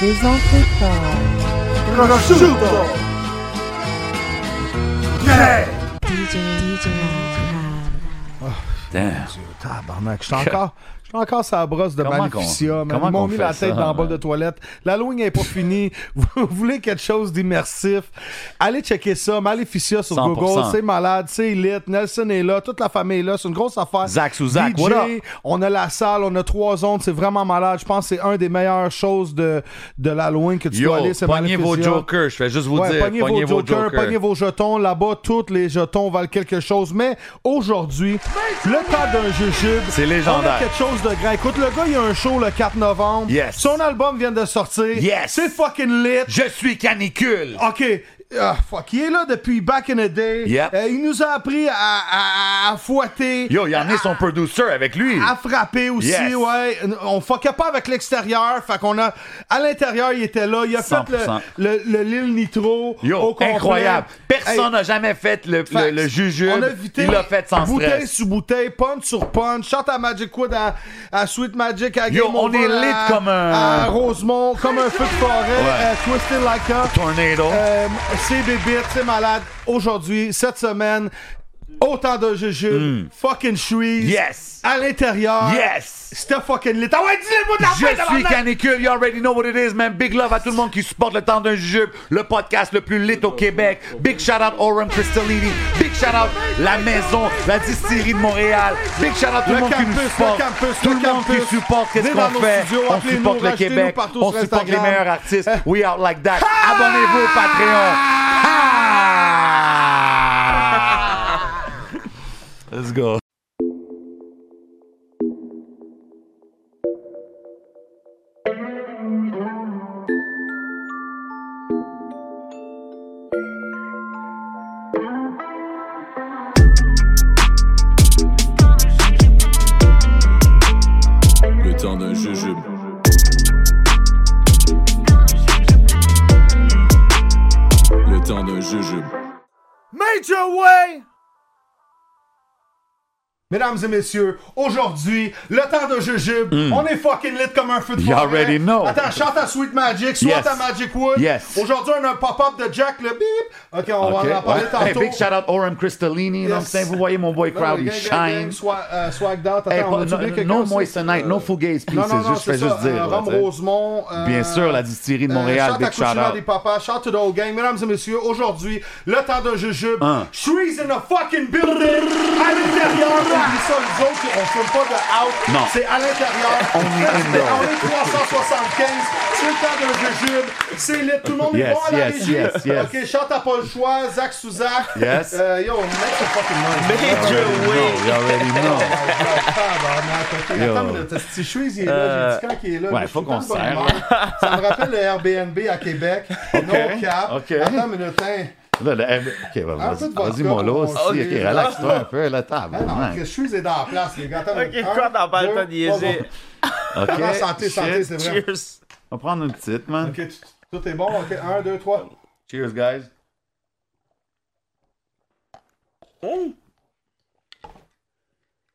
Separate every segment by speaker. Speaker 1: présenté par
Speaker 2: Prosciutto Yeah
Speaker 3: DJ DJ Lab.
Speaker 4: Putain.
Speaker 2: Dieu, tabarnak, je suis encore... Je suis encore sur la brosse de
Speaker 4: Comment qu'on-
Speaker 2: Magnificia, man.
Speaker 4: comment
Speaker 2: Ils m'ont
Speaker 4: qu'on
Speaker 2: mis
Speaker 4: fait
Speaker 2: la tête
Speaker 4: ça,
Speaker 2: dans le bol
Speaker 4: hein?
Speaker 2: de toilette. La loigne n'est pas finie. Vous voulez quelque chose d'immersif? Allez checker ça. Maleficia sur
Speaker 4: 100%.
Speaker 2: Google. C'est malade, c'est élite. Nelson est là. Toute la famille est là. C'est une grosse affaire.
Speaker 4: Zach sous Zach,
Speaker 2: DJ,
Speaker 4: what up?
Speaker 2: On a la salle, on a trois ondes. C'est vraiment malade. Je pense que c'est un des meilleures choses de, de la loigne que tu
Speaker 4: Yo,
Speaker 2: dois aller. C'est
Speaker 4: pognez vos
Speaker 2: Maleficia.
Speaker 4: jokers, je vais juste vous
Speaker 2: Ouais,
Speaker 4: dire,
Speaker 2: pognez, vos jokers, pognez vos jetons. Là-bas, tous les jetons valent quelque chose. Mais aujourd'hui, le temps d'un jujube.
Speaker 4: C'est légendaire.
Speaker 2: On a quelque chose de grand. Écoute, le gars, il a un show le 4 novembre.
Speaker 4: Yes.
Speaker 2: Son album vient de sortir.
Speaker 4: Yes.
Speaker 2: C'est fucking lit.
Speaker 4: Je suis canicule!
Speaker 2: OK. Ah, fuck. Il est là depuis back in the day.
Speaker 4: Yep.
Speaker 2: Euh, il nous a appris à, à, à- à fouetter.
Speaker 4: Yo, il y en a son
Speaker 2: Ah!
Speaker 4: producer avec lui.
Speaker 2: À frapper aussi,
Speaker 4: Yes.
Speaker 2: ouais. On fuckait pas avec l'extérieur. Fait qu'on a. À l'intérieur, il était là. Il a fait
Speaker 4: 100%.
Speaker 2: le, le, le Lil Nitro. au
Speaker 4: Yo,
Speaker 2: complet.
Speaker 4: incroyable.
Speaker 2: Hey,
Speaker 4: Personne n'a jamais fait le, le,
Speaker 2: Facts.
Speaker 4: le jujube.
Speaker 2: On a évité
Speaker 4: Il l'a fait sans
Speaker 2: bouteille
Speaker 4: stress.
Speaker 2: sur bouteille, punch sur punch, chante à Magic Wood, à, à Sweet Magic, à
Speaker 4: Yo,
Speaker 2: Game
Speaker 4: on
Speaker 2: Over,
Speaker 4: est lit
Speaker 2: à-
Speaker 4: comme un-
Speaker 2: À Rosemont, comme un feu de forêt,
Speaker 4: Ouais.
Speaker 2: euh, Twisted Like a...
Speaker 4: Tornado.
Speaker 2: Euh, c'est bébé, c'est malade. Aujourd'hui, cette semaine, autant de jujubes, fucking shrees.
Speaker 4: Hmm. Yes.
Speaker 2: À l'intérieur.
Speaker 4: Yes!
Speaker 2: C'était fucking lit. Ah ouais, dis le mot de la fin,
Speaker 4: Je suis
Speaker 2: tabarnak!
Speaker 4: canicule, you already know what it is, man. Big love à tout le monde qui supporte le temps d'un jujube, le podcast le plus lit au Québec. Big shout out Oren Cristellini. Big shout out la maison, la distillerie de Montréal. Big shout out tout le
Speaker 2: Le
Speaker 4: monde qui nous
Speaker 2: campus,
Speaker 4: supporte.
Speaker 2: le campus,
Speaker 4: Tout
Speaker 2: le
Speaker 4: le monde qui
Speaker 2: campus.
Speaker 4: supporte qu'est-ce
Speaker 2: Venez dans
Speaker 4: qu'on
Speaker 2: nos
Speaker 4: fait.
Speaker 2: studios,
Speaker 4: On
Speaker 2: appelez-nous,
Speaker 4: supporte le
Speaker 2: rachetez-nous
Speaker 4: Québec.
Speaker 2: partout
Speaker 4: On
Speaker 2: sur
Speaker 4: supporte les
Speaker 2: Instagram. Ah!
Speaker 4: meilleurs artistes. We are like that. Abonnez-vous au Patreon. Ah! Let's go.
Speaker 5: Le temps d'un jujube. Le temps d'un jujube.
Speaker 2: Major Way! Mesdames et messieurs, aujourd'hui, le temps de jujube, on est fucking lit comme un feu de
Speaker 4: Mm. You
Speaker 2: forêt.
Speaker 4: already know.
Speaker 2: Attends, chante à Sweet Magic, soit
Speaker 4: Yes.
Speaker 2: à Magic Wood.
Speaker 4: Yes.
Speaker 2: Aujourd'hui, on a un pop-up de Jack le bip. OK, on
Speaker 4: Ok,
Speaker 2: va en parler
Speaker 4: ouais. Hey,
Speaker 2: tantôt.
Speaker 4: big shout out Oren Cristellini. you know what I'm
Speaker 2: Yes. Ben
Speaker 4: saying? Vous voyez mon boy
Speaker 2: Non,
Speaker 4: Crowd,
Speaker 2: gang,
Speaker 4: il
Speaker 2: gang,
Speaker 4: shine.
Speaker 2: gang, Swag, euh, swag out. Attends,
Speaker 4: Hey,
Speaker 2: on
Speaker 4: pas-
Speaker 2: a
Speaker 4: no,
Speaker 2: oublié quelqu'un
Speaker 4: no
Speaker 2: aussi.
Speaker 4: moissanite,
Speaker 2: Euh,
Speaker 4: no fugaze
Speaker 2: Non,
Speaker 4: pieces.
Speaker 2: non, non,
Speaker 4: juste, je fais
Speaker 2: c'est
Speaker 4: juste
Speaker 2: ça,
Speaker 4: dire.
Speaker 2: euh,
Speaker 4: là,
Speaker 2: Rome
Speaker 4: tu sais.
Speaker 2: Rosemont. euh,
Speaker 4: Bien sûr, la distillerie de Montréal,
Speaker 2: shout
Speaker 4: big
Speaker 2: Euh, à Couchina
Speaker 4: shout-out.
Speaker 2: des papas, shout to the whole gang. Mesdames et messieurs, aujourd'hui, le temps d'un jujube.
Speaker 4: Hein.
Speaker 2: Shrees in a fucking building. À l'intérieur, oublie ça, nous autres, on ne fume pas de out.
Speaker 4: Non.
Speaker 2: C'est à l'intérieur.
Speaker 4: On est indoor.
Speaker 2: On est 375. C'est le temps d'un jujube. C'est lit. Tout le monde est
Speaker 4: Yes,
Speaker 2: bon à la
Speaker 4: yes,
Speaker 2: régie.
Speaker 4: yes, yes.
Speaker 2: Ok, chante à Paul Choix, Zach Souzac.
Speaker 4: Yes.
Speaker 2: Euh, yo, make some fucking noise.
Speaker 4: No, you already know.
Speaker 2: Tabarnak, ok.
Speaker 4: Yo. Euh,
Speaker 2: Attends, mais le petit Shreeze, il est là. J'ai dit quand il est là.
Speaker 4: ouais,
Speaker 2: mais je
Speaker 4: faut
Speaker 2: suis tout le
Speaker 4: qu'on
Speaker 2: temps de bonne
Speaker 4: serre.
Speaker 2: humeur. Ça me rappelle le Airbnb à Québec. No cap.
Speaker 4: ok.
Speaker 2: Attends, hein. mais le temps.
Speaker 4: Là, le- eh, ok, bah,
Speaker 2: Un peu
Speaker 4: vas-y,
Speaker 2: de vodka,
Speaker 4: vas-y, mon lot aussi.
Speaker 2: on-
Speaker 4: Ok, relaxe-toi un peu, la table.
Speaker 2: Ah Non, que Shreeze est dans la place, les gars. Attends,
Speaker 6: Ok,
Speaker 2: mais un,
Speaker 6: quoi, t'en parles
Speaker 2: deux,
Speaker 6: pas niaiser?
Speaker 2: trois,
Speaker 4: Ok,
Speaker 2: bon. Non, Ah, santé, santé,
Speaker 4: shit.
Speaker 2: c'est vrai.
Speaker 6: Cheers!
Speaker 4: On va prendre une petite, man.
Speaker 2: Ok, tu- tout est bon. Ok, un, deux, trois.
Speaker 4: Cheers, guys.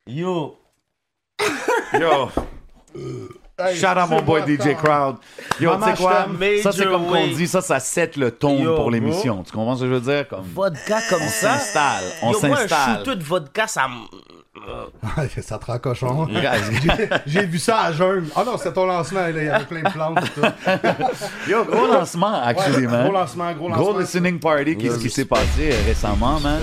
Speaker 6: Yo!
Speaker 4: Yo,
Speaker 2: Hey,
Speaker 4: shout out mon boy
Speaker 2: c'est bon,
Speaker 4: DJ
Speaker 2: attends.
Speaker 4: Crowd. Yo, tu
Speaker 2: Maman,
Speaker 4: sais quoi?
Speaker 6: je t'aime,
Speaker 4: Ça, c'est
Speaker 6: Major
Speaker 4: comme qu'on
Speaker 6: Way.
Speaker 4: dit, ça, ça set le ton
Speaker 6: Yo,
Speaker 4: pour
Speaker 6: bro.
Speaker 4: l'émission. Tu comprends ce que je veux dire? Comme,
Speaker 6: Vodka comme
Speaker 4: on s'installe, on
Speaker 6: Yo, moi, un
Speaker 4: s'installe.
Speaker 6: shooter de vodka, ça me.
Speaker 2: Ok, ça te rend cochon.
Speaker 4: Guys,
Speaker 2: J'ai vu ça à jeune. Ah non, c'était ton lancement, là, il y avait plein de plantes et tout.
Speaker 4: Yo, gros lancement, actually,
Speaker 2: Ouais,
Speaker 4: man.
Speaker 2: gros lancement, gros
Speaker 4: Gros
Speaker 2: lancement.
Speaker 4: listening party, qu'est-ce qui s'est passé euh, récemment, man.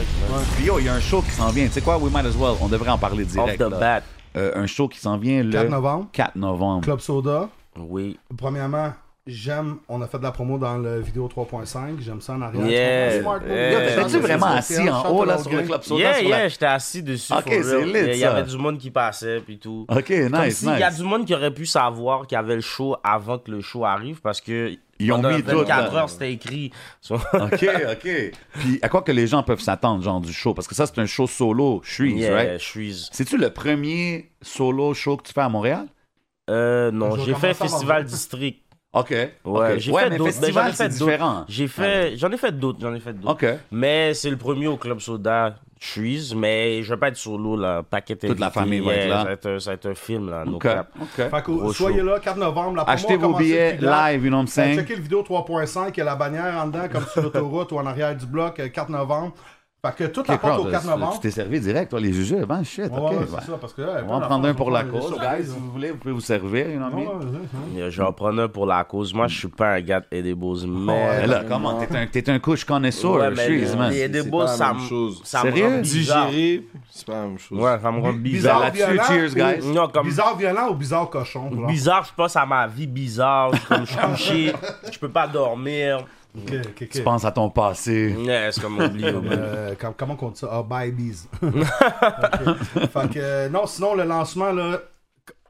Speaker 4: Puis yo, il y a un show qui s'en vient. Tu sais quoi, we might as well, on devrait en parler
Speaker 6: Off
Speaker 4: direct.
Speaker 6: the
Speaker 4: là.
Speaker 6: bat.
Speaker 4: Euh, un show qui s'en vient le
Speaker 2: 4 novembre,
Speaker 4: 4 novembre.
Speaker 2: Club Soda.
Speaker 6: Oui.
Speaker 2: Premièrement, j'aime, on a fait de la promo dans le vidéo 3.5, j'aime ça en arrière.
Speaker 6: Yeah.
Speaker 2: Smart move.
Speaker 6: Yeah.
Speaker 2: Yo,
Speaker 4: T'étais-tu
Speaker 6: Chante
Speaker 4: vraiment
Speaker 2: social,
Speaker 4: assis en
Speaker 2: chante
Speaker 4: haut, là,
Speaker 2: au
Speaker 4: sur le
Speaker 2: gang.
Speaker 4: club soda?
Speaker 6: Yeah,
Speaker 4: sur la-
Speaker 6: yeah, j'étais assis dessus.
Speaker 4: Ok,
Speaker 6: for real.
Speaker 4: c'est lit,
Speaker 6: Il y
Speaker 4: ça.
Speaker 6: avait du monde qui passait, puis tout.
Speaker 4: Ok,
Speaker 6: Comme
Speaker 4: nice,
Speaker 6: si il y a
Speaker 4: nice.
Speaker 6: du monde qui aurait pu savoir qu'il y avait le show avant que le show arrive parce que
Speaker 4: Ils ont
Speaker 6: pendant
Speaker 4: mis tout,
Speaker 6: 24
Speaker 4: là.
Speaker 6: heures, c'était écrit.
Speaker 4: Ok, ok. Puis à quoi que les gens peuvent s'attendre, genre, du show? Parce que ça, c'est un show solo, Shreeze,
Speaker 6: Yeah,
Speaker 4: right?
Speaker 6: je suis.
Speaker 4: C'est-tu le premier solo show que tu fais à Montréal?
Speaker 6: Euh, non,
Speaker 2: Je vais
Speaker 6: j'ai fait
Speaker 2: commencer à
Speaker 6: Festival
Speaker 2: manger.
Speaker 6: District.
Speaker 4: Ok.
Speaker 6: Ouais,
Speaker 4: ok.
Speaker 6: j'ai
Speaker 4: ouais
Speaker 6: fait
Speaker 4: mais
Speaker 6: d'autres- mais j'en ai
Speaker 4: festival,
Speaker 6: fait
Speaker 4: c'est
Speaker 6: d'autres.
Speaker 4: différent.
Speaker 6: J'ai fait, j'en ai fait d'autres, j'en ai fait d'autres.
Speaker 4: Ok.
Speaker 6: Mais c'est le premier au Club Soda. trees, mais je vais pas être sur l'eau, là. Paquet
Speaker 4: Toute la famille va être là.
Speaker 6: Ça va être, un- ça va être un film, là, no
Speaker 4: OK.
Speaker 6: cap.
Speaker 4: OK.
Speaker 2: Fait que
Speaker 6: Gros
Speaker 2: soyez
Speaker 6: show.
Speaker 2: là, 4 novembre. La promo
Speaker 4: Achetez
Speaker 2: a
Speaker 4: vos
Speaker 2: commencé
Speaker 4: billets
Speaker 2: depuis date.
Speaker 4: live, you know what I'm
Speaker 2: Allez
Speaker 4: saying?
Speaker 2: Checkez le vidéo 3.5, il y a la bannière en dedans, comme sur l'autoroute ou en arrière du bloc, euh, 4 novembre. Fait que toute la
Speaker 4: Crowd,
Speaker 2: porte au 4
Speaker 4: là, tu
Speaker 2: novembre.
Speaker 4: t'es servi direct, toi, les jujubes, hein? Shit,
Speaker 2: Ouais,
Speaker 4: ok.
Speaker 2: ouais,
Speaker 4: ouais.
Speaker 2: c'est ça, parce que, là,
Speaker 4: On va en
Speaker 2: la
Speaker 4: prendre
Speaker 2: porte,
Speaker 4: un pour
Speaker 2: on
Speaker 4: la
Speaker 2: prend des
Speaker 4: cause, guys.
Speaker 2: surprises.
Speaker 4: Si vous voulez, vous pouvez vous servir, you know what I
Speaker 2: Ouais, ouais,
Speaker 4: mean?
Speaker 2: ouais.
Speaker 6: Je vais en prendre un pour la cause. Moi, je suis pas un gars de
Speaker 5: Oh,
Speaker 6: Edibles, mais.
Speaker 4: Mais Ben là, comment? T'es un, t'es un couche connaisseur,
Speaker 6: Ouais,
Speaker 4: je
Speaker 6: mais
Speaker 4: suis,
Speaker 6: les-
Speaker 4: man.
Speaker 6: les
Speaker 5: C'est
Speaker 6: Edibles,
Speaker 5: pas la
Speaker 6: ça
Speaker 5: même
Speaker 6: me.
Speaker 5: chose.
Speaker 6: Ça me
Speaker 4: Sérieux?
Speaker 6: rend bizarre.
Speaker 5: Digérer, c'est pas la même chose.
Speaker 6: Ouais, ça me rend bizarre.
Speaker 2: Bizarre,
Speaker 4: Là-dessus,
Speaker 2: violent,
Speaker 4: cheers, guys.
Speaker 6: Non, comme.
Speaker 2: Bizarre violent ou bizarre cochon? genre?
Speaker 6: Bizarre, je pense à ma vie bizarre. Je- Comme je suis couché, je peux pas dormir.
Speaker 2: Ok, ok, ok.
Speaker 4: Tu penses à ton passé.
Speaker 6: Ouais, c'est comme oublié.
Speaker 2: Euh, com- comment qu'on dit ça? Ah, babies. Ok. Fait que, euh, non, sinon, le lancement, là,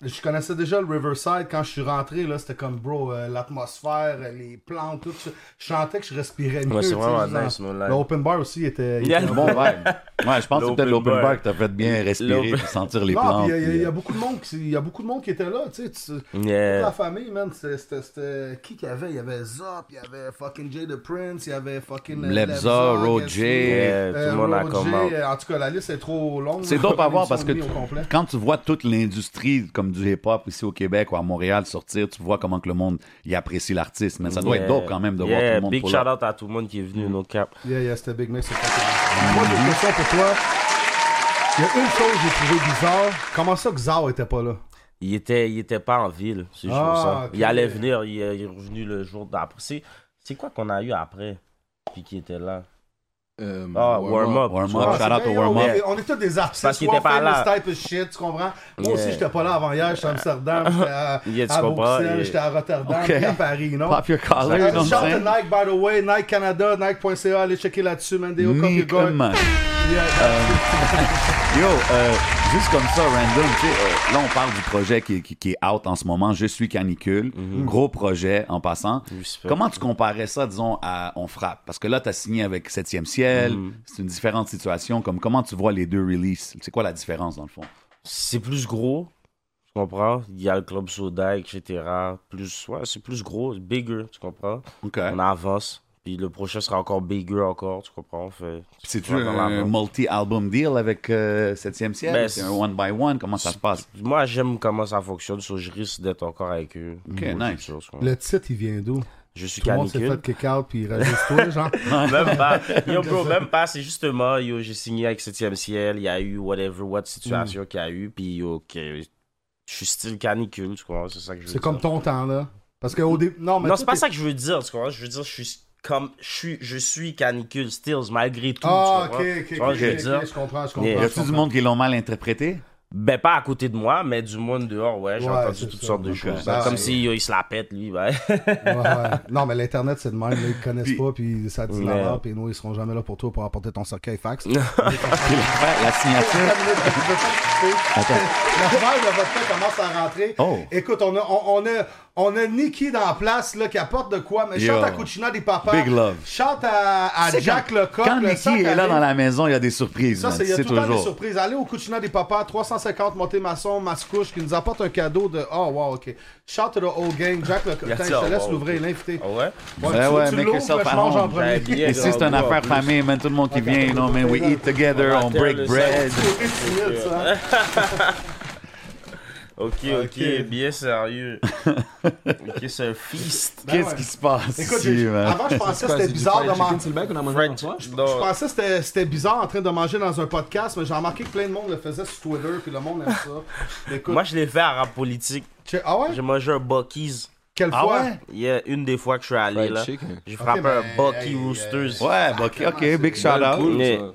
Speaker 2: je connaissais déjà le Riverside. Quand je suis rentré, là, c'était comme, bro, euh, l'atmosphère, euh, les plantes, tout ça. Je sentais que je respirais mieux.
Speaker 6: Ouais, c'est
Speaker 2: tu sais,
Speaker 6: vraiment
Speaker 2: je disais,
Speaker 6: nice, mon live.
Speaker 2: Le open bar aussi était... il
Speaker 6: Yeah.
Speaker 2: était-
Speaker 4: Bon vibe. Ouais, je pense que c'est peut-être
Speaker 6: L'open
Speaker 4: l'open
Speaker 6: bar.
Speaker 4: bar qui t'a fait bien respirer
Speaker 6: L'open-
Speaker 4: puis sentir les
Speaker 2: Non,
Speaker 4: plantes.
Speaker 2: puis il y a- il y,
Speaker 4: puis,
Speaker 2: a
Speaker 4: euh,
Speaker 2: beaucoup de monde qui, il y a beaucoup de monde qui était là, tu sais, tu- toute la
Speaker 6: Yeah.
Speaker 2: famille, man, c'était- c'était c'était- qui qu'il y avait? Il y avait Zop, il y avait fucking Jay the Prince, il y avait fucking... euh,
Speaker 4: Lebza, Road
Speaker 2: Gatsby,
Speaker 4: J.
Speaker 6: Yeah, tout
Speaker 2: Euh,
Speaker 6: le monde a
Speaker 2: Roger,
Speaker 6: comment.
Speaker 2: euh, En tout cas, la liste est trop longue.
Speaker 4: C'est dope à voir
Speaker 2: Ils sont
Speaker 4: parce que
Speaker 2: mis au
Speaker 4: tu-
Speaker 2: complet.
Speaker 4: quand tu vois toute l'industrie comme du hip-hop ici au Québec ou à Montréal sortir, tu vois comment que le monde y apprécie l'artiste. Mais ça doit être dope quand même de voir tout le monde
Speaker 6: Big
Speaker 4: pour
Speaker 6: shout out à tout le monde qui est venu, nos cap.
Speaker 2: Yeah, yeah, c'était Big Mix. c'est pas grave. Moi, j'ai une question pour toi. Il y a une chose que j'ai trouvé bizarre. Comment ça que Zao était pas là?
Speaker 6: Il était, il était pas en ville ce jour-là.
Speaker 2: Ah, ok.
Speaker 6: Il allait venir, il, est il est revenu le jour d'après. C'est, c'est quoi qu'on a eu après Puis qui était là
Speaker 5: Euh,
Speaker 6: Ah,
Speaker 5: ouais,
Speaker 6: warm up.
Speaker 4: Warm
Speaker 6: tu
Speaker 4: up,
Speaker 6: vois.
Speaker 4: shout out
Speaker 2: c'est
Speaker 4: au
Speaker 2: bien,
Speaker 4: warm
Speaker 2: on
Speaker 4: up.
Speaker 2: est- On est tous des artistes.
Speaker 6: Parce qu'il
Speaker 2: we're
Speaker 6: était pas
Speaker 2: famous
Speaker 6: là.
Speaker 2: type of shit, tu comprends? Moi
Speaker 6: Yeah.
Speaker 2: aussi, j'étais pas là avant hier. J'étais à Amsterdam, j'étais à,
Speaker 6: Yeah, tu
Speaker 2: à
Speaker 6: comprends,
Speaker 2: Bruxelles,
Speaker 6: yeah.
Speaker 2: j'étais à Rotterdam,
Speaker 4: Ok.
Speaker 2: puis à Paris, non?
Speaker 4: Pop your collar, you
Speaker 2: Euh,
Speaker 4: know what
Speaker 2: shout out
Speaker 4: I'm saying?
Speaker 2: to Nike, by the way, Nike Canada, Nike.ca, allez checker là-dessus, man. They hook up your guy.
Speaker 4: Niquement.
Speaker 2: Yeah,
Speaker 4: Yo, euh, juste comme ça, random, tu sais, euh, là on parle du projet qui, qui- qui est out en ce moment, Je suis canicule,
Speaker 2: Mhm.
Speaker 4: gros projet en passant.
Speaker 6: Respect.
Speaker 4: Comment tu comparais ça, disons, à On frappe? Parce que là, tu as signé avec 7e ciel,
Speaker 2: Mhm.
Speaker 4: c'est une différente situation. Comme comment tu vois les deux releases? C'est quoi la différence dans le fond?
Speaker 6: C'est plus gros, tu comprends Il y a le club soda, etc. Plus, ouais, c'est plus gros, bigger, tu comprends
Speaker 4: OK.
Speaker 6: On avance. Puis le prochain sera encore bigger encore, tu comprends On fait-
Speaker 4: C'est-tu
Speaker 6: on va dans
Speaker 4: un
Speaker 6: l'avant.
Speaker 4: multi-album deal avec euh, 7e ciel?
Speaker 6: Ben,
Speaker 4: c'est un one by one? Comment ça se passe?
Speaker 6: Moi, j'aime comment ça fonctionne, so je risque d'être encore avec eux.
Speaker 4: Ok,
Speaker 6: Ou
Speaker 4: nice.
Speaker 6: quelque chose, quoi.
Speaker 2: Le titre, il vient d'où?
Speaker 6: Je suis
Speaker 2: Tout le monde s'est
Speaker 6: canicule.
Speaker 2: fait kick-out, puis il reste toi, genre.
Speaker 6: Même pas. Yo, bro, même pas. C'est justement, yo, j'ai signé avec 7 e ciel. Il y a eu whatever, what
Speaker 2: Mm.
Speaker 6: situation qu'il y a eu. Puis, yo, ok. Je suis style canicule, tu comprends? C'est ça que je veux
Speaker 2: C'est
Speaker 6: dire.
Speaker 2: comme ton temps, là. Parce que au début. Non, mais
Speaker 6: Non,
Speaker 2: toi,
Speaker 6: c'est pas
Speaker 2: t'es-
Speaker 6: ça que je veux dire, tu comprends? Je veux dire, je suis comme. Je suis, je suis canicule, stills, malgré tout.
Speaker 2: Ah, ok,
Speaker 6: tu comprends?
Speaker 2: ok,
Speaker 6: Tu
Speaker 2: ok,
Speaker 6: vois, je veux
Speaker 2: ok,
Speaker 6: dire.
Speaker 2: je comprends, je
Speaker 6: Yeah.
Speaker 4: Y
Speaker 2: comprends. je
Speaker 4: a-tu du
Speaker 2: comprends.
Speaker 4: monde qui l'ont mal interprété?
Speaker 6: Ben, pas à côté de moi, mais du monde dehors, ouais. J'ai
Speaker 2: Ouais, c'est
Speaker 6: entendu toutes
Speaker 2: ça.
Speaker 6: sortes de
Speaker 2: Ok.
Speaker 6: choses.
Speaker 2: Ben,
Speaker 6: comme
Speaker 2: c'est-
Speaker 6: si yo, il se la pète, lui, ben.
Speaker 2: Ouais, ouais. Non, mais l'Internet, c'est de même. Là, ils te connaissent
Speaker 4: Puis-
Speaker 2: pas, puis ça dit la
Speaker 6: Ouais.
Speaker 2: merde, puis nous, ils seront jamais là pour toi pour apporter ton cercueil fax.
Speaker 4: Puis l'affaire, la signature. Attends.
Speaker 2: La vague de votre tête commence à rentrer.
Speaker 4: Oh.
Speaker 2: Écoute, on a, on, on a, on a Nicky dans la place là, qui apporte de quoi. Mais
Speaker 4: Yo.
Speaker 2: chante à Cucina des papas.
Speaker 4: Big love.
Speaker 2: Chante à, à
Speaker 4: Tu sais,
Speaker 2: Jack Lecoq.
Speaker 4: Quand
Speaker 2: le
Speaker 4: Nicky
Speaker 2: sac
Speaker 4: est là
Speaker 2: à
Speaker 4: dans
Speaker 2: lait.
Speaker 4: la maison, il y a des surprises.
Speaker 2: Ça,
Speaker 4: man.
Speaker 2: c'est il y a
Speaker 4: C'est
Speaker 2: tout le temps des
Speaker 4: toujours.
Speaker 2: surprises. Allez au Cucina des Papas, 350 Monté Masson, Mascouche, qui nous apporte un cadeau de. Oh, wow, ok. Shout to the old gang, Jack le Cotin. Je
Speaker 6: Merci,
Speaker 2: te
Speaker 6: oh,
Speaker 2: laisse
Speaker 6: wow,
Speaker 2: l'ouvrir,
Speaker 6: ok.
Speaker 2: l'invité.
Speaker 6: Ah ouais?
Speaker 2: Ouais,
Speaker 4: Ben
Speaker 2: tu-
Speaker 4: ouais,
Speaker 2: tu
Speaker 4: make
Speaker 2: l'ouvres,
Speaker 4: yourself
Speaker 2: je
Speaker 4: at
Speaker 2: mange en
Speaker 4: home.
Speaker 2: premier.
Speaker 6: Ben, yeah,
Speaker 4: Ici, c'est une
Speaker 6: Ouais,
Speaker 4: affaire
Speaker 6: ouais.
Speaker 4: famille, man. Tout le monde qui vient, you know, man. We eat together, on break bread.
Speaker 2: C'est minutes, ça.
Speaker 6: Ok,
Speaker 2: Ah,
Speaker 6: ok, bien sérieux. ok, c'est un feast.
Speaker 2: Ben
Speaker 4: Qu'est-ce
Speaker 2: ouais.
Speaker 4: qui se passe
Speaker 2: Écoute,
Speaker 4: ici,
Speaker 2: j'ai-
Speaker 4: man?
Speaker 2: avant, je pensais que c'était bizarre de manger.
Speaker 6: French.
Speaker 2: Je pensais que c'était- c'était bizarre en train de manger dans un podcast, mais j'ai remarqué que plein de monde le faisait sur Twitter, puis le monde aime ça. Écoute,
Speaker 6: Moi, je l'ai fait à rap politique.
Speaker 2: che- ah ouais?
Speaker 6: J'ai mangé un Bucky's.
Speaker 2: Quelle
Speaker 4: Ah
Speaker 2: fois?
Speaker 4: ouais?
Speaker 6: Il y a une des fois que je suis allé
Speaker 5: Fried
Speaker 6: là.
Speaker 5: chicken.
Speaker 6: J'ai frappé
Speaker 2: ben,
Speaker 6: un Bucky
Speaker 2: hey, euh,
Speaker 6: Roosters.
Speaker 4: Ouais, bah, ok, ok, big shout out.
Speaker 5: Cool,
Speaker 6: Mais-
Speaker 5: ça.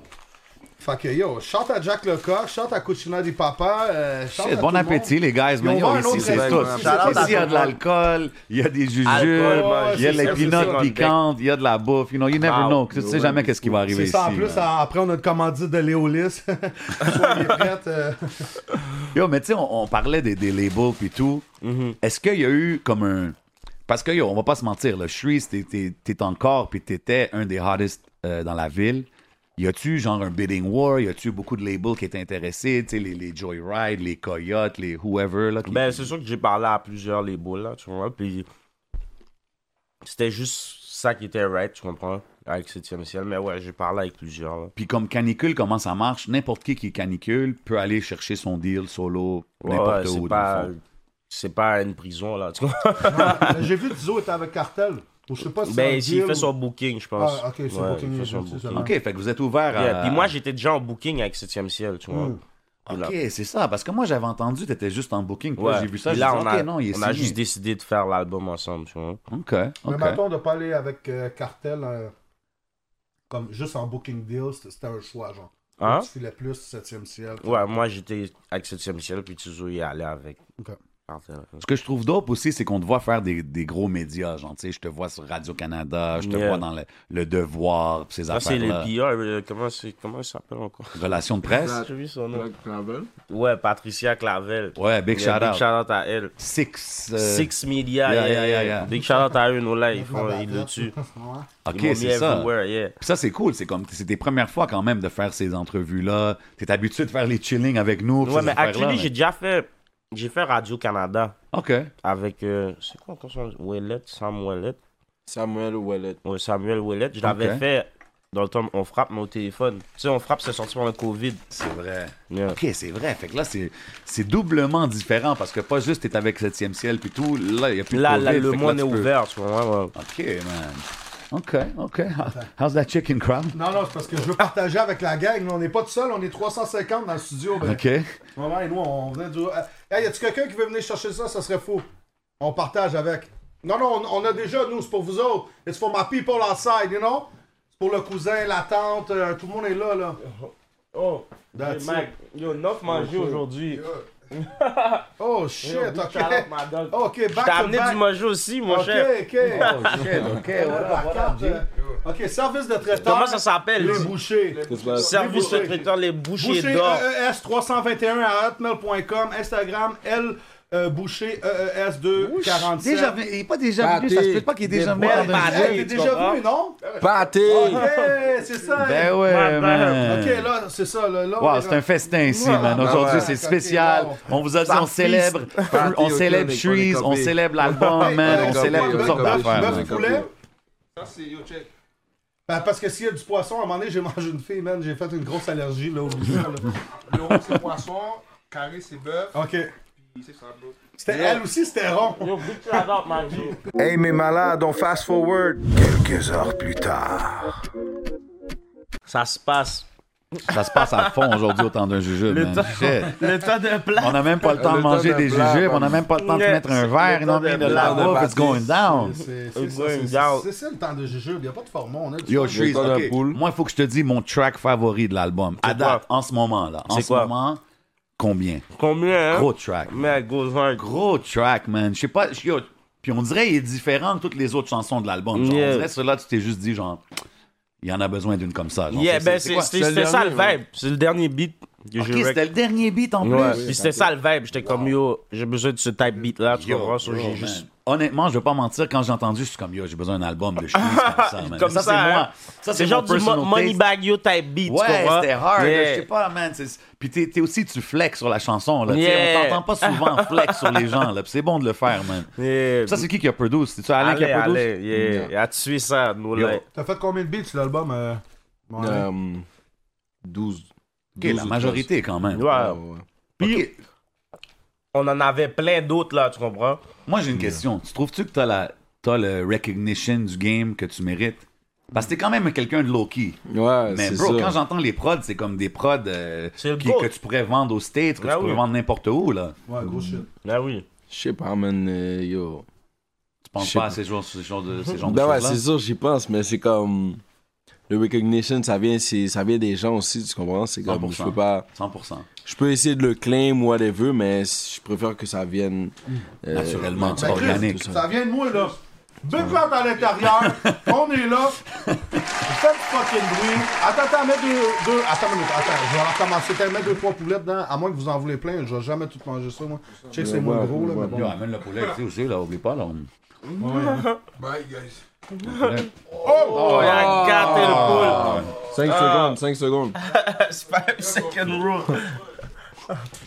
Speaker 2: Fait que yo, chante à Jack Lecoq, chante à Cucina di Papa, euh, shout à
Speaker 4: Shit,
Speaker 2: tout
Speaker 4: bon
Speaker 2: le monde.
Speaker 4: appétit, les guys,
Speaker 2: Ils ont
Speaker 4: man. Yo,
Speaker 2: ouvert un
Speaker 4: ici,
Speaker 2: autre
Speaker 4: c'est tout.
Speaker 2: restaurant.
Speaker 6: Shout out à
Speaker 4: Ici, il y a de
Speaker 6: tout le monde.
Speaker 4: l'alcool, il y a des jujubes,
Speaker 6: Alcool,
Speaker 2: ouais,
Speaker 4: il y a
Speaker 2: c'est
Speaker 4: les
Speaker 2: ça, c'est
Speaker 4: peanuts
Speaker 6: ça.
Speaker 4: piquantes, il y a de la bouffe. You know, you never
Speaker 6: Wow.
Speaker 4: know. Tu sais jamais qu'est-ce qui va arriver
Speaker 2: C'est
Speaker 4: ici.
Speaker 2: ça, en plus,
Speaker 4: man.
Speaker 2: après, on a le commandite de Léolis. Soyez prête. euh.
Speaker 4: Yo, mais tu sais, on, on parlait des, des labels puis tout.
Speaker 6: Mm-hmm.
Speaker 4: Est-ce qu'il y a eu comme un. Parce que, yo, on va pas se mentir, là, Shreeze, t'es- t'es t'es encore puis t'étais un des hottest euh, dans la ville. Y a-tu genre un bidding war? Y a-tu beaucoup de labels qui étaient intéressés? Tu sais, les, les Joyride, les Coyotes, les whoever, là. qui-
Speaker 6: Ben, c'est sûr que j'ai parlé à plusieurs les boules là, tu vois. Puis c'était juste ça qui était right, tu comprends. avec 7e ciel. Mais ouais, j'ai parlé avec plusieurs. là.
Speaker 4: Puis comme canicule, comment ça marche? N'importe qui qui est canicule peut aller chercher son deal solo
Speaker 6: Ouais,
Speaker 4: n'importe où. dans
Speaker 6: ouais, c'est
Speaker 4: le
Speaker 6: pas,
Speaker 4: fond.
Speaker 6: c'est pas une prison, là. tu vois.
Speaker 2: Ouais, J'ai vu Dizzo était avec Cartel. Ou je sais pas si c'est un
Speaker 6: ben, il
Speaker 2: deal
Speaker 6: fait
Speaker 2: ou-
Speaker 6: son booking, je pense.
Speaker 2: Ah, ok, son
Speaker 6: Ouais,
Speaker 2: booking,
Speaker 6: il fait son
Speaker 2: c'est ça.
Speaker 6: booking.
Speaker 4: OK, fait que vous êtes ouvert à...
Speaker 6: Yeah, Puis moi, j'étais déjà en booking avec 7e ciel, tu vois.
Speaker 2: Mm.
Speaker 6: Puis là-
Speaker 4: OK, c'est ça, parce que moi, j'avais entendu, t'étais juste en booking. puis
Speaker 6: Ouais.
Speaker 4: là, j'ai vu ça,
Speaker 6: Puis
Speaker 4: j'ai
Speaker 6: là,
Speaker 4: dit,
Speaker 6: on
Speaker 4: OK,
Speaker 6: a,
Speaker 4: non, il est
Speaker 6: on a
Speaker 4: signé.
Speaker 6: juste décidé de faire l'album ensemble, tu vois.
Speaker 4: OK,
Speaker 2: Mais
Speaker 4: OK.
Speaker 2: maintenant, de pas aller avec euh, Cartel euh, comme juste en booking deal, c'était c'était un choix, genre.
Speaker 6: Hein?
Speaker 2: Tu filais plus 7e ciel.
Speaker 6: Ouais, moi, j'étais avec 7e ciel, puis Tizo y allait avec.
Speaker 2: Ok.
Speaker 6: Cartel.
Speaker 4: Ce que je trouve dope aussi, c'est qu'on te voit faire des, des gros médias. Genre, tu sais, je te vois sur Radio-Canada, je te
Speaker 6: Yeah.
Speaker 4: vois dans le, le Devoir, pis ces
Speaker 6: Ça, c'est les
Speaker 4: affaires-là.
Speaker 6: PR. euh, Comment, c'est- comment ça s'appelle encore?
Speaker 4: Relations de presse.
Speaker 5: Ouais.
Speaker 6: J'ai vu son nom.
Speaker 5: Black Travel.
Speaker 6: Ouais, Patricia Clavel.
Speaker 4: Ouais, big
Speaker 6: Yeah,
Speaker 4: shout-out.
Speaker 6: shout-out à elle.
Speaker 4: Six. euh,
Speaker 6: Six Media.
Speaker 4: yeah,
Speaker 6: Yeah,
Speaker 4: yeah, yeah, yeah.
Speaker 6: Big shout-out à eux, nous là, ils, font,
Speaker 2: Ouais,
Speaker 6: ils le tuent.
Speaker 2: Ouais.
Speaker 4: OK,
Speaker 6: ils m'ont mis
Speaker 4: c'est ça.
Speaker 6: everywhere, yeah.
Speaker 4: Puis ça, c'est cool. C'est comme, c'est tes premières fois quand même de faire ces entrevues-là. T'es habitué de faire les chillings avec nous. puis
Speaker 6: Ouais,
Speaker 4: ces
Speaker 6: mais
Speaker 4: affaires-là,
Speaker 6: actually,
Speaker 4: mais-
Speaker 6: j'ai déjà fait. J'ai fait Radio-Canada
Speaker 4: OK.
Speaker 6: avec. euh, c'est quoi encore son Ouellet, Sam Ouellet.
Speaker 5: Samuel Wallet.
Speaker 6: Ouais, Samuel Ouellet. Je l'avais
Speaker 4: Ok.
Speaker 6: fait dans le temps On frappe, mais au téléphone. Tu sais, On frappe, c'est sorti pendant le COVID.
Speaker 4: C'est vrai.
Speaker 6: Yeah.
Speaker 4: OK, c'est vrai. Fait que là, c'est, c'est doublement différent parce que pas juste t'es avec 7e ciel puis tout. Là, il y a plus
Speaker 6: Là,
Speaker 4: de
Speaker 6: là,
Speaker 4: COVID,
Speaker 6: le
Speaker 4: fait que
Speaker 6: monde est
Speaker 4: là, tu peux-
Speaker 6: ouvert, tu vois. ouais.
Speaker 4: OK, man. OK, OK. How- How's that chicken crowd?
Speaker 2: Non, non, c'est parce que je veux partager avec la gang. mais On n'est pas tout seul, on est 350 dans le studio. Ben,
Speaker 4: OK.
Speaker 2: Maman et nous, on venait du. Hey, y a-tu quelqu'un qui veut venir chercher ça? Ça serait fou. On partage avec. Non, non, on, on a déjà, nous, c'est pour vous autres. It's for my people outside, you know? C'est pour le cousin, la tante, euh, tout le monde est là, là.
Speaker 6: Oh,
Speaker 2: That's Mike,
Speaker 6: yo, neuf mangés aujourd'hui.
Speaker 2: Oh shit, ok.
Speaker 4: Oh,
Speaker 2: Ok, back
Speaker 6: T'as
Speaker 2: to
Speaker 6: amené
Speaker 2: back.
Speaker 6: du manger aussi, mon
Speaker 2: Ok,
Speaker 6: chef. Oh,
Speaker 2: ok.
Speaker 4: OK,
Speaker 2: Par contre, euh, ok, service de traiteur.
Speaker 6: Comment ça s'appelle?
Speaker 2: Les bouchers.
Speaker 5: Qu'est-ce que c'est?
Speaker 6: Service
Speaker 2: Boucher.
Speaker 6: secrétaire, les bouchers
Speaker 2: Boucher E
Speaker 6: d'or.
Speaker 4: euh,
Speaker 2: EES 321 à hotmail.com, Instagram, L euh, Boucher EES 247.
Speaker 4: Déjà, Ah, ben, venu- il est pas déjà venu, ça se peut pas qu'il est déjà venu.
Speaker 2: Ouais,
Speaker 6: Merde,
Speaker 2: bah,
Speaker 6: Boucher,
Speaker 2: hey, t'es
Speaker 6: tu
Speaker 2: déjà
Speaker 6: comprends?
Speaker 2: venu, non?
Speaker 5: Pâté!
Speaker 2: Ok, c'est ça.
Speaker 4: Ah. Ben
Speaker 6: Ouais,
Speaker 4: ouais, man.
Speaker 2: Ok, là, c'est ça. Là, là, on
Speaker 4: Wow,
Speaker 2: est
Speaker 4: c'est un festin ici, man.
Speaker 2: Ouais.
Speaker 4: Aujourd'hui,
Speaker 2: Ouais.
Speaker 4: c'est spécial.
Speaker 2: Ok,
Speaker 4: On vous a dit, on
Speaker 5: Parfiste.
Speaker 4: célèbre,
Speaker 5: Party,
Speaker 4: on
Speaker 5: ok,
Speaker 4: célèbre
Speaker 5: on est-
Speaker 4: Trees,
Speaker 5: on est
Speaker 4: on
Speaker 5: copé.
Speaker 4: célèbre l'album,
Speaker 2: Hey,
Speaker 4: man.
Speaker 5: on
Speaker 4: On
Speaker 5: est
Speaker 4: célèbre
Speaker 5: copé,
Speaker 4: toutes
Speaker 5: on est
Speaker 4: sortes
Speaker 5: copé.
Speaker 4: d'affaires,
Speaker 5: Neuf
Speaker 4: man.
Speaker 2: Bœuf
Speaker 5: man.
Speaker 2: poulet.
Speaker 5: Ça, c'est yo check.
Speaker 2: Ben, parce que s'il y a du poisson, à un moment donné, j'ai mangé une fille, man. J'ai fait une grosse allergie, là, au bout, là.
Speaker 7: L'euro c'est poisson, carré c'est bœuf,
Speaker 2: Ok.
Speaker 7: puis c'est ça. bro.
Speaker 2: C'était elle aussi, c'était rond.
Speaker 6: Yo, big shout-out, Manjo.
Speaker 8: Hey mes malades, on fast forward. Quelques heures plus tard.
Speaker 6: Ça se passe.
Speaker 4: Ça se passe à fond aujourd'hui au temps d'un jujube,
Speaker 6: Le
Speaker 4: man.
Speaker 6: temps-
Speaker 4: Shit.
Speaker 6: Le temps d'un plat.
Speaker 4: On n'a même pas le temps de
Speaker 5: Le temps
Speaker 4: manger
Speaker 5: d'un
Speaker 4: des
Speaker 5: plat,
Speaker 4: jujubes,
Speaker 5: man.
Speaker 4: on n'a même pas le temps de
Speaker 6: Yeah,
Speaker 4: mettre un
Speaker 6: c'est
Speaker 4: verre,
Speaker 6: le
Speaker 4: non,
Speaker 6: temps
Speaker 4: mais de
Speaker 6: d'un
Speaker 4: la
Speaker 5: plat, d'un
Speaker 4: bouffe, it's going
Speaker 5: bâtisse.
Speaker 4: down.
Speaker 2: C'est
Speaker 6: Going
Speaker 2: c'est ça, c'est-
Speaker 6: down.
Speaker 2: c'est ça le temps de jujube. Il a pas de format. On a du
Speaker 4: Yo,
Speaker 2: fun.
Speaker 4: je suis.
Speaker 5: J'étais dans
Speaker 4: ok.
Speaker 5: la poule.
Speaker 4: Moi, il faut que je te dise mon track favori de l'album. À
Speaker 6: C'est
Speaker 4: date,
Speaker 6: quoi?
Speaker 4: en ce moment, là. En
Speaker 6: C'est
Speaker 4: ce
Speaker 6: quoi?
Speaker 4: moment, combien
Speaker 6: Combien, hein?
Speaker 4: Gros track. man.
Speaker 6: Mais goes hard.
Speaker 4: Gros track, man. Je sais pas. yo, Puis on dirait qu'il est différent de toutes les autres chansons de l'album. genre.
Speaker 6: Yeah.
Speaker 4: On dirait cela, tu t'es juste dit, genre, il y en a besoin d'une comme ça. genre.
Speaker 6: Yeah,
Speaker 4: C'est-
Speaker 6: ben,
Speaker 4: c'est
Speaker 6: c'est-
Speaker 4: quoi?
Speaker 6: c'est-
Speaker 5: C'est le
Speaker 6: c'était ça le
Speaker 5: dernier, ouais.
Speaker 6: vibe. C'est le dernier beat que
Speaker 4: Ok,
Speaker 6: j'ai rec-
Speaker 4: c'était le dernier beat en
Speaker 6: Ouais,
Speaker 4: plus.
Speaker 6: puis c'était ça le vibe. J'étais comme yo, j'ai besoin de ce type beat là. Tu
Speaker 4: Yo,
Speaker 6: comprends? So,
Speaker 4: bro,
Speaker 6: j'ai
Speaker 4: man.
Speaker 6: juste.
Speaker 4: Honnêtement, je vais pas mentir, quand j'ai entendu, je suis comme yo, j'ai besoin d'un album de chemise comme ça. man.
Speaker 6: Comme
Speaker 4: ça,
Speaker 6: ça,
Speaker 4: c'est
Speaker 6: hein.
Speaker 4: moi. Ça,
Speaker 6: C'est
Speaker 4: c'est
Speaker 6: genre
Speaker 4: mon
Speaker 6: du mo-
Speaker 4: personal
Speaker 6: money
Speaker 4: taste.
Speaker 6: bag yo type beat. tu
Speaker 4: Ouais,
Speaker 6: comprends?
Speaker 4: c'était hard.
Speaker 6: Yeah.
Speaker 4: là, Je sais pas, man. c'est- Puis t'es, t'es aussi, tu flex sur la chanson. Là, tu sais,
Speaker 6: Yeah.
Speaker 4: On t'entend pas souvent flex sur les gens. Là, puis c'est bon de le faire, man.
Speaker 6: Yeah.
Speaker 4: Ça, c'est qui qui a produit C'est-tu Alain
Speaker 6: Allez,
Speaker 4: qui a produit
Speaker 6: allez, yeah. Il a tué ça, nous
Speaker 4: Yo.
Speaker 6: là.
Speaker 2: T'as fait combien de beats sur l'album? euh, mon ami?
Speaker 5: Euh, 12.
Speaker 4: Ok, la majorité, quand même.
Speaker 6: Ouais.
Speaker 5: ouais.
Speaker 6: Puis
Speaker 4: Ok.
Speaker 6: on en avait plein d'autres là, tu comprends?
Speaker 4: Moi,
Speaker 6: Mm.
Speaker 4: j'ai une question. Tu trouves-tu que t'as, la, t'as le recognition du game que tu mérites Parce que t'es quand même quelqu'un de low-key.
Speaker 6: Ben,
Speaker 5: Ouais,
Speaker 4: Mais
Speaker 5: c'est
Speaker 4: bro,
Speaker 5: ça.
Speaker 4: quand j'entends les prods, c'est comme des prods euh,
Speaker 6: C'est le
Speaker 4: qui-
Speaker 6: goat.
Speaker 4: que tu pourrais vendre aux States, que
Speaker 6: Ah
Speaker 4: tu pourrais
Speaker 6: oui.
Speaker 4: vendre n'importe où, là.
Speaker 2: Ouais, gros shit.
Speaker 6: Ah oui.
Speaker 5: Je sais pas, man. euh, yo.
Speaker 4: Tu penses
Speaker 5: Je sais
Speaker 4: pas à
Speaker 5: pas.
Speaker 4: ces genres, ces genres de,
Speaker 6: Mm-hmm.
Speaker 4: ces genres de
Speaker 5: Ben ouais,
Speaker 4: choses-là?
Speaker 5: c'est sûr, j'y pense, mais c'est comme. Le recognition, ça vient, c'est- ça vient des gens aussi, tu comprends? C'est comme,
Speaker 4: 100%.
Speaker 5: je peux pas.
Speaker 4: 100%.
Speaker 5: Je peux essayer de le claim ou whatever, mais je préfère que ça vienne. euh,
Speaker 4: Naturellement,
Speaker 2: Ben, Chris,
Speaker 4: organique.
Speaker 5: tout
Speaker 2: Ça vient de moi, là. Big vente à l'intérieur. On est là. Faites fucking bruit. Attends, attends, mets deux. deux- Attends, une minute, attends. Je vais recommencer. T'as mets deux, trois poulets dedans. À moins que vous en voulez plein. Je vais jamais tout manger ça, moi. Je sais que c'est moins gros, là. Mais
Speaker 4: Yo,
Speaker 2: bon.
Speaker 4: amène le poulet ici aussi, là, oublie pas, là.
Speaker 7: Bye guys.
Speaker 6: Oh, il a gâté le poule.
Speaker 5: 5 secondes, 5 secondes.
Speaker 6: Five second rule.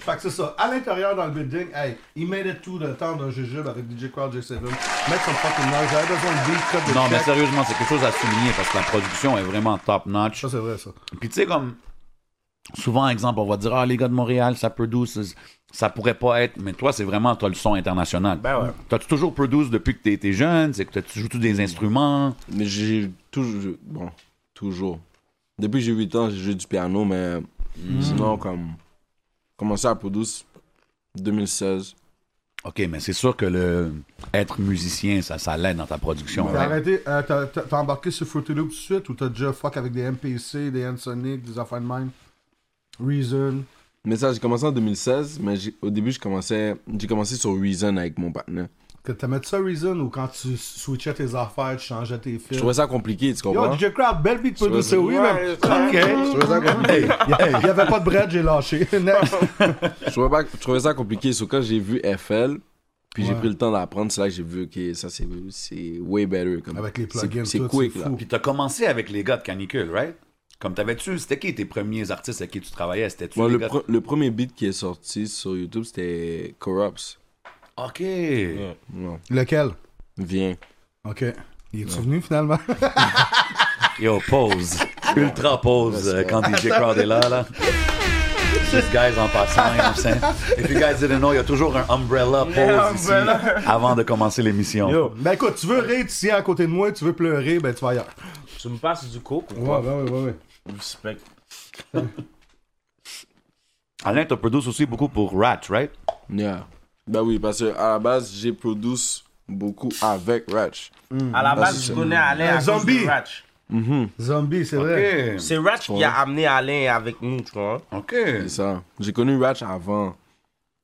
Speaker 2: Fait que c'est ça. À l'intérieur dans le building, hey, il made it tout le temps d'un jujube avec DJ Crowd J7. Mettre son fucking noise. J'avais besoin de beat, cut de
Speaker 4: Non, mais
Speaker 2: check.
Speaker 4: sérieusement, c'est quelque chose à souligner parce que la production est vraiment top notch.
Speaker 2: Ça, c'est vrai, ça.
Speaker 4: Puis tu sais, comme souvent, exemple, on va dire Ah, les gars de Montréal, ça produce, ça pourrait pas être. Mais toi, c'est vraiment, t'as le son international.
Speaker 6: Ben ouais.
Speaker 4: T'as-tu toujours produce depuis que t'es- t'es jeune C'est que tu joues tous des instruments
Speaker 5: Mais j'ai toujours. Bon, toujours. Depuis que j'ai 8 ans, j'ai joué du piano, mais sinon, comme. Commencé à produire 2016.
Speaker 4: Ok, mais c'est sûr que le être musicien, ça, ça l'aide dans ta
Speaker 6: Ben
Speaker 4: production.
Speaker 2: T'as
Speaker 4: right?
Speaker 2: arrêté, euh, t'as- t'as t'as embarqué sur Fruity Loop tout de suite ou t'as déjà fuck avec des MPC, des N-Sonic, des affaires de même? Reason.
Speaker 5: Mais ça, j'ai commencé en 2016, mais j'ai- au début, je commençais- j'ai commencé sur Reason avec mon partenaire.
Speaker 2: Que t'aimais ça Reason ou quand tu switchais tes affaires, tu changeais tes
Speaker 5: Je
Speaker 2: films?
Speaker 5: trouvais ça compliqué, tu
Speaker 2: Yo,
Speaker 5: comprends?
Speaker 2: DJ Crowd, belle beat
Speaker 5: trouvais
Speaker 2: producer,
Speaker 5: ça-
Speaker 2: oui, mais...
Speaker 5: Je
Speaker 2: Ok.
Speaker 5: trouvais ça compliqué.
Speaker 2: Il y avait pas de bread, j'ai lâché. Next.
Speaker 5: Je trouvais, pas- je trouvais ça compliqué. Sauf quand j'ai vu FL, puis j'ai
Speaker 2: Ouais.
Speaker 5: pris le temps d'apprendre, c'est là que j'ai vu que ça, c'est, c'est way better. Comme,
Speaker 2: Avec les
Speaker 5: c'est-
Speaker 2: plugins,
Speaker 5: c'est
Speaker 2: tout,
Speaker 5: quick,
Speaker 2: c'est
Speaker 5: là.
Speaker 2: fou.
Speaker 4: Puis t'as commencé avec les gars de Canicule, right Comme t'avais-tu, c'était qui tes premiers artistes avec qui tu travaillais C'était-tu
Speaker 5: Moi,
Speaker 4: les
Speaker 5: Ben, le,
Speaker 4: gars de-
Speaker 5: pre- le premier beat qui est sorti sur YouTube, c'était Corrupts.
Speaker 4: Ok.
Speaker 5: Non.
Speaker 2: Lequel?
Speaker 5: Viens.
Speaker 2: Ok. Il est-tu venu finalement?
Speaker 4: Yo, pause. Ultra pause euh, quand DJ Crowd est là, là. Just guys en passant, you know what I'm saying? If you guys didn't know, il y a toujours un umbrella pause ici avant de commencer l'émission.
Speaker 6: Yo,
Speaker 2: ben écoute, tu veux rire, tu tiens à côté de moi, tu veux pleurer, ben tu vas ailleurs.
Speaker 6: tu me passes du coke ou
Speaker 2: Ouais,
Speaker 6: quoi?
Speaker 2: ben ouais, ouais, ouais.
Speaker 6: Respect.
Speaker 4: Alain, t'as produit aussi beaucoup pour Rat, right?
Speaker 5: Yeah. Ben oui, parce que à la base, j'ai produit beaucoup avec Ratch.
Speaker 2: Mm.
Speaker 4: Hmm.
Speaker 6: À la
Speaker 5: Ah,
Speaker 6: base,
Speaker 5: c'est
Speaker 6: je
Speaker 5: ça.
Speaker 6: connais Alain à cause
Speaker 2: zombie.
Speaker 6: de Ratch.
Speaker 2: Zombie, c'est vrai.
Speaker 6: C'est Ratch qui a amené Alain avec nous, tu vois.
Speaker 4: Ok.
Speaker 5: C'est ça. J'ai connu Ratch avant.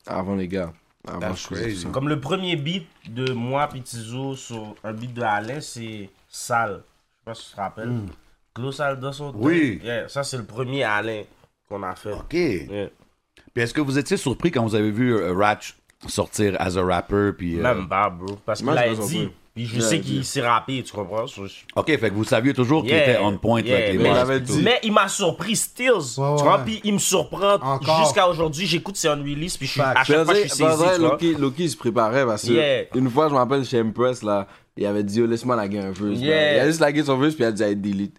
Speaker 5: Avant les gars. Avant
Speaker 4: That's
Speaker 5: je faisais tout
Speaker 4: crazy.
Speaker 5: ça.
Speaker 6: Comme le premier beat de moi puis Tizo sur un beat de Alain, c'est Sale. Je sais pas si tu te rappelles. Gros Sale de son
Speaker 4: Hmm. Oui.
Speaker 6: Yeah, ça, c'est le premier Alain qu'on a fait.
Speaker 4: Ok. Puis
Speaker 6: Yeah.
Speaker 4: est-ce que vous étiez surpris quand vous avez vu euh, Ratch sortir as a rapper? Puis, euh,
Speaker 6: Même pas, bro. Parce qu'il
Speaker 5: Moi,
Speaker 6: l'a
Speaker 5: je me sens
Speaker 6: dit.
Speaker 5: pas.
Speaker 6: Puis je
Speaker 5: Il l'a
Speaker 6: sais
Speaker 5: dit.
Speaker 6: qu'il s'est rappé, tu comprends? So, je-
Speaker 4: Ok, fait que vous saviez toujours qu'il était
Speaker 6: Yeah,
Speaker 4: on point
Speaker 6: yeah,
Speaker 4: avec les
Speaker 6: mais-
Speaker 4: bars
Speaker 5: l'avait
Speaker 4: et tout.
Speaker 5: dit.
Speaker 6: Mais il m'a surpris, Stills. tu
Speaker 2: ouais,
Speaker 6: vois,
Speaker 2: ouais.
Speaker 6: puis il me surprend
Speaker 2: Encore.
Speaker 6: jusqu'à aujourd'hui. J'écoute ses unrelease, puis je suis,
Speaker 2: Fact.
Speaker 6: à chaque fois, je
Speaker 5: Faudrait-
Speaker 6: suis saisi.
Speaker 5: faudrait
Speaker 6: tu vois.
Speaker 5: Loki, Loki se préparait parce que
Speaker 6: Yeah.
Speaker 5: une fois, je m'appelle chez Empress, là, il avait dit, oh, laisse-moi laguer un peu.
Speaker 6: Yeah.
Speaker 5: Il a juste lagué son vœu, puis il a dit, hey, delete.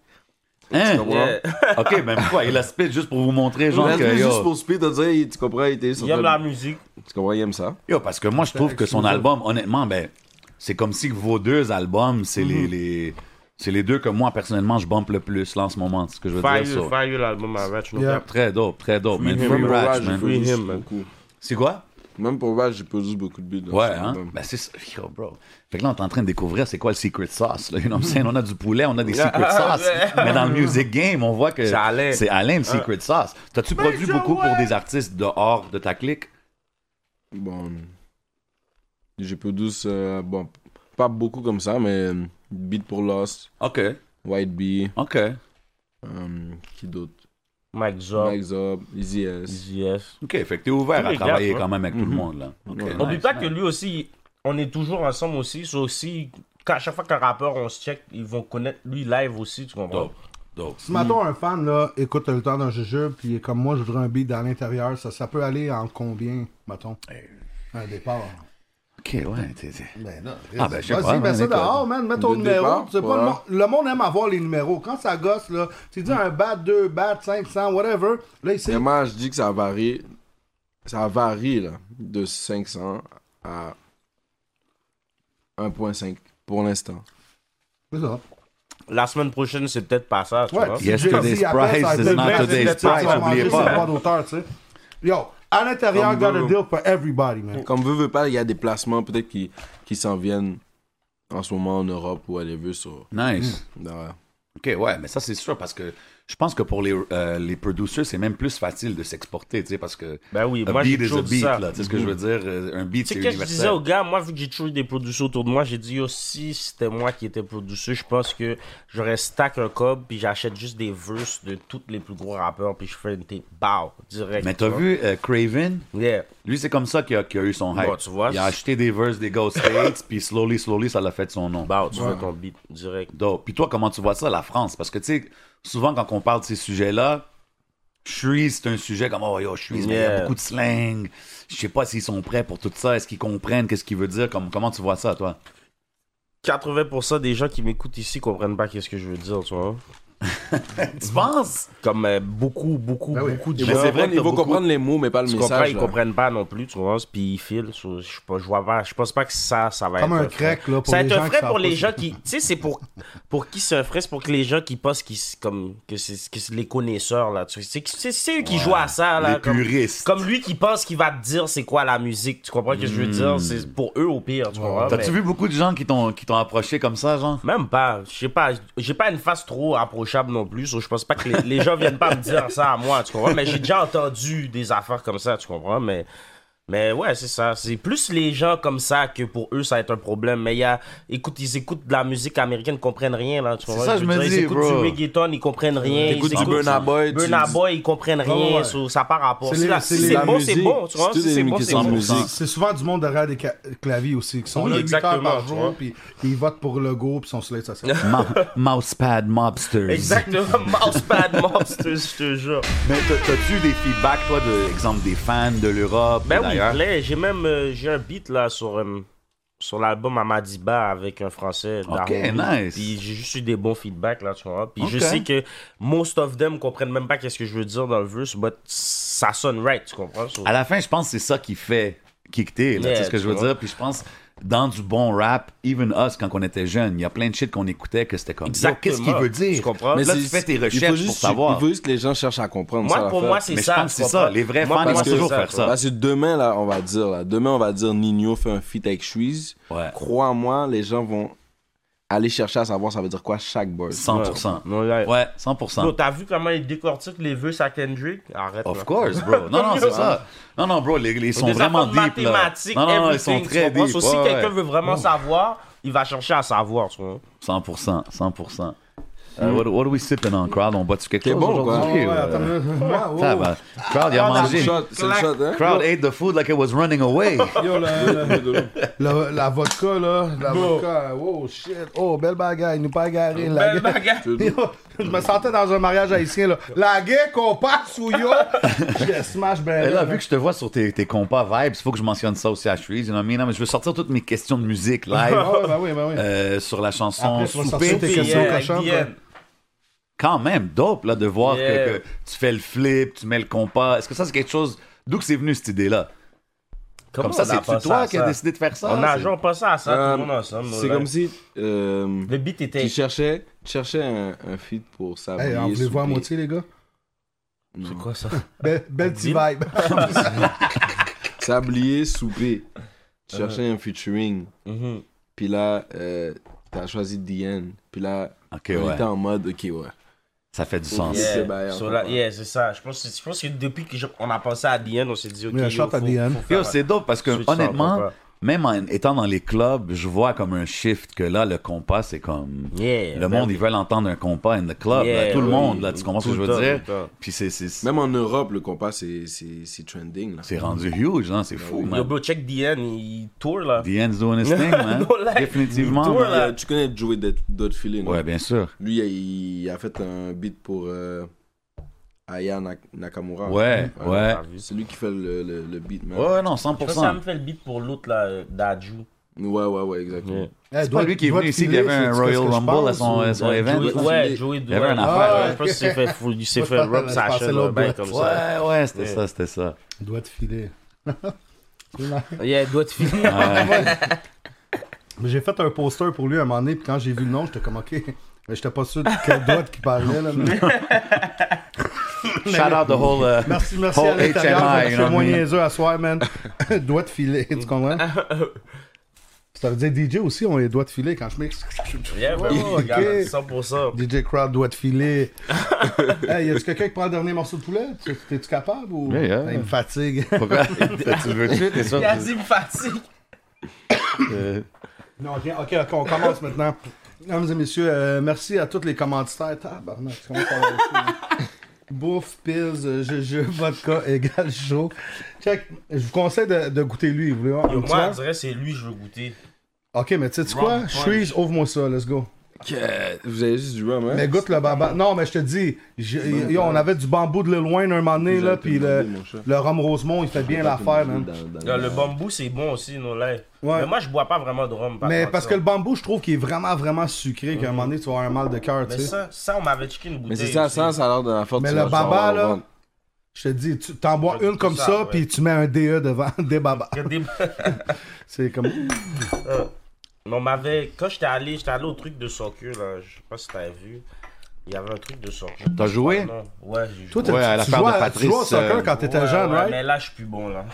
Speaker 4: Hein?
Speaker 5: comprends?
Speaker 6: Yeah.
Speaker 4: Ok, même quoi? Il a spit juste pour vous montrer,
Speaker 5: Il
Speaker 4: genre,
Speaker 5: a
Speaker 4: que,
Speaker 5: dit
Speaker 4: yo,
Speaker 5: juste pour speed, t'as dit, hey, tu comprends, il était sur
Speaker 6: Il aime la
Speaker 5: le-
Speaker 6: musique.
Speaker 5: Tu comprends, il aime ça.
Speaker 4: Yo, parce que moi, je trouve que son album, honnêtement, ben, c'est comme si vos deux albums, c'est
Speaker 6: Mm-hmm.
Speaker 4: les, les- c'est les deux que moi, personnellement, je bump le plus, là, en ce moment. C'est ce que je veux
Speaker 6: Fire,
Speaker 4: dire, ça.
Speaker 6: fire l'album à Ratch. no
Speaker 2: Yeah.
Speaker 6: cap.
Speaker 4: Très dope, très dope, man.
Speaker 5: Même
Speaker 4: Free
Speaker 5: pour
Speaker 4: Ratch,
Speaker 5: Raj, j'ai
Speaker 4: man.
Speaker 5: produit
Speaker 6: Free him, man.
Speaker 5: beaucoup.
Speaker 4: C'est quoi?
Speaker 5: Même pour Raj, j'ai produit beaucoup de beats. dans
Speaker 4: Ouais,
Speaker 5: cet
Speaker 4: hein?
Speaker 5: album.
Speaker 4: Ben, c'est ça. Yo, bro. Fait que là, on est en train de découvrir c'est quoi le secret sauce, là. You know what I'm saying? On a du poulet, on a des secret sauce. mais dans le music game, on voit que
Speaker 6: C'est Alain. Euh.
Speaker 4: c'est Alain, le secret sauce. T'as-tu produit beaucoup pour des artistes dehors de ta clique?
Speaker 5: Bon. J'ai produit, euh, bon, pas beaucoup comme ça, mais euh, Beat pour Lost,
Speaker 4: OK,
Speaker 5: White Bee,
Speaker 4: OK.
Speaker 5: euh, qui d'autre?
Speaker 6: Mike Zop,
Speaker 5: Mike Zob, Easy S.
Speaker 6: ZF.
Speaker 4: OK, fait que t'es ouvert
Speaker 6: Tous
Speaker 4: à
Speaker 6: les gars,
Speaker 4: travailler
Speaker 6: quoi.
Speaker 4: quand même avec tout le monde, là. OK,
Speaker 5: Ouais.
Speaker 4: nice,
Speaker 6: N'oublie pas
Speaker 4: nice.
Speaker 6: que lui aussi, on est toujours ensemble aussi. C'est aussi, qu'à chaque fois qu'un rappeur, on se check, ils vont connaître lui live aussi, tu comprends?
Speaker 4: Dope, dope.
Speaker 2: Si mettons un fan là, écoute le temps d'un jeu puis il est comme moi, je voudrais un beat dans l'intérieur, ça, ça peut aller en combien, mettons Un départ.
Speaker 4: Ok, ouais. t'es- t'es-
Speaker 2: Ben non.
Speaker 4: Ah, ben, je sais
Speaker 2: Vas-y,
Speaker 4: pas,
Speaker 2: mets
Speaker 4: man,
Speaker 2: ça
Speaker 4: écoute.
Speaker 2: dehors, man, mets ton
Speaker 5: Deux
Speaker 2: numéro.
Speaker 5: départs,
Speaker 2: tu sais pas,
Speaker 5: ouais.
Speaker 2: le, monde, le monde aime avoir les numéros. Quand ça gosse, là, tu dis un bat, deux bats, 500, whatever. Là, il sait.
Speaker 5: Vraiment, je dis que ça varie. Ça varie, là, de 500 à 1.5 pour l'instant.
Speaker 2: C'est ça.
Speaker 6: La semaine prochaine, c'est peut-être pas ça, tu
Speaker 2: Ouais,
Speaker 6: vois?
Speaker 2: si
Speaker 4: Yesterday's
Speaker 2: Jay-Z appelle,
Speaker 4: price
Speaker 2: ça va
Speaker 4: is
Speaker 2: être
Speaker 4: not
Speaker 2: le
Speaker 4: today's
Speaker 2: best, ça va
Speaker 4: price,
Speaker 2: manger
Speaker 4: oubliez
Speaker 2: sur
Speaker 4: pas.
Speaker 2: le droit d'auteur, tu sais. Yo, à l'intérieur, got
Speaker 5: Comme
Speaker 2: a
Speaker 5: vous.
Speaker 2: deal for everybody, man.
Speaker 5: Comme veut, veut pas, il y a des placements peut-être qui, qui s'en viennent en ce moment en Europe ou aller vu sur.
Speaker 4: Nice.
Speaker 5: dans-
Speaker 4: OK, ouais, mais ça, c'est sûr, parce que je pense que pour les, euh, les producers, c'est même plus facile de s'exporter, tu sais, parce que
Speaker 6: Ben oui,
Speaker 4: a
Speaker 6: moi, j'ai
Speaker 4: beat is a
Speaker 6: toujours dit
Speaker 4: beat,
Speaker 6: ça. Mhm.
Speaker 4: là, tu sais ce que je veux dire? euh, Un beat, c'est
Speaker 6: Tu sais, qu'est-ce que je disais
Speaker 4: universel.
Speaker 6: aux gars, moi, vu que j'ai toujours eu des producteurs autour de moi, j'ai dit, yo, si c'était moi qui étais producteur, je pense que j'aurais stack un cob, puis j'achète juste des verses de tous les plus gros rappeurs, puis je fais une tape, bow, direct.
Speaker 4: Mais
Speaker 6: tu
Speaker 4: t'as
Speaker 6: vois.
Speaker 4: vu euh, Craven?
Speaker 6: Yeah.
Speaker 4: Lui, c'est comme ça qu'il a, qu'il a eu son hype.
Speaker 6: Bon, tu vois,
Speaker 4: il a
Speaker 6: c'est-
Speaker 4: acheté des verses des Ghost States, puis slowly, slowly, ça l'a fait son nom.
Speaker 6: Bow, tu fais ton beat direct.
Speaker 4: Dope. Puis toi, comment tu vois ça, la France? Parce que, tu sais, souvent, quand on parle de ces sujets-là, Shreeze, c'est un sujet comme Oh yo, Shreeze, mais il y a
Speaker 6: Yeah.
Speaker 4: beaucoup de slang. Je sais pas s'ils sont prêts pour tout ça. Est-ce qu'ils comprennent qu'est-ce qu'il veut dire? Comme, comment tu vois ça, toi?
Speaker 6: 80% des gens qui m'écoutent ici comprennent pas qu'est-ce que je veux dire, tu vois.
Speaker 4: Tu penses?
Speaker 6: Comme euh, beaucoup, beaucoup,
Speaker 2: Ben oui.
Speaker 6: beaucoup de
Speaker 5: Mais
Speaker 6: gens.
Speaker 5: c'est vrai,
Speaker 6: t'as
Speaker 5: il faut
Speaker 6: beaucoup-
Speaker 5: comprendre les mots, mais pas le
Speaker 6: Tu comprends,
Speaker 5: message.
Speaker 6: ils
Speaker 5: là.
Speaker 6: comprennent pas non plus, tu vois, puis ils filent. Je, je, pas- je vois pas, je pense pas que ça, ça va
Speaker 2: Comme
Speaker 6: être
Speaker 2: un crack, là, pour
Speaker 6: ça va
Speaker 2: les
Speaker 6: être un
Speaker 2: gens qui
Speaker 6: frais
Speaker 2: savent
Speaker 6: pour
Speaker 2: pas
Speaker 6: les
Speaker 2: c'est
Speaker 6: gens qui. Tu sais, c'est pour, pour qui c'est un frais, c'est pour que les gens qui passent, qui, s- comme, que c'est que c'est les connaisseurs, là. Tu sais, c'est- c'est eux qui jouent à ça, là.
Speaker 4: les
Speaker 6: comme,
Speaker 4: puristes.
Speaker 6: comme lui qui pense qu'il va te dire c'est quoi la musique. Tu comprends ce que je veux
Speaker 2: Hmm.
Speaker 6: dire? C'est pour eux au pire, tu comprends?
Speaker 4: T'as-tu
Speaker 6: mais-
Speaker 4: vu beaucoup de gens qui t'ont qui t'ont approché comme ça, genre?
Speaker 6: Même pas, je sais pas, j'ai pas une face trop approchable non plus, so je pense pas que les, les gens viennent pas me dire ça à moi, tu comprends? Mais j'ai déjà entendu des affaires comme ça, tu comprends? Mais, mais ouais, c'est ça, c'est plus les gens comme ça que pour eux ça va être un problème. Mais il y a, écoute, ils écoutent de la musique américaine, ils comprennent rien là, tu comprends?
Speaker 4: ça, je
Speaker 6: veux
Speaker 4: me
Speaker 6: dire,
Speaker 4: dis,
Speaker 6: Ils écoutent
Speaker 4: bro.
Speaker 6: du reggaeton, ils comprennent rien.
Speaker 5: T'écoutes
Speaker 6: ils
Speaker 5: du Burna Boy, tu-
Speaker 6: Burna Boy, ils comprennent rien,
Speaker 2: ouais.
Speaker 6: so ça part rapport.
Speaker 2: C'est
Speaker 6: Si
Speaker 2: les-
Speaker 6: la-
Speaker 2: c'est
Speaker 6: si
Speaker 2: les-
Speaker 6: c'est
Speaker 2: la
Speaker 6: bon, c'est
Speaker 5: musique,
Speaker 6: bon, tu vois?
Speaker 5: c'est
Speaker 6: Si
Speaker 5: des
Speaker 6: c'est
Speaker 5: amis
Speaker 6: bon,
Speaker 5: qui
Speaker 6: c'est
Speaker 5: sont en
Speaker 6: bon.
Speaker 5: musique.
Speaker 2: C'est souvent du monde derrière des ca- claviers aussi, qui sont
Speaker 6: Oui,
Speaker 2: là 8 heures
Speaker 6: exactement,
Speaker 2: par
Speaker 6: tu
Speaker 2: jour,
Speaker 6: vois.
Speaker 2: puis ils votent pour le go, puis ils sont slate, ça sert.
Speaker 4: Ma- Mousepad mobsters.
Speaker 6: Exactement, Mousepad Monsters, je te jure.
Speaker 4: Mais Ben, t'as- t'as-tu des feedbacks, toi, de exemple des fans de l'Europe?
Speaker 6: Ben oui,
Speaker 4: d'ailleurs?
Speaker 6: Play, j'ai même euh, j'ai un beat là sur euh, sur l'album Amadiba avec un français
Speaker 4: Ok,
Speaker 6: Daron.
Speaker 4: nice.
Speaker 6: Puis j'ai juste eu des bons feedbacks là, tu vois. Puis je
Speaker 4: Ok.
Speaker 6: sais que most of them comprennent même pas qu'est-ce que je veux dire dans le verse, but ça sonne right, tu comprends so-
Speaker 4: À la fin, je pense que c'est ça qui fait kicker, là,
Speaker 6: Yeah,
Speaker 4: tu sais ce que
Speaker 6: tu
Speaker 4: je veux
Speaker 6: vois.
Speaker 4: dire. Puis je pense, dans du bon rap, even us, quand on était jeunes, il y a plein de shit qu'on écoutait que c'était comme Yo,
Speaker 6: Exactement.
Speaker 4: Qu'est-ce qu'il veut dire?
Speaker 6: Tu comprends?
Speaker 4: Mais
Speaker 6: Mais
Speaker 4: là, tu
Speaker 5: c'est-
Speaker 4: fais tes
Speaker 5: il faut
Speaker 4: recherches
Speaker 5: juste-
Speaker 4: pour savoir.
Speaker 5: Il faut juste que les gens cherchent à comprendre. ça,
Speaker 6: Moi pour
Speaker 5: l'affaire.
Speaker 6: moi c'est
Speaker 4: Mais je
Speaker 6: ça.
Speaker 4: pense que
Speaker 6: tu
Speaker 4: c'est ça.
Speaker 6: comprends?
Speaker 4: Les vrais
Speaker 6: Moi,
Speaker 4: fans,
Speaker 6: pour
Speaker 4: ils vont
Speaker 6: moi, c'est
Speaker 4: toujours faire
Speaker 6: tu
Speaker 4: ça.
Speaker 5: Parce que demain, là, on va dire, là, demain, on va dire Nino fait un feat avec Suisse.
Speaker 4: Ouais.
Speaker 5: Crois-moi, les gens vont aller chercher à savoir ça veut dire quoi chaque boy.
Speaker 4: 100%.
Speaker 6: vois. Non, là-
Speaker 4: Ouais,
Speaker 6: Bro,
Speaker 4: 100%.
Speaker 6: t'as vu comment il décortique les vœux à Kendrick? Arrête. là.
Speaker 4: Of course, bro. Non, non, c'est ça. Non, non, bro, les- les- ils sont
Speaker 6: des
Speaker 4: vraiment
Speaker 6: affaires
Speaker 4: deep, là.
Speaker 6: mathématiques,
Speaker 4: Non, non, non, ils
Speaker 6: everything,
Speaker 4: sont
Speaker 6: tu
Speaker 4: très
Speaker 6: comprends?
Speaker 4: deep.
Speaker 6: So, si
Speaker 4: ouais, ouais.
Speaker 6: quelqu'un veut vraiment savoir, il va chercher à savoir, tu vois.
Speaker 4: 100%, 100%.
Speaker 6: Hmm.
Speaker 4: Euh, what, what are we sipping on, Crowd? On boit-tu quelque
Speaker 5: T'es
Speaker 4: chose
Speaker 5: bon, quoi.
Speaker 2: Ah ouais,
Speaker 4: aujourd'hui? euh?
Speaker 2: attends une minute. Moi, wow.
Speaker 4: Ça va. Crowd, il a
Speaker 5: C'est le
Speaker 4: mangé.
Speaker 5: shot, c'est le shot, hein?
Speaker 4: Crowd ate the food like it was running away.
Speaker 2: Yo, le- le- le- la vodka, là, la vodka, oh shit, oh, belle bagaille, nous pas égaré, la
Speaker 6: Belle
Speaker 2: gueule.
Speaker 6: bagarre.
Speaker 2: Yo, je me sentais dans un mariage haïtien, là. La gueule qu'on passe ou yo, je smash ben
Speaker 4: Et là,
Speaker 2: là.
Speaker 4: vu que je te vois sur tes, tes compas vibes, faut que je mentionne ça aussi à Shreeze. You know what I mean? Non, mais je veux sortir toutes mes questions de musique live
Speaker 2: Ah ouais, ben oui, ben oui.
Speaker 4: euh, sur la chanson
Speaker 2: Après, tu vas sortir
Speaker 4: Souper.
Speaker 2: tes questions
Speaker 6: Yeah,
Speaker 2: cochonnes,
Speaker 6: yeah.
Speaker 2: quoi.
Speaker 4: Quand même, dope là, de voir que-
Speaker 6: Yeah.
Speaker 4: que, tu fais le flip, tu mets le compas. Est-ce que ça, c'est quelque chose. D'où que c'est venu cette idée-là?
Speaker 6: Comment
Speaker 4: Comme ça,
Speaker 6: on a
Speaker 4: c'est-tu
Speaker 6: pensé
Speaker 4: toi
Speaker 6: à
Speaker 4: qui
Speaker 6: ça?
Speaker 4: as décidé de faire ça?
Speaker 6: On a genre pensé à ça,
Speaker 5: Euh,
Speaker 6: tout le monde ensemble.
Speaker 5: C'est
Speaker 6: là.
Speaker 5: comme si euh,
Speaker 6: Le beat était.
Speaker 5: tu cherchais, tu cherchais un, un feat pour ça.
Speaker 2: Hey, on voulait voir à moitié, les gars.
Speaker 6: C'est quoi ça?
Speaker 2: Belle, belle petite
Speaker 6: Deal.
Speaker 2: vibe.
Speaker 5: Sablier, souper.
Speaker 4: Ah.
Speaker 5: Tu cherchais un featuring.
Speaker 6: Mhm.
Speaker 5: Puis là, euh, t'as choisi DN. Puis là,
Speaker 4: Ok,
Speaker 5: on
Speaker 4: ouais.
Speaker 5: était en mode, ok, ouais.
Speaker 4: Ça fait du
Speaker 5: Ok.
Speaker 4: sens.
Speaker 5: C'est
Speaker 6: Yeah,
Speaker 5: bien,
Speaker 6: So
Speaker 5: on
Speaker 6: là-
Speaker 5: comprend.
Speaker 6: yeah, c'est ça. Je pense, que- je pense que depuis qu'on a pensé à DN, on s'est dit, ok,
Speaker 2: Oui, un
Speaker 6: yo,
Speaker 2: shot à
Speaker 6: faut-
Speaker 2: DN.
Speaker 6: faut faire
Speaker 4: Yo, c'est dope parce que
Speaker 6: Switch ça,
Speaker 4: honnêtement,
Speaker 6: compas.
Speaker 4: même en étant dans les clubs, je vois comme un shift que là, le compas, c'est comme.
Speaker 6: un- Yeah,
Speaker 4: Le
Speaker 6: man.
Speaker 4: monde, ils veulent entendre un compas in the club.
Speaker 6: Yeah,
Speaker 4: là. tout le
Speaker 6: oui.
Speaker 4: monde, là, tu comprends ce que
Speaker 6: Tout
Speaker 4: je
Speaker 6: le
Speaker 4: veux
Speaker 6: temps,
Speaker 4: dire?
Speaker 6: tout le temps.
Speaker 4: Puis c'est- c'est
Speaker 5: Même en Europe, le compas, c'est, c'est, c'est trending. Là. Euh,
Speaker 4: c'est rendu huge, hein? c'est fou,
Speaker 6: Yo,
Speaker 4: man.
Speaker 6: bro, check DN, il tour là.
Speaker 4: The end's doing his thing, man.
Speaker 6: No lie.
Speaker 4: Définitivement.
Speaker 6: Tour,
Speaker 4: man.
Speaker 6: là.
Speaker 5: Euh, tu connais Joey Dot- Dotfield, non?
Speaker 4: Ouais, bien sûr.
Speaker 5: Lui, il, il a fait un beat pour euh, Aya Nak- Nakamura.
Speaker 4: Ouais, ouais.
Speaker 6: T'as vu ça?
Speaker 5: C'est lui qui fait le, le, le beat, man.
Speaker 4: Ouais, non,
Speaker 6: Je pense que ça me
Speaker 4: 100%.
Speaker 6: fait le beat pour l'autre là, euh, d'Aju.
Speaker 5: Ouais, ouais, ouais, exactement.
Speaker 6: Yeah.
Speaker 2: C'est
Speaker 4: C'est pas lui qui est venu ici, il y avait un Royal Rumble à son, à son
Speaker 6: Euh,
Speaker 4: event.
Speaker 6: Joey-
Speaker 4: là.
Speaker 6: Ouais, Joey
Speaker 4: y avait
Speaker 6: ouais.
Speaker 4: une
Speaker 2: affaire,
Speaker 6: Ouais,
Speaker 2: ouais.
Speaker 6: Je pense qu'il s'est fait fou- il s'est
Speaker 2: Moi, je
Speaker 6: fait
Speaker 2: pensais
Speaker 6: rap
Speaker 2: que
Speaker 6: sa
Speaker 2: je pensais
Speaker 6: chaîne,
Speaker 2: l'autre
Speaker 6: ben
Speaker 2: boîte.
Speaker 6: comme ça.
Speaker 4: Ouais, ouais, c'était ça, c'était ça.
Speaker 2: Doit te filer.
Speaker 6: Yeah, doit te finir.
Speaker 2: Mais J'ai fait un poster pour lui à un moment donné, puis quand j'ai vu le nom, j'étais comme, ok. Mais j'étais pas sûr de quel doigt qui parlait, là. mais-
Speaker 4: Shout out the whole. euh,
Speaker 2: Merci, merci
Speaker 4: whole
Speaker 2: à l'intérieur.
Speaker 4: HMI,
Speaker 2: parce
Speaker 4: you
Speaker 2: que Je
Speaker 4: know what
Speaker 2: fais moins
Speaker 4: I mean?
Speaker 2: niaiseux à soir, man. doigt de filer, tu comprends? Ça veut dire DJ aussi, on est doigt de filer quand je mixe.
Speaker 6: Yeah, ouais, ouais,
Speaker 2: Ok.
Speaker 6: regarde, 100%.
Speaker 2: DJ Crowd doit te filer. hey, y a-tu quelqu'un qui prend le dernier morceau de poulet? Tu- T'es-tu capable ou.
Speaker 4: Yeah, yeah.
Speaker 2: Il me fatigue.
Speaker 4: Pourquoi tu le veux-tu? T'es sûr?
Speaker 6: Il a dit, il me fatigue.
Speaker 4: Euh,
Speaker 2: Non, rien. Ok, ok, on commence maintenant. Mesdames et messieurs, euh, merci à tous les commanditaires. Tabarnak, tu commences à avoir le fou, hein. Bouffe, pills, euh, jeu, vodka égale chaud. Check, je vous conseille de, de goûter lui. Vous voulez voir?
Speaker 6: Yo,
Speaker 2: Tu
Speaker 6: Moi,
Speaker 2: vois?
Speaker 6: on dirait c'est lui que je veux goûter.
Speaker 2: Ok, mais tu sais
Speaker 6: Rum
Speaker 2: quoi?
Speaker 6: punch.
Speaker 2: Shreeze, ouvre-moi ça, let's go.
Speaker 5: Que- Vous avez juste du rhum, hein?
Speaker 2: Mais goûte le baba. Non, mais je te dis, j'ai- yo, on avait du bambou de loin un moment donné,
Speaker 5: Vous
Speaker 2: là,
Speaker 5: avez
Speaker 2: puis
Speaker 5: tout
Speaker 2: le,
Speaker 5: demandé, mon cher.
Speaker 2: le rhum Rosemont, il fait bien l'affaire, man.
Speaker 6: Ah, le bambou, c'est bon aussi, non, là.
Speaker 2: Ouais.
Speaker 6: Mais moi, je bois pas vraiment de rhum. par
Speaker 2: Mais
Speaker 6: contre,
Speaker 2: parce
Speaker 6: ça.
Speaker 2: que le bambou, je trouve qu'il est vraiment, vraiment sucré, qu'à un moment donné, tu vas avoir un mal de cœur,
Speaker 6: Mais
Speaker 2: tu sais.
Speaker 6: ça, ça, on m'avait checké une bouteille.
Speaker 5: Mais c'est ça,
Speaker 6: aussi.
Speaker 5: ça, ça a l'air de la forte
Speaker 2: Mais
Speaker 5: tu
Speaker 2: le
Speaker 5: vas genre
Speaker 2: baba,
Speaker 5: avoir
Speaker 2: là,
Speaker 5: ventre.
Speaker 2: Je te dis, tu t'en bois
Speaker 6: Je
Speaker 2: une
Speaker 6: goûte
Speaker 2: comme
Speaker 6: ça,
Speaker 2: ça,
Speaker 6: ouais.
Speaker 2: puis tu mets un DE devant des babas.
Speaker 6: Que des-
Speaker 2: C'est comme.
Speaker 6: Mais on m'avait. Quand j'étais allé, j'étais allé au truc de soccer, là. Je sais pas si t'avais vu. Il y avait un truc de soccer.
Speaker 4: T'as joué?
Speaker 6: Non. Ouais, j'ai joué.
Speaker 2: Toi, t'as-
Speaker 4: Ouais, à
Speaker 2: tu, tu
Speaker 4: l'affaire
Speaker 2: jouais,
Speaker 4: de
Speaker 2: à- tu jouais au
Speaker 4: Patrice,
Speaker 2: soccer
Speaker 4: euh,
Speaker 2: quand t'étais
Speaker 6: Ouais,
Speaker 2: jeune,
Speaker 6: ouais,
Speaker 2: right?
Speaker 6: Mais là, je suis plus bon, là.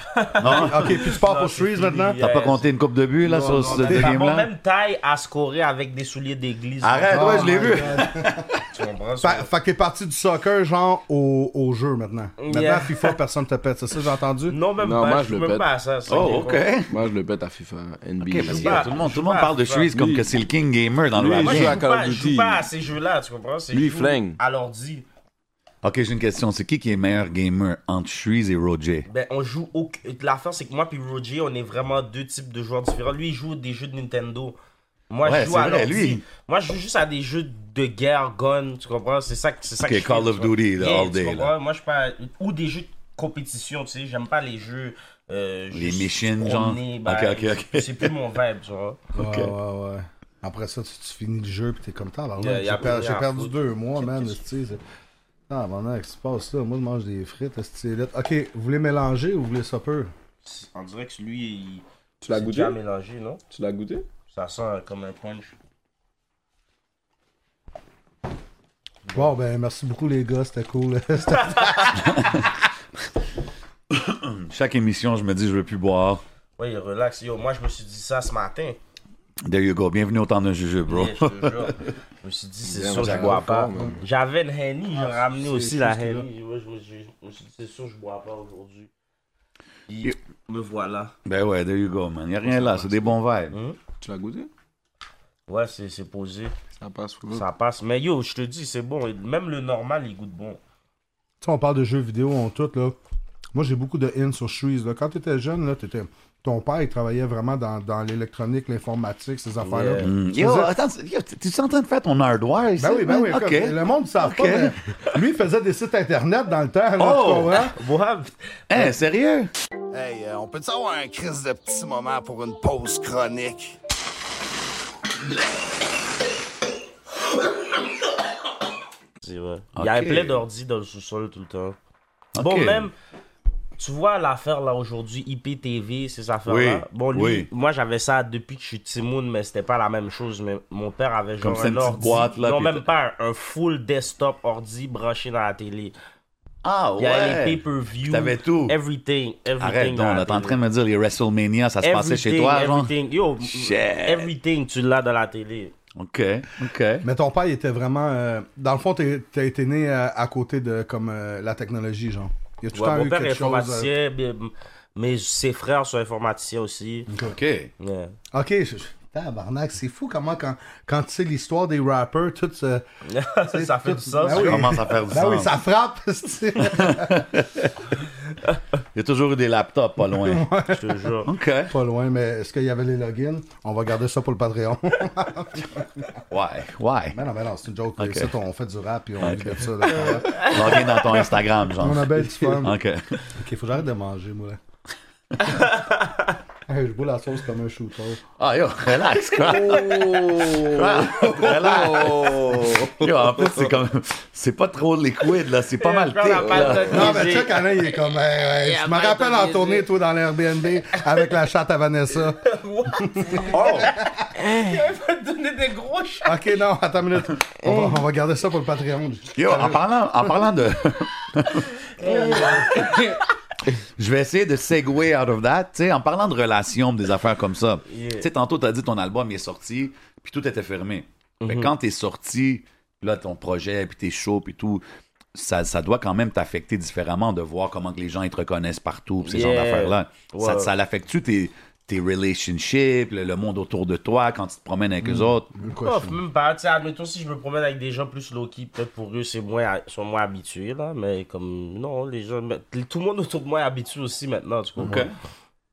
Speaker 4: Non?
Speaker 2: Ok, puis tu pars
Speaker 6: Non,
Speaker 2: pour
Speaker 6: c'est
Speaker 2: Shrees
Speaker 6: fini,
Speaker 2: maintenant?
Speaker 6: yeah.
Speaker 4: T'as pas compté une coupe de but, là, sur ce
Speaker 6: T'as mon
Speaker 4: game-là?
Speaker 6: même taille à scorer avec des souliers d'église.
Speaker 4: Arrête,
Speaker 6: là.
Speaker 4: ouais, je l'ai vu.
Speaker 6: Tu comprends ça?
Speaker 2: Fa- fait que t'es parti du soccer, genre, au, au jeu maintenant. Maintenant,
Speaker 6: Yeah.
Speaker 2: à FIFA, personne te pète. C'est ça, j'ai entendu?
Speaker 6: Non, même
Speaker 5: Non,
Speaker 6: pas.
Speaker 5: moi,
Speaker 6: je
Speaker 5: je le
Speaker 6: suis même
Speaker 5: pète.
Speaker 6: pas à ça. ça,
Speaker 4: Oh, OK.
Speaker 6: gros.
Speaker 5: Moi, je le pète à FIFA, NBA.
Speaker 4: OK, parce
Speaker 5: je
Speaker 4: que
Speaker 5: vois.
Speaker 4: tout le monde, tout le monde parle de Suisse comme que c'est le king gamer dans le
Speaker 5: Lui,
Speaker 4: rap.
Speaker 5: il
Speaker 6: Moi, je
Speaker 5: joue
Speaker 6: joue,
Speaker 5: à Call of
Speaker 6: pas, je
Speaker 5: Duty.
Speaker 6: joue pas à ces jeux-là, tu comprends? C'est
Speaker 5: Lui, il
Speaker 6: je joue
Speaker 5: flingue.
Speaker 6: À l'ordi.
Speaker 4: OK, j'ai une question. C'est qui qui est le meilleur gamer entre Suisse et Roger?
Speaker 6: Ben, on joue au... L'affaire, c'est que moi puis Roger, on est vraiment deux types de joueurs différents. Lui, il joue des jeux de Nintendo. Moi,
Speaker 4: Ouais,
Speaker 6: je joue
Speaker 4: c'est
Speaker 6: à
Speaker 4: vrai,
Speaker 6: l'ordi.
Speaker 4: lui.
Speaker 6: Moi, je joue juste à des jeux de guerre, gun, tu comprends? C'est ça, que- c'est ça
Speaker 4: Ok,
Speaker 6: que je
Speaker 4: Call
Speaker 6: fais,
Speaker 4: of
Speaker 6: tu vois.
Speaker 4: Duty, là, all
Speaker 6: tu
Speaker 4: day, là.
Speaker 6: comprends? Moi, je suis pas... Ou des jeux de compétition, tu sais. J'aime pas les jeux... euh,
Speaker 4: Les
Speaker 6: juste
Speaker 4: missions,
Speaker 6: se
Speaker 4: genre?
Speaker 6: promener,
Speaker 4: Ok, ok, ok.
Speaker 6: C'est plus mon vibe, tu vois.
Speaker 2: Ouais, ouais, ouais. Après ça, tu, tu finis le jeu, puis t'es comme ça.
Speaker 6: Y a- y
Speaker 2: J'ai
Speaker 6: a
Speaker 2: per-
Speaker 6: plus rien
Speaker 2: j'ai
Speaker 6: à
Speaker 2: perdu
Speaker 6: foutre.
Speaker 2: deux mois, man.
Speaker 6: qu'est-ce
Speaker 2: esti, c'est- Ah, maintenant, qu'est-ce qui se passe là? Moi, je mange des frites. esti, là. Ok, vous voulez mélanger ou vous voulez ça peu?
Speaker 6: On dirait que lui, il...
Speaker 5: Tu l'as
Speaker 6: c'est
Speaker 5: goûté?
Speaker 6: déjà mélangé, non?
Speaker 5: Tu l'as goûté?
Speaker 6: Ça sent comme un punch.
Speaker 2: Bon, ben, merci beaucoup, les gars. C'était cool. C'était-
Speaker 4: Chaque émission, je me dis, je veux plus boire.
Speaker 6: Ouais, il relaxe. Yo, moi, je me suis dit ça ce matin.
Speaker 4: There you go. Bienvenue au temps d'un jujube, bro.
Speaker 6: Yeah, je te jure. Je me suis dit, c'est
Speaker 5: Bien,
Speaker 6: sûr que je
Speaker 5: j'arrive
Speaker 6: bois
Speaker 5: fort,
Speaker 6: pas.
Speaker 5: man.
Speaker 6: J'avais une Henny, j'ai ramené aussi
Speaker 2: c'est
Speaker 6: la
Speaker 2: juste que là.
Speaker 6: Henny. Ouais, je, me suis, je me suis dit, c'est sûr que je bois pas aujourd'hui. Puis, me voilà.
Speaker 4: Ben ouais, there you go, man. Y a rien là, c'est des bons vibes.
Speaker 5: Tu l'as goûté?
Speaker 6: Ouais, c'est c'est posé.
Speaker 5: Ça passe fou.
Speaker 6: Ça passe. Mais yo, je te dis, c'est bon. Et Même le normal, il goûte bon.
Speaker 2: Tu sais, on parle de jeux vidéo en tout, là. Moi, j'ai beaucoup de in sur Shreeze, là. Quand t'étais jeune, là, t'étais... Ton père, il travaillait vraiment dans, dans l'électronique, l'informatique, ces affaires-là.
Speaker 6: Yeah.
Speaker 4: Mm.
Speaker 2: Je
Speaker 4: Yo,
Speaker 2: faisais-
Speaker 4: attends, yo, tu es en train de faire ton hardware ici?
Speaker 2: Ben oui, ben
Speaker 4: man?
Speaker 2: oui.
Speaker 4: OK.
Speaker 2: comme- Le monde ne savent
Speaker 4: Ok.
Speaker 2: pas, mais lui, il faisait des sites internet dans le temps, là,
Speaker 4: Oh!
Speaker 2: tu comprends?
Speaker 6: Bois.
Speaker 4: Hein, sérieux?
Speaker 9: Hey, euh, on peut-tu avoir un crise de petit moment pour une pause chronique?
Speaker 6: C'est vrai. Il y a
Speaker 4: Ok.
Speaker 6: plein d'ordi dans le sous-sol tout le temps. Bon,
Speaker 4: Ok.
Speaker 6: même, tu vois l'affaire là aujourd'hui, IPTV, ces affaires-là.
Speaker 4: Oui,
Speaker 6: Bon, lui,
Speaker 4: oui.
Speaker 6: moi j'avais ça depuis que je suis Timoun, mais c'était pas la même chose. Mais mon père avait genre
Speaker 4: Comme c'est une
Speaker 6: un
Speaker 4: petite
Speaker 6: ordi.
Speaker 4: boîte, là,
Speaker 6: non,
Speaker 4: puis
Speaker 6: même pas un un full desktop ordi branché dans la télé.
Speaker 4: Ah
Speaker 6: Il y avait
Speaker 4: ouais.
Speaker 6: les pay-per-view.
Speaker 4: T'avais tout.
Speaker 6: Everything. everything
Speaker 4: Arrête
Speaker 6: dans
Speaker 4: donc,
Speaker 6: la
Speaker 4: là, t'es en
Speaker 6: télé.
Speaker 4: train de me dire les WrestleMania, ça se passait chez
Speaker 6: Everything,
Speaker 4: toi, genre?
Speaker 6: Everything. Yo,
Speaker 4: Shit.
Speaker 6: everything, tu l'as dans la télé.
Speaker 4: OK, OK.
Speaker 2: Mais ton père, il était vraiment. euh, dans le fond, t'es- t'as été né euh, à côté de comme euh, la technologie, genre. Il y a tout le
Speaker 6: Ouais,
Speaker 2: temps
Speaker 6: mon
Speaker 2: eu
Speaker 6: père est
Speaker 2: quelque chose. euh,
Speaker 6: informaticien, mais- mais ses frères sont informaticiens aussi.
Speaker 4: OK.
Speaker 6: Yeah.
Speaker 2: Ok, je- je- tabarnak, c'est fou comment quand, quand tu sais l'histoire des rappers, tout ça.
Speaker 6: ça fait du sens.
Speaker 2: Ben
Speaker 4: Ça
Speaker 2: oui.
Speaker 4: commence à faire du
Speaker 2: Ben
Speaker 4: sens.
Speaker 2: oui, ça frappe. c'est-
Speaker 4: Il y a toujours eu des laptops pas loin.
Speaker 6: Je te jure.
Speaker 4: OK. Ouais,
Speaker 2: Pas loin, mais est-ce qu'il y avait les logins On va garder ça pour le Patreon.
Speaker 4: ouais.
Speaker 2: mais non, mais non, c'est une joke.
Speaker 4: Ok.
Speaker 2: Ça, on fait du rap et on vit de ça. là.
Speaker 4: Login dans ton Instagram, genre.
Speaker 2: On a bien du fun.
Speaker 4: OK.
Speaker 2: Ok, faut que j'arrête de manger, moi. là. Hey, je bois la sauce comme un shooter.
Speaker 4: Ah, yo, relax, quoi. Oh. relax. Yo, en plus, c'est comme. C'est pas trop liquide, là. C'est pas mal
Speaker 6: Prends la
Speaker 4: thick,
Speaker 6: pâte
Speaker 4: là.
Speaker 6: de
Speaker 2: Non, mais
Speaker 6: baiser.
Speaker 2: check, Alain, ben, il est comme. hey, hey, je me rappelle en tournée, toi, dans l'Airbnb, avec la chatte à Vanessa.
Speaker 6: donner des gros chats.
Speaker 2: Ok, non, attends une minute. On va, on va garder ça pour le Patreon.
Speaker 4: Yo, en parlant, en parlant de. Je vais essayer de segway out of that. Tu sais, en parlant de relations, des affaires comme ça. Tu sais, tantôt, t'as dit ton album il est sorti, puis tout était fermé. Mais
Speaker 6: Mhm.
Speaker 4: quand t'es sorti, là, ton projet, puis t'es chaud, puis tout, ça, ça doit quand même t'affecter différemment de voir comment que les gens ils te reconnaissent partout, puis ces genres
Speaker 6: Yeah.
Speaker 4: d'affaires-là. Ça,
Speaker 6: Ouais.
Speaker 4: ça l'affecte-tu tes, tes relationships, le, le monde autour de toi, quand tu te promènes avec
Speaker 6: Mm.
Speaker 4: eux autres?
Speaker 6: Off, même pas. Bah, Tu sais, admettons, si je me promène avec des gens plus low-key, peut-être pour eux, c'est moins, sont moins habitués, là. Mais comme, non, les gens, mais tout le monde autour de moi est habitué aussi maintenant, tu comprends?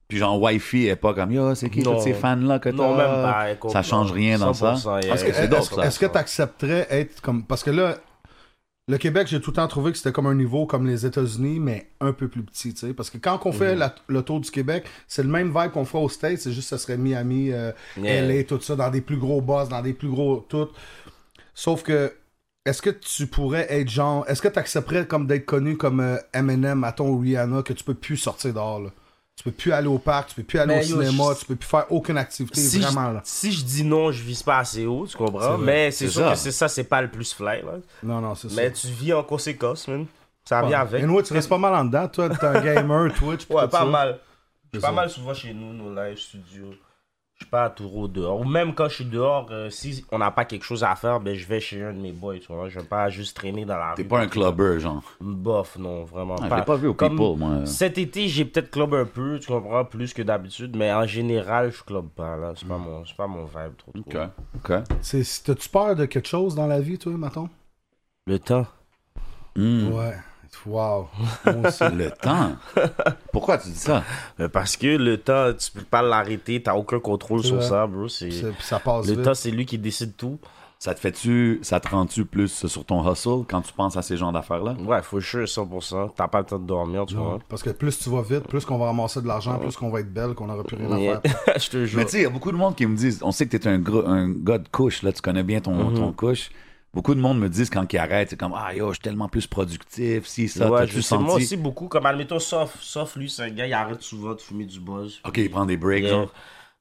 Speaker 4: Puis genre, Wi-Fi est pas comme, yo, c'est qui tous
Speaker 6: Non.
Speaker 4: ces fans-là que
Speaker 6: Non,
Speaker 4: t'as?
Speaker 6: même pas, écoute,
Speaker 4: Ça change rien dans ça.
Speaker 6: 100%, yeah.
Speaker 4: Parce
Speaker 2: Est-ce
Speaker 4: que
Speaker 2: que-
Speaker 4: c'est
Speaker 2: est-ce-
Speaker 4: dope,
Speaker 2: est-ce
Speaker 4: ça.
Speaker 2: que tu accepterais être comme. Parce que là, le Québec, j'ai tout le temps trouvé que c'était comme un niveau comme les États-Unis, mais un peu plus petit, tu sais. Parce que quand on fait
Speaker 6: Mhm.
Speaker 2: la- le tour du Québec, c'est le même vibe qu'on ferait aux States, c'est juste que ce serait Miami, euh,
Speaker 6: Yeah.
Speaker 2: LA, tout ça, dans des plus gros boss, dans des plus gros. tout. Sauf que. Est-ce que tu pourrais être genre. Est-ce que tu accepterais comme d'être connu comme euh, Eminem, à ton Rihanna, que tu peux plus sortir dehors, là? Tu peux plus aller au parc, tu peux plus aller
Speaker 6: Mais
Speaker 2: au
Speaker 6: yo,
Speaker 2: cinéma,
Speaker 6: je-
Speaker 2: tu peux plus faire aucune activité,
Speaker 6: si
Speaker 2: vraiment,
Speaker 6: je,
Speaker 2: là.
Speaker 6: si je dis non, je vise pas assez haut, tu comprends? Mais c'est
Speaker 4: C'est
Speaker 6: sûr
Speaker 4: ça.
Speaker 6: que c'est ça, c'est pas le plus fly. là.
Speaker 2: Non, non, c'est ça.
Speaker 6: Mais tu vis en conséquence, man. Ça vient avec.
Speaker 2: Et tu restes pas mal en dedans, toi, t'es un gamer, Twitch. pis
Speaker 6: Ouais,
Speaker 2: tout
Speaker 6: pas
Speaker 2: ça.
Speaker 6: mal. Je suis
Speaker 2: ça.
Speaker 6: pas mal souvent chez nous, nos live studios. Je suis pas toujours dehors. Ou même quand je suis dehors, euh, si on n'a pas quelque chose à faire, ben je vais chez un de mes boys, tu vois. Je vais pas juste traîner dans la
Speaker 4: T'es
Speaker 6: rue.
Speaker 4: pas un clubber, genre.
Speaker 6: Bof, non, vraiment
Speaker 4: Ah, je
Speaker 6: pas.
Speaker 4: l'ai pas vu au
Speaker 6: Comme
Speaker 4: People, moi.
Speaker 6: Cet été, j'ai peut-être club un peu, tu comprends, plus que d'habitude, mais en général, je club pas, là. C'est pas, mon- c'est pas mon vibe, trop. trop.
Speaker 4: OK. OK.
Speaker 2: C'est- c'est- T'as-tu peur de quelque chose dans la vie, toi, Maton
Speaker 6: Le temps.
Speaker 4: Hmm.
Speaker 2: Ouais. Wow. Moi aussi.
Speaker 4: Le temps. Pourquoi tu dis ça?
Speaker 6: Euh, Parce que le temps, tu peux pas l'arrêter, t'as aucun contrôle
Speaker 2: C'est
Speaker 6: sur
Speaker 2: vrai.
Speaker 6: ça, bro. C'est...
Speaker 2: C'est- pis ça passe
Speaker 6: Le
Speaker 2: vite.
Speaker 6: temps, c'est lui qui décide tout.
Speaker 4: Ça te fait-tu, ça te rend-tu plus sur ton hustle quand tu penses à ces genres d'affaires-là?
Speaker 6: Ouais, faut sure 100%. T'as pas le temps de dormir, tu vois.
Speaker 2: Parce que plus tu vas vite, plus qu'on va ramasser de l'argent, plus qu'on va être belle, qu'on aura plus rien à
Speaker 6: Yeah.
Speaker 2: faire.
Speaker 6: je te jure.
Speaker 4: Mais tu sais, il y a beaucoup de monde qui me disent, on sait que t'es un, gros- un gars de couche, là, tu connais bien ton,
Speaker 6: Mhm.
Speaker 4: ton couche. Beaucoup de monde me disent quand ils arrêtent, c'est comme, ah yo, je suis tellement plus productif, si ça,
Speaker 6: ouais, je
Speaker 4: t'as-tu
Speaker 6: sais, moi
Speaker 4: senti?
Speaker 6: aussi beaucoup, comme admettons, sauf, sauf lui, c'est un gars, il arrête souvent de fumer du buzz.
Speaker 4: Ok, il prend des breaks,
Speaker 6: Yeah.
Speaker 4: genre.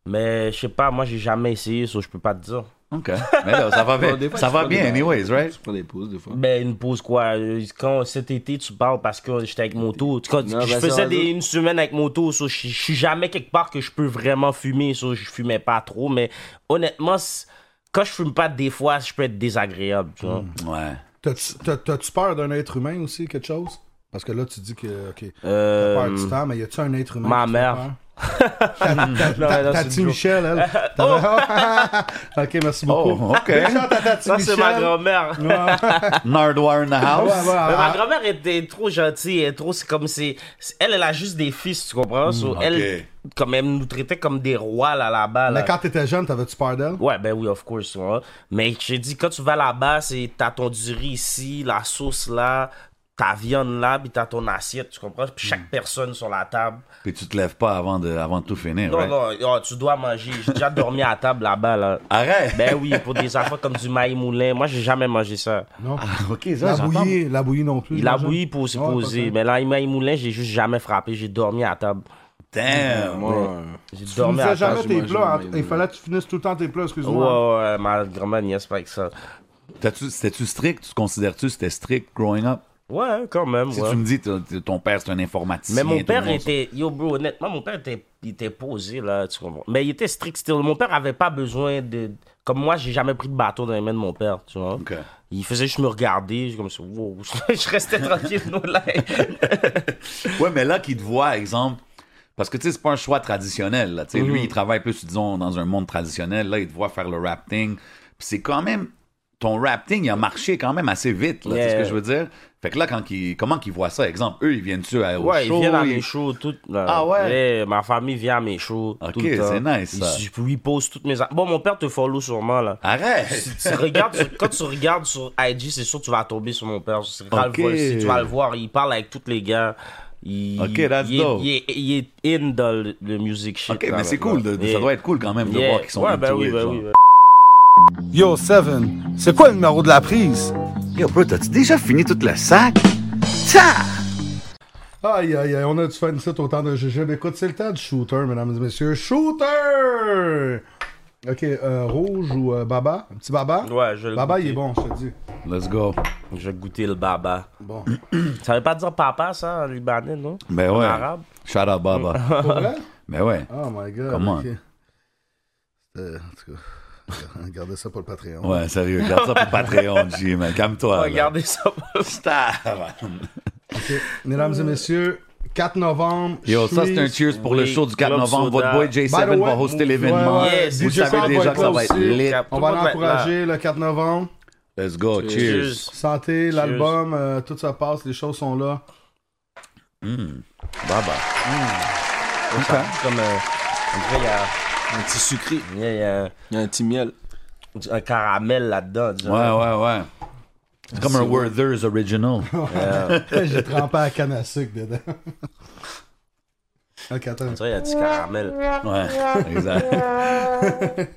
Speaker 6: Mais je sais pas, moi j'ai jamais essayé, ça je peux pas te dire.
Speaker 4: Ok. Mais là, ça va
Speaker 5: Des
Speaker 4: bien.
Speaker 5: fois,
Speaker 4: ça
Speaker 5: tu
Speaker 4: va
Speaker 5: prends
Speaker 4: bien,
Speaker 5: des-
Speaker 4: anyways, right?
Speaker 5: Tu prends des pauses, des fois.
Speaker 6: Ben, une pause quoi. euh, Quand cet été, tu parles parce que j'étais avec mon tour. Quand
Speaker 5: Non,
Speaker 6: je
Speaker 5: ben, ça
Speaker 6: faisais
Speaker 5: va
Speaker 6: des-
Speaker 5: dire.
Speaker 6: une semaine avec mon tour, so, je je suis jamais quelque part que je peux vraiment fumer. So, je fumais pas trop, mais honnêtement, c- quand je fume pas, des fois, je peux être désagréable. Tu vois.
Speaker 4: Ouais.
Speaker 2: T'as-tu t'as- t'as-tu peur d'un être humain aussi, quelque chose Parce que là, tu dis que, OK, t'as
Speaker 6: Euh,
Speaker 2: peur du temps, mais y a-tu un être humain
Speaker 6: ma
Speaker 2: qui te fait
Speaker 6: mère.
Speaker 2: peur? T'as- t'as-
Speaker 6: Non, mais
Speaker 2: t'as-
Speaker 6: là, c'est
Speaker 2: Tati
Speaker 6: une Oh!
Speaker 2: Michel, elle. T'avais- ok, merci beaucoup.
Speaker 4: Oh, ok.
Speaker 2: Déjà, t'as Tati
Speaker 6: ça, c'est
Speaker 2: Michel.
Speaker 6: ma grand-mère.
Speaker 4: Nardwar in the
Speaker 2: Ouais,
Speaker 4: house.
Speaker 2: ouais, ouais.
Speaker 6: Mais
Speaker 4: Ah.
Speaker 6: ma grand-mère était trop gentille, elle est trop, c'est comme c'est, c'est- elle, elle a juste des fils, tu comprends? So,
Speaker 4: Hmm, ok.
Speaker 6: Elle, comme elle nous traitait comme des rois là, là-bas. Là.
Speaker 2: Mais quand t'étais jeune, t'avais-tu peur d'elle
Speaker 6: Ouais, ben oui, of course, tu vois. Mais j'ai dit, quand tu vas là-bas, c'est t'as ton du riz ici, la sauce là, ta viande là, puis t'as ton assiette, tu comprends? Puis
Speaker 4: Hmm.
Speaker 6: chaque personne sur la table.
Speaker 4: Puis tu te lèves pas avant de, avant de tout finir,
Speaker 6: Non,
Speaker 4: right?
Speaker 6: non, oh, tu dois manger. J'ai déjà dormi à table là-bas, là.
Speaker 4: Arrête!
Speaker 6: Ben oui, pour des affaires comme du maïs moulin, moi, j'ai jamais mangé ça.
Speaker 2: Non.
Speaker 6: Ah,
Speaker 4: ok, ça,
Speaker 2: La
Speaker 4: j'entends.
Speaker 2: bouillie, la bouillie non plus.
Speaker 6: Il a
Speaker 2: j'imagine.
Speaker 6: bouilli pour se
Speaker 2: Ouais,
Speaker 6: poser.
Speaker 2: pas
Speaker 6: Mais là, maïs moulin, j'ai juste jamais frappé. J'ai dormi à table.
Speaker 4: Damn!
Speaker 5: Moi, euh,
Speaker 6: J'ai
Speaker 2: Tu nous
Speaker 6: dormi à
Speaker 2: faisais
Speaker 6: table.
Speaker 2: jamais
Speaker 5: je
Speaker 2: tes
Speaker 5: mangeais
Speaker 2: plats. hein.
Speaker 5: même,
Speaker 2: Il
Speaker 5: euh,
Speaker 2: fallait que tu finisses tout le temps tes plats,
Speaker 6: Ouais,
Speaker 2: excuse-moi.
Speaker 6: ouais, ouais, ma grand-mère niaise pas avec ça.
Speaker 4: T'as-tu- C'était-tu strict? Tu considères-tu que c'était strict growing up?
Speaker 6: Ouais, quand même,
Speaker 4: Si
Speaker 6: ouais.
Speaker 4: tu me dis t'as- t'as- ton père c'est un informaticien.
Speaker 6: Mais
Speaker 4: tout
Speaker 6: mon
Speaker 4: le
Speaker 6: père
Speaker 4: monde-
Speaker 6: était. Yo, bro, honnêtement, mon père était, il était posé, là, tu comprends. Mais il était strict still. Mon père avait pas besoin de. Comme moi, j'ai jamais pris de bateau dans les mains de mon père, tu vois.
Speaker 4: Ok.
Speaker 6: Il faisait juste me regarder, comme ça, wow. je restais tranquille, non, là.
Speaker 4: Ouais, mais là, qui te voit, exemple, parce que tu sais, c'est pas un choix traditionnel. Là, Tu sais,
Speaker 6: Mhm.
Speaker 4: Lui, il travaille plus, disons, dans un monde traditionnel. Là, il te voit faire le rap thing. Puis c'est quand même. Ton rap thing, il a marché quand même assez vite. Là, Tu sais ce
Speaker 6: Yeah.
Speaker 4: que je veux dire? Fait que là, quand qu'ils- comment qu'ils voient ça? Exemple, eux, ils viennent-tu à- au
Speaker 6: Ouais,
Speaker 4: show?
Speaker 6: il vient à
Speaker 4: Ils-
Speaker 6: mes shows, tout. là.
Speaker 4: Ah ouais?
Speaker 6: Eh, ma famille vient à mes shows.
Speaker 4: Ok,
Speaker 6: tout le temps.
Speaker 4: c'est nice, ça. Ah.
Speaker 6: Il, puis il pose toutes mes. a- Bon, mon père te follow sûrement, là.
Speaker 4: Arrête!
Speaker 6: tu regardes sur- quand tu regardes sur IG, c'est sûr que tu vas tomber sur mon père. C'est rare
Speaker 4: Ok.
Speaker 6: le vol- si tu vas le voir, il parle avec tous les gars. Il,
Speaker 4: Ok, that's
Speaker 6: il, est-
Speaker 4: dope.
Speaker 6: il est, il est in dans le, le music shit.
Speaker 4: Ok, mais c'est cool. de- ça doit être cool quand même de voir qu'ils sont
Speaker 6: Ouais,
Speaker 4: into
Speaker 6: ben oui,
Speaker 4: it,
Speaker 6: ben
Speaker 4: genre.
Speaker 6: oui. ben.
Speaker 8: Yo, Seven, c'est quoi le numéro de la prise?
Speaker 4: Yo, bro, t'as-tu déjà fini tout le sac?
Speaker 2: Aïe, aïe, aïe, on a du fun ça autant de GG. Mais écoute, c'est le temps du shooter, mesdames et messieurs. Shooter Ok, euh, rouge ou euh, baba Un petit baba
Speaker 6: ben Ouais, je vais le
Speaker 2: Baba, il
Speaker 6: goûter.
Speaker 2: est bon, je te dis.
Speaker 4: Let's go.
Speaker 6: Je vais goûter le baba.
Speaker 2: Bon.
Speaker 6: Ça veut pas dire papa, ça, en libanais, non?
Speaker 4: Ben
Speaker 6: En
Speaker 4: ouais.
Speaker 6: arabe. Ah.
Speaker 4: Shout out, Baba.
Speaker 2: Pour vrai
Speaker 4: ben ouais.
Speaker 2: Oh my god.
Speaker 4: Come on.
Speaker 2: ok. C'était- en tout cas, gardez ça pour le Patreon.
Speaker 4: Ouais, sérieux. Garde ça pour Patreon, G, man. Calme-toi. là.
Speaker 6: Regardez ça.
Speaker 4: Star.
Speaker 2: Ok, Mesdames et messieurs, 4 novembre.
Speaker 4: Yo,
Speaker 2: je
Speaker 4: ça, c'est
Speaker 2: suis-
Speaker 4: un cheers pour le
Speaker 6: Oui,
Speaker 4: show du 4
Speaker 6: Club
Speaker 4: novembre. Votre
Speaker 6: Soda.
Speaker 4: boy
Speaker 2: By the
Speaker 4: J7
Speaker 2: way,
Speaker 4: va hoster
Speaker 2: ouais,
Speaker 4: l'événement.
Speaker 2: ouais,
Speaker 6: Yes,
Speaker 4: Vous
Speaker 6: DJ
Speaker 4: savez
Speaker 2: Sam
Speaker 4: déjà
Speaker 2: être
Speaker 4: que ça
Speaker 2: là
Speaker 4: va être
Speaker 2: aussi.
Speaker 4: lit.
Speaker 2: On va l'encourager le 4 novembre.
Speaker 4: Let's go, cheers.
Speaker 6: Cheers.
Speaker 2: Santé, l'album, euh, tout ça passe, les choses sont là.
Speaker 4: Bye bye.
Speaker 6: Ouais, ça goûte comme euh, on dirait, il y a-
Speaker 5: Un petit sucré.
Speaker 6: il y a, il y a
Speaker 5: Il y a un petit miel.
Speaker 6: du- un caramel là-dedans.
Speaker 4: Ouais, ouais, ouais. C'est comme un Werther's Original.
Speaker 2: J'ai trempé à canne à sucre dedans. ok, attends.
Speaker 6: On dirait, il y a du caramel.
Speaker 4: Ouais, exact.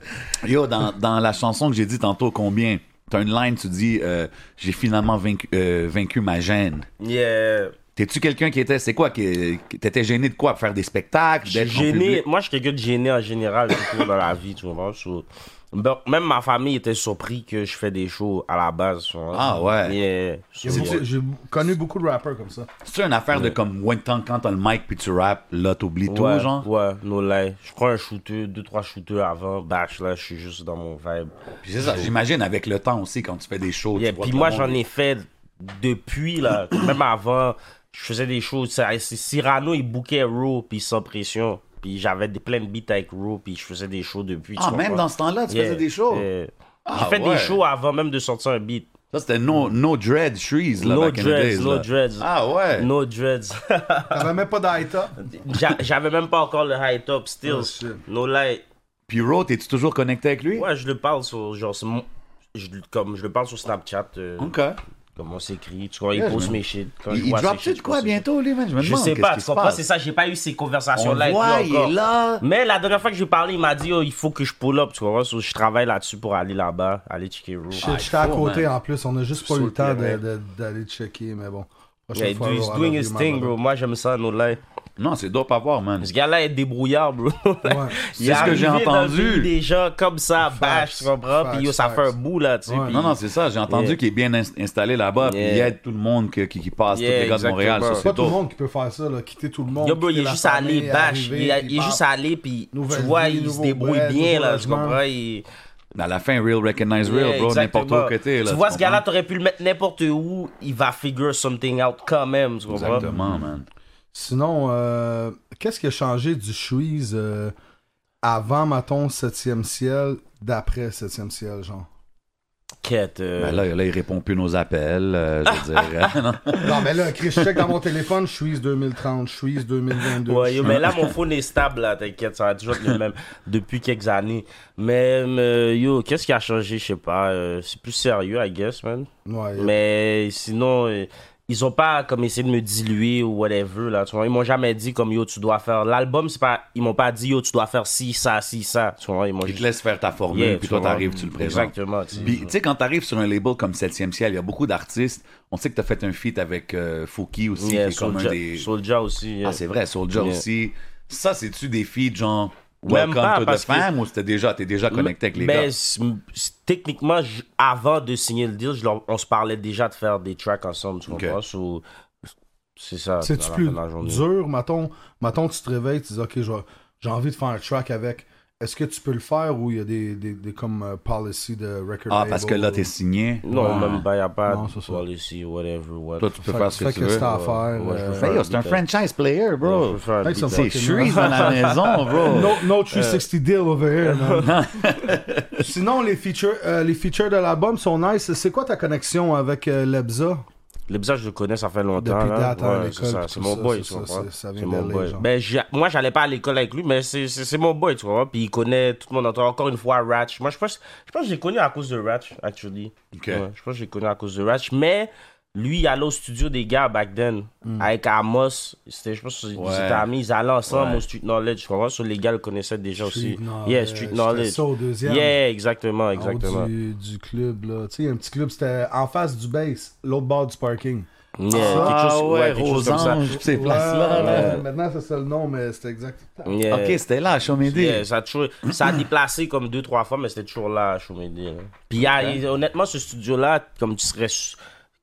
Speaker 4: Yo, dans, dans la chanson que j'ai dit tantôt, combien T'as une line, tu dis euh, J'ai finalement vaincu, euh, vaincu ma gêne.
Speaker 6: Yeah.
Speaker 4: T'es-tu quelqu'un qui était. C'est quoi qui- qui- T'étais gêné de quoi Faire des spectacles
Speaker 6: Je
Speaker 4: d'être
Speaker 6: suis
Speaker 4: en
Speaker 6: gêné.
Speaker 4: public?
Speaker 6: Moi, je suis quelqu'un de gêné en général, tout court dans la vie, tu vois. so- Bon, même ma famille était surpris que je fais des shows à la base. tu vois.
Speaker 4: Ah ouais.
Speaker 6: Yeah. So,
Speaker 2: J'ai beaucoup- J'ai connu beaucoup de rappers comme ça.
Speaker 4: C'est une affaire de comme ouais, tant- quand t'as le mic puis tu rap, là t'oublies
Speaker 6: ouais,
Speaker 4: tout, genre.
Speaker 6: Ouais, no lie. Je prends un shooter, deux, trois shooters avant, bash, là, je suis juste dans mon vibe.
Speaker 4: Puis c'est ça, j'imagine avec le temps aussi quand tu fais des shows.
Speaker 6: Yeah,
Speaker 4: tu vois
Speaker 6: puis
Speaker 4: que le
Speaker 6: moi,
Speaker 4: monde-
Speaker 6: j'en ai fait depuis, là. même avant, je faisais des choses. ça- c'est- Cyrano, il bouquait Raw, puis sans pression. Puis j'avais des plein de beats avec Raw, puis je faisais des shows depuis.
Speaker 4: Ah,
Speaker 6: tu
Speaker 4: même
Speaker 6: comprends?
Speaker 4: dans ce temps-là, tu
Speaker 6: Yeah,
Speaker 4: faisais des shows.
Speaker 6: yeah.
Speaker 4: Ah,
Speaker 6: J'ai fait
Speaker 4: ouais.
Speaker 6: des shows avant même de sortir un beat.
Speaker 4: Ça, c'était no, no Dread Trees, là.
Speaker 6: no
Speaker 4: back in the days,
Speaker 6: dreads, no
Speaker 4: là.
Speaker 6: dreads.
Speaker 4: Ah ouais.
Speaker 6: No dreads.
Speaker 2: T'avais même pas d'Aïta.
Speaker 6: Ah, J'a- J'avais même pas encore le high top, still.
Speaker 2: Oh, shit.
Speaker 6: no light.
Speaker 4: Puis Ro, t'es-tu toujours connecté avec lui?
Speaker 6: Ouais, je le parle sur. Genre, c'est mon- je, le- comme, je le parle sur Snapchat. euh,
Speaker 4: OK.
Speaker 6: Comment on s'écrit. Tu vois,
Speaker 4: Yeah,
Speaker 6: il pose
Speaker 4: je-
Speaker 6: mes shit. Quand je
Speaker 4: Il, il
Speaker 6: vois ses
Speaker 4: drop-tu
Speaker 6: shit,
Speaker 4: de
Speaker 6: je
Speaker 4: quoi
Speaker 6: pose ses shit.
Speaker 4: bientôt, lui, man? Je me
Speaker 6: Je
Speaker 4: demande
Speaker 6: sais
Speaker 4: qu'est-ce
Speaker 6: pas,
Speaker 4: qui
Speaker 6: tu
Speaker 4: se
Speaker 6: comprends,
Speaker 4: passe.
Speaker 6: c'est ça, j'ai pas eu ces
Speaker 4: On
Speaker 6: conversations-là.
Speaker 4: le
Speaker 6: avec lui
Speaker 4: voit, il est
Speaker 6: encore.
Speaker 4: là.
Speaker 6: Mais la dernière fois que j'ai parlé, il m'a dit, oh, il faut que je pull up, tu vois. So, je travaille là-dessus pour aller là-bas, aller checker Raw.
Speaker 2: Shit, J'étais à
Speaker 4: faut,
Speaker 2: côté en plus, on a juste pas
Speaker 6: Sur
Speaker 2: eu
Speaker 6: le
Speaker 2: le temps de-
Speaker 6: terrain.
Speaker 2: de- d'aller checker, mais bon. Prochaine
Speaker 6: Yeah,
Speaker 2: fois,
Speaker 6: he's
Speaker 2: alors,
Speaker 6: doing
Speaker 2: alors,
Speaker 6: his
Speaker 2: you
Speaker 6: thing,
Speaker 2: mother-
Speaker 6: bro. Moi, j'aime ça, no lie.
Speaker 4: Non, c'est dope à voir, man.
Speaker 6: Ce gars-là est débrouillard, bro.
Speaker 2: Ouais.
Speaker 4: C'est ce que j'ai
Speaker 6: arrivé dans le
Speaker 4: entendu.
Speaker 6: pays Des gens comme ça, bash, tu comprends?
Speaker 2: facts,
Speaker 6: Puis yo, ça fait un
Speaker 2: facts.
Speaker 6: bout, là, tu sais.
Speaker 2: Ouais.
Speaker 6: puis-
Speaker 4: Non, non, c'est ça. J'ai entendu
Speaker 6: Yeah.
Speaker 4: qu'il est bien ins- installé là-bas. Puis il
Speaker 6: Yeah.
Speaker 4: aide tout le monde que- qui, qui passe, tous
Speaker 6: Yeah,
Speaker 4: les gars de Montréal. Ça,
Speaker 6: exactement.
Speaker 2: C'est
Speaker 4: c'est
Speaker 2: pas tout le
Speaker 4: dope.
Speaker 2: monde qui peut faire ça, là, quitter tout le monde.
Speaker 6: Yo, bro, il
Speaker 2: quitter
Speaker 6: est
Speaker 2: la
Speaker 6: juste allé
Speaker 2: famille,
Speaker 6: bash.
Speaker 2: arriver,
Speaker 6: il, a-
Speaker 2: puis
Speaker 6: il est juste
Speaker 2: bam.
Speaker 6: allé, puis tu
Speaker 2: Nouvelle
Speaker 6: vois,
Speaker 2: vie,
Speaker 6: il se
Speaker 2: nouveau
Speaker 6: débrouille
Speaker 2: bread,
Speaker 6: bien,
Speaker 2: nouveau
Speaker 6: là, tu
Speaker 2: logement.
Speaker 6: comprends? Il-
Speaker 4: À la fin, real recognize real,
Speaker 6: Yeah,
Speaker 4: bro. N'importe
Speaker 6: exactement.
Speaker 4: où que t'es, là.
Speaker 6: Tu vois, ce gars-là,
Speaker 4: comprends?
Speaker 6: t'aurais pu le mettre n'importe où, il va figure something out quand même, tu comprends?
Speaker 4: Exactement, man.
Speaker 2: Sinon, euh, qu'est-ce qui a changé du Shuiz euh, avant, mettons, 7e ciel, d'après 7e ciel, genre?
Speaker 6: Quête, euh,
Speaker 4: Ben là, là, il répond plus nos appels, euh, je veux dire. Non.
Speaker 2: Non, mais là, Chris, je check dans mon téléphone, Shuiz 2030, Shuiz 2022.
Speaker 6: Ouais, yo, mais là, mon phone est stable, là, t'inquiète, ça va toujours être le même depuis quelques années. Mais, euh, yo, qu'est-ce qui a changé, je sais pas, euh, c'est plus sérieux, I guess, man.
Speaker 2: Ouais,
Speaker 6: Mais sinon, euh, ils ont pas comme essayé de me diluer ou whatever, là, tu vois. Ils m'ont jamais dit comme, yo, tu dois faire l'album, c'est pas, ils m'ont pas dit, yo, tu dois faire ci, ça, ci, ça, tu vois. Ils m'ont
Speaker 4: Il te
Speaker 6: juste...
Speaker 4: laisse faire ta formule,
Speaker 6: Yeah,
Speaker 4: puis
Speaker 6: tu
Speaker 4: toi,
Speaker 6: vois.
Speaker 4: t'arrives, tu le présentes.
Speaker 6: Exactement, tu sais.
Speaker 4: Puis, tu sais, quand t'arrives sur un label comme 7e ciel, il y a beaucoup d'artistes. On sait que t'as fait un feat avec euh, Fouki aussi,
Speaker 6: Yeah,
Speaker 4: qui est comme un
Speaker 6: Soulja-
Speaker 4: des.
Speaker 6: Soulja aussi. yeah.
Speaker 4: Ah, c'est vrai, Soldier
Speaker 6: Yeah.
Speaker 4: aussi. Ça, c'est-tu des feats genre
Speaker 6: Même
Speaker 4: Welcome
Speaker 6: pas,
Speaker 4: to the
Speaker 6: parce que-
Speaker 4: Fam ou c'était déjà, t'es déjà connecté avec les
Speaker 6: Mais
Speaker 4: gars?
Speaker 6: c'est- c'est- techniquement, je- avant de signer le deal, je leur- on se parlait déjà de faire des tracks ensemble, tu
Speaker 4: Ok.
Speaker 6: comprends? So, c'est ça. à
Speaker 2: C'est-tu
Speaker 6: la
Speaker 2: plus
Speaker 6: fin de la journée.
Speaker 2: dur? Mettons, mettons, tu te réveilles, tu dis, OK, je vais- j'ai envie de faire un track avec. Est-ce que tu peux le faire ou il y a des, des, des comme euh, policy de record
Speaker 4: Ah, parce que
Speaker 2: label?
Speaker 4: là, t'es signé.
Speaker 6: Non,
Speaker 4: Ouais.
Speaker 6: même pas, y a pas
Speaker 2: Non,
Speaker 6: de
Speaker 2: c'est ça.
Speaker 6: policy, whatever, what.
Speaker 4: Toi, tu peux
Speaker 2: Fait-
Speaker 4: faire ce que
Speaker 2: fait
Speaker 4: tu
Speaker 2: que
Speaker 4: veux.
Speaker 2: c'est à faire.
Speaker 6: Ouais, je peux
Speaker 2: euh,
Speaker 6: faire.
Speaker 4: Hey, yo, c'est un franchise player,
Speaker 6: Je peux
Speaker 4: bro.
Speaker 6: faire un
Speaker 2: Hey, ça
Speaker 6: beat
Speaker 2: me
Speaker 6: avec-
Speaker 4: C'est Shreeze dans la maison, bro.
Speaker 2: No, no 360 deal over here, man. Sinon, les features, euh, les features de l'album sont nice. C'est quoi ta connexion avec euh, Lebza?
Speaker 6: Le bizarre, je le connais, ça fait longtemps.
Speaker 2: Depuis
Speaker 6: là.
Speaker 2: date, hein, à l'école,
Speaker 6: c'est ça,
Speaker 2: puis
Speaker 6: c'est
Speaker 2: tout
Speaker 6: mon
Speaker 2: ça,
Speaker 6: boy,
Speaker 2: c'est
Speaker 6: tu
Speaker 2: ça,
Speaker 6: comprends.
Speaker 2: c'est- ça vient
Speaker 6: C'est mon
Speaker 2: d'aller,
Speaker 6: boy.
Speaker 2: genre.
Speaker 6: Ben, j'ai- moi, j'allais pas à l'école avec lui, mais c'est- c'est c'est mon boy, tu vois. Puis il connaît tout mon entourage. Encore une fois, Ratch. Moi, je pense, je pense que j'ai connu à cause de Ratch, actually.
Speaker 4: Ok.
Speaker 6: Ouais, je pense que j'ai connu à cause de Ratch. Mais lui, il allait au studio des gars back then.
Speaker 2: Hmm.
Speaker 6: Avec Amos. C'était, je pense, que
Speaker 4: Ouais.
Speaker 6: c'était amis. Ils allaient ensemble
Speaker 4: Ouais.
Speaker 6: au Street Knowledge, tu comprends. Sur les gars le connaissaient déjà aussi.
Speaker 2: Knowledge.
Speaker 6: Yeah, Street
Speaker 2: C'était
Speaker 6: Knowledge.
Speaker 2: ça au deuxième. Ah,
Speaker 6: Yeah, exactement,
Speaker 2: en haut
Speaker 6: exactement.
Speaker 2: Du, du club, là. Tu sais, il y a un petit club, c'était en face du base, l'autre bord du parking.
Speaker 6: Yeah,
Speaker 4: Ah
Speaker 6: quelque chose, ouais,
Speaker 4: ouais,
Speaker 6: quelque chose comme ça.
Speaker 4: Rosange, pis ces
Speaker 2: Ouais,
Speaker 4: places-là. là.
Speaker 2: ouais, Maintenant, c'est ça le nom, mais c'était exact.
Speaker 6: Yeah.
Speaker 4: Ok, c'était là, à Chomédé.
Speaker 6: Yeah, ça, a toujours- ça a déplacé comme deux, trois fois, mais c'était toujours là à Choumédé. là. Puis il y a- il- honnêtement, ce studio-là, comme tu serais. su-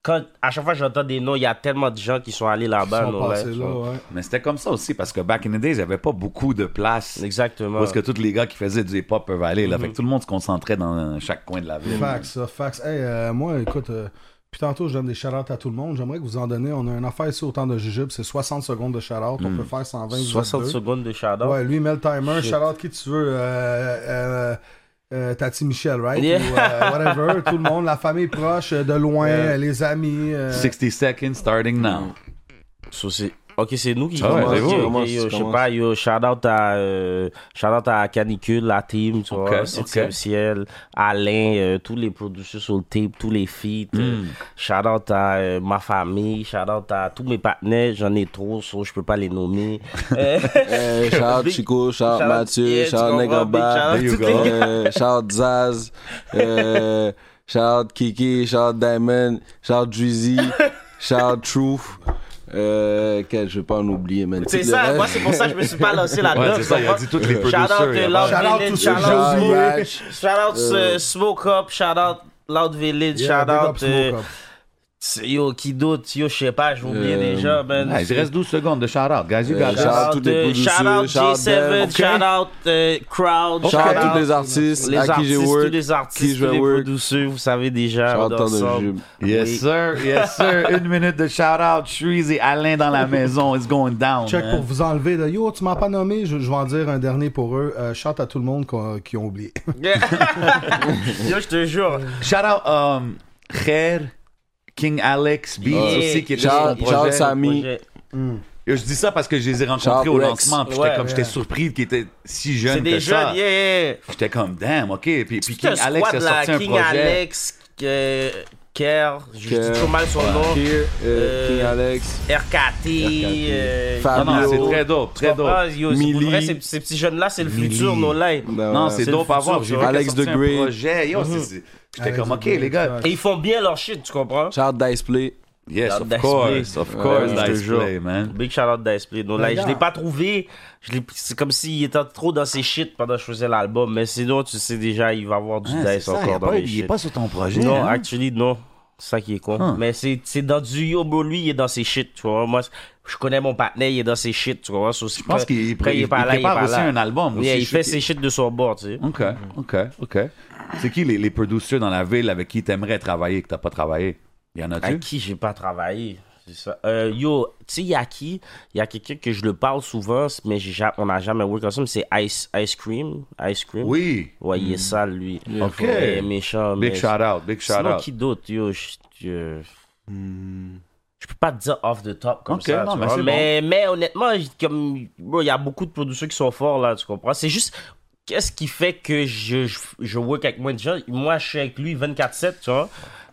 Speaker 6: Quand, à chaque fois que j'entends des noms, il y a tellement de gens qui sont allés
Speaker 4: Ben,
Speaker 6: là-bas.
Speaker 2: Ils sont
Speaker 6: non, là,
Speaker 2: passés
Speaker 6: tu
Speaker 2: là,
Speaker 6: vois.
Speaker 2: ouais.
Speaker 4: Mais c'était comme ça aussi, parce que back in the days, il n'y avait pas beaucoup de places.
Speaker 6: Exactement.
Speaker 4: Parce que tous les gars qui faisaient du hip-hop peuvent aller. Là. Fait que
Speaker 6: Mm-hmm.
Speaker 4: tout le monde se concentrait dans chaque coin de la ville.
Speaker 2: Fax, ça, fax. Hey, euh, moi, écoute, euh, puis tantôt, je donne des shout-outs à tout le monde. J'aimerais que vous en donniez. On a une affaire ici au temps de Jujube, c'est 60 secondes de shout-out.
Speaker 4: Hmm.
Speaker 2: On peut faire 120 vous êtes
Speaker 6: 60
Speaker 2: deux.
Speaker 6: secondes de shadow.
Speaker 2: Ouais, lui, met le timer. Shout-out qui tu veux. euh, euh, euh, Tati Michel, right?
Speaker 6: Yeah.
Speaker 2: Ou, euh, whatever. tout le monde, la famille proche, euh, de loin, euh, les amis. euh,
Speaker 4: 60 seconds starting now.
Speaker 6: So, c'est Ok, c'est nous qui
Speaker 4: Ah ouais,
Speaker 6: commençons.
Speaker 4: c'est vous.
Speaker 6: Ok, ok,
Speaker 5: Commence,
Speaker 6: yo, je sais
Speaker 5: commence.
Speaker 6: pas, yo, shout out à, euh, shout out à Canicule, la team, tu vois,
Speaker 4: Ok,
Speaker 6: Septième
Speaker 4: ok.
Speaker 6: Ciel, Alain, euh, tous les producteurs sur le tape, tous les feats. euh,
Speaker 4: Hmm.
Speaker 6: shout out à euh, ma famille, shout out à tous mes partenaires, j'en ai trop, so je peux pas les nommer. Euh,
Speaker 5: Hey, Eh, shout
Speaker 6: Big-
Speaker 5: Chico, shout
Speaker 6: shout-out-
Speaker 5: Mathieu,
Speaker 6: yeah, tu
Speaker 5: shout
Speaker 6: comprends, big
Speaker 5: Negabat,
Speaker 6: shout-out
Speaker 4: to There
Speaker 5: eh, shout Zaz, euh, shout Kiki, shout Diamond, shout Drizzy, shout Truth. Euh, quel, je vais pas en oublier, man.
Speaker 6: C'est
Speaker 5: Tout le
Speaker 6: ça,
Speaker 5: reste-
Speaker 6: moi c'est pour ça que je me suis pas lancé là-dedans.
Speaker 4: Ouais, c'est ça, il a dit toutes les producers, il y a
Speaker 6: Shout
Speaker 4: pas-
Speaker 6: out euh,
Speaker 2: Shout out
Speaker 6: Loud
Speaker 2: tous
Speaker 6: Village,
Speaker 2: ceux
Speaker 6: shout
Speaker 2: qui ont
Speaker 6: out
Speaker 2: joué.
Speaker 6: Smoke, shout out euh, Smoke Up, shout out Loud Village,
Speaker 2: Yeah,
Speaker 6: shout
Speaker 2: big up,
Speaker 6: out
Speaker 2: Smoke
Speaker 6: euh,
Speaker 2: Up.
Speaker 6: C'est- Yo, qui d'autre? Yo, je sais pas, j'ai oublié
Speaker 5: Euh,
Speaker 6: déjà, man.
Speaker 4: Ah, il reste 12 secondes de shout-out, guys. You
Speaker 5: Euh,
Speaker 4: got
Speaker 6: Shout
Speaker 4: this.
Speaker 5: shout-out.
Speaker 6: out,
Speaker 5: tous les
Speaker 6: euh,
Speaker 5: producers,
Speaker 6: shout out
Speaker 5: shout out
Speaker 6: J7,
Speaker 5: them.
Speaker 4: Ok.
Speaker 6: shout out euh, Crowd,
Speaker 5: Shout out
Speaker 6: shout
Speaker 5: tous les
Speaker 6: out
Speaker 5: artistes,
Speaker 6: les
Speaker 5: à qui j'ai
Speaker 6: artistes, tous
Speaker 5: work,
Speaker 6: les
Speaker 5: qui
Speaker 6: artistes,
Speaker 5: je
Speaker 6: tous les
Speaker 5: vais work.
Speaker 6: producteurs, vous savez déjà.
Speaker 5: Shout
Speaker 6: on
Speaker 5: out
Speaker 6: dort
Speaker 5: de
Speaker 6: ensemble.
Speaker 5: Jube.
Speaker 4: Yes,
Speaker 6: Oui.
Speaker 4: sir. Yes, sir. Une minute de shout-out. Shreezy, Alain dans la maison. It's going
Speaker 6: oh,
Speaker 4: down.
Speaker 2: Check
Speaker 4: man.
Speaker 2: pour vous enlever de Yo, tu m'as pas nommé, je, je vais en dire un dernier pour eux. Euh, shout à tout le monde qu'on- qui ont oublié.
Speaker 6: Yo, je te jure.
Speaker 4: Shout-out, um, Kher, King Alex, Beats
Speaker 6: Yeah.
Speaker 4: aussi, qui était sur
Speaker 5: Shout-
Speaker 4: son
Speaker 5: shout
Speaker 4: projet.
Speaker 5: Sam. Ami.
Speaker 6: Projet.
Speaker 4: Et Je dis ça parce que je les ai rencontrés
Speaker 5: Shout
Speaker 4: au
Speaker 5: Rex.
Speaker 4: lancement. Puis
Speaker 6: Ouais,
Speaker 4: j'étais comme,
Speaker 6: ouais.
Speaker 4: j'étais surpris qu'ils étaient si
Speaker 6: C'est
Speaker 4: jeunes que
Speaker 6: des
Speaker 4: ça.
Speaker 6: jeunes, yeah.
Speaker 4: J'étais comme, damn, OK. Puis, puis
Speaker 6: Tout
Speaker 4: King
Speaker 6: un
Speaker 4: Alex a
Speaker 6: squad, là,
Speaker 4: sorti un
Speaker 6: King
Speaker 4: projet.
Speaker 6: Alex, que- Kerr, je dis
Speaker 5: Kerr.
Speaker 6: toujours mal son nom,
Speaker 5: Here, euh,
Speaker 6: Euh,
Speaker 5: King Alex,
Speaker 6: RKT, euh,
Speaker 5: Fab-
Speaker 4: Non, non, c'est
Speaker 5: Yo.
Speaker 4: très dope,
Speaker 6: tu
Speaker 4: très dope.
Speaker 6: comprends, yo, c'est pour
Speaker 5: Millie.
Speaker 6: vrai, ces, ces petits jeunes-là, c'est le futur, nos lives.
Speaker 5: Ben
Speaker 4: Non,
Speaker 5: ouais.
Speaker 4: c'est
Speaker 6: c'est
Speaker 4: dope
Speaker 6: le
Speaker 4: à
Speaker 6: futur,
Speaker 4: voir. J'ai
Speaker 6: tu
Speaker 4: vu
Speaker 6: vois.
Speaker 5: Alex
Speaker 4: qu'elle a sorti
Speaker 5: the
Speaker 4: un
Speaker 5: Great.
Speaker 4: projet. Yo, c'est- c'est- J'étais comme, OK, les gars.
Speaker 6: Et ils font bien leur shit, tu comprends?
Speaker 5: shout Diceplay.
Speaker 4: Yes,
Speaker 6: Shout
Speaker 4: of
Speaker 6: Dice
Speaker 4: course,
Speaker 6: Play.
Speaker 4: of course,
Speaker 5: Ouais,
Speaker 4: Dice
Speaker 6: je te jure.
Speaker 4: Play, man.
Speaker 6: Big shout out Diceplay. Donc
Speaker 4: Ben
Speaker 6: là, je l'ai pas trouvé. Je l'ai- C'est comme s'il était trop dans ses shit pendant que je faisais l'album. Mais sinon, tu sais déjà, il va y avoir du
Speaker 4: Ah, c'est
Speaker 6: Dice
Speaker 4: ça, il
Speaker 6: encore
Speaker 4: est
Speaker 6: dans
Speaker 4: pas-
Speaker 6: les
Speaker 4: Il est
Speaker 6: shit.
Speaker 4: pas sur ton projet.
Speaker 6: Non,
Speaker 4: hein?
Speaker 6: actually, non. C'est ça qui est con.
Speaker 4: Hein.
Speaker 6: Mais c'est c'est dans du yo, bro. Lui, il est dans ses shit, tu vois. Moi, je connais mon partenaire, il est dans ses shit, tu vois. So,
Speaker 4: Je pense qu'il pré- il prépare aussi un album. aussi,
Speaker 6: il
Speaker 4: je
Speaker 6: fait
Speaker 4: suis-
Speaker 6: ses shit de son bord, tu sais.
Speaker 4: OK, OK, OK. C'est qui les, les producers dans la ville avec qui t'aimerais travailler que t'as pas travaillé? Y en
Speaker 6: À
Speaker 4: a-tu?
Speaker 6: qui j'ai pas travaillé C'est ça. Euh, yo, tu sais, il y a qui Il y a quelqu'un que je le parle souvent, mais j'ai ja- on n'a jamais work ensemble. C'est Ice, Ice Cream. Ice Cream.
Speaker 4: Oui. Mm.
Speaker 6: Ouais, il est sale, lui.
Speaker 4: Ok.
Speaker 6: Il est méchant.
Speaker 4: Big
Speaker 6: mais-
Speaker 4: shout out, big shout
Speaker 6: Sinon,
Speaker 4: out.
Speaker 6: qui d'autre, yo, je, je- je peux pas te dire off the top comme
Speaker 4: Ok,
Speaker 6: ça,
Speaker 4: non,
Speaker 6: tu
Speaker 4: mais
Speaker 6: vois.
Speaker 4: c'est
Speaker 6: mais, mais honnêtement, j- comme bro, il y a beaucoup de producteurs qui sont forts là, tu comprends. C'est juste qu'est-ce qui fait que je, je, je work avec moins de gens. Moi, je suis avec lui 24/7, tu vois.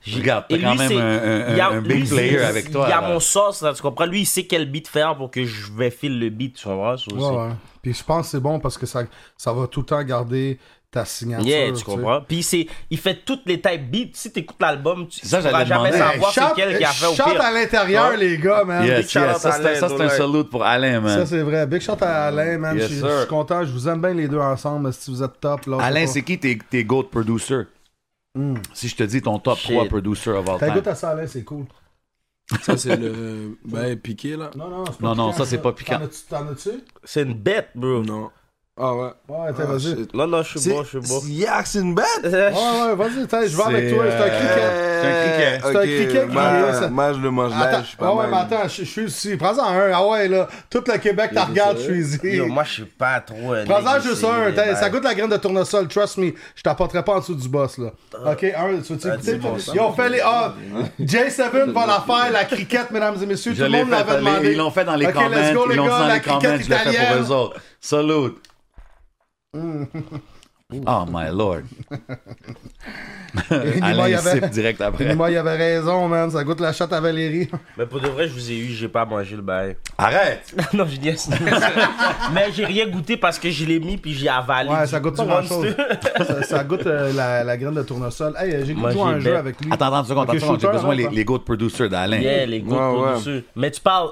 Speaker 6: J'ai-
Speaker 4: Regarde, t'as
Speaker 6: et lui,
Speaker 4: quand même
Speaker 6: c'est-
Speaker 4: un- un-
Speaker 6: il y a-
Speaker 4: un big
Speaker 6: lui, c'est-
Speaker 4: player avec toi,
Speaker 6: Il y a
Speaker 4: là.
Speaker 6: mon sauce, là, tu comprends. Lui, il sait quel beat faire pour que je vais filer le beat, tu vois. ça aussi.
Speaker 2: Ouais, ouais. Puis je pense que c'est bon parce que ça, ça va tout le temps garder ta signature.
Speaker 6: Yeah, tu
Speaker 2: sais.
Speaker 6: comprends. Puis c'est, il fait toutes les types beats. Si t'écoutes l'album, tu,
Speaker 4: ça,
Speaker 6: tu
Speaker 4: j'allais
Speaker 6: pourras jamais
Speaker 4: demander.
Speaker 2: Hey,
Speaker 6: savoir
Speaker 2: shout-
Speaker 6: c'est quel qui a fait au
Speaker 2: shout
Speaker 6: pire.
Speaker 2: à l'intérieur,
Speaker 6: Ouais.
Speaker 2: les gars, man.
Speaker 4: Yes,
Speaker 6: shout
Speaker 4: yes,
Speaker 6: out
Speaker 4: ça
Speaker 6: à
Speaker 4: c'est un- ça, c'est un
Speaker 6: Alain,
Speaker 4: salute pour Alain,
Speaker 2: Ça,
Speaker 4: man.
Speaker 2: c'est vrai. Big shout à Alain, man.
Speaker 4: Yes,
Speaker 2: je, suis-
Speaker 4: sir.
Speaker 2: je suis content. Je vous aime bien les deux ensemble. Si vous êtes top, là.
Speaker 4: Alain, c'est qui tes, tes goat producers? Si je te dis ton top
Speaker 6: Shit.
Speaker 4: 3 producers of all
Speaker 2: T'as goûté
Speaker 4: time.
Speaker 2: à ça, Alain, c'est cool.
Speaker 5: Ça, c'est le. Ben, piqué, là.
Speaker 2: Non, non, c'est pas
Speaker 4: Non, non,
Speaker 2: piquant,
Speaker 4: ça, c'est pas piquant.
Speaker 2: T'en as-tu- T'en as-tu?
Speaker 6: C'est une bête, bro.
Speaker 5: Non. Ah ouais.
Speaker 2: Ouais, t'es
Speaker 5: Ah,
Speaker 2: vas-y.
Speaker 5: shit.
Speaker 6: Non, non, je suis
Speaker 5: C'est-
Speaker 6: bon, je suis bon.
Speaker 5: Yak, c'est une bête!
Speaker 2: Ouais, ouais, vas-y, t'as- je vais avec toi. C'est un
Speaker 4: euh,
Speaker 2: cricket.
Speaker 4: criquet.
Speaker 2: C'est un criquet qui est- ça-
Speaker 5: Moi, je le Euh, mange là,
Speaker 2: Attends,
Speaker 5: je suis pas
Speaker 2: ah ouais,
Speaker 5: mal.
Speaker 2: mais attends, je je suis ici. Prends-en un. Ah ouais, là, tout le Québec, t'as regarde, je suis ici.
Speaker 6: Yo, moi, je suis pas trop. euh,
Speaker 2: Prends-en
Speaker 6: négligé,
Speaker 2: juste un. t'as-
Speaker 6: man.
Speaker 2: Ça goûte la graine de tournesol, trust me. Je t'apporterai pas en dessous du boss, là.
Speaker 4: Ah.
Speaker 2: Ok, un, tu veux-tu goûter?
Speaker 6: dis-moi
Speaker 2: Ils ont fait les. Ah, J7 va la faire, la cricket, mesdames et messieurs.
Speaker 4: Je
Speaker 2: Tout le
Speaker 4: l'ai
Speaker 2: monde
Speaker 4: fait,
Speaker 2: l'avait
Speaker 4: aller-
Speaker 2: demandé.
Speaker 4: ils l'ont fait dans les
Speaker 2: Ok,
Speaker 4: comments,
Speaker 2: let's go, les
Speaker 4: ils l'ont dit
Speaker 2: gars,
Speaker 4: dans
Speaker 2: la
Speaker 4: les comments, je
Speaker 2: cricket
Speaker 4: l'ai fait pour
Speaker 2: italienne.
Speaker 4: eux autres. Salute. Oh my lord.
Speaker 2: Il dit, moi, il y
Speaker 4: Alain,
Speaker 2: avait-
Speaker 4: sip direct après.
Speaker 2: Et Moi, il avait raison, man. Ça goûte la chatte à Valérie.
Speaker 6: Mais pour de vrai, je vous ai eu, j'ai pas mangé le bail.
Speaker 4: Arrête!
Speaker 6: non, je niaise. Mais j'ai rien goûté parce que je l'ai mis puis j'ai avalé.
Speaker 2: Ouais,
Speaker 6: du-
Speaker 2: ça goûte pas
Speaker 6: du
Speaker 2: grand-chose.
Speaker 6: monster.
Speaker 2: ça, ça goûte euh, la, la graine de tournesol. Hey, euh, j'ai goûté
Speaker 6: Moi,
Speaker 2: de jouer à un
Speaker 6: j'ai
Speaker 2: jeu
Speaker 6: bet.
Speaker 2: avec lui.
Speaker 4: Attends, attends une seconde,
Speaker 2: Ok,
Speaker 4: attends une seconde, j'ai
Speaker 2: shooter,
Speaker 4: besoin
Speaker 2: hein,
Speaker 4: les,
Speaker 2: ça.
Speaker 4: les goat producers d'Alain.
Speaker 6: Yeah, les goûts
Speaker 5: Ouais, ouais.
Speaker 6: dessus. Mais tu parles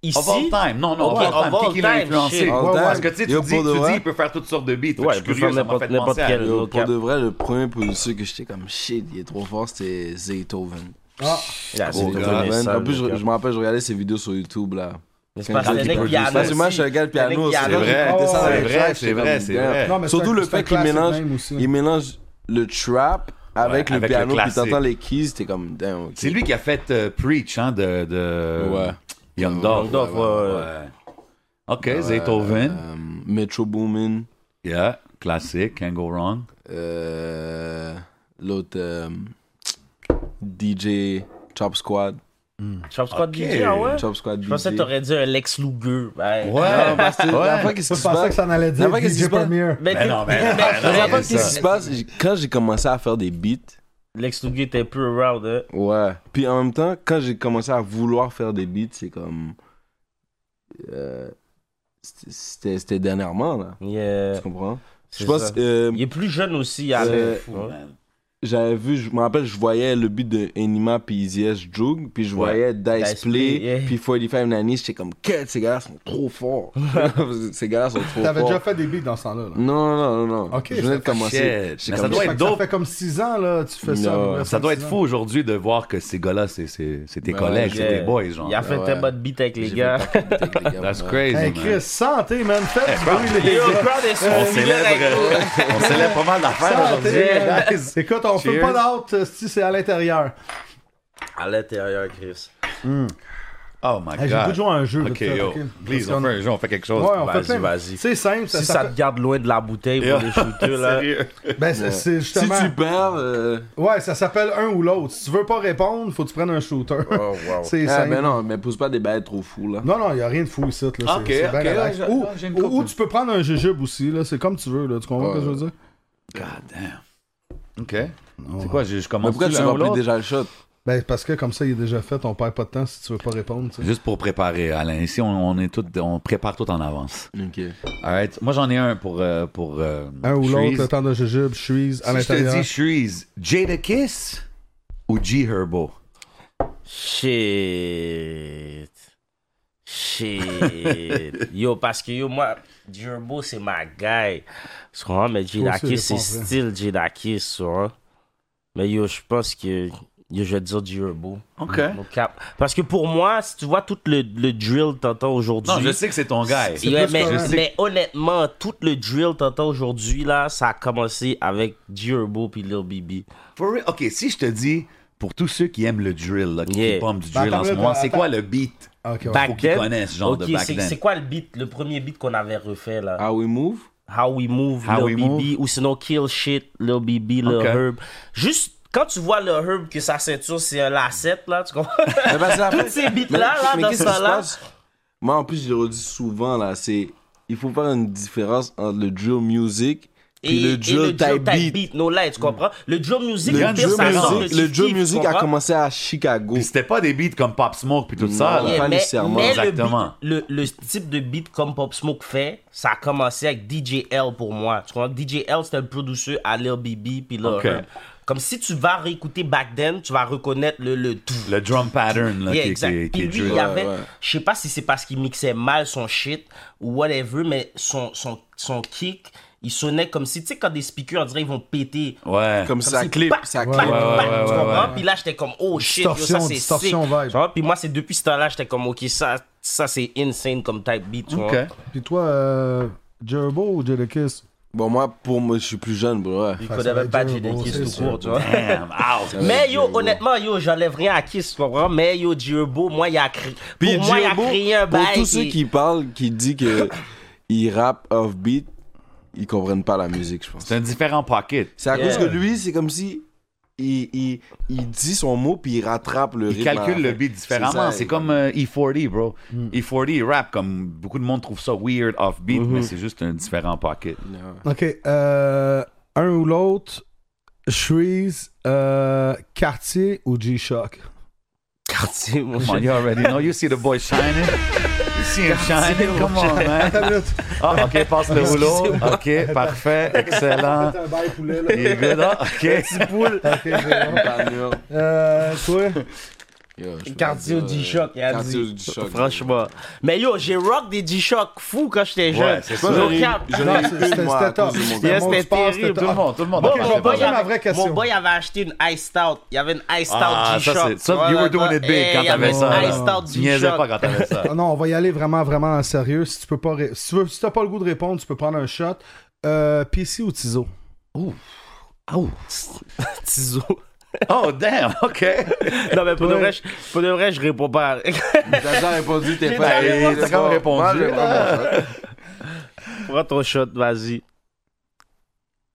Speaker 6: ici.
Speaker 4: Of all time, non, non, of
Speaker 6: Ok,
Speaker 4: all
Speaker 6: of
Speaker 4: time,
Speaker 6: all
Speaker 4: qui l'a
Speaker 6: time,
Speaker 4: influencé?
Speaker 6: shit.
Speaker 5: All
Speaker 2: Ouais, ouais.
Speaker 4: Parce que tu sais, tu
Speaker 5: Yo,
Speaker 4: dis,
Speaker 5: pour de
Speaker 4: tu
Speaker 5: vrai.
Speaker 4: dis, il peut faire toutes sortes de beats. Fait que
Speaker 6: Ouais,
Speaker 4: je suis
Speaker 6: il peut
Speaker 4: curieux,
Speaker 6: faire
Speaker 4: ça m'a fait
Speaker 6: n'importe-
Speaker 4: penser à-
Speaker 6: n'importe
Speaker 5: Yo,
Speaker 6: Au
Speaker 5: pour
Speaker 6: cap.
Speaker 5: de vrai, le premier producer que j'étais comme shit, il est trop fort, c'était Zaytoven.
Speaker 2: Ah,
Speaker 6: Là, Ah, c'est
Speaker 5: Zaytoven.
Speaker 6: des
Speaker 4: gars,
Speaker 6: données
Speaker 5: Oh, man.
Speaker 6: sales,
Speaker 5: En plus,
Speaker 6: le
Speaker 5: je,
Speaker 6: gars.
Speaker 5: je me rappelle, je regardais ses vidéos sur YouTube là.
Speaker 6: Mais c'est parce
Speaker 5: Quand
Speaker 6: que le
Speaker 5: il
Speaker 6: mec,
Speaker 5: produit.
Speaker 6: il y a un
Speaker 5: Parce que moi, je
Speaker 6: aussi.
Speaker 5: regardais le
Speaker 6: Le mec,
Speaker 5: piano.
Speaker 6: il y a
Speaker 5: c'est
Speaker 6: un
Speaker 5: vrai.
Speaker 4: vrai,
Speaker 5: Il descend
Speaker 4: c'est
Speaker 5: avec
Speaker 4: vrai,
Speaker 5: ça,
Speaker 4: c'est
Speaker 5: j'étais
Speaker 4: vrai,
Speaker 5: comme,
Speaker 4: c'est
Speaker 5: damn.
Speaker 4: vrai.
Speaker 2: Oh, Non, mais c'est
Speaker 5: Surtout
Speaker 2: un-
Speaker 5: le
Speaker 2: c'est un
Speaker 5: fait qu'il
Speaker 2: classique
Speaker 5: mélange,
Speaker 2: même aussi.
Speaker 5: il mélange le trap
Speaker 4: Ouais,
Speaker 5: avec le
Speaker 4: avec le
Speaker 5: piano, puis
Speaker 4: classique.
Speaker 5: t'entends les keys, t'es comme damn. ok.
Speaker 4: C'est lui qui a fait euh, Preach, hein, de, de...
Speaker 5: Ouais.
Speaker 4: Young Dog.
Speaker 6: Young Dog, ouais, ouais.
Speaker 4: OK, Zaytoven.
Speaker 5: Euh, Metro Boomin.
Speaker 4: Yeah, classique, Can't Go Wrong.
Speaker 5: Euh, L'autre. euh, DJ Chop Squad.
Speaker 6: Chop Squad DJ, ah ouais?
Speaker 5: Chop Squad
Speaker 6: Je pensais que
Speaker 5: DJ.
Speaker 6: t'aurais dit un Lex Luger. ben.
Speaker 5: Non, parce que Ah, bah, la fois, qu'est-ce
Speaker 2: Je
Speaker 5: qui se passe?
Speaker 2: pensais que ça en allait
Speaker 5: La
Speaker 2: dire
Speaker 5: fois, qu'est-ce qui
Speaker 2: DJ
Speaker 5: se passe?
Speaker 2: Premier.
Speaker 6: Mais
Speaker 4: Ben
Speaker 6: t'es-
Speaker 4: non, ben non, ben
Speaker 6: mais-
Speaker 4: non,
Speaker 5: La
Speaker 6: mais-
Speaker 5: fois,
Speaker 4: ben
Speaker 5: qu'est-ce qui
Speaker 4: ça.
Speaker 5: se passe? j'ai- Quand j'ai commencé à faire des beats,
Speaker 6: Lex Luger était un peu around, hein.
Speaker 5: Ouais. Puis en même temps, quand j'ai commencé à vouloir faire des beats, c'est comme. euh, c'était- C'était c'était dernièrement, là.
Speaker 6: Yeah.
Speaker 5: Tu comprends?
Speaker 6: c'est
Speaker 5: Je pense.
Speaker 6: ça.
Speaker 5: euh,
Speaker 6: Il est plus jeune aussi,
Speaker 5: Euh,
Speaker 6: Alain.
Speaker 4: Ouais.
Speaker 5: J'avais vu, je me rappelle, je voyais le beat de Enima puis Easy S Jug, puis je voyais Dice,
Speaker 6: Dice
Speaker 5: Play,
Speaker 6: Play, yeah.
Speaker 5: puis 45 Nanny, j'étais comme, que ces gars-là sont trop forts. ces gars-là sont trop
Speaker 2: T'avais
Speaker 5: forts.
Speaker 2: déjà fait des beats dans ce temps-là. là.
Speaker 5: Non, non, non, non.
Speaker 2: Ok,
Speaker 5: je
Speaker 2: ça
Speaker 5: venais de
Speaker 2: fait
Speaker 5: commencer.
Speaker 4: shit.
Speaker 5: J'étais
Speaker 4: Mais ça
Speaker 5: comme,
Speaker 4: doit
Speaker 2: Ça
Speaker 4: être
Speaker 2: fait que
Speaker 4: dope.
Speaker 2: Ça fait comme 6 ans, là, tu fais ça.
Speaker 5: Non.
Speaker 2: ouais,
Speaker 4: Ça doit
Speaker 2: six
Speaker 4: être
Speaker 2: ans.
Speaker 4: fou aujourd'hui de voir que ces gars-là, c'est- c'est c'est tes
Speaker 2: Bah,
Speaker 5: Ben
Speaker 4: collègues,
Speaker 5: ouais,
Speaker 4: c'est tes
Speaker 6: yeah.
Speaker 4: boys, genre.
Speaker 6: Il a fait
Speaker 5: Ouais.
Speaker 6: un bon beat avec les
Speaker 5: J'ai
Speaker 6: gars.
Speaker 5: fait un paquet de beats, les gars,
Speaker 4: That's
Speaker 5: ouais.
Speaker 4: crazy,
Speaker 2: Hey
Speaker 4: man.
Speaker 2: Chris, santé, man. Faites du bruit, les
Speaker 6: Yo, le
Speaker 2: gars.
Speaker 6: crowd est
Speaker 4: On
Speaker 6: sous-
Speaker 4: célèbre, on célèbre pas mal d'affaires
Speaker 2: Santé,
Speaker 4: aujourd'hui.
Speaker 2: man.
Speaker 4: guys.
Speaker 2: Écoute, on fait
Speaker 4: Cheers.
Speaker 2: pas d'out si c'est à l'intérieur.
Speaker 6: À l'intérieur, Chris.
Speaker 4: Oh my
Speaker 2: Hey, J'ai le goût de
Speaker 4: God.
Speaker 2: jouer à un jeu.
Speaker 4: Ok,
Speaker 2: de tout ça,
Speaker 4: yo,
Speaker 2: ok?
Speaker 4: please,
Speaker 2: Parce
Speaker 4: on
Speaker 2: qu'on-
Speaker 4: fait un jeu, on fait quelque chose.
Speaker 2: Ouais, on fait
Speaker 6: Vas-y,
Speaker 2: plein.
Speaker 6: vas-y.
Speaker 2: C'est simple, ça,
Speaker 6: Si
Speaker 2: ça
Speaker 6: ça
Speaker 2: fait-
Speaker 6: te garde loin de la bouteille pour
Speaker 4: Yeah.
Speaker 6: les shooters, là.
Speaker 4: Sérieux.
Speaker 2: Ben, c'est- c'est
Speaker 5: Si
Speaker 2: justement.
Speaker 5: tu perds. euh,
Speaker 2: Ouais, ça s'appelle un ou l'autre. Si tu veux pas répondre, faut que tu prennes un shooter.
Speaker 6: Oh, wow.
Speaker 2: C'est
Speaker 5: Ah,
Speaker 2: simple.
Speaker 5: ben non, mais pousse pas des bêtes trop fous, là.
Speaker 2: Non, non, il a rien de fou ici. Là. C'est-
Speaker 4: Ok,
Speaker 2: c'est bien
Speaker 4: ok,
Speaker 2: relax.
Speaker 4: ouais, j'ai-
Speaker 2: ou,
Speaker 4: j'ai une
Speaker 2: ou-
Speaker 4: couple.
Speaker 2: ou tu peux prendre un jujube aussi, là. c'est comme tu veux. Là. Tu comprends ce que je veux dire?
Speaker 4: God damn. OK. C'est quoi, je, je
Speaker 5: Mais
Speaker 4: commence
Speaker 5: pourquoi tu
Speaker 4: l'un ou
Speaker 5: remplis
Speaker 4: l'autre?
Speaker 5: déjà le shot?
Speaker 2: Ben, parce que comme ça, il est déjà fait. On perd pas de temps si tu veux pas répondre. tu sais.
Speaker 4: Juste pour préparer, Alain. Ici, on, on est tout, on prépare tout en avance.
Speaker 5: Ok.
Speaker 4: All right. Moi, j'en ai un pour... euh, pour euh,
Speaker 2: Un ou l'autre,
Speaker 4: Shreeze.
Speaker 2: le temps de jujube, Shreeze, à
Speaker 4: Si je te
Speaker 2: l'intérieur.
Speaker 4: dis Shreeze, Jada Kiss ou G Herbo?
Speaker 6: Shit. Shit. yo, parce que yo, moi, Durbo, c'est ma guy. Tu comprends? Mais
Speaker 2: aussi,
Speaker 6: Jidakis,
Speaker 2: je
Speaker 6: c'est
Speaker 2: pense, hein.
Speaker 6: style Jidakis, tu vois. Mais yo, je pense que. Yo, je vais dire Durbo.
Speaker 4: OK.
Speaker 6: Mon cap. Parce que pour moi, si tu vois tout le, le drill que t'entends aujourd'hui.
Speaker 4: Non, je sais que c'est ton gars.
Speaker 6: Ouais,
Speaker 2: plus
Speaker 6: mais,
Speaker 2: correct.
Speaker 6: mais honnêtement, tout le drill que t'entends aujourd'hui, là, ça a commencé avec Durbo puis Lil Bibi.
Speaker 4: For real? OK, si je te dis, pour tous ceux qui aiment le drill, là, qui, qui
Speaker 6: Yeah.
Speaker 4: pompent du
Speaker 2: Ben,
Speaker 4: drill en
Speaker 2: attends,
Speaker 4: ce moment,
Speaker 2: attends.
Speaker 4: c'est quoi le beat?
Speaker 2: Ok, ouais.
Speaker 6: Back
Speaker 4: Faut qu'ils
Speaker 6: then.
Speaker 4: connaissent ce genre de
Speaker 6: Ok,
Speaker 4: back
Speaker 6: c'est-
Speaker 4: then.
Speaker 6: C'est quoi le beat, le premier beat qu'on avait refait là?
Speaker 5: How we move?
Speaker 6: How We Move,
Speaker 4: How We
Speaker 6: Lil BB, ou sinon Kill Shit, Lil BB, Lil
Speaker 4: Ok.
Speaker 6: Herb. Juste quand tu vois Lil Herb que sa ceinture c'est un lacet, là, tu comprends?
Speaker 5: Mais parce que la
Speaker 6: Toutes
Speaker 5: fin-
Speaker 6: ces beats-là,
Speaker 5: ben, Mais-
Speaker 6: là,
Speaker 5: mais
Speaker 6: dans
Speaker 5: qu'est-ce
Speaker 6: ce
Speaker 5: qui se
Speaker 6: temps-là.
Speaker 5: passe? Moi, en plus, je le redis souvent, là, c'est. Il faut faire une différence entre le drill music et, le drill type beat.
Speaker 6: no lie, tu comprends? Le drill music,
Speaker 5: Le
Speaker 6: au pire,
Speaker 5: drill
Speaker 6: ça
Speaker 4: music-
Speaker 6: sort de
Speaker 5: music, le
Speaker 6: Chief
Speaker 5: drill
Speaker 6: Keef,
Speaker 5: music
Speaker 6: tu
Speaker 5: a
Speaker 6: comprends?
Speaker 5: commencé à Chicago.
Speaker 4: Puis c'était pas des beats comme Pop Smoke puis tout ça.
Speaker 5: Non.
Speaker 4: là.
Speaker 6: Yeah,
Speaker 5: pas
Speaker 6: mais,
Speaker 5: nécessairement.
Speaker 6: mais le,
Speaker 4: Exactement.
Speaker 6: beat- le, le type de beat comme Pop Smoke fait, ça a commencé avec DJ L pour moi. Tu comprends? DJ L, c'était le producer à Lil BB puis Lil
Speaker 4: Ok.
Speaker 6: Herb. Comme si tu vas réécouter Back Then, tu vas reconnaître le, le tout.
Speaker 4: Le drum pattern là,
Speaker 6: Yeah,
Speaker 4: qui,
Speaker 6: exact.
Speaker 4: qui- qui
Speaker 6: Puis
Speaker 4: est
Speaker 6: lui,
Speaker 4: drill.
Speaker 6: il avait,
Speaker 5: Ouais, ouais.
Speaker 6: je sais pas si c'est parce qu'il mixait mal son shit ou whatever, mais son, son, son kick, il sonnait comme si, tu sais, quand des speakers, on dirait, ils vont péter.
Speaker 4: Ouais.
Speaker 5: Comme ça
Speaker 6: si,
Speaker 5: clip,
Speaker 6: pac,
Speaker 5: ça
Speaker 6: pac,
Speaker 5: clip.
Speaker 6: pac,
Speaker 4: Ouais, ouais,
Speaker 6: pac,
Speaker 4: ouais,
Speaker 6: tu
Speaker 4: ouais,
Speaker 6: comprends?
Speaker 4: ouais.
Speaker 6: Puis là, j'étais comme, oh shit, yo, ça
Speaker 2: Distorsion,
Speaker 6: c'est sick.
Speaker 2: distorsion vibe.
Speaker 6: Tu vois? Puis moi, c'est depuis ce temps-là, j'étais comme, ok, ça, ça c'est insane comme type beat, tu
Speaker 4: OK.
Speaker 6: vois.
Speaker 2: Puis toi, euh, Jerbo ou Jadakiss?
Speaker 5: Bon, moi, pour moi, je suis plus jeune, bro. ouais.
Speaker 6: Il
Speaker 2: Ça, ça
Speaker 6: connaît
Speaker 2: va
Speaker 6: même pas
Speaker 2: être
Speaker 6: Jay
Speaker 2: dur,
Speaker 6: Kiss
Speaker 2: bon,
Speaker 6: tout
Speaker 2: c'est
Speaker 6: court, tu vois.
Speaker 4: Damn, out.
Speaker 6: Mais yo,
Speaker 5: Jay-Bo.
Speaker 6: honnêtement, yo, j'enlève rien à Kiss, tu comprends? Mais yo, Durbo, moi, il a créé.
Speaker 5: Puis
Speaker 6: Pour moi, il a
Speaker 5: Jumbo,
Speaker 6: créé un
Speaker 5: Pour
Speaker 6: bail.
Speaker 5: tous ceux
Speaker 6: et-
Speaker 5: qui parlent, qui disent que ils rappent off-beat, ils comprennent pas la musique, je pense.
Speaker 4: C'est un différent pocket.
Speaker 5: C'est à
Speaker 6: Yeah.
Speaker 5: cause que lui, c'est comme si il, il, il dit son mot puis il rattrape le
Speaker 4: Il
Speaker 5: rythme à la
Speaker 4: calcule le
Speaker 5: fin.
Speaker 4: beat différemment.
Speaker 5: ça,
Speaker 4: C'est
Speaker 5: il-
Speaker 4: comme euh, E40, bro.
Speaker 2: Hmm.
Speaker 4: E40, il rap comme beaucoup de monde trouve ça weird
Speaker 6: Mm-hmm.
Speaker 4: off-beat, mais c'est juste un différent pocket.
Speaker 2: Ok, euh, un ou l'autre, Shreeze, euh, Cartier ou G-Shock?
Speaker 6: Quartier, mon
Speaker 4: Come on, you already know. You see the boy shining. You see him shining. Come on, man. Ah, OK, passe le rouleau. OK, parfait. Excellent.
Speaker 2: un bail poulet,
Speaker 4: Ah. Il est good, hein? OK.
Speaker 2: poule. Ok, c'est bon.
Speaker 5: Yo,
Speaker 2: Euh, toi?
Speaker 5: je peux
Speaker 6: Cardio
Speaker 5: pas dire,
Speaker 6: D-Shock, il a
Speaker 5: Cardio
Speaker 6: dit.
Speaker 5: D-Shock.
Speaker 6: Franchement. Mais yo, j'ai rock des G-Shock fous quand j'étais jeune.
Speaker 4: c'est
Speaker 5: Moi,
Speaker 4: ça.
Speaker 6: No
Speaker 5: j'en ai-
Speaker 6: cap.
Speaker 5: j'en ai
Speaker 2: Non,
Speaker 5: eu
Speaker 2: c'était-
Speaker 5: une, moi, à
Speaker 2: c'était top.
Speaker 5: cause de mon
Speaker 2: C'était
Speaker 5: gars.
Speaker 6: Yes,
Speaker 2: mon
Speaker 6: c'était
Speaker 2: sport,
Speaker 6: terrible,
Speaker 2: c'était
Speaker 4: Tout le
Speaker 2: top.
Speaker 4: monde, tout le monde.
Speaker 6: Bon,
Speaker 4: Ok,
Speaker 2: je
Speaker 6: mon,
Speaker 2: vais
Speaker 4: c'est
Speaker 6: boy,
Speaker 2: poser
Speaker 4: pas
Speaker 2: ma
Speaker 6: avait-
Speaker 2: vraie question.
Speaker 6: mon boy avait acheté une Ice Out. Il y avait une Ice Out
Speaker 4: Ah, ça,
Speaker 6: G-Shock.
Speaker 4: c'est- ça,
Speaker 6: Voilà,
Speaker 4: you were doing
Speaker 6: ça.
Speaker 4: it big
Speaker 6: Eh,
Speaker 4: quand
Speaker 6: il y avait
Speaker 4: t'avais
Speaker 6: une
Speaker 4: ça. là.
Speaker 6: Ice Out
Speaker 4: Tu niaisais pas
Speaker 6: G-Shock.
Speaker 4: quand t'avais ça.
Speaker 2: Ah Non, on va y aller vraiment, vraiment en sérieux. Si tu peux pas, ré- si tu veux, si t'as pas le goût de répondre, tu peux prendre un shot. Euh, PC ou Tizo?
Speaker 4: Oh,
Speaker 6: Tizo.
Speaker 4: oh damn, OK.
Speaker 6: Non, mais pour de vrai, je- pour de vrai, je réponds pas.
Speaker 5: T'as déjà répondu, t'es
Speaker 6: J'ai déjà
Speaker 5: pas.
Speaker 6: répondu.
Speaker 5: T'as quand même répondu.
Speaker 6: Prends ton shot, vas-y.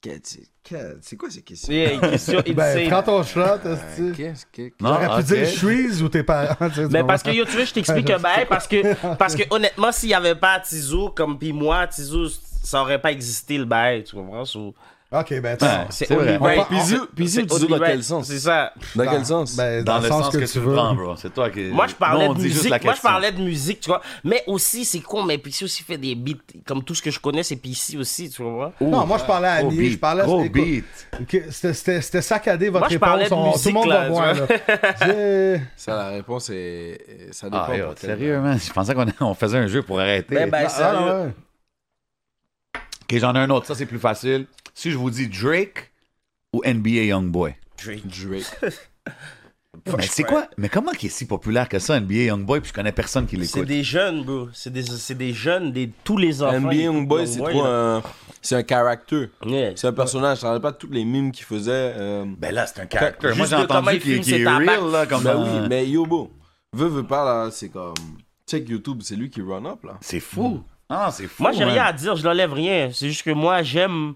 Speaker 5: Qu'est-ce que- C'est quoi ces questions?
Speaker 6: Yeah, question
Speaker 2: Ben,
Speaker 6: insane.
Speaker 2: prends ton shot,
Speaker 5: Euh,
Speaker 2: esti.
Speaker 5: Qu'est-ce que.
Speaker 2: J'aurais pu
Speaker 4: Ah, ok.
Speaker 2: dire Shreeze ou tes parents. tu sais,
Speaker 6: Mais
Speaker 2: tu
Speaker 6: parce que
Speaker 2: comprends?
Speaker 6: yo, tu veux, je t'explique un bail parce que, parce que honnêtement, s'il n'y avait pas Tizou comme puis moi, Tizou, ça aurait pas existé le bail, tu comprends? So,
Speaker 2: Ok, ben, tu
Speaker 4: Ouais.
Speaker 6: c'est
Speaker 4: C'est vrai.
Speaker 6: only
Speaker 2: On
Speaker 6: right.
Speaker 2: part-
Speaker 5: Puis ou
Speaker 6: C'est
Speaker 5: Pizou,
Speaker 6: only
Speaker 5: dans
Speaker 6: right.
Speaker 5: quel sens?
Speaker 6: C'est ça.
Speaker 5: Dans quel sens?
Speaker 2: Ben,
Speaker 4: Dans, le sens que, tu
Speaker 2: veux.
Speaker 4: prends, bro. C'est toi qui.
Speaker 6: Moi, je parlais
Speaker 4: Nous, on
Speaker 6: de
Speaker 4: dit juste
Speaker 6: musique.
Speaker 4: la
Speaker 6: Moi, je
Speaker 4: question.
Speaker 6: parlais de musique, tu vois. Mais aussi, c'est con, mais Pixie aussi fait des beats comme tout ce que je connais, c'est Pixie aussi, tu vois.
Speaker 2: Non, moi, je parlais à
Speaker 4: Gros
Speaker 2: Annie, je
Speaker 4: beat,
Speaker 2: parlais
Speaker 4: Gros
Speaker 2: écoute,
Speaker 4: beat.
Speaker 2: ok, C'était c'était- c'était saccadé votre
Speaker 6: Moi, je
Speaker 2: réponse.
Speaker 6: parlais de
Speaker 2: on- tout le
Speaker 6: musique,
Speaker 2: monde
Speaker 6: là,
Speaker 2: va
Speaker 6: tu
Speaker 2: voir.
Speaker 6: vois.
Speaker 2: là. J'ai-
Speaker 5: Ça, la réponse est. Ça dépend.
Speaker 4: Ah,
Speaker 5: pour
Speaker 4: yo,
Speaker 5: quel-
Speaker 4: sérieux, man. Je pensais qu'on on faisait un jeu pour arrêter.
Speaker 6: Ben, ben,
Speaker 2: Ah,
Speaker 6: sérieux.
Speaker 2: ouais.
Speaker 4: Ok, j'en ai un autre. Ça, c'est plus facile. Si je vous dis Drake ou NBA Youngboy.
Speaker 5: Drake.
Speaker 4: Mais c'est quoi? Mais comment qui est si populaire que ça, NBA Youngboy, puis je connais personne qui
Speaker 6: C'est
Speaker 4: l'écoute?
Speaker 6: des jeunes, bro. C'est des, c'est des jeunes, des, tous les enfants.
Speaker 5: NBA
Speaker 6: ils-
Speaker 5: Youngboy,
Speaker 6: ils
Speaker 5: c'est
Speaker 6: voient,
Speaker 5: trop
Speaker 6: là.
Speaker 5: un. C'est un caractère.
Speaker 6: Yeah.
Speaker 5: C'est un personnage. Je ne pas de tous les mimes qu'il faisait. euh,
Speaker 4: Ben là, c'est un caractère.
Speaker 6: Juste
Speaker 4: Moi, j'ai
Speaker 6: de comment
Speaker 4: entendu
Speaker 6: il
Speaker 4: qu'il
Speaker 6: fume
Speaker 4: qu'il est
Speaker 6: ses tabacs.
Speaker 4: real, là, comme
Speaker 5: Ben
Speaker 4: dans-
Speaker 5: oui, mais Yobo, veut, veut pas là, c'est comme. Check YouTube, c'est lui qui run up là.
Speaker 4: C'est fou. Ah, c'est fou.
Speaker 6: Moi, j'ai
Speaker 4: man.
Speaker 6: rien à dire, je l'enlève rien. C'est juste que moi, j'aime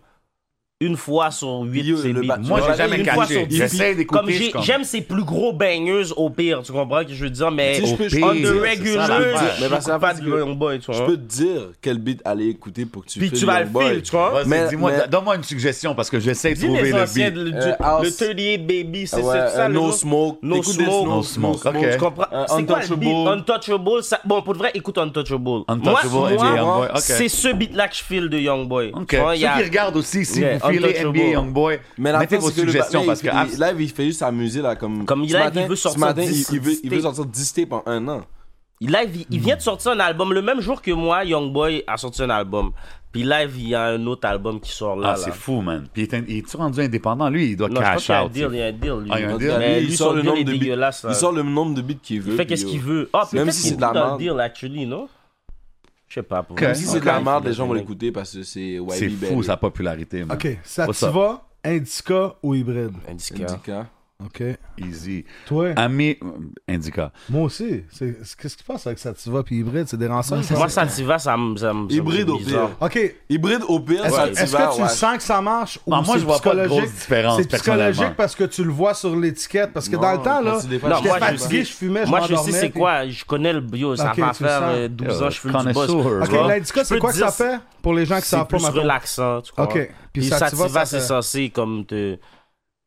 Speaker 6: une fois sur huit
Speaker 5: Yo,
Speaker 6: ses
Speaker 5: le
Speaker 6: beats.
Speaker 5: bat-
Speaker 4: Moi, j'ai
Speaker 5: Voilà,
Speaker 4: jamais
Speaker 6: une fois
Speaker 4: catché.
Speaker 6: sur dix.
Speaker 4: J'essaie
Speaker 6: Comme
Speaker 4: d'écouter.
Speaker 6: j'ai-
Speaker 4: je comme-
Speaker 6: j'aime ses plus gros bangers au pire, tu comprends ce que je veux dire? Mais
Speaker 5: Tu sais,
Speaker 4: Au
Speaker 5: je peux- je
Speaker 4: pire,
Speaker 5: peux
Speaker 6: on
Speaker 5: te
Speaker 6: the
Speaker 5: dire-
Speaker 4: ça,
Speaker 6: regular,
Speaker 4: l'affaire.
Speaker 6: je
Speaker 5: Mais ben, parce
Speaker 6: écoute
Speaker 5: que la
Speaker 6: pas
Speaker 5: face
Speaker 6: de
Speaker 5: que-
Speaker 6: Young Boy, tu
Speaker 5: Je
Speaker 6: vois.
Speaker 5: peux te dire quel beat aller écouter pour que tu
Speaker 6: Puis
Speaker 5: files
Speaker 6: tu vas le
Speaker 5: Young Boy.
Speaker 6: filer, tu vois.
Speaker 4: Vas-y,
Speaker 5: Mais-
Speaker 4: dis-moi,
Speaker 5: mais-
Speaker 4: donne-moi une suggestion parce que j'essaie de
Speaker 6: Dis
Speaker 4: trouver
Speaker 6: les
Speaker 4: le
Speaker 6: anciens,
Speaker 4: beat.
Speaker 6: le,
Speaker 5: Euh,
Speaker 6: le
Speaker 5: House.
Speaker 6: 38 Baby, c'est
Speaker 5: Ouais,
Speaker 6: c'est ça
Speaker 5: euh,
Speaker 6: le
Speaker 5: No
Speaker 6: nom?
Speaker 5: Smoke.
Speaker 6: No
Speaker 5: T'écoutes des
Speaker 6: Smoke.
Speaker 4: No Smoke, ok.
Speaker 6: Tu comprends?
Speaker 5: Euh,
Speaker 6: c'est quoi le beat?
Speaker 5: Untouchable.
Speaker 6: Untouchable. ça- Bon, pour de vrai, écoute Untouchable.
Speaker 4: Untouchable,
Speaker 6: moi,
Speaker 4: NBA
Speaker 6: moi,
Speaker 4: Youngboy, ok.
Speaker 6: c'est ce beat-là que je file de Youngboy.
Speaker 4: Ok.
Speaker 6: Tu vois, il y
Speaker 4: Ceux
Speaker 6: a-
Speaker 4: qui regardent aussi, si
Speaker 6: Yeah,
Speaker 4: vous filez
Speaker 6: Untouchable.
Speaker 4: NBA Youngboy,
Speaker 5: Mais la
Speaker 4: mettez
Speaker 5: fin,
Speaker 4: vos
Speaker 5: c'est que le bat-
Speaker 4: suggestions
Speaker 5: là,
Speaker 4: parce que...
Speaker 5: il-
Speaker 4: ah,
Speaker 5: il- Là, il fait juste s'amuser là. Comme,
Speaker 6: Comme il-
Speaker 5: ce
Speaker 6: là, il
Speaker 5: matin-
Speaker 6: veut sortir
Speaker 5: Ce matin, il,
Speaker 6: 10,
Speaker 5: il veut, il veut
Speaker 6: 10.
Speaker 5: sortir 10 tapes en un an.
Speaker 6: Live, il, il vient de sortir un album le même jour que moi, Youngboy a sorti un album. Puis live, il y a un autre album qui sort là.
Speaker 4: Ah,
Speaker 6: là.
Speaker 4: c'est fou, man. Puis il est un- il est rendu indépendant, lui, il doit
Speaker 6: Non, je pense
Speaker 4: cash
Speaker 6: qu'il y a un
Speaker 4: out.
Speaker 6: deal, il y a un deal. lui.
Speaker 4: Ah, il y a un deal.
Speaker 6: Mais
Speaker 5: Lui,
Speaker 6: lui, son deal
Speaker 5: beats-
Speaker 6: est dégueulasse. là.
Speaker 5: Il sort le nombre de beats qu'il veut.
Speaker 6: Il fait
Speaker 5: puis,
Speaker 6: qu'est-ce
Speaker 5: yo.
Speaker 6: qu'il veut. Ah,
Speaker 5: Même
Speaker 6: peut-être
Speaker 5: si
Speaker 6: qu'il
Speaker 5: c'est
Speaker 6: est
Speaker 5: de la
Speaker 6: dans le
Speaker 5: merde.
Speaker 6: deal, actually, non? Je sais pas. Pour
Speaker 4: Ok.
Speaker 6: vrai.
Speaker 5: Si
Speaker 4: Ok.
Speaker 5: c'est de la merde, les gens vont
Speaker 6: Ok.
Speaker 5: l'écouter parce que c'est YB
Speaker 4: C'est fou,
Speaker 5: Belly.
Speaker 4: sa popularité, man.
Speaker 2: Ok,
Speaker 4: What's up?
Speaker 2: Sativa, Indica ou Hybride
Speaker 6: Indica.
Speaker 5: Indica.
Speaker 2: Ok.
Speaker 4: Easy.
Speaker 2: Toi,
Speaker 4: Ami... Indica.
Speaker 2: moi aussi. c'est- c'est- Qu'est-ce qui se passe avec Sativa puis Hybride C'est des rançons
Speaker 6: Moi, Sativa, ça me. ça me- ça me-
Speaker 5: Hybride au
Speaker 6: c'est bizarre.
Speaker 5: pire.
Speaker 2: Ok.
Speaker 5: Hybride au pire, ça
Speaker 2: Est-ce que tu le sens que ça
Speaker 6: Bah,
Speaker 2: marche ou
Speaker 4: Non, moi,
Speaker 2: c'est
Speaker 4: je vois pas de
Speaker 2: psychologique?
Speaker 4: grosse différence,
Speaker 2: C'est psychologique
Speaker 4: personnellement.
Speaker 2: parce que tu le vois sur l'étiquette. Parce que dans le temps, là,
Speaker 6: Non,
Speaker 2: j'étais
Speaker 6: moi, je
Speaker 2: fatigué,
Speaker 6: sais-
Speaker 2: je fumais, je
Speaker 6: Moi, je sais
Speaker 2: m'endormais,
Speaker 6: c'est
Speaker 2: puis-
Speaker 6: quoi. Je connais le bio. Ça
Speaker 2: Ok,
Speaker 6: va
Speaker 2: tu le
Speaker 6: faire
Speaker 2: sens.
Speaker 6: euh, 12 ans, je fais du boss.
Speaker 4: Connoisseur.
Speaker 2: Ok,
Speaker 4: bro.
Speaker 2: l'Indica,
Speaker 6: peux
Speaker 2: c'est quoi
Speaker 6: te
Speaker 2: que
Speaker 6: dire,
Speaker 2: ça fait pour les gens qui
Speaker 6: C'est
Speaker 2: savent pas
Speaker 6: plus
Speaker 2: maintenant?
Speaker 6: relaxant, tu comprends.
Speaker 2: Ok. Puis
Speaker 6: Puis
Speaker 2: Sativa,
Speaker 6: Sativa,
Speaker 2: ça
Speaker 6: c'est
Speaker 2: fait-
Speaker 6: censé comme te...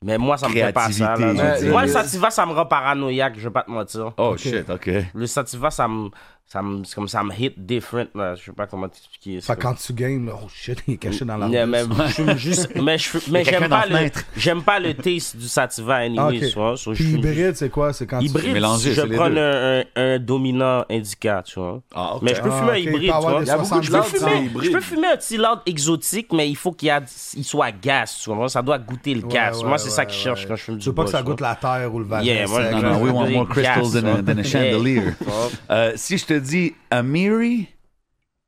Speaker 6: Mais moi, ça me fait pas ça. là.
Speaker 4: Créativité,
Speaker 5: je veux
Speaker 6: Moi, le
Speaker 5: dire.
Speaker 6: Sativa, ça me rend paranoïaque, je vais pas te mentir.
Speaker 4: Oh, shit, OK.
Speaker 6: Le Sativa, ça me... Ça me, c'est comme ça me hit different, là. Je sais pas comment t'expliquer.
Speaker 2: Fait
Speaker 6: ça.
Speaker 2: que quand tu games, là, oh shit, il est caché dans la
Speaker 6: Yeah, mais je fume juste, mais je fume- mais
Speaker 4: quelqu'un
Speaker 6: j'aime
Speaker 4: dans
Speaker 6: pas
Speaker 4: la
Speaker 6: le,
Speaker 4: fenêtre.
Speaker 6: j'aime pas le taste du sativa anyway,
Speaker 2: Ah, Ok.
Speaker 6: tu vois. so je
Speaker 2: Puis
Speaker 6: fume juste-
Speaker 2: hybride, c'est quoi? C'est quand tu-
Speaker 6: Hybride,
Speaker 4: Mélanger,
Speaker 6: je
Speaker 4: c'est les
Speaker 6: prends
Speaker 4: deux.
Speaker 6: un, un, un dominant indica, tu vois.
Speaker 4: Ah, OK.
Speaker 6: Mais je peux
Speaker 2: Ah,
Speaker 6: fumer
Speaker 2: ok,
Speaker 6: un
Speaker 2: il peut
Speaker 6: hybride, tu
Speaker 2: avoir
Speaker 6: vois.
Speaker 2: des Il y a beaucoup de
Speaker 6: je, peux
Speaker 2: 60
Speaker 5: gens
Speaker 6: fumer,
Speaker 5: qui sont
Speaker 6: je peux
Speaker 5: hybrides.
Speaker 6: fumer un petit loud exotique, mais il faut qu'il y a- il soit à gaz, tu vois. Ça doit goûter le
Speaker 2: Ouais,
Speaker 6: gaz.
Speaker 2: ouais,
Speaker 6: Moi, c'est ça
Speaker 2: ouais,
Speaker 6: que je cherche
Speaker 2: ouais.
Speaker 6: quand je fume du
Speaker 2: Tu veux pas que
Speaker 6: bois,
Speaker 2: ça
Speaker 6: tu
Speaker 2: goûte
Speaker 6: vois.
Speaker 2: la terre ou le vagin
Speaker 6: Yeah, moi,
Speaker 2: sec,
Speaker 4: Non,
Speaker 2: là.
Speaker 4: non, we want more
Speaker 6: Gas,
Speaker 4: crystals than a,
Speaker 6: ouais.
Speaker 4: than a chandelier. Euh, si je te dis Amiri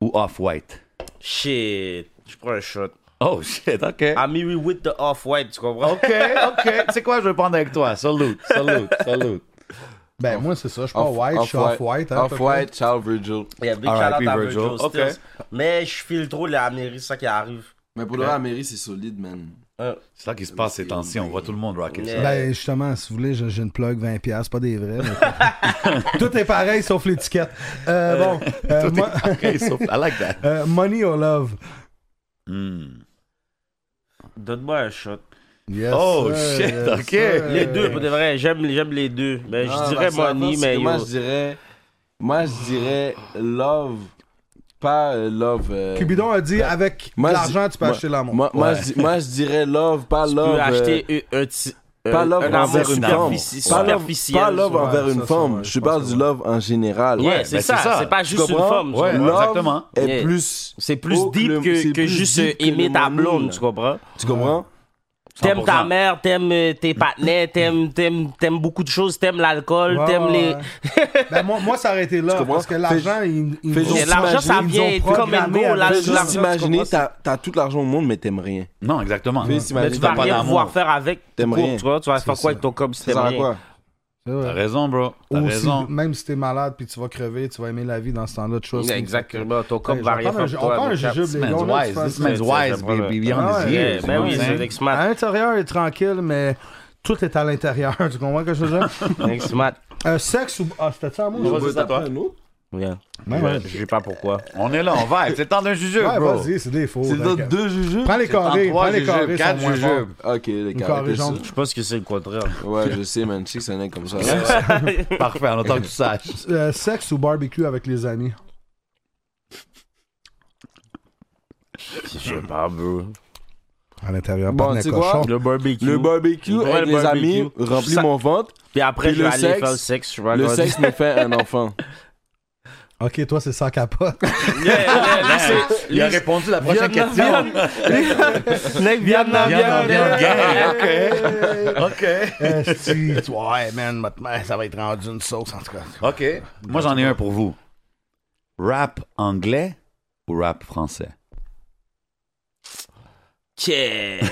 Speaker 4: ou Off-White?
Speaker 6: Shit. Je prends un shot.
Speaker 4: Oh, shit, OK.
Speaker 6: Amiri with the off-white, tu comprends?
Speaker 4: OK, OK. Tu sais quoi, je vais prendre avec toi. Salute, salute, salute.
Speaker 2: Ben, moi, c'est ça. Je suis pas white, je suis off-white. hein, peut-être.
Speaker 5: Off-white, Charles Virgil.
Speaker 6: Il y a big
Speaker 4: All right,
Speaker 6: shout-out
Speaker 4: puis
Speaker 6: à
Speaker 4: Virgil.
Speaker 6: Virgil
Speaker 4: Ok.
Speaker 6: Stills. Mais je file trop l'Amiri, c'est ça qui arrive.
Speaker 5: Mais pour le vrai, Amiri, c'est solide, man.
Speaker 6: Hein.
Speaker 4: C'est ça qui se passe ces temps-ci. On voit tout le monde rocker ça.
Speaker 6: Yeah.
Speaker 2: Ben, justement, si vous voulez, j'ai j'ai une plug 20$, pas des vrais. mais- Tout est pareil sauf l'étiquette. Euh, bon, euh,
Speaker 4: Tout est
Speaker 2: moi-
Speaker 4: pareil, sauf- I like that.
Speaker 2: euh, Money or Love?
Speaker 4: Hmm.
Speaker 6: Donne-moi un shot.
Speaker 2: Yes,
Speaker 4: Oh,
Speaker 2: sir,
Speaker 4: shit,
Speaker 2: yes,
Speaker 4: ok.
Speaker 2: sir.
Speaker 6: Les deux, pour de vrai, j'aime j'aime les deux. Mais
Speaker 5: Ah,
Speaker 6: je dirais
Speaker 5: Euh, parce que la
Speaker 6: Money,
Speaker 5: force,
Speaker 6: mais
Speaker 5: c'est que Moi,
Speaker 6: yo.
Speaker 5: je dirais. Moi, je dirais Love. Pas euh, Love. euh,
Speaker 2: Cupidon a dit avec
Speaker 5: moi, je
Speaker 2: l'argent,
Speaker 5: dis-
Speaker 2: tu peux
Speaker 5: moi-
Speaker 2: acheter l'amour.
Speaker 5: Moi, moi,
Speaker 4: Ouais.
Speaker 5: je dis- moi, je dirais Love, pas
Speaker 6: Tu
Speaker 5: Love.
Speaker 6: peux
Speaker 5: euh,
Speaker 6: acheter un, un, ti-
Speaker 5: Pas
Speaker 6: un-
Speaker 5: love
Speaker 6: un
Speaker 5: envers
Speaker 6: amour
Speaker 5: une femme.
Speaker 6: superfici-
Speaker 5: Pas love,
Speaker 6: superficiel.
Speaker 5: pas love
Speaker 6: Ouais,
Speaker 5: envers
Speaker 2: ouais,
Speaker 5: une
Speaker 2: ça,
Speaker 5: femme.
Speaker 2: ça, ouais,
Speaker 5: je
Speaker 2: je pense
Speaker 5: parle
Speaker 2: que
Speaker 5: du
Speaker 2: ouais.
Speaker 5: love en général.
Speaker 4: Ouais,
Speaker 6: c'est
Speaker 4: ben,
Speaker 6: ça,
Speaker 4: c'est ça.
Speaker 6: c'est pas
Speaker 5: Tu
Speaker 6: juste une
Speaker 5: comprends?
Speaker 6: femme. tu
Speaker 4: Ouais.
Speaker 6: comprends?
Speaker 5: Love
Speaker 4: exactement.
Speaker 5: est
Speaker 6: Yeah.
Speaker 5: plus.
Speaker 6: C'est plus
Speaker 5: haut
Speaker 6: deep
Speaker 5: le-
Speaker 6: que,
Speaker 5: c'est
Speaker 6: que
Speaker 5: plus
Speaker 6: juste
Speaker 5: deep que
Speaker 6: aimer
Speaker 5: le
Speaker 6: ta
Speaker 5: money,
Speaker 6: blonde,
Speaker 5: là.
Speaker 6: tu comprends?
Speaker 5: Tu comprends?
Speaker 6: T'aimes
Speaker 4: 100%.
Speaker 6: ta mère, t'aimes euh, tes partenaires, t'aimes, t'aimes, t'aimes beaucoup de choses, t'aimes l'alcool,
Speaker 2: Ouais,
Speaker 6: t'aimes les.
Speaker 2: ouais. ben, moi, moi, ça aurait été là.
Speaker 5: comprends?
Speaker 2: Parce que l'argent,
Speaker 5: Fais-
Speaker 2: il. il-
Speaker 5: fais-
Speaker 2: ils ont-
Speaker 6: Mais L'argent, ça
Speaker 2: ils
Speaker 6: vient
Speaker 2: ont
Speaker 6: comme un
Speaker 2: programmé
Speaker 6: go.
Speaker 2: avec
Speaker 6: l'argent,
Speaker 5: Juste
Speaker 6: tu comprends,
Speaker 5: imaginer,
Speaker 6: c'est-
Speaker 5: t'as t'as tout l'argent au monde, mais t'aimes rien.
Speaker 4: Non, exactement.
Speaker 5: Fais
Speaker 6: Mais
Speaker 5: t'imaginer
Speaker 6: tu
Speaker 5: t'as
Speaker 6: vas
Speaker 4: pas
Speaker 6: rien
Speaker 4: d'amour.
Speaker 6: pouvoir faire avec.
Speaker 5: T'aimes
Speaker 6: tout court,
Speaker 5: rien.
Speaker 6: Tu vois, tu vas faire quoi avec ton com si
Speaker 5: Ça
Speaker 6: t'aimes
Speaker 5: sert à
Speaker 6: rien?
Speaker 5: quoi?
Speaker 2: C'est vrai.
Speaker 4: T'as raison, bro. T'as
Speaker 2: Ou si-
Speaker 4: raison.
Speaker 2: même si t'es malade puis tu vas crever, tu vas aimer la vie dans ce temps-là, tu
Speaker 6: Exactement, ton
Speaker 2: Comme
Speaker 6: corps va rien faire pour
Speaker 2: On
Speaker 6: toi,
Speaker 2: prend
Speaker 6: mon
Speaker 2: un
Speaker 6: chap.
Speaker 2: jujube,
Speaker 4: This
Speaker 2: les
Speaker 4: man's
Speaker 2: gars, là, tu
Speaker 4: wise.
Speaker 2: fais
Speaker 4: This
Speaker 2: ça.
Speaker 4: man's wise.
Speaker 6: Ouais,
Speaker 4: Be beyond
Speaker 2: Ah ouais,
Speaker 4: his
Speaker 6: Eh,
Speaker 4: years. you know
Speaker 6: Ben oui,
Speaker 4: what I'm
Speaker 6: c'est
Speaker 4: saying?
Speaker 6: Rick Smart.
Speaker 2: À l'intérieur, il est tranquille, mais tout est à l'intérieur. Tu comprends ce que je veux dire?
Speaker 6: Rick Smart.
Speaker 2: Euh, sexe ou. Ah, c'était ça, moi?
Speaker 4: Vas-y, c'est à toi.
Speaker 5: Un autre?
Speaker 6: Yeah.
Speaker 2: Ouais,
Speaker 6: Je-
Speaker 2: ouais.
Speaker 6: Je sais pas pourquoi.
Speaker 4: On est là, on va. C'est le temps d'un jujube,
Speaker 2: Ouais,
Speaker 4: bro.
Speaker 2: vas-y, c'est des faux.
Speaker 5: C'est
Speaker 2: t'inquiète.
Speaker 5: dans deux jujubes?
Speaker 2: Prends les carrés, prends les carrés, sont
Speaker 4: 4
Speaker 2: moins forts.
Speaker 4: jujubes.
Speaker 5: Ok, les
Speaker 2: carré
Speaker 5: carrés.
Speaker 2: jaune.
Speaker 5: c'est
Speaker 6: Je pense que c'est le contraire.
Speaker 5: ça. Ouais, je sais, man. Je sais que c'est un mec comme ça.
Speaker 4: Parfait, en autant que tu saches.
Speaker 2: Euh, sexe ou barbecue avec les amis?
Speaker 6: Je sais pas, bro.
Speaker 2: À l'intérieur,
Speaker 5: Bon,
Speaker 2: bon,
Speaker 5: tu sais
Speaker 2: cochon.
Speaker 6: Le barbecue.
Speaker 5: Le barbecue
Speaker 6: Ouais,
Speaker 5: avec
Speaker 6: le
Speaker 5: les
Speaker 6: barbecue.
Speaker 5: amis remplit
Speaker 6: Ça-
Speaker 5: mon ventre.
Speaker 6: Puis après,
Speaker 5: Puis
Speaker 6: je vais
Speaker 5: le
Speaker 6: aller
Speaker 5: sexe.
Speaker 6: faire le sexe. Je vais
Speaker 5: Le
Speaker 6: aller-
Speaker 5: sexe me fait un enfant.
Speaker 2: Ok, toi, c'est ça capote.
Speaker 6: Yeah, yeah, yeah, c'est-
Speaker 4: Il a répondu la prochaine
Speaker 6: Vietnam,
Speaker 4: question.
Speaker 6: Vietnam,
Speaker 4: Vietnam,
Speaker 6: Vietnam.
Speaker 4: Vietnam, Ah, OK.
Speaker 2: Esti, tu vois, ouais, man, votre mère, ça va être rendu une sauce, en tout cas.
Speaker 4: OK. Moi, j'en ai un pour vous. Rap anglais ou rap français?
Speaker 6: Yeah.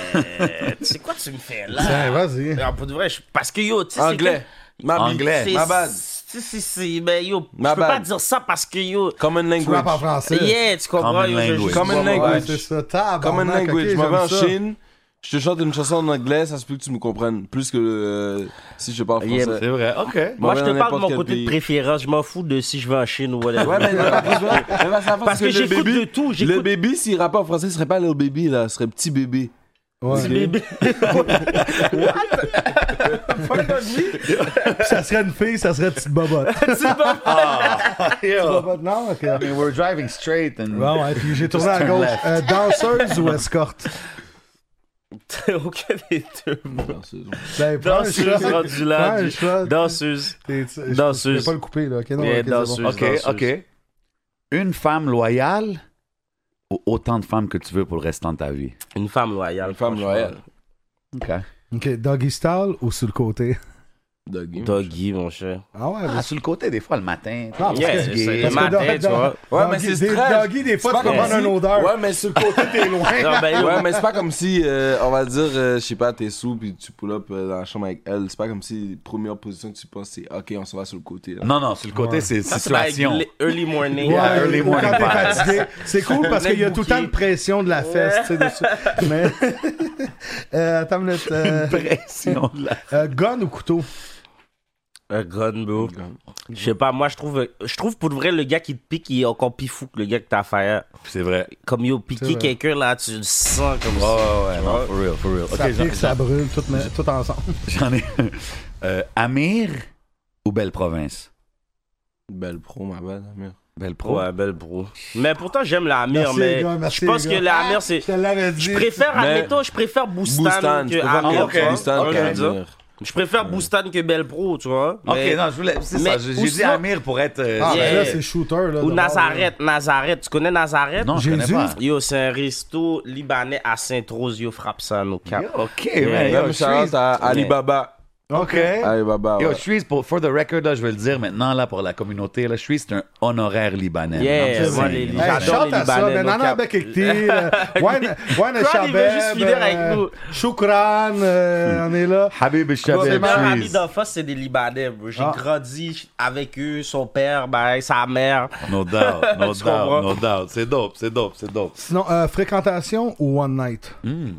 Speaker 6: C'est quoi tu me fais là?
Speaker 2: Tiens, vas-y.
Speaker 6: Alors, pour de vrai, je- parce que yo, tu sais, c'est
Speaker 5: Anglais. Ma bille.
Speaker 4: Anglais.
Speaker 6: C'est-
Speaker 5: Ma bad.
Speaker 6: c'est- c'est- c'est- ben, yo, je
Speaker 5: Ma
Speaker 6: peux pas
Speaker 5: bad.
Speaker 6: dire ça parce que yo.
Speaker 5: Common
Speaker 2: Tu rap en
Speaker 5: language.
Speaker 2: français.
Speaker 6: Yeah, tu comprends?
Speaker 4: Common
Speaker 6: yo, je- je-
Speaker 4: language.
Speaker 5: Common
Speaker 6: Ouais,
Speaker 2: Ouais,
Speaker 5: language.
Speaker 2: c'est ça, tabarnak.
Speaker 5: Common language.
Speaker 2: ok,
Speaker 5: je m'en vais
Speaker 2: j'aime
Speaker 5: en
Speaker 2: ça.
Speaker 5: Chine. Je te chante une chanson en anglais, ça se peut que tu me comprennes plus que euh, si je parle
Speaker 6: Yeah.
Speaker 5: français.
Speaker 4: C'est vrai, OK.
Speaker 6: Moi, je
Speaker 5: Ouais,
Speaker 6: te
Speaker 5: dans
Speaker 6: parle de mon
Speaker 5: n'importe
Speaker 6: côté
Speaker 5: quel
Speaker 6: de
Speaker 5: pays.
Speaker 6: préférence. Je m'en fous de si je vais en Chine ou whatever.
Speaker 5: Ouais, mais là, parce que- là, ça,
Speaker 6: Parce que
Speaker 5: le
Speaker 6: j'écoute
Speaker 5: baby-
Speaker 6: de tout, j'écoute-
Speaker 5: Le bébé, s'il rappe en français, ce serait pas le bébé, là, ce serait petit bébé.
Speaker 2: Ouais.
Speaker 6: Bébé.
Speaker 2: Ça serait une fille, ça serait petite bobotte.
Speaker 4: Yo.
Speaker 2: bobotte, non? Ok.
Speaker 4: I mean, we're driving straight and...
Speaker 2: Bon, ouais, puis j'ai tourné à
Speaker 4: turn
Speaker 2: gauche.
Speaker 4: left.
Speaker 2: Euh, danseuse ou escorte?
Speaker 6: Aucun des deux.
Speaker 2: Ben, prends un
Speaker 6: Danseuse
Speaker 2: shot.
Speaker 6: rendu
Speaker 2: Prends
Speaker 6: là.
Speaker 2: un shot.
Speaker 6: Danseuse.
Speaker 2: T'es- t'es- je-
Speaker 6: Danseuse.
Speaker 2: Je vais pas le couper, là. Ok, non,
Speaker 6: Yeah,
Speaker 2: ok, c'est
Speaker 6: danseuse.
Speaker 2: bon.
Speaker 4: OK, OK. Une femme loyale ou autant de femmes que tu veux pour le restant de ta vie?
Speaker 6: Une femme loyale.
Speaker 5: Une femme
Speaker 6: franchement.
Speaker 5: loyale.
Speaker 4: OK.
Speaker 2: Ok, doggy style ou sur le côté?
Speaker 5: Doggy.
Speaker 6: Doggy, mon cher.
Speaker 2: Ah ouais,
Speaker 4: Ah, sur le côté, des fois, le matin.
Speaker 2: parce que-
Speaker 6: Yeah, c'est le
Speaker 2: parce que
Speaker 6: matin,
Speaker 2: dans-
Speaker 6: tu vois.
Speaker 5: Ouais,
Speaker 2: Doggy-
Speaker 5: mais c'est
Speaker 2: des-
Speaker 5: stress.
Speaker 2: doggy, des fois,
Speaker 5: C'est
Speaker 2: tu peux
Speaker 5: pas
Speaker 2: prendre
Speaker 5: comme
Speaker 2: une
Speaker 5: si-
Speaker 2: odeur.
Speaker 5: Ouais, mais sur le côté, t'es loin.
Speaker 6: Non, ben, yo,
Speaker 5: Ouais, mais c'est pas comme si, euh, on va dire, euh, je sais pas, t'es sous puis tu pull up euh, dans la chambre avec elle. C'est pas comme si, première position que tu penses, c'est ok, on s'en va sur le côté. là.
Speaker 4: Non, non, sur le côté, c'est
Speaker 6: ça, c'est like
Speaker 4: situation.
Speaker 6: le- early morning. euh,
Speaker 2: Ouais,
Speaker 4: Yeah, early
Speaker 2: ou quand
Speaker 4: morning
Speaker 2: t'es
Speaker 4: vibes.
Speaker 2: fatigué. C'est cool parce qu'il y a
Speaker 6: Même
Speaker 2: tout le temps
Speaker 6: bouquet.
Speaker 2: une pression de la fesse, tu sais, dessus. Mais. Euh, attends une minute. euh,
Speaker 4: Pression de la-
Speaker 2: euh, gun ou couteau?
Speaker 6: Un gun, bro. Je sais pas, moi, je trouve, je trouve pour de vrai, le gars qui te pique, il est encore plus fou que le gars que t'as affaire.
Speaker 4: C'est vrai.
Speaker 6: Comme yo,
Speaker 2: C'est
Speaker 6: piquer
Speaker 2: vrai.
Speaker 6: quelqu'un, là, tu le sens comme
Speaker 4: Oh,
Speaker 6: ça.
Speaker 4: ouais, non, for real, for real.
Speaker 2: ça
Speaker 4: OK,
Speaker 2: pique,
Speaker 4: j'en-
Speaker 2: ça brûle, tout, mais- tout ensemble.
Speaker 4: j'en ai un. Euh, Amir ou Belle Province?
Speaker 5: Belle pro, ma belle, la merde.
Speaker 4: Belle Province.
Speaker 6: Ouais, belle bro. Mais pourtant, j'aime la mire,
Speaker 2: Merci, les
Speaker 6: mais
Speaker 2: gars, merci,
Speaker 6: je pense
Speaker 2: les
Speaker 6: que
Speaker 2: gars.
Speaker 6: la mire, c'est.
Speaker 2: Je te l'avais dit.
Speaker 6: Je préfère,
Speaker 5: Mais-
Speaker 6: admettons, je préfère Boustan,
Speaker 5: Boustan, je
Speaker 6: que
Speaker 5: préfère
Speaker 6: Amir.
Speaker 4: Ok,
Speaker 6: tu vois.
Speaker 5: Boustan
Speaker 6: ah, Ok.
Speaker 5: que Amir.
Speaker 6: Je préfère Boustan que Belle Pro, tu vois. Mais-
Speaker 4: OK, non, je voulais... C'est
Speaker 6: Mais
Speaker 4: ça, j'ai
Speaker 6: où
Speaker 4: j'ai dit
Speaker 6: sinon-
Speaker 4: Amir pour être... euh,
Speaker 2: Ah, ben
Speaker 6: Yeah.
Speaker 2: là, c'est shooter, là.
Speaker 6: Ou
Speaker 2: de
Speaker 6: Nazareth, Nazareth. Tu connais Nazareth?
Speaker 4: Non, je connais
Speaker 2: Jésus?
Speaker 4: pas.
Speaker 6: Yo, c'est un resto libanais à Sainte-Rose. Yo, frappe ça, nos cap.
Speaker 4: Yo, OK, man. Yo,
Speaker 5: Même shout
Speaker 4: Shreeze.
Speaker 5: Euh, à Alibaba.
Speaker 4: OK. Ah,
Speaker 5: Alibaba,
Speaker 4: Yo,
Speaker 5: ouais.
Speaker 4: Shreeze, pour, for the record, là, je vais le dire maintenant, là, pour la communauté, là, Shreeze, c'est un honoraire libanais.
Speaker 6: Yeah,
Speaker 4: Non,
Speaker 6: moi,
Speaker 4: c'est-
Speaker 6: Euh, les-
Speaker 4: non,
Speaker 2: Hey,
Speaker 4: c'est-
Speaker 6: j'adore
Speaker 2: chante
Speaker 6: les
Speaker 2: à ça,
Speaker 6: Libanais,
Speaker 2: ben,
Speaker 6: nos
Speaker 2: Nana
Speaker 6: cap-
Speaker 2: Bekekti, euh, Wana Wana
Speaker 6: Crowd, il veut juste
Speaker 2: Shabeb,
Speaker 6: finir avec
Speaker 2: euh,
Speaker 6: nous. Hmm.
Speaker 2: Choukran, euh, on est là.
Speaker 4: Habib
Speaker 6: Mes
Speaker 4: Shabib
Speaker 6: meilleurs amis
Speaker 4: Shreeze.
Speaker 6: d'enfance, c'est des Libanais, bro. J'ai
Speaker 2: Ah.
Speaker 6: grandi avec eux, son père, ben, sa mère.
Speaker 4: No doubt, no doubt,
Speaker 6: Tu comprends?
Speaker 4: no doubt. C'est dope, c'est dope, c'est dope.
Speaker 2: Sinon, euh, fréquentation ou one night?
Speaker 6: Hmm.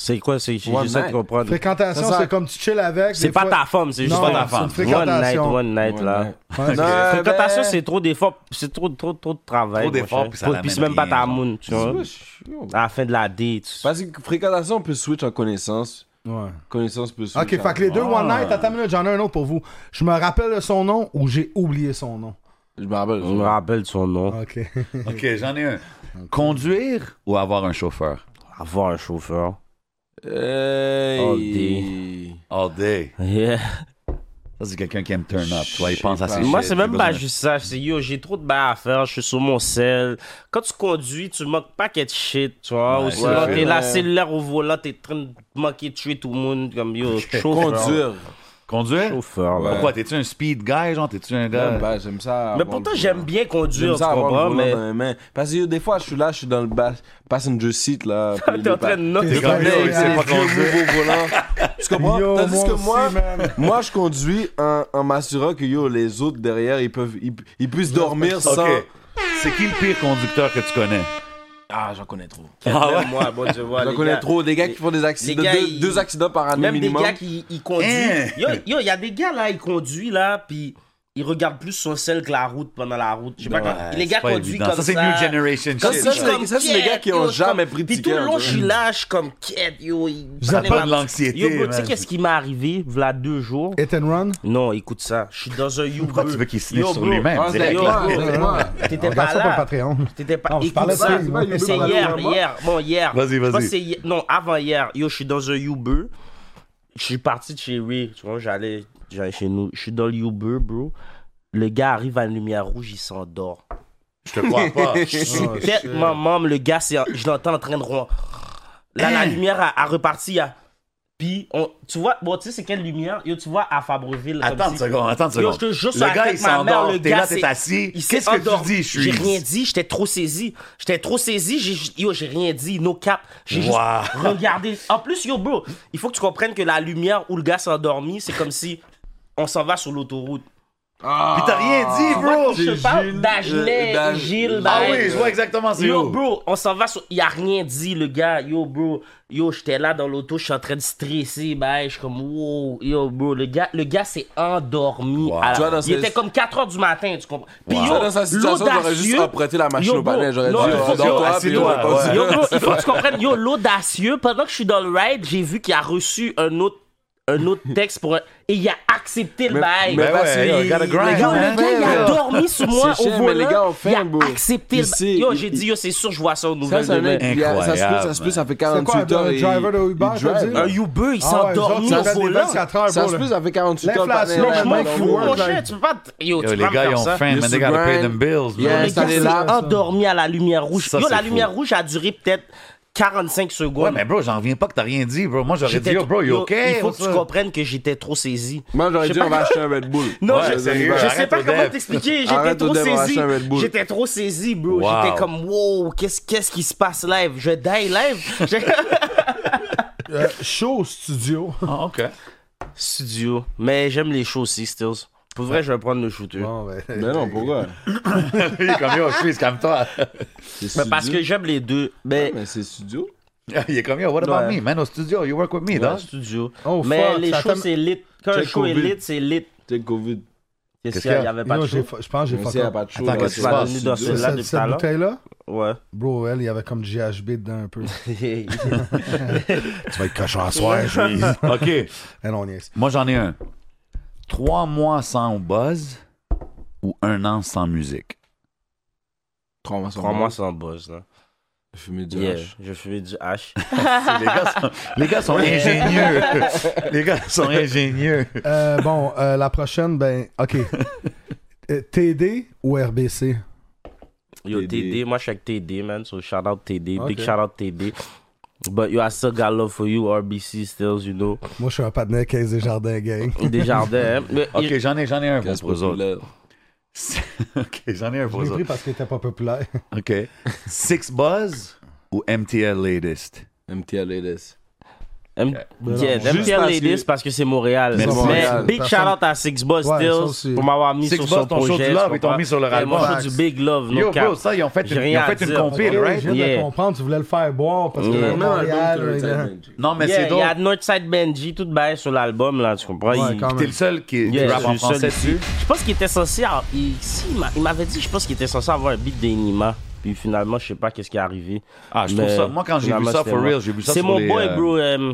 Speaker 6: C'est quoi, c'est
Speaker 5: One
Speaker 6: j'essaie de
Speaker 5: night.
Speaker 6: comprendre.
Speaker 2: Fréquentation,
Speaker 5: Ça, ça-
Speaker 2: c'est comme tu chill avec.
Speaker 6: C'est
Speaker 2: des
Speaker 6: pas
Speaker 2: fois-
Speaker 6: ta femme, c'est juste
Speaker 2: Non,
Speaker 6: pas ta
Speaker 2: c'est une
Speaker 6: femme. One night,
Speaker 2: fréquentation.
Speaker 6: one night,
Speaker 5: Ouais,
Speaker 6: là.
Speaker 5: ouais.
Speaker 2: Ouais,
Speaker 5: Non,
Speaker 6: Fréquentation,
Speaker 5: ben,
Speaker 6: c'est trop d'efforts, c'est trop, trop, trop de travail.
Speaker 4: Trop
Speaker 6: mon
Speaker 4: d'efforts,
Speaker 6: cher.
Speaker 4: puis ça
Speaker 6: c'est
Speaker 4: ramène
Speaker 6: même pas
Speaker 4: rien,
Speaker 6: ta
Speaker 4: genre.
Speaker 6: moon, tu vois.
Speaker 5: Ouais, je- yo.
Speaker 6: À la fin de la date.
Speaker 5: Parce que fréquentation, on peut switch en connaissance.
Speaker 2: Ouais.
Speaker 5: Connaissance peut switch.
Speaker 2: Ok,
Speaker 5: en-
Speaker 2: fait que les deux
Speaker 4: Ah.
Speaker 2: One Night, attends une minute, j'en ai un autre pour vous. Je me rappelle de son nom ou j'ai oublié son nom.
Speaker 5: Je me rappelle.
Speaker 6: Je me rappelle de son nom.
Speaker 2: Ok.
Speaker 4: OK, j'en ai un. Conduire ou avoir un chauffeur?
Speaker 2: Ah.
Speaker 6: Avoir un chauffeur.
Speaker 5: Hey.
Speaker 4: All day.
Speaker 6: Yeah.
Speaker 4: Ça, c'est quelqu'un qui aime turn up. Tu vois, il pense à ses
Speaker 6: Moi,
Speaker 4: shit,
Speaker 6: c'est
Speaker 4: j'ai
Speaker 6: même
Speaker 4: besoin-
Speaker 6: pas juste ça. C'est yo, j'ai trop de bail à faire, je suis sur mon sel. Quand tu conduis, tu manques pas qu'être shit, tu vois.
Speaker 4: Ouais,
Speaker 6: Ou
Speaker 5: ouais,
Speaker 6: sinon, t'es
Speaker 5: ouais.
Speaker 6: là, cellulaire au volant, t'es en train de manquer de tuer tout le monde. Comme yo, chauffeur.
Speaker 5: Conduire.
Speaker 4: Conduire?
Speaker 6: Chauffeur, là.
Speaker 4: Pourquoi? T'es-tu un speed guy, genre? T'es-tu un gars...
Speaker 5: Même pas, Bah, j'aime ça.
Speaker 6: Mais
Speaker 5: avoir
Speaker 6: pourtant,
Speaker 5: le-
Speaker 6: j'aime bien conduire,
Speaker 5: J'aime
Speaker 6: tu
Speaker 5: ça avoir le
Speaker 6: comprends,
Speaker 5: volant
Speaker 6: mais.
Speaker 5: dans mes mains. Parce que des fois, je suis là, je suis dans le bas, passenger seat, là. puis
Speaker 6: T'es
Speaker 5: le
Speaker 6: en train de noter.
Speaker 5: Le
Speaker 4: Yo,
Speaker 5: gars,
Speaker 4: yo,
Speaker 5: il
Speaker 4: c'est
Speaker 5: sait
Speaker 4: pas
Speaker 5: pas conduire. Tu comprends?
Speaker 2: Yo,
Speaker 5: Tandis
Speaker 2: moi
Speaker 5: que
Speaker 2: aussi,
Speaker 5: moi,
Speaker 2: man.
Speaker 5: moi, je conduis en, en m'assurant que yo, les autres derrière, ils peuvent, ils, ils puissent dormir
Speaker 4: OK.
Speaker 5: sans.
Speaker 4: C'est qui le pire conducteur que tu connais?
Speaker 5: Ah, j'en connais trop.
Speaker 4: Ah ouais?
Speaker 6: Même moi, bon, tu vois,
Speaker 5: J'en
Speaker 6: les
Speaker 5: connais
Speaker 6: gars-
Speaker 5: trop. Des gars qui font des
Speaker 6: les
Speaker 5: accidents,
Speaker 6: gars,
Speaker 5: deux,
Speaker 6: ils-
Speaker 5: deux accidents par année
Speaker 6: Même
Speaker 5: Ah, minimum.
Speaker 6: des gars qui ils conduisent.
Speaker 4: Hein?
Speaker 6: Yo, Yo, il y a des gars là, ils conduisent là, puis ils regardent plus son sel que la route pendant la route. Je sais pas, quand- les gars
Speaker 4: C'est pas
Speaker 6: conduisent
Speaker 4: évident.
Speaker 6: comme
Speaker 4: ça.
Speaker 6: ça.
Speaker 4: c'est New Generation
Speaker 5: Ça,
Speaker 4: shit.
Speaker 5: ça,
Speaker 6: Je
Speaker 5: c'est-
Speaker 6: suis
Speaker 5: ça, c'est les
Speaker 6: comme,
Speaker 5: gars qui ont
Speaker 6: yo, je suis
Speaker 5: jamais
Speaker 6: comme-
Speaker 5: pris de
Speaker 6: Puis tout le
Speaker 5: ticket,
Speaker 6: long,
Speaker 5: tu
Speaker 6: je
Speaker 5: vois.
Speaker 6: suis là, je suis comme, quête, yo. il-
Speaker 4: Ils ont
Speaker 6: prenez
Speaker 4: pas
Speaker 6: ma-
Speaker 4: de l'anxiété,
Speaker 6: Yo, bro, tu
Speaker 4: man.
Speaker 6: sais qu'est-ce qui m'est arrivé, v'là deux jours?
Speaker 2: Hit and run.
Speaker 6: Non, écoute ça, je suis dans un Uber.
Speaker 4: Pourquoi tu veux qu'il se lève
Speaker 6: Yo,
Speaker 4: sur
Speaker 6: bro,
Speaker 4: lui-même?
Speaker 5: Ah, c'est
Speaker 4: direct,
Speaker 5: avec
Speaker 6: yo,
Speaker 5: moi,
Speaker 6: bro.
Speaker 5: c'est avec moi.
Speaker 6: T'étais
Speaker 2: Regarde
Speaker 6: pas
Speaker 2: ça pour le
Speaker 6: là.
Speaker 2: Patreon.
Speaker 6: T'étais pas.
Speaker 2: Non, je
Speaker 6: Écoute
Speaker 2: parlais de
Speaker 6: ça.
Speaker 2: ça, moi,
Speaker 6: C'est
Speaker 2: Uber,
Speaker 6: hier,
Speaker 2: pardon,
Speaker 6: hier. Bon, hier.
Speaker 4: Vas-y,
Speaker 6: Je pense
Speaker 4: vas-y.
Speaker 6: que c'est hier- Non, avant hier. Yo, je suis dans un Uber. Je suis parti de chez Ray. Tu vois, j'allais j'allais chez nous. Je suis dans le Uber, bro. Le gars arrive à la lumière rouge, il s'endort.
Speaker 4: Oh, Je te crois pas.
Speaker 6: Je suis tellement membre, le gars, c'est- je l'entends en train de ronfler. Là, la lumière a, a reparti. il a- Puis, on, tu vois, bon, tu sais, c'est quelle lumière Yo, tu vois, à Fabreville. comme
Speaker 4: Attends une
Speaker 6: si-
Speaker 4: seconde, attends une
Speaker 6: Yo,
Speaker 4: seconde.
Speaker 6: je te jure, sur
Speaker 4: le
Speaker 6: la
Speaker 4: gars,
Speaker 6: tête,
Speaker 4: il
Speaker 6: ma mère,
Speaker 4: s'endort.
Speaker 6: le
Speaker 4: T'es
Speaker 6: gars,
Speaker 4: là, t'es
Speaker 6: c'est-
Speaker 4: assis.
Speaker 6: il s'est
Speaker 4: Qu'est-ce que tu
Speaker 6: endormi.
Speaker 4: dis? Je
Speaker 6: J'ai
Speaker 4: suis...
Speaker 6: rien dit, j'étais trop saisi. J'étais trop saisi, j'ai- yo, j'ai rien dit, no cap. J'ai juste
Speaker 4: Wow.
Speaker 6: regardé. En plus, yo, bro, il faut que tu comprennes que la lumière où le gars s'est endormi, c'est comme si on s'en va sur l'autoroute.
Speaker 5: Ah.
Speaker 4: Puis t'as rien dit, bro!
Speaker 6: Je te parle d'Agelet,
Speaker 5: euh, d'Aj-
Speaker 6: Gilles,
Speaker 4: Ah
Speaker 6: ben,
Speaker 4: oui, je vois exactement c'est
Speaker 6: Yo,
Speaker 4: où.
Speaker 6: bro, on s'en va sur. Il a rien dit, le gars. Yo, bro. Yo, j'étais là dans l'auto, je suis en train de stresser. Bah, je suis comme, wow. Yo, bro, le gars, le gars s'est endormi. à la-
Speaker 5: Tu vois, dans
Speaker 6: il
Speaker 5: ces-
Speaker 6: était comme 4 h du matin, tu comprends? Puis,
Speaker 5: Tu
Speaker 6: yo,
Speaker 5: vois, dans sa situation, j'aurais juste
Speaker 6: l'audacieux-
Speaker 5: emprunté la machine
Speaker 6: Yo,
Speaker 5: au palais.
Speaker 6: bro,
Speaker 5: J'aurais dit,
Speaker 6: non, il faut-
Speaker 4: yo,
Speaker 5: endors-toi, puis
Speaker 4: assieds-toi,
Speaker 5: on va
Speaker 4: ouais.
Speaker 5: continuer.
Speaker 6: Yo, bro, il faut que tu comprennes. Yo, l'audacieux, pendant que je suis dans le ride, j'ai vu qu'il a reçu un autre, un autre texte pour un- Et il a accepté le bail.
Speaker 5: mais
Speaker 4: Ben
Speaker 5: parce
Speaker 4: ouais,
Speaker 5: que
Speaker 4: yo,
Speaker 5: il-
Speaker 4: gotta grind,
Speaker 5: les
Speaker 6: Yo,
Speaker 5: gars,
Speaker 4: man.
Speaker 6: le gars, il a
Speaker 5: là.
Speaker 6: dormi sur moi
Speaker 5: C'est
Speaker 6: au
Speaker 5: chiant, mais
Speaker 6: volant.
Speaker 5: les gars ont
Speaker 6: il
Speaker 5: faim, bro.
Speaker 6: a accepté
Speaker 5: Il
Speaker 6: le
Speaker 5: sait,
Speaker 6: Yo,
Speaker 5: il-
Speaker 6: j'ai dit, yo, c'est sûr, je vois ça aux
Speaker 5: Ça,
Speaker 6: nouvelles
Speaker 5: c'est un
Speaker 6: demain.
Speaker 5: mec. il y a- Ça se peut, ça se
Speaker 4: Incroyable,
Speaker 5: peut, ça fait
Speaker 2: C'est
Speaker 5: 48
Speaker 2: quoi,
Speaker 5: heures.
Speaker 2: un
Speaker 5: il-
Speaker 2: driver de Uber,
Speaker 5: il
Speaker 2: ça
Speaker 5: drive.
Speaker 2: dit?
Speaker 6: Un Uber, il
Speaker 2: Ah ouais,
Speaker 6: s'est endormi
Speaker 2: les autres,
Speaker 6: au
Speaker 2: ça fait des
Speaker 6: volant.
Speaker 2: 24 heures,
Speaker 5: Ça
Speaker 2: bro,
Speaker 5: se
Speaker 2: là.
Speaker 5: peut, ça fait 48 heures.
Speaker 2: L'inflation,
Speaker 5: pareil,
Speaker 2: man,
Speaker 6: Je m'en
Speaker 5: man,
Speaker 2: man,
Speaker 6: fous,
Speaker 5: dans le
Speaker 6: mon
Speaker 5: monde.
Speaker 6: chien, tu peux pas... Yo,
Speaker 4: Yo,
Speaker 6: tu
Speaker 4: les
Speaker 6: vas me
Speaker 4: gars, ils
Speaker 6: faire
Speaker 4: ont
Speaker 6: ça.
Speaker 4: faim,
Speaker 5: Yo,
Speaker 4: man. They
Speaker 5: c'est
Speaker 4: gotta pay
Speaker 5: grind.
Speaker 4: them bills,
Speaker 5: Yeah,
Speaker 4: man.
Speaker 6: Le gars
Speaker 5: installé
Speaker 6: s'est
Speaker 5: là.
Speaker 6: endormi à la lumière rouge.
Speaker 4: Ça,
Speaker 6: Yo,
Speaker 4: c'est
Speaker 6: la
Speaker 4: fou.
Speaker 6: lumière rouge a duré peut-être 45
Speaker 4: Ouais,
Speaker 6: secondes.
Speaker 4: mais bro, j'en reviens pas que t'as rien dit, bro. Moi, j'aurais dit,
Speaker 6: J'étais
Speaker 4: yo,
Speaker 6: trop-
Speaker 4: bro, you
Speaker 6: yo,
Speaker 4: OK?
Speaker 6: Il faut
Speaker 4: What's
Speaker 6: que tu
Speaker 4: up?
Speaker 6: comprennes que j'étais trop saisi.
Speaker 5: Moi, j'aurais
Speaker 6: Je
Speaker 5: dit,
Speaker 6: sais
Speaker 5: on va acheter un Red Bull.
Speaker 6: Non,
Speaker 5: Ouais,
Speaker 6: je,
Speaker 5: les
Speaker 4: sérieux,
Speaker 5: Uber.
Speaker 6: je sais
Speaker 4: arrête au
Speaker 6: pas comment
Speaker 4: dev.
Speaker 6: t'expliquer. J'étais
Speaker 5: Arrête au
Speaker 6: trop
Speaker 5: dev, on va
Speaker 6: saisi.
Speaker 5: acheter un Red Bull.
Speaker 6: J'étais trop saisi, bro.
Speaker 4: Wow.
Speaker 6: J'étais comme, wow, qu'est-ce qu'est-ce qui se passe live? Je die live. J'ai-
Speaker 2: Euh, show au studio.
Speaker 4: Ah, OK.
Speaker 6: Studio. Mais j'aime les shows aussi, Stills. Pour vrai, je vais prendre le shooter.
Speaker 2: Non, mais-
Speaker 5: Mais non, pourquoi?
Speaker 4: Il est comme, yo, Chris, calme-toi.
Speaker 6: Mais parce que j'aime les deux. Ben, Mais
Speaker 5: Mais c'est studio.
Speaker 4: Il est comme, yo, what about
Speaker 6: Ouais.
Speaker 4: me, man? Au studio, you work with me,
Speaker 6: Ouais,
Speaker 4: dog.
Speaker 6: studio.
Speaker 2: Oh,
Speaker 6: mais
Speaker 2: fuck,
Speaker 6: les
Speaker 2: ça
Speaker 6: shows,
Speaker 2: t'a-
Speaker 6: c'est lit. Quand un
Speaker 5: Check
Speaker 6: show est
Speaker 5: Covid.
Speaker 6: lit, c'est lit.
Speaker 5: T'es Covid.
Speaker 6: Qu'est-ce
Speaker 4: Qu'est-ce
Speaker 6: qu'il
Speaker 4: qu'il
Speaker 6: y a?
Speaker 4: y a?
Speaker 6: Il y avait pas
Speaker 2: Yo,
Speaker 6: de
Speaker 2: j'ai
Speaker 6: show.
Speaker 2: fa- Je pense que j'ai
Speaker 5: On sait,
Speaker 2: fuck
Speaker 5: y a
Speaker 2: up.
Speaker 5: pas de show.
Speaker 4: Attends,
Speaker 5: là,
Speaker 4: qu'est-ce qui
Speaker 5: c'est
Speaker 4: se
Speaker 5: pas
Speaker 4: passe?
Speaker 5: le
Speaker 6: Dans
Speaker 5: studio.
Speaker 6: ce- là
Speaker 2: Cette,
Speaker 6: depuis
Speaker 2: cette
Speaker 6: tout à l'heure.
Speaker 2: bouteille-là,
Speaker 6: Ouais.
Speaker 2: bro, elle, il y avait comme GHB dedans un peu. tu vas être cochon à soir, je vais-
Speaker 4: OK.
Speaker 2: Eh non, on y est.
Speaker 4: Moi, j'en ai un. Trois mois sans buzz ou un an sans musique?
Speaker 5: Trois mois sans
Speaker 6: Trois mois
Speaker 5: moi.
Speaker 6: sans buzz, là.
Speaker 5: Fumer du
Speaker 6: Yeah,
Speaker 5: hash.
Speaker 6: je fumais du hash.
Speaker 4: Les gars sont, les gars sont ingénieux. Les gars sont ingénieux.
Speaker 2: Euh, bon, euh, la prochaine, ben, ok. Euh, TD ou RBC?
Speaker 6: Yo,
Speaker 5: TD.
Speaker 6: TD, moi je suis avec TD, man. So shout out TD. Big
Speaker 2: Ok.
Speaker 6: shout out TD. But yo, I still got love for you, RBC stills, you know.
Speaker 2: Moi, je suis un patinet 15 des jardins, gang.
Speaker 6: Desjardins, hein. Mais,
Speaker 4: OK, j'en ai, j'en ai un bon
Speaker 5: Casse
Speaker 4: pour eux autres.
Speaker 5: populaire.
Speaker 4: OK, j'en ai un
Speaker 2: Je
Speaker 4: pour
Speaker 2: l'ai
Speaker 4: eux
Speaker 2: pris
Speaker 4: autres.
Speaker 2: parce qu'il était pas populaire.
Speaker 4: OK. Six Buzz ou MTL Latest?
Speaker 5: MTLS.
Speaker 6: M- yeah,
Speaker 5: Juste
Speaker 6: j'aime bien
Speaker 5: parce
Speaker 6: les
Speaker 5: que-
Speaker 6: listes parce que c'est Montréal.
Speaker 4: Mais
Speaker 6: Mais,
Speaker 5: Montréal,
Speaker 6: big
Speaker 2: personne-
Speaker 6: shout out à Six Boss
Speaker 2: Ouais, ça aussi.
Speaker 6: Stills pour m'avoir mis
Speaker 4: Six
Speaker 6: sur
Speaker 4: Boss,
Speaker 6: son
Speaker 4: ton show
Speaker 6: projet.
Speaker 4: du love,
Speaker 6: tu
Speaker 4: ils t'ont
Speaker 6: comprends?
Speaker 4: mis sur leur
Speaker 6: Et Mon
Speaker 4: album.
Speaker 6: show du big love, no
Speaker 4: Yo,
Speaker 6: cap.
Speaker 4: bro, ça, ils ont fait
Speaker 6: J'ai
Speaker 4: une, ils
Speaker 6: rien
Speaker 4: ont
Speaker 6: à
Speaker 4: fait une
Speaker 6: dire.
Speaker 4: compile,
Speaker 2: Ok,
Speaker 4: right? Mm.
Speaker 2: Je viens de
Speaker 6: Yeah.
Speaker 2: comprendre, tu voulais le faire boire parce que
Speaker 6: Yeah.
Speaker 2: le
Speaker 5: Même
Speaker 2: Montréal,
Speaker 5: album que
Speaker 2: là,
Speaker 5: Retirement.
Speaker 4: Non, mais
Speaker 6: Yeah,
Speaker 4: c'est
Speaker 6: Il y a
Speaker 4: drôle.
Speaker 6: Northside Benji, tout bail sur l'album, là, tu comprends?
Speaker 2: Ouais,
Speaker 6: Il-
Speaker 2: quand
Speaker 4: T'es
Speaker 2: même.
Speaker 4: le seul qui
Speaker 6: Yeah,
Speaker 4: rappe
Speaker 6: je suis
Speaker 4: en
Speaker 6: le seul
Speaker 4: français
Speaker 6: ici.
Speaker 4: dessus.
Speaker 6: Je pense qu'il était censé. avoir- Il, si, il m'a- il m'avait dit, je pense qu'il était censé avoir un beat d'Enima. Puis finalement, je sais pas qu'est-ce qui est arrivé.
Speaker 4: Ah, je trouve
Speaker 6: Mais
Speaker 4: ça- moi, quand j'ai vu
Speaker 6: finalement,
Speaker 4: ça,
Speaker 6: c'était
Speaker 4: for
Speaker 6: moi.
Speaker 4: real, j'ai vu ça
Speaker 6: C'est
Speaker 4: sur
Speaker 6: mon
Speaker 4: les,
Speaker 6: boy,
Speaker 4: euh,
Speaker 6: bro. euh,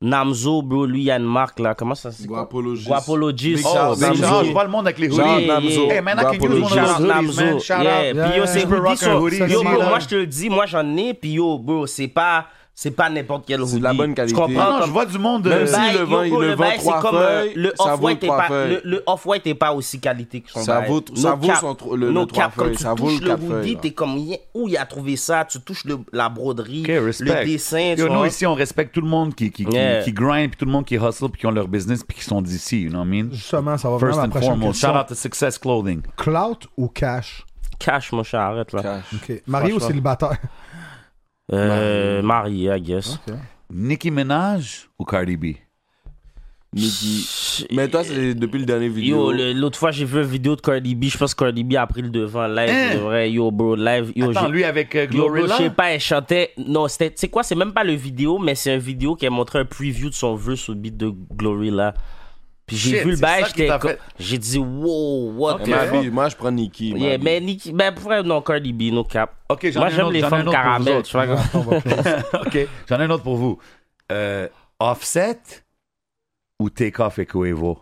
Speaker 6: Namzo, bro. Lui, il y a une marque, là. Comment ça s'appelle
Speaker 5: Guapologist.
Speaker 6: Guapologist.
Speaker 5: Big shout
Speaker 4: Oh,
Speaker 5: out,
Speaker 4: mais
Speaker 5: Namzo.
Speaker 4: genre, je vois le monde avec les
Speaker 5: Shout out
Speaker 4: hoodies.
Speaker 6: Yeah,
Speaker 5: Namzo.
Speaker 4: Hey, man, I can use
Speaker 5: Guapologist.
Speaker 4: one of
Speaker 6: Shout
Speaker 4: those
Speaker 6: out
Speaker 4: hoodies, man.
Speaker 6: Namzo.
Speaker 4: Shout out.
Speaker 6: Yeah, Puis yo,
Speaker 2: Yeah,
Speaker 6: ces
Speaker 4: je peux
Speaker 6: hoodies
Speaker 4: rock un
Speaker 6: sont-
Speaker 4: hoodie.
Speaker 6: Yo, bro,
Speaker 2: Solid.
Speaker 6: moi, je te le dis, moi, j'en ai. Puis yo, bro, c'est pas c'est pas n'importe quel hoodie.
Speaker 5: de la bonne qualité.
Speaker 6: Tu comprends?
Speaker 5: Non,
Speaker 4: Non,
Speaker 6: Comme-
Speaker 4: je vois du monde.
Speaker 5: Même
Speaker 4: euh,
Speaker 5: si
Speaker 6: bail,
Speaker 5: le vent,
Speaker 6: yo,
Speaker 5: il
Speaker 6: bro,
Speaker 5: le vend
Speaker 6: bail, c'est
Speaker 5: trois
Speaker 6: comme, euh,
Speaker 5: feuilles,
Speaker 6: le
Speaker 5: ça vaut
Speaker 6: off-white est
Speaker 5: trois
Speaker 6: pas,
Speaker 5: feuilles.
Speaker 6: le, le off-white est pas aussi qualité que son
Speaker 5: Ça
Speaker 6: bail.
Speaker 5: vaut- ça
Speaker 6: Nos
Speaker 5: vaut
Speaker 6: caps-
Speaker 5: son tro- le- le
Speaker 6: nos
Speaker 5: trois
Speaker 6: caps, quand
Speaker 5: feuilles,
Speaker 6: tu
Speaker 5: ça vaut
Speaker 6: touches
Speaker 5: le quatre
Speaker 6: hoodie,
Speaker 5: feuilles,
Speaker 6: t'es comme, yeah, où il a trouvé ça? Tu touches le- la broderie,
Speaker 4: Ok, respect.
Speaker 6: le dessin, tu
Speaker 4: Yo, nous,
Speaker 6: vois.
Speaker 4: ici, on respecte tout le monde qui, qui, qui-
Speaker 6: Yeah.
Speaker 4: qui grind, puis tout le monde qui hustle, puis qui ont leur business, puis qui sont d'ici, you know what I mean?
Speaker 2: Justement, ça va
Speaker 4: First
Speaker 2: venir à la
Speaker 4: and
Speaker 2: prochaine
Speaker 4: foremost,
Speaker 2: question.
Speaker 4: shout out to Success Clothing.
Speaker 2: Clout ou cash?
Speaker 6: Cash, mon chat, arrête là.
Speaker 5: Cash.
Speaker 2: Ok. Marié ou
Speaker 4: Franchement.
Speaker 2: célibataire?
Speaker 6: Euh, marié, I guess.
Speaker 4: Nicki Minaj ou Cardi B?
Speaker 5: Nicki. Mais toi, c'est depuis le dernier vidéo.
Speaker 6: Yo, le- l'autre fois, j'ai vu une vidéo de Cardi B. Je pense que Cardi B a pris le devant live.
Speaker 4: Hein?
Speaker 6: de vrai, yo, bro, live. Yo,
Speaker 4: Attends,
Speaker 6: j'ai-
Speaker 4: lui avec euh,
Speaker 6: Yo, bro,
Speaker 4: Glorilla?
Speaker 6: je sais pas, elle chantait. Non, c'était. Tu sais quoi, c'est même pas le vidéo, mais c'est un vidéo qui a montré un preview de son vœu sur le beat de Glorilla. Puis j'ai
Speaker 4: Shit,
Speaker 6: vu le
Speaker 4: c'est
Speaker 6: bail,
Speaker 4: ça qui
Speaker 6: j'étais
Speaker 4: t'a
Speaker 6: co-
Speaker 4: fait-
Speaker 6: J'ai dit, wow, what
Speaker 5: Et
Speaker 6: the
Speaker 5: ma
Speaker 6: fuck.
Speaker 5: vie, Ah, moi, je prends Nikki. ma
Speaker 6: Yeah,
Speaker 5: vie.
Speaker 6: mais Nicki, ben pour vrai, non, Cardi B, no cap.
Speaker 4: Ok, j'en
Speaker 6: Moi,
Speaker 4: ai un
Speaker 6: j'aime
Speaker 4: autre,
Speaker 6: les
Speaker 4: j'en ai un
Speaker 6: femmes
Speaker 4: autre pour vous
Speaker 6: caramel,
Speaker 4: autres.
Speaker 6: tu vois. comme-
Speaker 2: On va close.
Speaker 4: ok, j'en ai un autre pour vous. Euh, offset ou Takeoff et Coevo?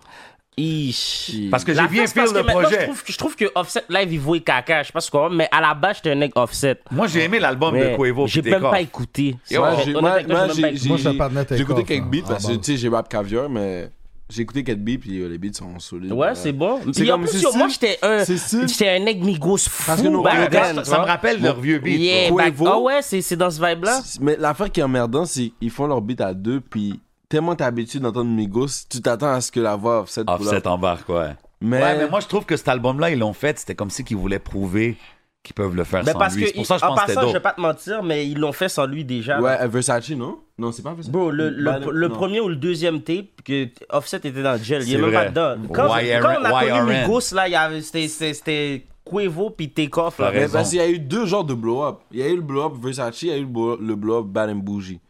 Speaker 6: Ish.
Speaker 4: Parce que j'ai
Speaker 6: La
Speaker 4: bien
Speaker 6: face, parce
Speaker 4: feel le
Speaker 6: que maintenant, Je
Speaker 4: projet.
Speaker 6: trouve, que- je trouve que Offset Live, il voit caca, je sais pas ce qu'on mais à la base, j'étais un nec Offset.
Speaker 4: Moi, j'ai aimé l'album de
Speaker 6: Ah. Mais
Speaker 4: Coevo
Speaker 6: J'ai
Speaker 4: puis
Speaker 6: même pas
Speaker 4: Takeoff.
Speaker 6: écouté. C'est
Speaker 5: Moi,
Speaker 6: vrai,
Speaker 5: j'ai-
Speaker 6: honnêtement,
Speaker 5: moi-
Speaker 6: j'ai
Speaker 5: moi,
Speaker 6: même pas
Speaker 5: j'ai-
Speaker 6: écouté.
Speaker 5: j'ai-
Speaker 2: Moi, je parle de
Speaker 5: j'ai écouté
Speaker 2: Takeoff,
Speaker 5: quelques
Speaker 2: hein,
Speaker 5: beats
Speaker 2: à
Speaker 5: parce que
Speaker 2: base.
Speaker 5: tu sais, j'ai rap caviar, mais j'ai écouté quelques beats puis euh, les beats sont solides.
Speaker 6: Ouais, c'est bon. Puis en
Speaker 5: comme
Speaker 6: plus,
Speaker 5: c'est
Speaker 6: yo, moi,
Speaker 5: style-
Speaker 6: j'étais un,
Speaker 5: c'est style.
Speaker 6: j'étais un nec Migos fou.
Speaker 5: Parce que nos gars,
Speaker 6: back then,
Speaker 4: Ah, Ça,
Speaker 6: tu
Speaker 4: ça me
Speaker 6: vois.
Speaker 4: rappelle leur vieux beat.
Speaker 6: Yeah,
Speaker 5: bro.
Speaker 6: back-
Speaker 5: Quavo.
Speaker 6: ah ouais, c'est c'est dans ce vibe-là.
Speaker 5: C'est- Mais l'affaire qui est emmerdante, c'est qu'ils font leur beat à deux, puis tellement t'es habitué d'entendre Migos, tu t'attends à ce que la voix offset. pour
Speaker 4: Offset
Speaker 5: la-
Speaker 4: embarque, ouais.
Speaker 5: Mais,
Speaker 4: Ouais, mais moi, je trouve que cet album-là, ils l'ont fait, c'était comme si qu'ils voulaient prouver qu'ils peuvent le faire
Speaker 6: Ben,
Speaker 4: sans
Speaker 6: parce
Speaker 4: lui.
Speaker 6: que,
Speaker 4: C'est pour ça que je
Speaker 6: en
Speaker 4: pense que c'était
Speaker 6: passant, je
Speaker 4: dope.
Speaker 6: vais pas te mentir, mais ils l'ont fait sans lui déjà.
Speaker 5: ouais,
Speaker 6: là.
Speaker 5: euh, Versace, non Non, c'est pas Versace.
Speaker 6: Bro, le, le-
Speaker 5: Ben,
Speaker 6: le
Speaker 5: non.
Speaker 6: premier ou le deuxième tape, que Offset était dans le gel, il est
Speaker 4: C'est
Speaker 6: même
Speaker 4: vrai.
Speaker 6: pas dedans. Quand,
Speaker 4: YRN.
Speaker 6: quand on a connu
Speaker 4: YRN.
Speaker 6: Migos, là, il y avait- c'était- c'était- c'était Quavo puis Takeoff. là.
Speaker 4: T'as
Speaker 5: Mais
Speaker 4: raison.
Speaker 5: parce qu'il y a eu deux genres de blow-up. Il y a eu le blow-up Versace, il y a eu le blow- le blow-up Bad and Bougie.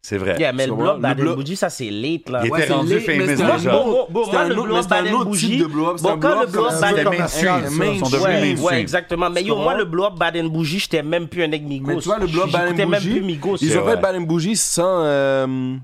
Speaker 4: C'est vrai.
Speaker 6: Yeah, mais
Speaker 5: Tu
Speaker 6: le
Speaker 5: vois,
Speaker 6: bloc
Speaker 5: le
Speaker 6: Bad
Speaker 5: bloc-
Speaker 6: Bougie, ça c'est late, là.
Speaker 4: Il
Speaker 5: Ouais,
Speaker 4: était
Speaker 5: c'est
Speaker 4: rendu
Speaker 5: laid, mais
Speaker 4: famous
Speaker 5: c'était
Speaker 6: Moi,
Speaker 5: un
Speaker 4: déjà.
Speaker 5: genre.
Speaker 6: bon, bon, bon,
Speaker 5: C'était
Speaker 6: moi,
Speaker 5: un
Speaker 6: le
Speaker 5: autre-
Speaker 6: bloc
Speaker 5: mais c'était un
Speaker 6: Bad and
Speaker 5: autre
Speaker 6: Bougie-
Speaker 5: type de blow-up, c'était
Speaker 6: Bon,
Speaker 5: un
Speaker 6: quand
Speaker 5: blow-up,
Speaker 6: le bloc
Speaker 5: c'était un
Speaker 6: Bad
Speaker 5: blow-up
Speaker 6: and
Speaker 4: C'était mainstream,
Speaker 5: commercial.
Speaker 4: ça, ils sont devenus
Speaker 5: Mainstream.
Speaker 6: Ouais,
Speaker 4: mainstream.
Speaker 6: ouais, exactement. Mais yo,
Speaker 5: Tu
Speaker 6: moi,
Speaker 5: comprends?
Speaker 6: le bloc Baden Bougie, j'étais même plus un nec Migos.
Speaker 5: Mais tu vois, le bloc
Speaker 6: J'écoutais
Speaker 5: Bad and
Speaker 6: même plus
Speaker 5: Bougie,
Speaker 6: Migos.
Speaker 5: Ils
Speaker 4: C'est
Speaker 5: ont
Speaker 4: vrai.
Speaker 5: fait Bad and Bougie sans euh,
Speaker 4: Sans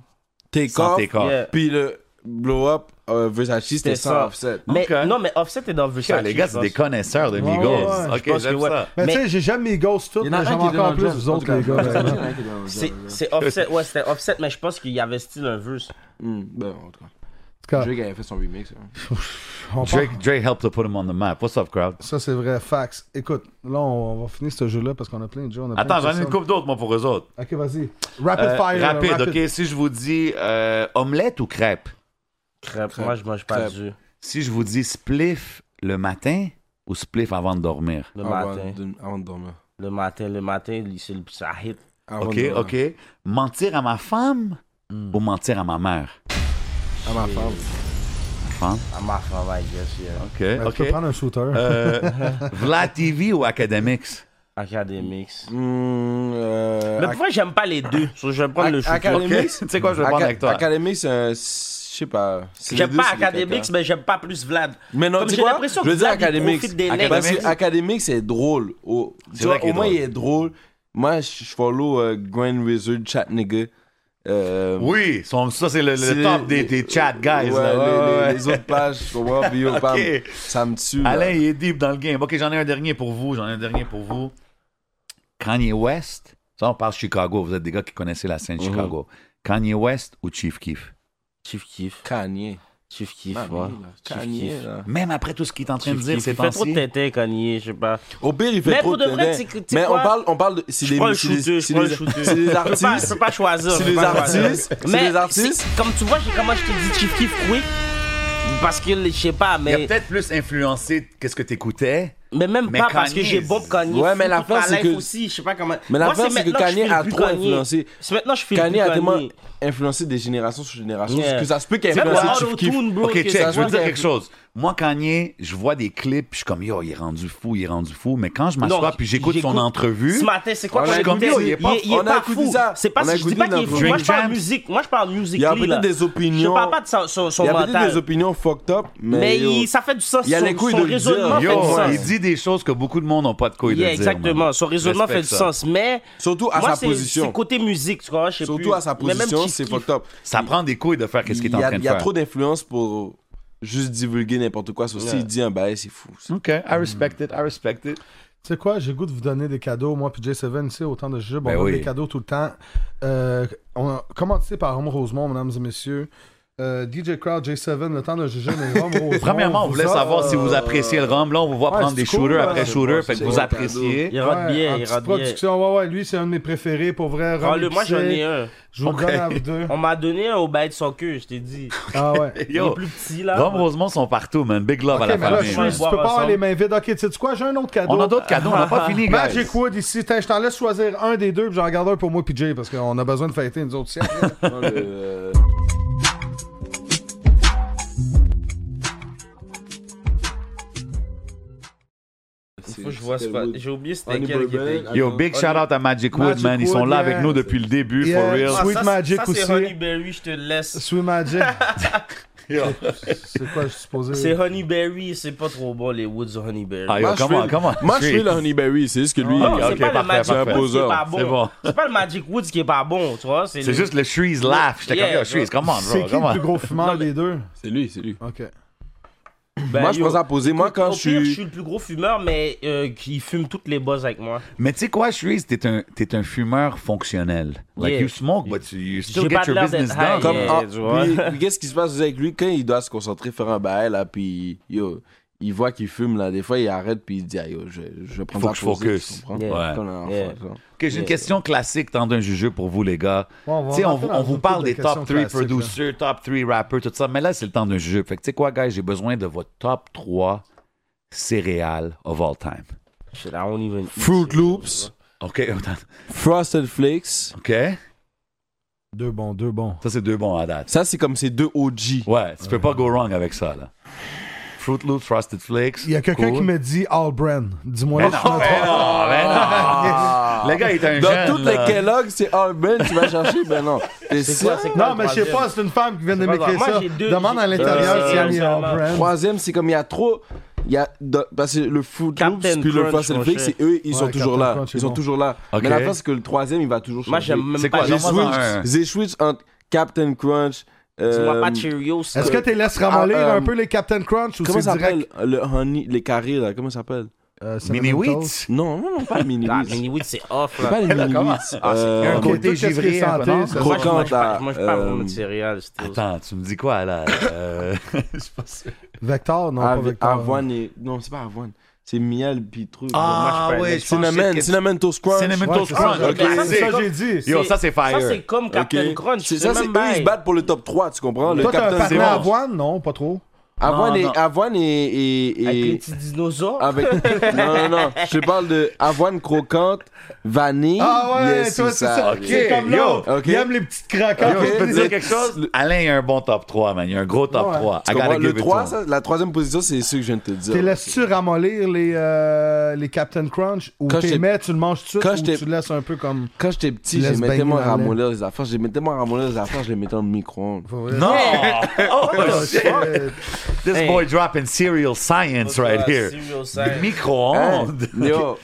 Speaker 5: take-off.
Speaker 4: Takeoff.
Speaker 6: Yeah.
Speaker 5: Puis le blow-up euh, Versace, c'était
Speaker 6: C'était
Speaker 5: sans
Speaker 6: ça.
Speaker 5: offset.
Speaker 6: Mais
Speaker 4: Ok.
Speaker 6: non, mais Offset est dans Versace.
Speaker 4: Tiens, les gars,
Speaker 6: je
Speaker 4: c'est
Speaker 6: pense.
Speaker 4: des connaisseurs de Migos.
Speaker 2: Ouais, ouais, ouais,
Speaker 4: ok, j'aime
Speaker 6: ouais.
Speaker 4: ça.
Speaker 2: Mais,
Speaker 6: Mais-
Speaker 2: tu sais, j'ai jamais mes ghosts toutes, mais j'aime encore plus vous autres, les gars. vraiment.
Speaker 6: C'est c'est Offset, ouais, c'était Offset, mais je pense qu'il y avait style un verse.
Speaker 5: Ben, en tout
Speaker 2: En
Speaker 5: cas.
Speaker 2: tout cas,
Speaker 5: Drake avait fait son remix. hein.
Speaker 2: on part-
Speaker 4: Drake, Drake helped to put him on the map. What's up, crowd?
Speaker 2: Ça, c'est vrai, fax. Écoute, là, on va finir ce jeu-là parce qu'on a plein de jeux. on a plein
Speaker 4: Attends,
Speaker 2: de
Speaker 4: j'en ai une
Speaker 2: personnes.
Speaker 4: couple d'autres, moi, pour eux autres.
Speaker 2: Ok, vas-y. Rapid
Speaker 4: Euh,
Speaker 2: fire. là,
Speaker 4: rapide, ok. Si je vous dis euh, omelette ou crêpe?
Speaker 6: Crêpe, moi, je mange pas
Speaker 5: Crêpe.
Speaker 6: du
Speaker 4: Si je vous dis spliff le matin ou spliff avant de dormir?
Speaker 6: le
Speaker 5: Avant
Speaker 6: matin.
Speaker 5: de- avant de dormir.
Speaker 6: Le matin, le matin, lui, c'est le- ça hit.
Speaker 5: Avant
Speaker 4: Ok,
Speaker 5: de dormir.
Speaker 4: ok. Mentir à ma femme ou mentir à ma mère?
Speaker 5: À ma femme.
Speaker 4: Femme?
Speaker 6: À ma femme, I guess, yeah.
Speaker 4: Ok,
Speaker 2: Mais
Speaker 4: ok.
Speaker 2: Ben, Tu peux prendre un shooter.
Speaker 4: Euh, Vlad TV ou Academics?
Speaker 6: Academics.
Speaker 5: Hmm, euh,
Speaker 6: Mais pourquoi j'aime pas les deux? So, je vais prendre le
Speaker 5: Ac-
Speaker 6: shooter.
Speaker 5: Academics.
Speaker 4: Ok, tu sais quoi, je vais prendre avec toi.
Speaker 5: Academics, c'est un- je sais pas. C'est les
Speaker 6: J'aime
Speaker 5: deux,
Speaker 6: pas
Speaker 5: c'est des
Speaker 6: Academics,
Speaker 5: caca.
Speaker 6: mais j'aime pas plus Vlad.
Speaker 5: Mais non,
Speaker 6: Comme
Speaker 5: tu
Speaker 6: j'ai
Speaker 5: sais quoi?
Speaker 6: l'impression
Speaker 5: Je veux
Speaker 6: que
Speaker 5: dire
Speaker 6: Vlad, il
Speaker 5: Academics.
Speaker 6: profite des nègres.
Speaker 5: Parce que
Speaker 4: Academics.
Speaker 5: Academics, c'est drôle. Oh,
Speaker 4: C'est
Speaker 5: tu vois,
Speaker 4: vrai qu'il
Speaker 5: au
Speaker 4: est
Speaker 5: moins,
Speaker 4: drôle.
Speaker 5: il est drôle. Moi, je je follow euh, Grand Wizard Chat Nigga. Euh,
Speaker 4: Oui, son- ça c'est le, le
Speaker 5: C'est-
Speaker 4: top des, des chat guys. là.
Speaker 5: ouais, les,
Speaker 4: Ouais,
Speaker 5: les-
Speaker 4: ouais.
Speaker 5: les autres pages, je comprends, puis yo, bam,
Speaker 4: Ok.
Speaker 5: ça me tue. là.
Speaker 4: Alain, il est deep dans le game. Ok, j'en ai un dernier pour vous. J'en ai un dernier pour vous. Kanye West. Ça, on parle Chicago. Vous êtes des gars qui connaissez la scène de Chicago. Kanye West ou Chief Keef?
Speaker 6: Chief kiff.
Speaker 5: Kanye.
Speaker 6: Chief kiff,
Speaker 5: Mamie,
Speaker 6: ouais.
Speaker 5: Ah, là.
Speaker 6: Chief
Speaker 5: Kanye,
Speaker 6: kiff.
Speaker 5: là.
Speaker 4: Même après tout ce qu'il est en train de
Speaker 6: Chief
Speaker 4: dire
Speaker 6: kiff.
Speaker 4: ces
Speaker 6: Il fait trop de
Speaker 4: temps-ci.
Speaker 6: tétés, Kanye, je sais pas.
Speaker 5: Au pire, il fait
Speaker 6: Mais
Speaker 5: trop
Speaker 6: pour de vrai,
Speaker 5: terrain.
Speaker 6: tu sais- tu sais
Speaker 5: Mais on
Speaker 6: quoi?
Speaker 5: parle, on parle de. C'est
Speaker 6: Je
Speaker 5: des,
Speaker 6: prends le
Speaker 5: c'est des-
Speaker 6: shooter, je
Speaker 5: c'est
Speaker 6: prends
Speaker 5: des-
Speaker 6: le shooter.
Speaker 5: c'est des
Speaker 6: Je peux pas- Je
Speaker 5: artistes.
Speaker 6: peux pas choisir.
Speaker 5: C'est
Speaker 6: je peux
Speaker 5: des
Speaker 6: pas choisir.
Speaker 5: artistes. C'est
Speaker 6: Mais
Speaker 5: des artistes.
Speaker 6: c'est- Comme tu vois, j'ai- comment je t'ai dit Chief kiff, oui. Parce que, je sais pas,
Speaker 4: Il a
Speaker 6: mais,
Speaker 4: peut-être plus influencé qu'est-ce que t'écoutais.
Speaker 6: mais même
Speaker 4: Mais
Speaker 6: pas parce que
Speaker 4: Kanye,
Speaker 6: j'ai Bob Kanye.
Speaker 5: Ouais,
Speaker 6: fou
Speaker 5: mais
Speaker 6: toute
Speaker 5: l'affaire,
Speaker 6: ma
Speaker 5: c'est
Speaker 6: life
Speaker 5: que-
Speaker 6: aussi, je sais pas comment.
Speaker 5: Mais
Speaker 6: Moi,
Speaker 5: l'affaire, c'est que
Speaker 6: maintenant je
Speaker 5: Kanye
Speaker 6: file
Speaker 5: a
Speaker 6: plus
Speaker 5: trop influencé.
Speaker 6: C'est maintenant, je fais
Speaker 5: Kanye a tellement
Speaker 6: Kanye.
Speaker 5: influencé des générations sur générations
Speaker 6: Yeah.
Speaker 5: que ça se peut qu'il ait
Speaker 6: C'est quoi,
Speaker 5: influencé Chief Keef.
Speaker 6: Auto-tune, bro?
Speaker 4: Ok,
Speaker 6: que ça
Speaker 4: check, je veux
Speaker 6: soit-
Speaker 4: dire quelque chose. Moi, Kanye, je vois des clips, je suis comme, yo, il est rendu fou, il est rendu fou. Mais quand je m'assois
Speaker 6: Non,
Speaker 4: puis j'écoute son entrevue,
Speaker 6: Ce matin, c'est quoi
Speaker 5: On
Speaker 6: qu'on
Speaker 5: a
Speaker 6: écoutait?
Speaker 4: écouté, il est pas-
Speaker 6: il est
Speaker 5: on a
Speaker 6: pas
Speaker 5: écouté
Speaker 6: fou.
Speaker 5: ça.
Speaker 6: C'est pas
Speaker 5: On a
Speaker 6: je dis
Speaker 5: écouté
Speaker 6: pas qu'il est
Speaker 5: notre
Speaker 6: fou. Moi,
Speaker 4: Drink
Speaker 6: je parle
Speaker 4: Jam.
Speaker 6: musique. Moi, je parle
Speaker 5: Il
Speaker 6: musique.
Speaker 5: y a
Speaker 6: lui,
Speaker 5: peut-être
Speaker 6: là.
Speaker 5: des opinions.
Speaker 6: Je parle pas de son, son, son
Speaker 5: Il y a peut-être
Speaker 6: mental.
Speaker 5: des opinions fucked up, mais,
Speaker 6: mais
Speaker 5: yo,
Speaker 6: il- ça fait du sens.
Speaker 5: Il y a
Speaker 6: son,
Speaker 5: les couilles
Speaker 6: son
Speaker 5: de le dire.
Speaker 6: raisonnement
Speaker 4: yo,
Speaker 6: fait du sens.
Speaker 4: il dit des choses que beaucoup de monde n'ont pas de couilles
Speaker 6: Yeah,
Speaker 4: de dire.
Speaker 6: exactement.
Speaker 4: man.
Speaker 6: Son raisonnement fait
Speaker 4: Respecte
Speaker 6: du
Speaker 4: ça.
Speaker 6: sens. Mais
Speaker 5: surtout à
Speaker 6: moi,
Speaker 5: sa
Speaker 6: c'est-
Speaker 5: position.
Speaker 6: C'est côté musique, tu vois. je sais
Speaker 5: Surtout
Speaker 6: plus.
Speaker 5: à sa
Speaker 6: Mais même
Speaker 5: position,
Speaker 6: Chief
Speaker 5: c'est
Speaker 6: Keef.
Speaker 5: fucked up.
Speaker 4: Ça prend des couilles de faire qu'est-ce qu'il est
Speaker 5: Il
Speaker 4: en
Speaker 5: y a-
Speaker 4: train de
Speaker 5: Il y a
Speaker 4: faire.
Speaker 5: trop d'influence pour juste divulguer n'importe quoi. Sauf s'il dit un bail, c'est fou.
Speaker 4: OK, I respect it, I respect it.
Speaker 2: sais quoi, j'ai le goût de vous donner des cadeaux. Moi, puis J7, ici, autant de jeux. Bon,
Speaker 4: Ben
Speaker 2: on donne
Speaker 4: oui.
Speaker 2: des cadeaux tout le temps. Euh, on a commencé par Rome Rosemont, mesdames et messieurs. Euh, DJ Crowd, J7, le temps de jeu, mais Rome Rosemont.
Speaker 4: Premièrement, on voulait
Speaker 2: vous a- euh,
Speaker 4: savoir si vous appréciez le rhum. Là, on vous voit
Speaker 2: ouais,
Speaker 4: prendre
Speaker 2: Ah, c'est
Speaker 4: des
Speaker 2: cool,
Speaker 4: shooters
Speaker 2: ouais,
Speaker 4: après
Speaker 2: c'est
Speaker 4: shooters.
Speaker 5: bon,
Speaker 4: Fait que
Speaker 5: c'est
Speaker 4: vous
Speaker 5: bon
Speaker 4: appréciez.
Speaker 6: Il rate
Speaker 2: Ouais,
Speaker 6: bien,
Speaker 2: en
Speaker 6: il
Speaker 2: petite
Speaker 6: rate bien.
Speaker 2: production, ouais, ouais, lui, c'est un de mes préférés, pour vrai. Rome
Speaker 6: Prends-le, moi j'en ai
Speaker 2: épicé.
Speaker 6: un.
Speaker 2: Je vous le donne à vous deux.
Speaker 6: On m'a donné un au bain de son queue, je t'ai dit.
Speaker 2: Ah ouais.
Speaker 6: Il est
Speaker 4: Yo,
Speaker 6: plus petit là.
Speaker 4: Rhum Rosemont sont partout, man. Big love
Speaker 2: Ok,
Speaker 4: à
Speaker 2: mais
Speaker 4: la
Speaker 2: là, je suis-
Speaker 6: Ouais,
Speaker 4: famille.
Speaker 2: tu
Speaker 6: boire
Speaker 2: peux pas avoir
Speaker 6: ensemble.
Speaker 2: les mains vides. Ok, tu sais quoi, j'ai un autre cadeau.
Speaker 4: On a d'autres cadeaux, on n'a pas fini, guys.
Speaker 2: Magic Wood ici. Tiens, je t'en laisse choisir un des deux, puis j'en garde un pour moi, puis Jay, parce qu'on a besoin de fêter nous autres. siècles.
Speaker 5: Prends le, euh,
Speaker 6: Faut que je vois ce
Speaker 5: c'était
Speaker 6: pas.
Speaker 5: Wood.
Speaker 6: J'ai oublié c'était
Speaker 5: Honey
Speaker 6: quel qui
Speaker 5: Bourbon,
Speaker 6: était.
Speaker 4: Yo,
Speaker 5: attends.
Speaker 4: big shout out à Magic Wood,
Speaker 2: Magic
Speaker 4: man. Ils sont
Speaker 2: Wood,
Speaker 4: là
Speaker 2: yeah.
Speaker 4: avec nous depuis le début,
Speaker 2: Yeah.
Speaker 4: for real.
Speaker 2: Ah, Sweet
Speaker 6: ça, c'est-
Speaker 2: Magic
Speaker 6: ça,
Speaker 2: aussi.
Speaker 6: C'est Honey Berry, je te laisse.
Speaker 2: Sweet Magic. C'est quoi, je suis supposé.
Speaker 6: C'est Honey Berry, c'est pas trop bon les Woods Honey Berry.
Speaker 4: Ah,
Speaker 5: Moi,
Speaker 4: yo,
Speaker 5: je
Speaker 4: comment,
Speaker 5: fais-
Speaker 4: comment?
Speaker 5: Moi, je fais le Honeyberry, c'est juste que lui.
Speaker 6: Non,
Speaker 4: ok,
Speaker 6: c'est pas
Speaker 4: parfait,
Speaker 6: le Magic
Speaker 4: parfait.
Speaker 6: Woods qui est pas
Speaker 4: C'est bon.
Speaker 6: bon. C'est pas le Magic Woods qui est pas bon, tu vois.
Speaker 4: C'est juste le Shreeze laugh. J'étais comme,
Speaker 6: Yeah,
Speaker 4: yo, Shreeze, come on,
Speaker 2: C'est
Speaker 4: bro,
Speaker 2: qui
Speaker 4: come
Speaker 2: le
Speaker 4: on.
Speaker 2: plus gros fumeur des deux
Speaker 5: C'est lui, c'est lui.
Speaker 2: Ok.
Speaker 6: Ben,
Speaker 5: moi, je
Speaker 6: yo,
Speaker 5: pense à poser. Moi, quand
Speaker 6: au
Speaker 5: je
Speaker 6: pire, je
Speaker 5: suis.
Speaker 6: suis le plus gros fumeur, mais euh, qui fume toutes les bosses avec moi.
Speaker 4: Mais tu sais quoi, Shreeze, t'es un, t'es un fumeur fonctionnel. Like,
Speaker 6: Yeah.
Speaker 4: you smoke, but you, you still
Speaker 6: J'ai
Speaker 4: get
Speaker 6: pas
Speaker 4: your
Speaker 6: l'air d'être
Speaker 4: business
Speaker 6: high,
Speaker 4: done.
Speaker 5: Comme,
Speaker 6: Yeah,
Speaker 5: ah,
Speaker 6: tu vois.
Speaker 5: puis- puis qu'est-ce qui se passe avec lui quand il doit se concentrer, faire un bail, là, puis yo, il voit qu'il fume, là, des fois, il arrête, puis il dit, ah, yo, je, je prends
Speaker 4: Faut
Speaker 5: la
Speaker 4: que je
Speaker 5: pause, tu
Speaker 4: focus.
Speaker 5: comprends?
Speaker 6: Yeah.
Speaker 5: Comme un enfant,
Speaker 6: Yeah.
Speaker 5: genre.
Speaker 4: Ok, j'ai une question classique tant d'un jugeux pour vous, les gars.
Speaker 2: Ouais, on va
Speaker 4: Tu sais, on,
Speaker 2: rentrer
Speaker 4: vous-
Speaker 2: dans
Speaker 4: on vous
Speaker 2: beaucoup
Speaker 4: parle
Speaker 2: de
Speaker 4: des
Speaker 2: questions
Speaker 4: top 3
Speaker 2: classiques, là.
Speaker 4: producers, top 3 rappers, tout ça. Mais là, c'est le temps d'un jeu. Fait que tu sais quoi, guys, j'ai besoin de votre top 3 céréales of all time.
Speaker 6: Shit, I don't even eat
Speaker 5: Fruit
Speaker 6: shit,
Speaker 5: Loops,
Speaker 4: OK, attends.
Speaker 5: Frosted Flakes,
Speaker 4: OK?
Speaker 2: Deux bons, deux bons.
Speaker 4: Ça, c'est deux bons à date.
Speaker 5: ça, c'est comme ces deux OG.
Speaker 4: Ouais, tu peux pas go wrong avec ça, là. Fruit Loops, Frosted Flakes.
Speaker 2: Il y a quelqu'un
Speaker 4: cool.
Speaker 2: qui me dit All Brand. Dis-moi là,
Speaker 4: Mais
Speaker 2: je suis
Speaker 4: non, mais non, mais non. Le gars, il est un jeune,
Speaker 5: Dans toutes les
Speaker 4: là.
Speaker 5: Kellogg, c'est Ah, Ben, tu vas chercher, ben non. T'es
Speaker 6: C'est quoi,
Speaker 5: ça?
Speaker 6: c'est quoi
Speaker 2: Non,
Speaker 6: le
Speaker 2: mais je sais
Speaker 6: troisième?
Speaker 2: pas, c'est une femme qui vient de
Speaker 6: pas
Speaker 2: m'écrire
Speaker 6: grave. Moi,
Speaker 2: ça.
Speaker 6: j'ai deux-
Speaker 2: Demande à
Speaker 6: j'ai-
Speaker 2: l'intérieur
Speaker 6: Euh,
Speaker 2: s'il y a mis All
Speaker 6: seulement.
Speaker 2: Brand.
Speaker 5: Troisième, c'est comme il y a trop. Il y a, de- parce que le Fruit
Speaker 6: Captain
Speaker 5: Loops puis le
Speaker 6: Crunch,
Speaker 5: Frosted
Speaker 6: mon
Speaker 5: Flakes,
Speaker 6: cher.
Speaker 5: c'est eux, ils
Speaker 2: Ouais,
Speaker 5: sont toujours
Speaker 2: Captain
Speaker 5: là.
Speaker 2: Crunch,
Speaker 5: Ils
Speaker 2: c'est
Speaker 5: sont
Speaker 2: bon.
Speaker 5: toujours là.
Speaker 4: Ok.
Speaker 5: Mais la fin, c'est que le troisième, il va toujours changer.
Speaker 6: Moi, j'aime même
Speaker 4: C'est
Speaker 6: pas
Speaker 4: quoi,
Speaker 6: les
Speaker 5: J'ai
Speaker 4: J'en mange
Speaker 5: switch,
Speaker 4: un.
Speaker 5: j'ai switch entre Captain Crunch.
Speaker 6: Tu vois
Speaker 5: euh,
Speaker 6: pas de Cheerios.
Speaker 2: Est-ce que
Speaker 6: quoi.
Speaker 2: tu les laisses ramollir
Speaker 5: Ah, euh,
Speaker 2: un peu les Captain Crunch ou
Speaker 5: Comment
Speaker 2: c'est
Speaker 5: ça
Speaker 2: direct
Speaker 5: s'appelle le honey, les carrés là Comment ça s'appelle
Speaker 2: Euh,
Speaker 4: Mini
Speaker 2: Cinnamon Toast.
Speaker 4: Wheats?
Speaker 5: Non, non, non, pas les mini
Speaker 6: Ah,
Speaker 5: wheats.
Speaker 6: mini wheat, c'est off
Speaker 5: Pas
Speaker 6: là.
Speaker 5: les mini wheats.
Speaker 4: Ah, c'est
Speaker 5: Euh,
Speaker 4: un
Speaker 2: ok, tout
Speaker 4: côté
Speaker 2: ce qui est
Speaker 4: givré, un peu,
Speaker 2: santé,
Speaker 4: non?
Speaker 2: c'est-
Speaker 6: Moi, je
Speaker 5: croquant,
Speaker 6: mange pas-
Speaker 5: t'as,
Speaker 6: moi, je parle pour
Speaker 5: euh,
Speaker 6: notre céréale. c'était-
Speaker 4: Attends, tu me dis quoi, là? Euh, je suis pas sûr.
Speaker 2: Vector, non, pas
Speaker 5: ave-
Speaker 2: Vector.
Speaker 5: avoine et non, c'est pas avoine, c'est miel puis truc.
Speaker 4: Ah,
Speaker 5: Moi, je
Speaker 4: ouais,
Speaker 5: parlais-
Speaker 4: je pense que-
Speaker 5: cinnamon, cinnamon toast crunch.
Speaker 4: Cinnamon
Speaker 2: Ouais,
Speaker 4: Toast
Speaker 2: c'est ça,
Speaker 4: Crunch.
Speaker 5: Ok,
Speaker 2: j'ai-
Speaker 5: c'est-
Speaker 2: c'est ça, j'ai dit.
Speaker 4: Yo, ça, c'est
Speaker 6: Ça,
Speaker 4: fire.
Speaker 6: c'est comme
Speaker 5: Ok.
Speaker 6: Captain Crunch.
Speaker 5: C'est ça, c'est
Speaker 6: même
Speaker 5: eux, ils se
Speaker 6: bail.
Speaker 5: battent pour le top 3, tu comprends Le
Speaker 2: Toi, t'as un
Speaker 5: Captain
Speaker 2: partenaire
Speaker 5: Crunch.
Speaker 2: avoine? Non, pas trop.
Speaker 5: Avoine
Speaker 4: Non,
Speaker 5: et
Speaker 4: non.
Speaker 5: avoine et
Speaker 6: Avec
Speaker 5: et-
Speaker 6: les
Speaker 5: et-
Speaker 6: petits dinosaures.
Speaker 5: avec non non non, je te parle de avoine croquante, vanille.
Speaker 2: Ah ouais,
Speaker 5: yes,
Speaker 2: toi, c'est ça.
Speaker 4: Ok,
Speaker 2: C'est comme
Speaker 4: yo,
Speaker 2: l'autre.
Speaker 5: ok.
Speaker 2: Il aime les petites craquantes.
Speaker 4: Yo, je peux te dire
Speaker 5: Le-
Speaker 4: quelque chose? Alain, il a un bon top 3, man. Il a un gros top
Speaker 2: Ouais.
Speaker 4: 3.
Speaker 5: Tu
Speaker 4: I gotta
Speaker 5: comprends?
Speaker 4: give
Speaker 5: Le
Speaker 4: it to
Speaker 5: 3,
Speaker 4: him.
Speaker 5: ça, la troisième position, c'est ce que je viens de te dire.
Speaker 2: T'es laisses-tu ramollir les, euh, les Captain Crunch ou
Speaker 5: Quand
Speaker 2: t'es
Speaker 5: j'étais-
Speaker 2: mets, tu le manges tout de
Speaker 5: quand
Speaker 2: suite ou
Speaker 5: j'étais-
Speaker 2: tu le laisses un peu comme.
Speaker 5: Quand j'étais petit,
Speaker 2: Laisse
Speaker 5: j'aimais
Speaker 2: baigner
Speaker 5: tellement
Speaker 2: dans le lait.
Speaker 5: ramollir les affaires, j'aimais tellement ramollir les affaires, je les mettais dans le micro-ondes.
Speaker 4: Non! Oh,
Speaker 2: Oh,
Speaker 4: shit.
Speaker 2: shit.
Speaker 4: This
Speaker 6: Hey.
Speaker 4: boy dropping serial science right here.
Speaker 6: Serial
Speaker 4: Des
Speaker 6: science.
Speaker 5: Hein?
Speaker 4: Micro-ondes.
Speaker 5: Yo,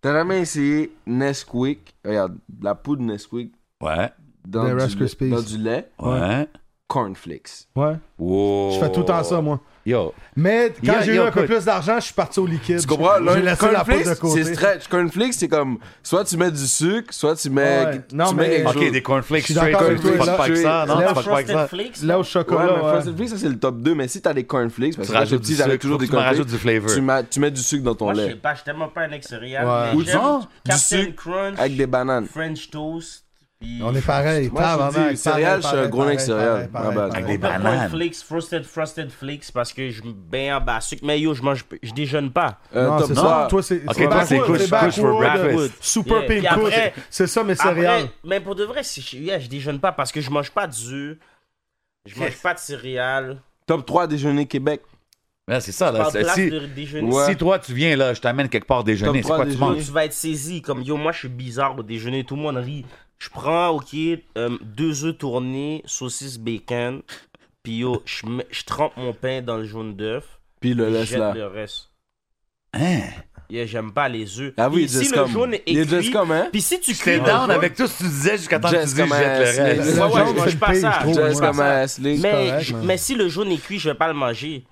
Speaker 5: t'as jamais essayé Nesquik? Regarde, la poudre Nesquik
Speaker 4: Ouais,
Speaker 5: dans,
Speaker 2: Des Rice
Speaker 5: du, lait,
Speaker 2: Krispies.
Speaker 5: dans du lait,
Speaker 4: ouais.
Speaker 5: cornflakes.
Speaker 2: Ouais,
Speaker 4: Wow.
Speaker 2: je fais tout le temps ça, moi.
Speaker 4: Yo,
Speaker 2: Mais quand
Speaker 4: Yo,
Speaker 2: j'ai eu
Speaker 4: yo,
Speaker 2: un peu
Speaker 4: écoute.
Speaker 2: plus d'argent, je suis parti au liquide.
Speaker 5: Tu comprends?
Speaker 2: J'ai
Speaker 5: Là,
Speaker 2: laissé la peau de
Speaker 5: cornflakes,
Speaker 2: côté.
Speaker 5: c'est stretch. Cornflakes, c'est comme soit tu mets du sucre, soit tu mets,
Speaker 2: Ouais.
Speaker 5: tu
Speaker 2: Non,
Speaker 5: mets
Speaker 2: mais-
Speaker 5: quelque
Speaker 4: OK,
Speaker 5: chose.
Speaker 4: des cornflakes
Speaker 2: Je suis
Speaker 4: straight,
Speaker 2: d'accord
Speaker 4: tu
Speaker 2: avec toi,
Speaker 4: fuck
Speaker 5: là.
Speaker 4: pas avec ça, non?
Speaker 5: Là,
Speaker 4: Tu
Speaker 6: Là,
Speaker 4: fuck pas avec ça.
Speaker 6: Frosted Flakes.
Speaker 2: Là au
Speaker 5: Ouais,
Speaker 2: chocolat.
Speaker 5: mais
Speaker 2: ouais.
Speaker 5: Frosted Flakes, ça c'est le top 2, mais si t'as des cornflakes, parce
Speaker 4: Tu
Speaker 5: que quand j'étais
Speaker 4: rajoutes du
Speaker 5: petit, j'avais
Speaker 4: sucre,
Speaker 5: toujours
Speaker 4: faut que
Speaker 5: des
Speaker 4: tu me rajoutes
Speaker 5: cornflakes.
Speaker 4: du flavor.
Speaker 5: Tu mets, tu mets du sucre dans ton
Speaker 6: Moi, je sais
Speaker 5: lait.
Speaker 6: pas, je suis tellement pas un ex céréales.
Speaker 2: Ouais.
Speaker 6: mais
Speaker 5: Ou
Speaker 6: j'aime
Speaker 5: non, du
Speaker 6: Captain
Speaker 5: sucre
Speaker 6: Crunch.
Speaker 5: Avec des bananes.
Speaker 6: French Toast. puis-
Speaker 2: On est pareil.
Speaker 5: Moi, je
Speaker 2: tabarnak,
Speaker 5: dis,
Speaker 2: pareil,
Speaker 5: céréales, je suis un
Speaker 2: pareil,
Speaker 5: gros mec
Speaker 2: pareil,
Speaker 5: céréales.
Speaker 2: pareil, pareil,
Speaker 5: Ah, bah,
Speaker 2: pareil.
Speaker 4: avec des
Speaker 6: Pas de
Speaker 4: bananes.
Speaker 6: Cornflakes, Frosted, Frosted Flakes, parce que je ben en bas sucre. Mais yo, je mange, je déjeune pas.
Speaker 5: Euh,
Speaker 2: Non,
Speaker 5: top
Speaker 2: c'est
Speaker 5: trois.
Speaker 2: ça. Toi, c'est
Speaker 4: Ok, toi, c'est
Speaker 2: backwood,
Speaker 4: couche- couche for
Speaker 2: backwood,
Speaker 6: breakfast.
Speaker 2: Super
Speaker 6: Yeah.
Speaker 2: pink
Speaker 6: Puis
Speaker 2: couche.
Speaker 6: après-
Speaker 2: C'est ça, mes céréales.
Speaker 6: Après, mais pour de vrai, si je, yeah, je déjeune pas parce que je mange pas d'œufs, je mange pas de céréales.
Speaker 5: Top 3 déjeuner Québec.
Speaker 4: Ouais, c'est ça, là.
Speaker 6: Pas
Speaker 4: C'est-
Speaker 6: de place
Speaker 4: Si,
Speaker 6: de déjeuner.
Speaker 5: Ouais.
Speaker 4: si toi, tu viens, là, je t'amène quelque part déjeuner. C'est
Speaker 5: Top
Speaker 4: quoi,
Speaker 5: trois
Speaker 4: tu
Speaker 5: déjeuner.
Speaker 6: Yo,
Speaker 4: manges?
Speaker 6: tu vas être saisi. Comme yo, moi je suis bizarre au déjeuner, tout le monde rit. Je prends, ok, euh, deux œufs tournés, saucisse bacon, puis yo, je, mets- je trempe mon pain dans le jaune d'œuf,
Speaker 5: Puis le
Speaker 6: et je
Speaker 5: laisse
Speaker 6: jette
Speaker 5: là.
Speaker 6: le reste.
Speaker 4: Hein?
Speaker 6: Yeah, j'aime pas les œufs.
Speaker 5: Ah oui,
Speaker 6: Puis si
Speaker 5: just
Speaker 6: le
Speaker 5: come.
Speaker 6: jaune est
Speaker 5: Il est just
Speaker 6: cuit,
Speaker 5: come, hein?
Speaker 6: puis si tu cuis
Speaker 4: T'es
Speaker 6: le
Speaker 4: down
Speaker 6: jaune-
Speaker 4: avec tout ce que tu disais jusqu'à temps que tu
Speaker 5: Just
Speaker 4: dis, je jette
Speaker 5: comme un
Speaker 4: le
Speaker 5: slave.
Speaker 4: reste.
Speaker 2: Le jaune,
Speaker 6: ouais, je
Speaker 2: c'est
Speaker 6: mange
Speaker 2: le
Speaker 6: pas
Speaker 2: pire,
Speaker 6: ça.
Speaker 2: je trouve,
Speaker 5: Just
Speaker 2: moi.
Speaker 5: comme un slick.
Speaker 6: Mais,
Speaker 2: correct,
Speaker 6: je-
Speaker 2: mais-
Speaker 6: mais si le jaune est cuit, je vais pas le manger.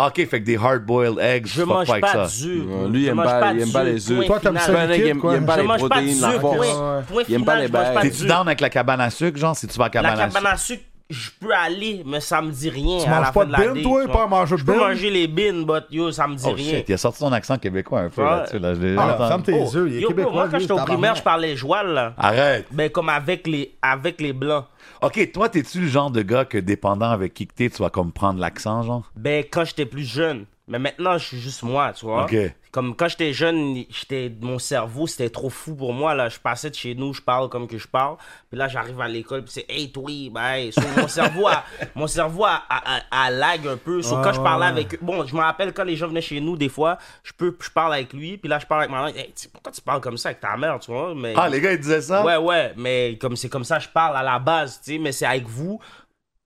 Speaker 4: Ah, Ok, fait que des hard-boiled eggs,
Speaker 6: Je
Speaker 4: fuck
Speaker 6: mange
Speaker 4: pas avec
Speaker 6: pas
Speaker 4: ça.
Speaker 6: dur.
Speaker 5: Ouais, lui, il
Speaker 6: Je
Speaker 5: aime
Speaker 6: mange
Speaker 5: pas-
Speaker 6: pas
Speaker 5: il aime pas
Speaker 6: dur,
Speaker 5: les œufs.
Speaker 6: point
Speaker 2: Toi, t'aimes ça
Speaker 6: final.
Speaker 5: Ben, il aime-
Speaker 2: quoi.
Speaker 5: il aime pas
Speaker 6: Je
Speaker 5: les
Speaker 6: mange pas de
Speaker 5: protéines, la
Speaker 6: sucre.
Speaker 5: force.
Speaker 6: Point, point
Speaker 5: Il aime pas
Speaker 6: final,
Speaker 5: les
Speaker 6: je mange pas de
Speaker 5: bails.
Speaker 4: T'es-tu
Speaker 6: sucre.
Speaker 4: down avec la cabane à sucre, genre, si tu vas à la
Speaker 6: La
Speaker 4: cabane à
Speaker 6: cabane
Speaker 4: sucre?
Speaker 6: à sucre, je peux aller, mais ça me dit rien.
Speaker 2: Tu
Speaker 6: à la
Speaker 2: manges
Speaker 6: fin
Speaker 2: pas
Speaker 6: de
Speaker 2: de
Speaker 6: la
Speaker 2: bine,
Speaker 6: day,
Speaker 2: toi,
Speaker 6: tu
Speaker 2: pas
Speaker 6: vois.
Speaker 2: à manger de
Speaker 6: Je peux
Speaker 2: bine?
Speaker 6: manger les bines, but yo, ça me dit
Speaker 4: Oh
Speaker 6: rien.
Speaker 4: shit, il a sorti son accent québécois un peu
Speaker 6: Ouais.
Speaker 4: là-dessus, là. Je l'ai
Speaker 2: Ah,
Speaker 4: entendu.
Speaker 2: ferme tes
Speaker 6: Oh,
Speaker 2: yeux, il est
Speaker 6: yo, bro,
Speaker 2: québécois.
Speaker 6: moi, quand
Speaker 2: lui,
Speaker 6: j'étais au
Speaker 2: tabarnak.
Speaker 6: primaire, je parlais joual, là.
Speaker 4: Arrête!
Speaker 6: Ben, comme avec les, avec les blancs.
Speaker 4: Ok, toi, t'es-tu le genre de gars que dépendant avec qui que t'es, tu vas comme prendre l'accent, genre?
Speaker 6: Ben, quand j'étais plus jeune. Mais maintenant, je suis juste moi, tu vois.
Speaker 4: Ok.
Speaker 6: Comme quand j'étais jeune, j'étais mon cerveau, c'était trop fou pour moi. Là. Je passais de chez nous, je parle comme que je parle. Puis là, j'arrive à l'école, puis c'est Hey, toi, bye. So, mon cerveau, a, mon cerveau a, a- a- a lag un peu. So,
Speaker 4: Ah.
Speaker 6: quand je parlais avec eux, bon, je me rappelle quand les gens venaient chez nous, des fois, je peux, je parle avec lui, puis là, je parle avec ma mère. Hey, tu- pourquoi tu parles comme ça avec ta mère, tu vois? Mais,
Speaker 4: Ah, les gars, ils disaient ça?
Speaker 6: Ouais, ouais, mais comme c'est comme ça, je parle à la base, tu sais, mais c'est avec vous.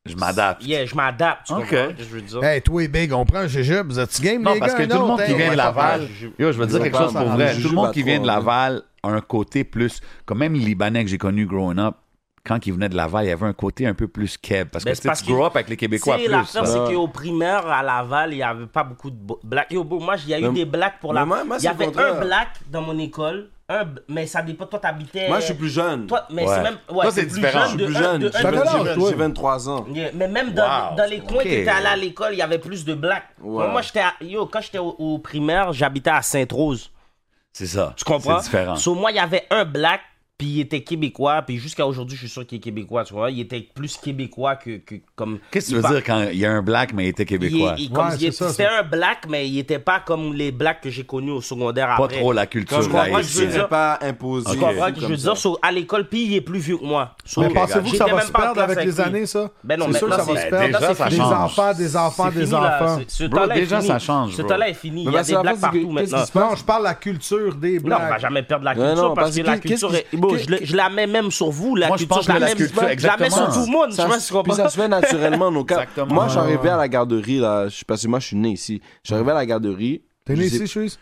Speaker 4: Je m'adapte.
Speaker 6: Yeah, je m'adapte, tu
Speaker 4: Ok.
Speaker 6: comprends ce que je veux dire?
Speaker 2: Hey, toi et Big, on prend un jujube, vous êtes game,
Speaker 4: Non,
Speaker 2: les
Speaker 4: parce
Speaker 2: gars,
Speaker 4: que tout le
Speaker 2: non,
Speaker 4: monde qui
Speaker 2: t'es-
Speaker 4: vient de
Speaker 2: ouais,
Speaker 4: Laval,
Speaker 6: ben, je-
Speaker 4: yo, je veux dire
Speaker 5: Ils
Speaker 4: quelque
Speaker 5: ont
Speaker 4: chose
Speaker 5: pas
Speaker 4: pour
Speaker 5: un
Speaker 4: vrai.
Speaker 5: jujube
Speaker 4: Tout le monde
Speaker 5: à
Speaker 4: qui vient de
Speaker 5: trois,
Speaker 4: Laval a un côté plus, comme même les Libanais que j'ai connus growing up, quand ils venaient de Laval, il y avait un côté un peu plus keb. Parce que
Speaker 6: Ben,
Speaker 4: tu
Speaker 6: c'est
Speaker 4: sais,
Speaker 6: parce
Speaker 4: tu
Speaker 6: qu'il-
Speaker 4: grow up avec les Québécois
Speaker 6: Tu sais,
Speaker 4: plus.
Speaker 5: hein?
Speaker 6: l'affaire,
Speaker 4: là.
Speaker 6: c'est qu'au primaire, à Laval, il n'y avait pas beaucoup de bo- blacks. Yo, bro, moi, il y a eu
Speaker 5: Mais-
Speaker 6: des blacks pour
Speaker 5: mais
Speaker 6: la.
Speaker 5: moi- moi,
Speaker 6: il y
Speaker 5: c'est
Speaker 6: avait
Speaker 5: le contraire.
Speaker 6: un black dans mon école, un... b- mais ça dépend. Toi, t'habitais.
Speaker 5: Moi, je suis plus jeune.
Speaker 6: Toi, mais
Speaker 4: Ouais.
Speaker 6: c'est même. Ouais,
Speaker 4: Toi,
Speaker 6: t'es
Speaker 4: c'est
Speaker 6: plus
Speaker 4: différent.
Speaker 5: Je suis
Speaker 6: jeune Ah, de
Speaker 5: plus
Speaker 6: un-
Speaker 5: jeune.
Speaker 6: de
Speaker 5: J'ai
Speaker 6: un-
Speaker 2: quel âge,
Speaker 5: 20
Speaker 2: toi?
Speaker 5: J'ai 23 ans.
Speaker 6: Yeah, Mais même dans,
Speaker 4: Wow,
Speaker 6: dans les
Speaker 4: ok.
Speaker 6: coins que t'étais allé à l'école, il y avait plus de blacks.
Speaker 5: Ouais.
Speaker 6: Moi, j'étais à- yo, quand j'étais au, au primaire, j'habitais à Sainte-Rose.
Speaker 4: C'est ça.
Speaker 6: Tu comprends?
Speaker 4: C'est différent.
Speaker 6: Sur moi, il y avait un black, puis il était québécois, puis jusqu'à aujourd'hui, je suis sûr qu'il est québécois, tu vois. Il était plus québécois que. que comme
Speaker 4: Qu'est-ce que tu
Speaker 6: il
Speaker 4: veux
Speaker 6: par-
Speaker 4: dire quand il y a un black, mais il était
Speaker 6: Bah- Il est-
Speaker 4: québécois?
Speaker 6: il- comme-
Speaker 2: Ouais,
Speaker 6: il est-
Speaker 2: c'est ça,
Speaker 6: C'était un black, mais il était pas comme les blacks que j'ai connus au secondaire
Speaker 4: Pas
Speaker 6: après.
Speaker 4: trop la culture
Speaker 5: Comme
Speaker 6: comprends
Speaker 5: la
Speaker 6: ce que je veux
Speaker 5: haïtienne.
Speaker 4: haïtienne.
Speaker 6: dire?
Speaker 5: C'est pas imposé.
Speaker 6: Tu comprends ce
Speaker 5: c'est
Speaker 6: que je
Speaker 5: comme
Speaker 6: veux dire?
Speaker 5: ça.
Speaker 6: So, à l'école, puis il est plus vieux que moi. So,
Speaker 2: Mais
Speaker 4: Ok,
Speaker 2: pensez-vous que
Speaker 6: j'étais
Speaker 2: ça va
Speaker 6: même
Speaker 2: se
Speaker 6: pas en
Speaker 2: perdre
Speaker 6: classe
Speaker 2: avec les
Speaker 6: lui.
Speaker 2: années, ça?
Speaker 6: Ben non,
Speaker 2: C'est sûr que ça
Speaker 6: maintenant,
Speaker 2: va
Speaker 6: c'est-
Speaker 2: se perdre.
Speaker 4: déjà, ça
Speaker 2: Des
Speaker 4: change.
Speaker 2: enfants, des enfants,
Speaker 6: C'est
Speaker 2: des
Speaker 6: fini, là.
Speaker 2: enfants.
Speaker 6: C'est- Ce
Speaker 4: Bro,
Speaker 6: temps-là est
Speaker 4: déjà,
Speaker 6: fini.
Speaker 4: ça change,
Speaker 6: Ce
Speaker 4: bro.
Speaker 6: temps-là est fini. Il y
Speaker 5: Mais
Speaker 6: a
Speaker 5: ben,
Speaker 6: des
Speaker 5: c'est la
Speaker 6: blacks
Speaker 5: phase du-
Speaker 6: partout
Speaker 5: qu'est-ce qui
Speaker 6: maintenant.
Speaker 5: se passe?
Speaker 2: Non, je parle de la culture des
Speaker 6: Non, ben, on
Speaker 2: Blacks.
Speaker 6: va jamais perdre la
Speaker 5: Non,
Speaker 6: culture
Speaker 5: non,
Speaker 6: parce
Speaker 5: parce
Speaker 6: que
Speaker 5: que
Speaker 6: la
Speaker 5: qu'est-ce
Speaker 6: culture
Speaker 5: qui-
Speaker 6: est. Bon,
Speaker 5: qu'est-
Speaker 6: je, la- je la mets même sur vous, la
Speaker 4: Moi, je
Speaker 6: culture.
Speaker 4: pense
Speaker 6: je la,
Speaker 4: que la
Speaker 6: mets,
Speaker 4: culture-
Speaker 6: je la mets
Speaker 4: exactement.
Speaker 6: sur tout le monde.
Speaker 5: Ça,
Speaker 6: tu vois
Speaker 5: se-
Speaker 6: ce qu'on
Speaker 5: puis ça se fait naturellement nos cas.
Speaker 4: Exactement.
Speaker 5: Moi, je suis arrivé à la garderie là, je- parce que moi je suis né ici. Je suis arrivé à la garderie.
Speaker 2: T'es né
Speaker 5: je sais-
Speaker 2: ici, Chuis?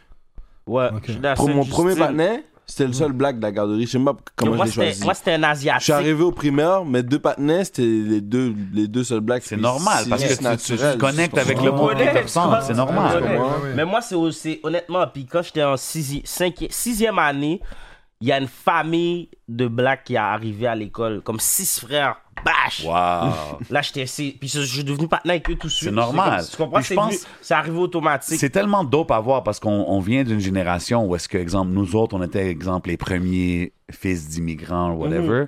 Speaker 6: Ouais,
Speaker 2: Ok.
Speaker 6: je suis dans
Speaker 5: Pour mon premier
Speaker 6: Sainte-Justine.
Speaker 5: patinet, c'était le seul black de la garderie. Je sais même pas comment
Speaker 6: Hmm. Moi,
Speaker 5: je l'ai
Speaker 6: c'était-
Speaker 5: choisi.
Speaker 6: moi, c'était un
Speaker 5: Je suis
Speaker 6: Asiatique.
Speaker 5: arrivé au primaire, mes deux patinets, c'était les deux, les deux seuls blacks.
Speaker 4: C'est
Speaker 5: Puis
Speaker 4: normal,
Speaker 5: c'est
Speaker 4: parce que
Speaker 5: juste
Speaker 4: tu- tu,
Speaker 5: naturel,
Speaker 4: tu connectes
Speaker 5: c'est
Speaker 4: avec
Speaker 5: pour
Speaker 4: le
Speaker 5: ça.
Speaker 4: monde qui
Speaker 6: Ouais,
Speaker 4: te ressemble,
Speaker 6: tu
Speaker 4: c'est
Speaker 6: vois,
Speaker 4: normal.
Speaker 6: ouais.
Speaker 5: Ouais, ouais.
Speaker 6: Mais moi, c'est au- c'est honnêtement, puis quand j'étais en sixi- cinqui- sixième année, il y a une famille de blacks qui est arrivée à l'école, comme six frères. Bâche!
Speaker 4: Wow.
Speaker 6: Là, j'étais assis. Puis je je suis devenu partenaire avec eux tout de suite.
Speaker 4: C'est normal.
Speaker 6: comme- tu comprends?
Speaker 4: Puis je
Speaker 6: C'est
Speaker 4: pense-
Speaker 6: venu- c'est arrivé automatique.
Speaker 4: C'est tellement dope à voir parce qu'on on vient d'une génération où est-ce que, exemple, nous autres, on était, exemple, les premiers fils d'immigrants,
Speaker 6: Mm-hmm.
Speaker 4: whatever.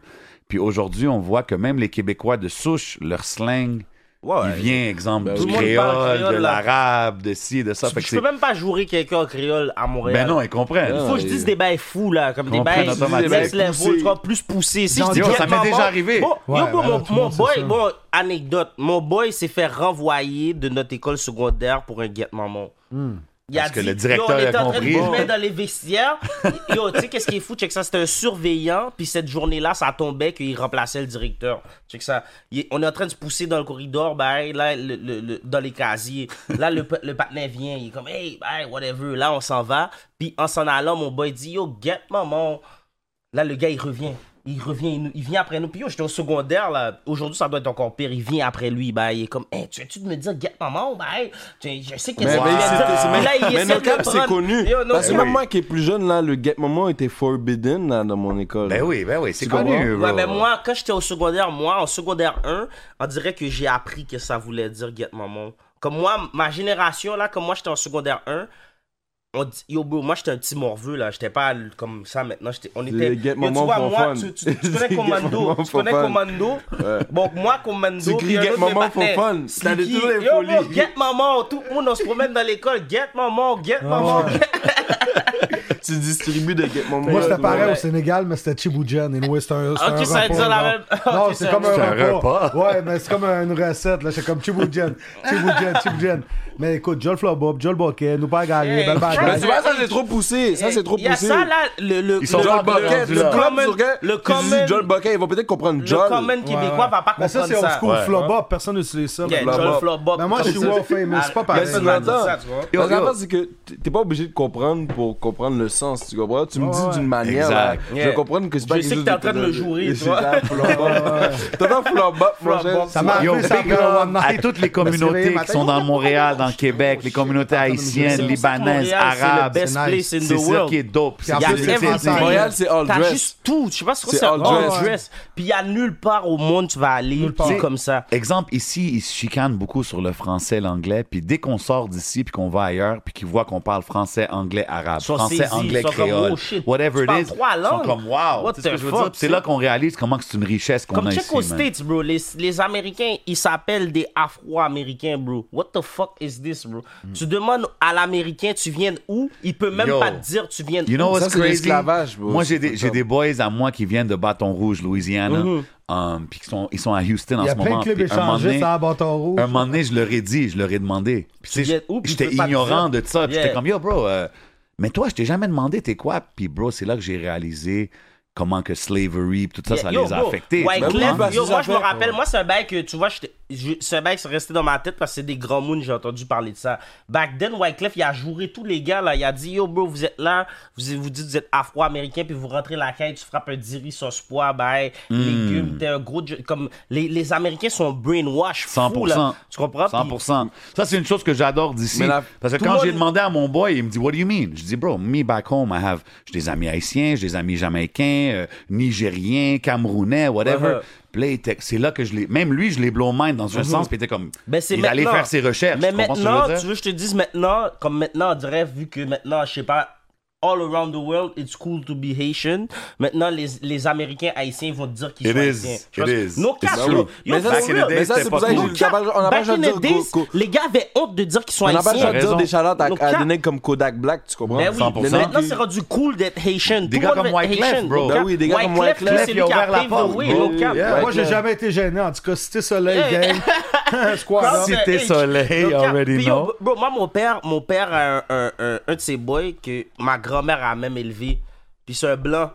Speaker 4: Puis aujourd'hui, on voit que même les Québécois de souche, leur slang, il vient, exemple,
Speaker 5: Ben
Speaker 4: du
Speaker 5: oui.
Speaker 6: Tout le monde parle
Speaker 4: créole,
Speaker 6: créole,
Speaker 4: de
Speaker 6: là.
Speaker 4: l'arabe, de ci, de ça. Fait
Speaker 6: Tu-
Speaker 4: que
Speaker 6: Je peux
Speaker 4: c'est-
Speaker 6: même pas jouer quelqu'un en créole à Montréal.
Speaker 4: Ben non, ils comprennent.
Speaker 6: Il faut que je dise des bails fous, là, comme des
Speaker 4: Comprennent
Speaker 6: bails
Speaker 4: automatiquement.
Speaker 6: next
Speaker 4: Des
Speaker 5: bails
Speaker 6: level,
Speaker 5: poussés.
Speaker 6: tu vois, plus poussés. Si
Speaker 2: Genre,
Speaker 6: je dis
Speaker 2: yo,
Speaker 6: que
Speaker 4: ça m'est
Speaker 6: mon
Speaker 4: déjà
Speaker 6: boy-
Speaker 4: arrivé.
Speaker 6: Bon,
Speaker 2: Ouais,
Speaker 6: yo,
Speaker 2: ben
Speaker 6: bon,
Speaker 2: là,
Speaker 6: mon,
Speaker 2: tout le
Speaker 6: mon
Speaker 2: monde, c'est
Speaker 6: boy,
Speaker 2: ça.
Speaker 6: bon, anecdote, mon boy s'est fait renvoyer de notre école secondaire pour un guette-maman. Il
Speaker 4: Parce que
Speaker 6: dit,
Speaker 4: le directeur
Speaker 6: yo, on était
Speaker 4: a
Speaker 6: en train de
Speaker 4: compris.
Speaker 6: jouer dans les vestiaires. Yo, tu sais, qu'est-ce qui est fou? Check ça, c'était un surveillant. Puis cette journée-là, ça tombait qu'il remplaçait le directeur. Check ça. Il- on est en train de se pousser dans le corridor, ben, hey, là, le- le- le- dans les casiers. Là, le, pa- le partenaire vient. Il est comme, hey, ben, whatever. Là, on s'en va. Puis en s'en allant, mon boy dit, yo, get maman. Là, le gars, il revient. Il revient, il, nous- il vient après nous. Puis yo, j'étais au secondaire, là. Aujourd'hui, ça doit être encore pire. Il vient après lui, bah, il est comme, hey, tu viens-tu de me dire, get maman, bah, hey, tu- je sais que
Speaker 5: Mais,
Speaker 6: c'est
Speaker 5: mais
Speaker 6: Puis
Speaker 5: c'est- c'est- mais-
Speaker 6: là, il
Speaker 5: mais
Speaker 6: essaie
Speaker 5: nos
Speaker 6: de
Speaker 5: caps,
Speaker 6: le
Speaker 5: c'est
Speaker 6: prendre.
Speaker 5: connu.
Speaker 6: Yo, nos
Speaker 5: Parce que
Speaker 6: caps-
Speaker 5: même moi qui est plus jeune, là, le get moment était forbidden là, dans mon école.
Speaker 4: Ben oui, ben oui, c'est connu.
Speaker 5: comprends?
Speaker 4: bro.
Speaker 6: Ouais, mais moi, quand j'étais au secondaire, moi, en secondaire 1, on dirait que j'ai appris que ça voulait dire get maman. Comme moi, ma génération, là, comme moi, j'étais en secondaire 1, on dit, yo, bro, moi, j'étais un petit morveux, là. J'étais pas l- comme ça maintenant. J'étais, on était.
Speaker 5: Les get
Speaker 6: Yo,
Speaker 5: maman
Speaker 6: tu vois,
Speaker 5: font
Speaker 6: moi,
Speaker 5: fun.
Speaker 6: tu, tu- tu connais
Speaker 5: Les get
Speaker 6: Commando.
Speaker 5: maman
Speaker 6: Tu connais
Speaker 5: font fun.
Speaker 6: Commando.
Speaker 5: Ouais.
Speaker 6: Donc, moi, Commando.
Speaker 5: Tu
Speaker 6: puis
Speaker 5: cries
Speaker 6: un
Speaker 5: Get
Speaker 6: autre de
Speaker 5: maman
Speaker 6: Batman.
Speaker 5: font fun.
Speaker 6: Sneaky.
Speaker 5: T'as des tous les
Speaker 6: Yo, bro,
Speaker 5: folies.
Speaker 6: get maman. Tout le monde, on se promène dans l'école. Get maman, get
Speaker 5: Ah.
Speaker 6: maman.
Speaker 5: Tu distribues des get moment.
Speaker 2: Moi,
Speaker 4: euh,
Speaker 2: c'était
Speaker 5: Ouais.
Speaker 2: pareil
Speaker 6: ouais.
Speaker 2: au Sénégal, mais c'était Chiboujan. Et c'est un. c'est
Speaker 6: Ok,
Speaker 2: un
Speaker 6: ça veut
Speaker 2: repas,
Speaker 6: dire la
Speaker 2: genre.
Speaker 6: même-
Speaker 2: Non,
Speaker 6: Ok,
Speaker 2: c'est
Speaker 6: ça
Speaker 2: comme
Speaker 4: dire-
Speaker 6: veut
Speaker 4: C'est un
Speaker 2: un repas.
Speaker 4: repas.
Speaker 2: Ouais, mais c'est comme une recette. là. C'est comme Chiboujan. Chiboujan, Chiboujan. Mais écoute, Joel Flobop, Joel Boquet, nous pas gagner.
Speaker 6: Hey,
Speaker 2: Belle
Speaker 5: Ben,
Speaker 6: Charles,
Speaker 2: bagaille.
Speaker 5: tu vois, ça, c'est trop poussé. Ça, c'est trop
Speaker 6: Il y a
Speaker 5: poussé.
Speaker 6: ça, là. Le, le,
Speaker 4: Ils sont
Speaker 6: le-
Speaker 4: dans
Speaker 5: John
Speaker 4: le bas,
Speaker 5: Bucket,
Speaker 4: rendu
Speaker 5: le
Speaker 4: là.
Speaker 6: Common-
Speaker 5: Bucket,
Speaker 6: le
Speaker 5: tu dis
Speaker 6: Common-
Speaker 5: John Bucket, ils vont peut-être comprendre
Speaker 6: Le
Speaker 5: John.
Speaker 6: common québécois va pas
Speaker 2: Mais ça,
Speaker 6: comprendre
Speaker 2: c'est old
Speaker 6: ça.
Speaker 2: school.
Speaker 4: Ouais.
Speaker 2: Flobop, personne n'utilise ça.
Speaker 6: Yeah,
Speaker 2: Flobop.
Speaker 6: Joel Flobop.
Speaker 2: Mais moi, je suis
Speaker 6: Comme ça.
Speaker 2: wow famous, c'est pas pareil.
Speaker 5: Mais c'est longtemps.
Speaker 6: Ça, tu vois.
Speaker 4: Yo,
Speaker 5: Parce que
Speaker 4: yo.
Speaker 5: la part, c'est que t- t'es pas obligé de comprendre pour comprendre le sens, tu comprends? Tu me dis d'une manière.
Speaker 4: Exact.
Speaker 5: là, Je
Speaker 6: Yeah.
Speaker 5: vais comprendre que c'est pas
Speaker 6: Je sais
Speaker 5: quelque
Speaker 6: que t'es en
Speaker 5: chose
Speaker 6: train de me jouer,
Speaker 5: C'est
Speaker 6: toi.
Speaker 5: ça, full on bop. T'entends full on bop, mon cher?
Speaker 2: Ça m'a
Speaker 4: Yo,
Speaker 2: appelé ça
Speaker 4: big
Speaker 2: après
Speaker 4: love
Speaker 2: One
Speaker 4: à
Speaker 6: Ben,
Speaker 2: Night.
Speaker 4: toutes les
Speaker 2: Je me suis
Speaker 4: communautés
Speaker 2: réveillé
Speaker 4: qui sont dans
Speaker 2: matin.
Speaker 4: Montréal,
Speaker 6: Oh,
Speaker 4: dans le Québec, les communautés haïtiennes, libanaises, arabes.
Speaker 6: C'est le best place in
Speaker 4: C'est
Speaker 6: the
Speaker 4: ça
Speaker 6: world.
Speaker 4: qui est dope.
Speaker 2: en
Speaker 6: Il y a
Speaker 2: plus, c'est
Speaker 6: everything.
Speaker 5: Montréal, c'est all
Speaker 6: T'as
Speaker 5: dress.
Speaker 6: juste tout. Je sais pas si
Speaker 5: C'est
Speaker 6: c'est all
Speaker 5: all
Speaker 6: dress.
Speaker 5: dress.
Speaker 6: Puis il y a nulle part au monde tu vas aller
Speaker 2: Nulle part.
Speaker 6: qui est comme ça.
Speaker 4: Exemple, ici, ils se chicanent beaucoup sur le français, l'anglais, puis dès qu'on sort d'ici, puis qu'on va ailleurs, puis qu'ils voient qu'on parle français, anglais, arabe,
Speaker 6: Ils sont
Speaker 4: français,
Speaker 6: saisis,
Speaker 4: anglais,
Speaker 6: ils sont comme,
Speaker 4: créole,
Speaker 6: oh shit,
Speaker 4: whatever
Speaker 6: tu parles
Speaker 4: it is,
Speaker 6: trois
Speaker 4: ils sont
Speaker 6: langues?
Speaker 4: comme wow.
Speaker 6: What
Speaker 4: Tu sais ce que
Speaker 6: the
Speaker 4: je veux
Speaker 6: fuck,
Speaker 4: dire? Puis C'est là qu'on réalise comment que c'est une richesse qu'on
Speaker 6: Comme
Speaker 4: a
Speaker 6: check
Speaker 4: ici.
Speaker 6: aux
Speaker 4: man.
Speaker 6: States, bro. Les, les Américains, ils s'appellent des Afro-Américains, bro. What the fuck is this, bro?
Speaker 2: Hmm.
Speaker 6: Tu demandes à l'Américain, tu viens où? Il peut même
Speaker 4: Yo.
Speaker 6: pas te dire, tu viens
Speaker 4: You know
Speaker 6: où?
Speaker 4: what's
Speaker 5: Ça, c'est
Speaker 4: crazy?
Speaker 5: l'esclavage, bro.
Speaker 4: Moi, j'ai
Speaker 5: C'est
Speaker 4: des,
Speaker 5: fucked
Speaker 4: j'ai
Speaker 5: up.
Speaker 4: des boys à moi qui viennent de Bâton Rouge, Louisiane, puis qui sont, ils sont à Houston en
Speaker 2: Mhm. Il y
Speaker 4: ce
Speaker 2: a plein
Speaker 4: moment.
Speaker 2: de clubs
Speaker 4: puis un moment donné-
Speaker 2: échangistes à Bâton Rouge.
Speaker 4: Un moment donné, je leur ai dit, je leur ai demandé. Puis, tu sais,
Speaker 6: viens où, puis
Speaker 4: j'étais
Speaker 6: tu peux pas te
Speaker 4: ignorant
Speaker 6: dire.
Speaker 4: de ça. Puis
Speaker 6: Yeah.
Speaker 4: j'étais comme, yo, bro, euh, mais toi, je t'ai jamais demandé t'es quoi. Puis, bro, c'est là que j'ai réalisé comment que slavery, puis tout ça, ça
Speaker 6: Yo,
Speaker 4: les a
Speaker 6: bro,
Speaker 4: affectés.
Speaker 6: Wyclef,
Speaker 4: tu comprends?
Speaker 5: Ben oui,
Speaker 6: yo, moi, je me
Speaker 5: parce que-
Speaker 6: rappelle, moi, c'est un bail que, tu vois, j'étais- je- c'est un bail qui est resté dans ma tête parce que c'est des grands moons, j'ai entendu parler de ça. Back then, Wyclef, il a joué tous les gars, là. Il a dit, yo, bro, vous êtes là, vous, vous dites, vous êtes afro-américain, puis vous rentrez la caille, tu frappes un diri sauce pois, ben,
Speaker 4: Hmm.
Speaker 6: légumes, t'es un gros. jo- Comme, les, les Américains sont brainwash, fous,
Speaker 4: 100%.
Speaker 6: là. Tu comprends? Puis-
Speaker 4: 100%. Ça, c'est une chose que j'adore d'ici.
Speaker 5: Mais la-
Speaker 4: Parce que
Speaker 6: tout le
Speaker 4: quand j'ai
Speaker 6: monde-
Speaker 4: demandé à mon boy, il me dit, What do you mean? Je dis, Bro, me back home, I have. J'ai des amis haïtiens, j'ai des amis jamaïcains, euh, nigériens, camerounais, whatever.
Speaker 6: Uh-huh.
Speaker 4: Puis là, il était- c'est là que je l'ai. Même lui, je l'ai blow mind dans un sens, puis il était comme.
Speaker 6: Ben, c'est
Speaker 4: il allait
Speaker 6: maintenant.
Speaker 4: faire ses recherches.
Speaker 6: Mais
Speaker 4: tu comprends ce que je veux
Speaker 6: maintenant,
Speaker 4: dire?
Speaker 6: tu veux que je te dise maintenant, comme maintenant, on dirait, vu que maintenant, je sais pas, all around the world, it's cool to be Haitian. Maintenant, les, les Américains haïtiens vont te dire qu'ils
Speaker 4: It
Speaker 6: sont
Speaker 4: is.
Speaker 6: haïtiens. Je
Speaker 4: It
Speaker 6: pense-
Speaker 4: is.
Speaker 6: No
Speaker 4: It's
Speaker 6: cap,
Speaker 4: true.
Speaker 6: bro. Yo,
Speaker 5: Mais ça,
Speaker 6: for
Speaker 4: Back in the
Speaker 6: real.
Speaker 4: day,
Speaker 5: mais ça,
Speaker 4: c'était
Speaker 5: c'est
Speaker 4: pas
Speaker 5: pour ça que
Speaker 4: cool.
Speaker 5: j'ai- t'as pas- on n'a pas
Speaker 6: Back
Speaker 5: le droit
Speaker 6: in
Speaker 5: de
Speaker 6: the
Speaker 5: dire
Speaker 6: days,
Speaker 5: go- go-
Speaker 6: les gars avaient honte de dire qu'ils sont
Speaker 5: On n'a pas le
Speaker 6: haïtiens.
Speaker 5: droit de dire des charlottes à,
Speaker 6: No
Speaker 5: à
Speaker 6: cap.
Speaker 5: des nègres comme Kodak Black, tu comprends?
Speaker 6: Ben oui,
Speaker 4: 100%.
Speaker 6: maintenant c'est rendu cool d'être Haitian.
Speaker 4: Des
Speaker 6: Tout
Speaker 4: gars
Speaker 6: le monde
Speaker 4: comme
Speaker 6: veut être
Speaker 4: Wyclef,
Speaker 6: Haitian.
Speaker 4: bro.
Speaker 6: No
Speaker 5: Ben
Speaker 6: cap.
Speaker 5: oui, des gars comme
Speaker 6: Wyclef,
Speaker 5: Wyclef,
Speaker 6: c'est
Speaker 4: il
Speaker 6: lui
Speaker 4: a
Speaker 6: qui a
Speaker 4: ouvert la
Speaker 6: paved the
Speaker 4: porte,
Speaker 6: way,
Speaker 4: bro.
Speaker 6: no cap.
Speaker 5: Yeah.
Speaker 2: Moi, j'ai
Speaker 5: Wyclef.
Speaker 2: jamais été gêné. En tout cas, Cité Soleil, gang. Squad up.
Speaker 6: Comme
Speaker 4: Cité
Speaker 6: le H.
Speaker 4: Soleil,
Speaker 6: Le cap.
Speaker 4: already
Speaker 6: Puis, yo,
Speaker 4: know.
Speaker 6: bro, moi, mon père, mon père a un, un- un- un de ses boys que ma grand-mère a même élevé. Puis c'est un blanc.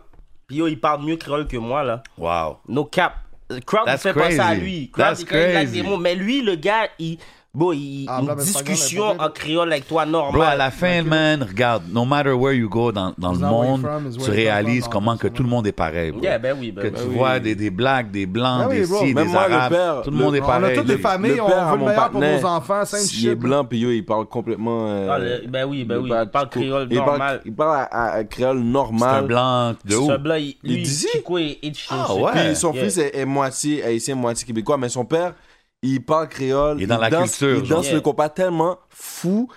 Speaker 6: Puis yo, il parle mieux créole que moi, là.
Speaker 4: Wow.
Speaker 6: No cap. Euh, Crowd, il
Speaker 4: That's
Speaker 6: fait penser à
Speaker 4: crazy.
Speaker 6: lui. Crowd,
Speaker 4: That's
Speaker 6: il fait- il a
Speaker 4: crazy.
Speaker 6: des mots. Mais lui, le gars, il... Bon, il,
Speaker 2: Ah,
Speaker 6: une
Speaker 2: blâme, c'est pas grave,
Speaker 6: discussion
Speaker 2: elle est pas
Speaker 6: en créole avec toi,
Speaker 4: Bro, à
Speaker 6: normal.
Speaker 4: la fin, man, regarde, no matter where you go dans, dans le
Speaker 2: not where you're
Speaker 4: monde,
Speaker 2: from, it's where
Speaker 4: tu
Speaker 2: you're
Speaker 4: réalises
Speaker 2: from.
Speaker 4: comment que tout le monde est pareil, bro.
Speaker 6: Yeah, ben oui, ben
Speaker 4: que
Speaker 6: oui.
Speaker 4: tu vois des, des blacks, des blancs,
Speaker 2: Ben oui,
Speaker 4: des
Speaker 2: bro.
Speaker 4: si,
Speaker 5: Même
Speaker 4: des
Speaker 5: moi, le
Speaker 4: arabes,
Speaker 5: père,
Speaker 4: tout le
Speaker 5: le-
Speaker 4: monde est
Speaker 5: on a
Speaker 2: On a
Speaker 4: pareil.
Speaker 2: toutes des
Speaker 4: Les-
Speaker 2: familles, on veut
Speaker 5: à
Speaker 2: le meilleur pour
Speaker 5: partenaire,
Speaker 2: nos enfants, same
Speaker 5: s'il est
Speaker 2: shit.
Speaker 5: blanc, puis yo, il parle complètement. euh,
Speaker 6: Ah, le- ben oui, ben
Speaker 5: il
Speaker 6: oui,
Speaker 5: parle-
Speaker 6: il parle créole
Speaker 5: il parle-
Speaker 6: normal.
Speaker 5: Il parle à- à à créole
Speaker 4: C'est un
Speaker 5: normal.
Speaker 4: blanc de
Speaker 6: Ce
Speaker 4: ouf.
Speaker 6: blanc, il,
Speaker 5: Il
Speaker 6: lui,
Speaker 5: dit si?
Speaker 6: Chico et et Chico,
Speaker 4: Ah,
Speaker 6: c'est-
Speaker 4: ouais.
Speaker 5: Puis son
Speaker 6: Yeah.
Speaker 5: fils est, est moitié haïtien, moitié québécois, mais son père, il parle créole.
Speaker 4: Il est dans la
Speaker 5: danse-
Speaker 4: culture,
Speaker 5: Il
Speaker 4: genre.
Speaker 5: danse
Speaker 6: Yeah.
Speaker 5: le compas tellement fou.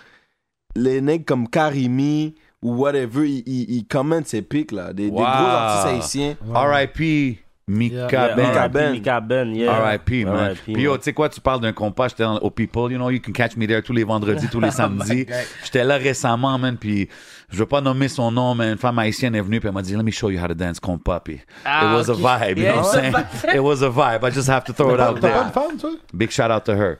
Speaker 5: Les nègres comme Karimi ou whatever, ils, ils, ils commentent ses pics, là. Des, des
Speaker 4: Wow.
Speaker 5: gros artistes haïtiens.
Speaker 4: R.I.P. Mika
Speaker 6: Yeah,
Speaker 4: Ben.
Speaker 6: R.I.P.
Speaker 5: Ben.
Speaker 6: Mika Ben, yeah.
Speaker 4: R.I.P. man.
Speaker 6: R.I.P.,
Speaker 4: Puis yo,
Speaker 6: man.
Speaker 4: tu sais quoi, tu parles d'un compas, j'étais dans- au People, you know, you can catch me there tous les vendredis, tous les
Speaker 6: Oh
Speaker 4: samedis. J'étais là récemment, man, puis je veux pas nommer son nom, mais une femme haïtienne est venue, puis elle m'a dit, let me show you how to dance compas, puis
Speaker 6: Ah,
Speaker 4: it was
Speaker 6: ok.
Speaker 4: a vibe, you
Speaker 6: Yeah,
Speaker 4: know what I'm
Speaker 6: it's a
Speaker 4: saying? It was a vibe, I just have to throw it
Speaker 2: T'as
Speaker 4: out
Speaker 2: pas
Speaker 4: there.
Speaker 2: une femme, toi?
Speaker 4: Big shout out to her.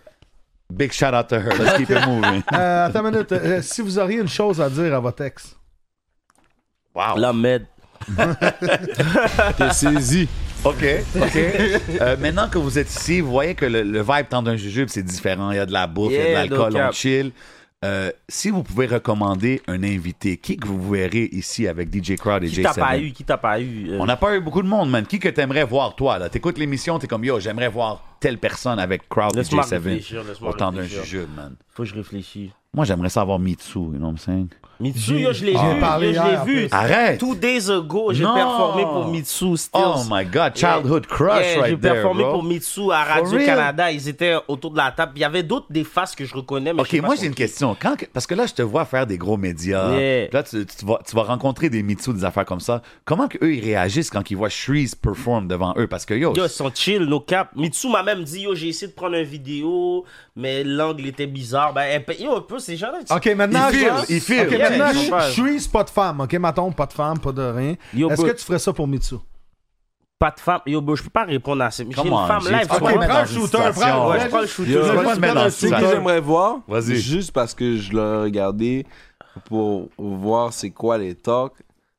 Speaker 4: Big shout out to her, let's keep it moving.
Speaker 2: Euh, Attends une minute. Euh, Si vous auriez une chose à dire à votre ex.
Speaker 4: Wow.
Speaker 6: La med.
Speaker 5: T'es saisi.
Speaker 4: OK, OK. Euh, maintenant que vous êtes ici, vous voyez que le, le vibe tend d'un jujube, c'est différent. Il y a de la bouffe, il y a
Speaker 6: Yeah,
Speaker 4: de l'alcool,
Speaker 6: no
Speaker 4: on
Speaker 6: cap.
Speaker 4: chill. Euh, si vous pouvez recommander un invité, qui que vous verrez ici avec DJ Crowd et
Speaker 6: Qui t'a pas
Speaker 4: J7?
Speaker 6: eu, qui t'a pas eu. euh,
Speaker 4: On n'a pas eu beaucoup de monde, man. Qui que t'aimerais voir, toi, là? T'écoutes l'émission, t'es comme, yo, j'aimerais voir telle personne avec Crowd et
Speaker 6: Laisse-moi
Speaker 4: J7
Speaker 6: réfléchir, laisse-moi
Speaker 4: au temps d'un
Speaker 6: réfléchir.
Speaker 4: jujube, man.
Speaker 6: Faut que je réfléchisse.
Speaker 4: Moi, j'aimerais savoir Mitsu, you know what I'm saying?
Speaker 6: Mitsu, yo, je l'ai
Speaker 2: j'ai
Speaker 6: vu.
Speaker 2: parlé
Speaker 6: yo, je
Speaker 2: hier, en
Speaker 6: l'ai vu.
Speaker 2: plus.
Speaker 4: Arrête!
Speaker 6: Two days ago, j'ai
Speaker 4: Non.
Speaker 6: performé pour Mitsu Stills.
Speaker 4: Oh my God, childhood crush right
Speaker 6: Yeah,
Speaker 4: there,
Speaker 6: J'ai performé
Speaker 4: bro.
Speaker 6: pour Mitsu à
Speaker 4: For
Speaker 6: Radio-Canada. Ils étaient autour de la table. Il y avait d'autres des faces que je reconnais. Mais je
Speaker 4: Ok,
Speaker 6: sais pas
Speaker 4: moi
Speaker 6: son-
Speaker 4: j'ai une question. Quand que- parce que là, je te vois faire des gros médias.
Speaker 6: Yeah.
Speaker 4: Puis Là, tu, tu vas, tu vas rencontrer des mitsous, des affaires comme ça. Comment que eux ils réagissent quand ils voient Shreeze perform devant eux? Parce que yo,
Speaker 6: Yo, ils sont chill, nos cap. Mitsu m'a même dit, yo, j'ai essayé de prendre une vidéo, mais l'angle était bizarre. Ben, elle- yo, un peu, ces gens-là. ils-
Speaker 2: Ok, maintenant.
Speaker 4: Il
Speaker 2: je-
Speaker 4: file, il file.
Speaker 2: Ok,
Speaker 4: Yeah,
Speaker 2: maintenant,
Speaker 6: il
Speaker 2: je-
Speaker 6: file.
Speaker 2: je suis c'est pas de femme. Ok, maton, pas de femme, pas de rien.
Speaker 6: Yo,
Speaker 2: Est-ce
Speaker 6: bro.
Speaker 2: que tu ferais ça pour
Speaker 4: Euh,
Speaker 2: Mitsu?
Speaker 6: Pas de femme. Yo, bro, je peux pas répondre à ça. J'ai une
Speaker 4: Come on,
Speaker 6: femme
Speaker 4: j'ai-
Speaker 6: live.
Speaker 4: Ok,
Speaker 6: tu vois.
Speaker 4: prends le shooter, prends-
Speaker 6: Ouais, je prends le shooter.
Speaker 5: Yo,
Speaker 4: je vais
Speaker 5: moi,
Speaker 4: te mettre dans le
Speaker 5: ce que
Speaker 4: sous-sol.
Speaker 5: j'aimerais voir,
Speaker 4: Vas-y.
Speaker 5: juste parce que je l'ai regardé pour voir c'est quoi les talks,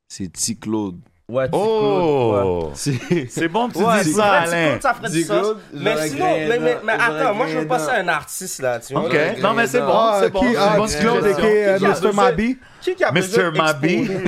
Speaker 5: c'est T. Claude.
Speaker 6: Ouais, tu coupes, ouais.
Speaker 4: Oh! C'est bon que tu
Speaker 6: Ouais,
Speaker 4: dis
Speaker 6: c'est
Speaker 4: ça,
Speaker 6: vrai,
Speaker 4: Alain.
Speaker 6: tu coupes, ça ferait du
Speaker 5: Du
Speaker 6: sens.
Speaker 5: coup, j'aurais
Speaker 6: Mais sinon,
Speaker 5: gagné
Speaker 6: mais, mais,
Speaker 5: dedans.
Speaker 6: mais attends,
Speaker 5: J'aurais
Speaker 6: moi je veux
Speaker 5: gagné
Speaker 6: passer à un
Speaker 5: dedans.
Speaker 6: artiste là, tu vois.
Speaker 4: OK. Non, mais c'est bon,
Speaker 2: Ah,
Speaker 4: c'est bon.
Speaker 2: qui,
Speaker 4: c'est
Speaker 2: ah,
Speaker 4: bon,
Speaker 2: qui
Speaker 4: c'est
Speaker 2: Claude
Speaker 4: bon.
Speaker 2: et qui euh,
Speaker 6: Qui a besoin-
Speaker 2: Mr. Mabi?
Speaker 6: Qui qui a besoin
Speaker 4: Mr.
Speaker 6: de
Speaker 4: Mabi.
Speaker 6: exposer?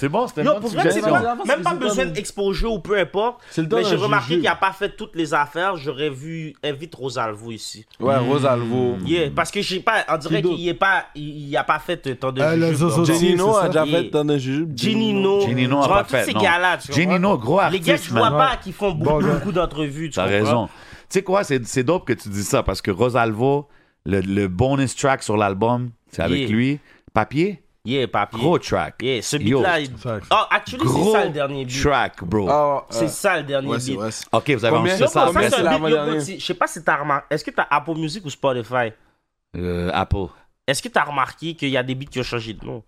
Speaker 4: C'est bon, c'était une
Speaker 6: Yo,
Speaker 4: bonne
Speaker 6: pour vrai, c'est
Speaker 4: suggestion.
Speaker 6: bon. Même pas besoin d'exposer ou peu importe.
Speaker 5: C'est le temps
Speaker 6: Mais j'ai
Speaker 5: d'un
Speaker 6: remarqué
Speaker 5: jeu.
Speaker 6: qu'il a pas fait toutes les affaires. J'aurais vu invite Rosalvo ici.
Speaker 5: Ouais, Rosalvo.
Speaker 6: Yeah, parce que j'ai pas, on dirait qu'il y est pas, il, il a pas fait euh, tant de
Speaker 2: Euh, le
Speaker 6: jujubes,
Speaker 2: Zozo
Speaker 6: donc.
Speaker 2: Zozo.
Speaker 5: Genino
Speaker 2: c'est
Speaker 5: a
Speaker 2: ça.
Speaker 5: déjà
Speaker 6: Et-
Speaker 5: fait dans le jeu.
Speaker 6: Genino,
Speaker 4: Genino
Speaker 6: tu
Speaker 4: a
Speaker 6: vois,
Speaker 4: pas
Speaker 6: tous
Speaker 4: fait,
Speaker 6: ces
Speaker 4: non.
Speaker 6: gars-là, tu vois.
Speaker 4: Genino, gros
Speaker 6: Les gars que
Speaker 4: artiste,
Speaker 6: je vois
Speaker 4: man.
Speaker 6: pas, qui font beaucoup,
Speaker 2: gars.
Speaker 6: beaucoup d'entrevues, tu
Speaker 4: T'as
Speaker 6: comprends?
Speaker 4: raison. Tu sais quoi, c'est c'est dope que tu dis ça parce que Rosalvo, le, le bonus track sur l'album, c'est avec
Speaker 6: Yeah.
Speaker 4: lui. Papier,
Speaker 6: Yeah, papier.
Speaker 4: gros track.
Speaker 6: Yeah, ce
Speaker 4: Yo,
Speaker 6: beat-là, il...
Speaker 2: Fact.
Speaker 6: Oh, actually, c'est
Speaker 4: Gros
Speaker 6: ça le dernier beat.
Speaker 4: track, bro.
Speaker 5: Ah,
Speaker 6: C'est ça le dernier
Speaker 5: Ouais, c'est
Speaker 6: beat.
Speaker 5: vrai. c'est-
Speaker 4: Ok, vous avez
Speaker 5: Combien-
Speaker 4: enregistré ça
Speaker 5: Yo, pour
Speaker 4: après
Speaker 5: ça,
Speaker 4: ça?
Speaker 5: c'est la-
Speaker 6: Je
Speaker 5: l'avant-dernière.
Speaker 6: sais pas si t'as remarqué. Est-ce que t'as Apple Music ou Spotify?
Speaker 4: Euh, Apple.
Speaker 6: Est-ce que t'as remarqué qu'il y a des beats qui ont changé de nom?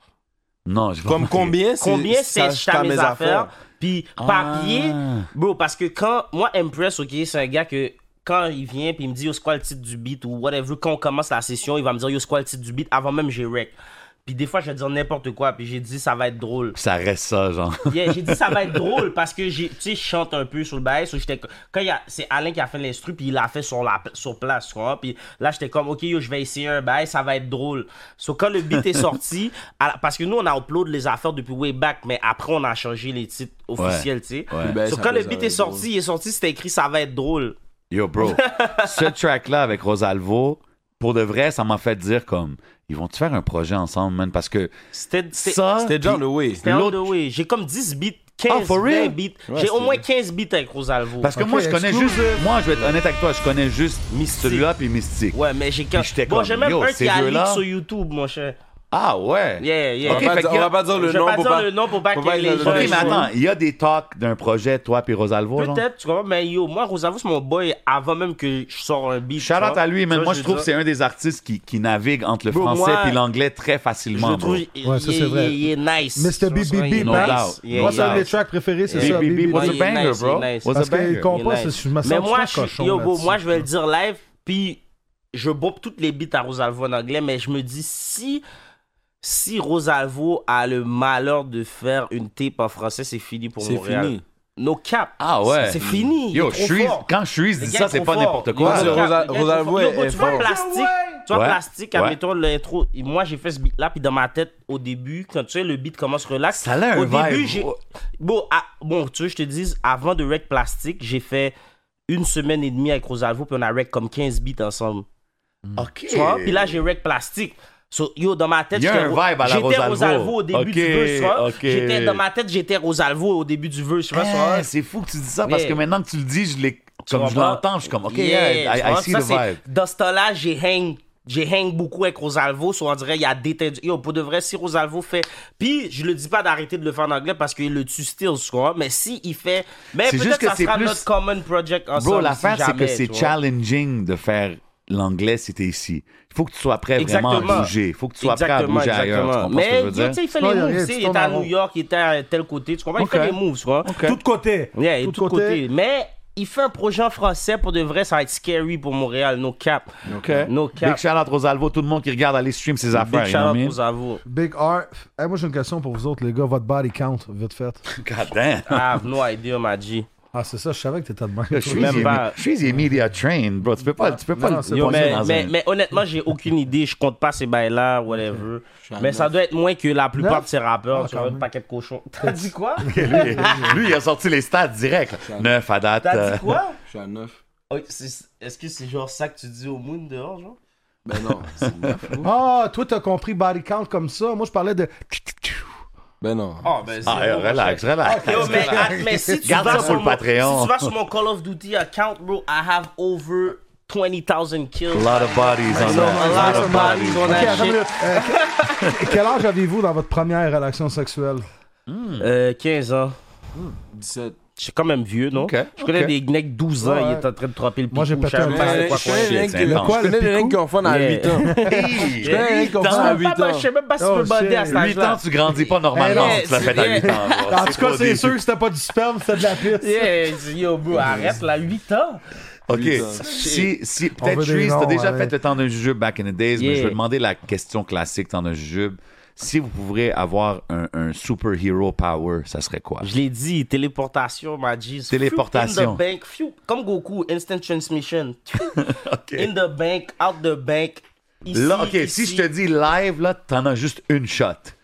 Speaker 4: Non, j'ai pas
Speaker 5: Comme combien c'est
Speaker 6: Combien
Speaker 5: ça,
Speaker 6: c'est
Speaker 5: j'étais
Speaker 6: j'étais à mes affaires? Puis
Speaker 5: Ah.
Speaker 6: papier, Bro, parce que quand. Moi, Empress, ok, c'est un gars que. Quand il vient puis il me dit yo c'est quoi le titre du beat ou whatever, quand on commence la session, il va me dire yo c'est quoi le titre du beat avant même j'ai rec. Puis des fois je vais dire n'importe quoi puis j'ai dit ça va être drôle.
Speaker 4: Ça reste ça, genre.
Speaker 6: Yeah, j'ai dit ça va être drôle parce que j'ai tu sais je chante un peu sur le bail, so j'étais co- quand il y a- c'est Alain qui a fait l'instru puis il l'a fait sur la sur place, tu comprends? Puis là j'étais comme OK, yo, je vais essayer un bail, ça va être drôle. So quand le beat est sorti, à la- parce que nous on a upload les affaires depuis way back mais après on a changé les titres officiels, tu sais.
Speaker 4: Ouais.
Speaker 5: Ben,
Speaker 6: So,
Speaker 5: ça
Speaker 6: quand le
Speaker 5: faisait
Speaker 6: beat
Speaker 5: drôle.
Speaker 6: est sorti, il est sorti, c'était écrit ça va être drôle.
Speaker 4: Yo, bro, ce track-là avec Rosalvo, pour de vrai, ça m'a fait dire comme, ils vont-tu faire un projet ensemble, man? Parce que
Speaker 6: C'était c'était-
Speaker 4: ça...
Speaker 5: C'était déjà le way.
Speaker 6: c'était on the
Speaker 4: l'autre-
Speaker 6: way. J'ai comme 10 beats,
Speaker 4: Ah,
Speaker 6: 15
Speaker 4: for real?
Speaker 6: 20 beats. J'ai au
Speaker 5: c'était-
Speaker 6: moins 15 beats avec Rosalvo.
Speaker 4: Parce que moi, je connais juste... Moi, je vais être honnête avec toi, je connais juste
Speaker 6: Mystique.
Speaker 4: celui-là puis Mystique.
Speaker 6: Ouais, mais j'ai
Speaker 4: Puis j'étais
Speaker 6: Bon,
Speaker 4: comme,
Speaker 6: j'ai même
Speaker 4: yo,
Speaker 6: un
Speaker 4: ces
Speaker 6: qui a
Speaker 4: deux-là-
Speaker 6: leak sur YouTube, mon cher.
Speaker 4: Ah ouais?
Speaker 6: Yeah, yeah.
Speaker 4: Ok,
Speaker 5: On va
Speaker 4: fait
Speaker 5: pas dire-
Speaker 4: qu'il y a-
Speaker 5: on va pas dire
Speaker 6: Je
Speaker 5: le
Speaker 6: vais
Speaker 5: nom
Speaker 6: pas
Speaker 5: pour
Speaker 6: dire
Speaker 5: pas.
Speaker 6: le nom pour pas
Speaker 5: pour
Speaker 6: que
Speaker 5: pas
Speaker 6: les
Speaker 5: que
Speaker 6: gens-
Speaker 5: le-
Speaker 4: Ok,
Speaker 5: Ouais,
Speaker 4: mais
Speaker 5: ouais.
Speaker 4: attends, il y a des talks d'un projet, toi puis Rosalvo, genre?
Speaker 6: Peut-être, tu comprends, mais yo, moi, Rosalvo, c'est mon boy avant même que je sors un beat.
Speaker 4: Shout out à lui, man. Moi, je trouve que
Speaker 6: que
Speaker 4: c'est un des artistes qui, qui navigue entre le
Speaker 6: Bro,
Speaker 4: français
Speaker 6: moi,
Speaker 4: puis l'anglais très
Speaker 6: Je
Speaker 4: facilement,
Speaker 6: le
Speaker 4: bro.
Speaker 6: trouve,
Speaker 4: Big
Speaker 6: il,
Speaker 2: Ouais, ça,
Speaker 6: il-
Speaker 2: c'est vrai.
Speaker 6: il est nice.
Speaker 2: Mr.
Speaker 6: Tu comprends,
Speaker 2: BBB
Speaker 6: il est
Speaker 2: No
Speaker 4: doubt.
Speaker 6: Yeah,
Speaker 2: Moi,
Speaker 6: il
Speaker 2: c'est
Speaker 6: est
Speaker 2: un
Speaker 6: nice.
Speaker 2: des tracks préférés, c'est
Speaker 6: Big
Speaker 2: ça.
Speaker 4: BB,
Speaker 2: BB.
Speaker 4: what's
Speaker 6: Il
Speaker 4: a
Speaker 6: est
Speaker 4: banger,
Speaker 6: nice,
Speaker 4: bro?
Speaker 6: il est nice.
Speaker 4: What's a
Speaker 2: Parce que
Speaker 4: banger?
Speaker 2: qu'on
Speaker 6: Il est
Speaker 2: passe,
Speaker 6: nice.
Speaker 2: je me
Speaker 6: Mais
Speaker 2: sens
Speaker 6: moi,
Speaker 2: moi,
Speaker 6: je,
Speaker 2: cochon.
Speaker 6: yo, bro,
Speaker 2: là-dessus.
Speaker 6: moi, je vais le dire live, puis je bombe toutes les beats à Rosalvo en anglais, mais je me dis si si Rosalvo a le malheur de faire une tape en français, c'est fini pour
Speaker 5: C'est
Speaker 6: Montréal.
Speaker 5: fini.
Speaker 6: No cap.
Speaker 4: Ah ouais.
Speaker 6: C'est fini.
Speaker 4: Yo,
Speaker 6: Il est trop
Speaker 4: Shreeze-
Speaker 6: fort.
Speaker 4: quand Shreeze
Speaker 6: Le
Speaker 4: dit
Speaker 6: gars
Speaker 4: ça,
Speaker 6: est
Speaker 4: c'est
Speaker 6: trop
Speaker 4: pas
Speaker 6: fort.
Speaker 4: n'importe quoi.
Speaker 6: Il est
Speaker 5: là.
Speaker 6: trop fort.
Speaker 5: Rosa- Rosalvo
Speaker 6: Yo,
Speaker 5: est-
Speaker 6: bro,
Speaker 5: est
Speaker 6: Tu vois,
Speaker 5: fort.
Speaker 6: plastique. Tu vois,
Speaker 4: Ouais.
Speaker 6: plastique,
Speaker 4: Ouais.
Speaker 6: admettons l'intro. et Moi, j'ai fait ce beat-là, puis dans ma tête, au début, quand tu sais, le beat commence relax.
Speaker 4: Ça a
Speaker 6: Au
Speaker 4: un
Speaker 6: début,
Speaker 4: vibe.
Speaker 6: j'ai. Bon, ah, bon, tu veux, je te dis, avant de rec plastique, j'ai fait une semaine et demie avec Rosalvo, puis on a rec comme 15 beats ensemble.
Speaker 4: OK.
Speaker 6: Tu vois, puis là, j'ai rec plastique. So, yo, dans ma tête,
Speaker 4: Il y a
Speaker 6: j'étais
Speaker 4: un
Speaker 6: Ro-
Speaker 4: vibe à la
Speaker 6: j'étais
Speaker 4: Rosalvo.
Speaker 6: au début
Speaker 4: Ok,
Speaker 6: du verse, tu vois.
Speaker 4: ok.
Speaker 6: J'étais- Dans ma tête, j'étais Rosalvo au début du verse, tu vois.
Speaker 4: Ah,
Speaker 6: so,
Speaker 4: c'est fou que tu dis ça parce que
Speaker 6: Yeah.
Speaker 4: maintenant que tu le dis, je l'ai-
Speaker 6: Tu
Speaker 4: comme je
Speaker 6: comprends?
Speaker 4: l'entends, je suis comme, OK,
Speaker 6: Yeah,
Speaker 4: yeah,
Speaker 6: tu
Speaker 4: I, I
Speaker 6: vois,
Speaker 4: see
Speaker 6: ça,
Speaker 4: the
Speaker 6: c'est-
Speaker 4: vibe.
Speaker 6: Dans ce temps-là, j'ai hang, j'ai hang beaucoup avec Rosalvo, soit on dirait il y a des teintes- Yo, pour de vrai, si Rosalvo fait. Puis, je le dis pas d'arrêter de le faire en anglais parce qu'il le tue still, tu comprends? Mais si il fait. Mais
Speaker 4: C'est
Speaker 6: peut-être
Speaker 4: juste que
Speaker 6: que ça
Speaker 4: c'est
Speaker 6: sera
Speaker 4: plus-
Speaker 6: notre common project ensemble.
Speaker 4: Bro,
Speaker 6: si
Speaker 4: l'affaire, c'est
Speaker 6: jamais,
Speaker 4: que c'est
Speaker 6: tu vois.
Speaker 4: challenging de faire l'anglais si t'es ici. Il faut que tu sois prêt vraiment à
Speaker 6: Exactement.
Speaker 4: bouger. Il faut que tu sois prêt à
Speaker 6: Exactement,
Speaker 4: bouger ailleurs. Tu
Speaker 6: exactement.
Speaker 4: comprends ce que
Speaker 6: Mais,
Speaker 4: je veux
Speaker 6: yo,
Speaker 4: dire?
Speaker 6: tu sais, il fait
Speaker 2: Non,
Speaker 6: les
Speaker 2: y a rien,
Speaker 6: moves, tu
Speaker 2: tu
Speaker 6: sais. Il
Speaker 2: tournes
Speaker 6: était à
Speaker 2: en rond.
Speaker 6: New York, il était à tel côté, tu comprends? Il
Speaker 4: Ok.
Speaker 6: fait les moves, tu vois.
Speaker 4: OK.
Speaker 2: Tout de côté.
Speaker 6: Yeah, et
Speaker 2: Tout
Speaker 6: tout,
Speaker 2: de
Speaker 6: de côté.
Speaker 2: côté.
Speaker 6: Mais il fait un projet en français, pour de vrai, ça va être scary pour Montréal, no cap.
Speaker 4: OK.
Speaker 6: No
Speaker 4: Big
Speaker 6: cap.
Speaker 4: shout-out Rosalvo, tout le monde qui regarde, allez stream ses affaires.
Speaker 6: Big
Speaker 4: you know what I
Speaker 6: shout-out
Speaker 4: mean?
Speaker 6: Rosalvo.
Speaker 2: Big R. Hey, moi, j'ai une question pour vous autres, les gars. Votre body count, vite fait.
Speaker 4: God damn.
Speaker 6: I have no idea, my G.
Speaker 2: Ah, c'est ça, je savais que t'étais de même.
Speaker 4: Je suis
Speaker 6: Même pas.
Speaker 4: je suis media train, bro. Tu peux pas, tu peux pas
Speaker 2: Non,
Speaker 4: le
Speaker 2: c'est
Speaker 4: passer
Speaker 2: pas
Speaker 6: mais,
Speaker 4: dans
Speaker 6: mais,
Speaker 4: un-
Speaker 6: mais honnêtement, j'ai aucune idée. Je compte pas ces bails-là, whatever. Mais ça doit être moins que la plupart
Speaker 2: Neuf?
Speaker 6: de ces rappeurs.
Speaker 2: Ah,
Speaker 6: tu
Speaker 2: quand
Speaker 6: vois, un
Speaker 2: même.
Speaker 6: paquet de cochons. T'as dit quoi
Speaker 4: lui, lui, il a sorti les stats direct. Neuf à date.
Speaker 6: T'as
Speaker 4: euh,
Speaker 6: dit quoi
Speaker 5: Je suis à 9.
Speaker 6: Oh, c'est- Est-ce que c'est genre ça que tu dis au monde dehors, genre
Speaker 5: Ben non, c'est 9.
Speaker 2: Ah, toi, t'as compris body count comme ça. Moi, je parlais de.
Speaker 5: Ben non.
Speaker 6: Oh, ben
Speaker 4: Ah, euh,
Speaker 6: zéro,
Speaker 4: relax, relax.
Speaker 6: Yo, mais, ah, mais si tu
Speaker 4: Garde
Speaker 6: vas
Speaker 4: ça pour
Speaker 6: sur
Speaker 4: le
Speaker 6: mon,
Speaker 4: Patreon.
Speaker 6: Si tu vas sur mon Call of Duty account, bro, I have over 20,000 kills.
Speaker 4: A lot of bodies on
Speaker 6: So,
Speaker 4: that.
Speaker 6: a lot of bodies on
Speaker 2: Ok,
Speaker 6: that
Speaker 2: attends une
Speaker 6: shit.
Speaker 2: minute. Euh, quel âge avez-vous dans votre première relation sexuelle?
Speaker 4: Oh,
Speaker 6: Euh, 15 ans.
Speaker 5: 17.
Speaker 6: Je suis quand même vieux, non?
Speaker 4: Ok,
Speaker 6: Je connais
Speaker 4: ok.
Speaker 6: des necks 12 ans,
Speaker 2: Ouais.
Speaker 6: il est en train de trapper le picou.
Speaker 2: Moi, j'ai pété un
Speaker 6: Charles,
Speaker 2: Ouais,
Speaker 6: c'est
Speaker 5: Ben,
Speaker 6: quoi
Speaker 5: Je
Speaker 6: quoi,
Speaker 5: connais
Speaker 4: shit,
Speaker 5: les
Speaker 4: c'est
Speaker 5: gens
Speaker 4: intense.
Speaker 5: qui- je connais les
Speaker 2: Le
Speaker 5: gens qui ont fun à
Speaker 6: Yeah.
Speaker 5: 8 ans.
Speaker 4: Hey,
Speaker 5: Je connais les gens qui ont fun à
Speaker 6: Je
Speaker 5: 8
Speaker 6: sais pas,
Speaker 5: ans.
Speaker 6: Je sais même pas si tu
Speaker 2: Oh,
Speaker 6: peux bander
Speaker 2: shit.
Speaker 6: à cet
Speaker 4: Huit ans,
Speaker 6: âge-là.
Speaker 4: tu grandis pas normalement.
Speaker 6: Hey,
Speaker 4: si tu l'as fait à
Speaker 6: yeah.
Speaker 4: 8 ans. bro.
Speaker 2: En tout cas,
Speaker 4: trop
Speaker 2: c'est
Speaker 4: déçu.
Speaker 2: sûr que c'était pas du sperme, c'était de la pisse.
Speaker 6: Yeah, c'est- yo, bro, arrête là, 8 ans.
Speaker 4: OK.
Speaker 5: Huit ans.
Speaker 4: Si, si,
Speaker 2: On
Speaker 4: peut-être,
Speaker 2: veut des
Speaker 4: Chris, t'as
Speaker 2: noms,
Speaker 4: déjà
Speaker 2: ouais.
Speaker 4: fait le temps d'un jujube back in the days, mais
Speaker 6: Yeah.
Speaker 4: je vais demander la question classique, temps d'un jujube. si vous pouviez avoir un, un superhero power, ça serait quoi?
Speaker 6: Je l'ai dit, téléportation, ma G.
Speaker 4: Téléportation.
Speaker 6: In the bank, phew, comme Goku, instant transmission. In the bank, out the bank. Ici,
Speaker 4: Là, OK,
Speaker 6: ici.
Speaker 4: si je te dis live, là, t'en as juste une shot.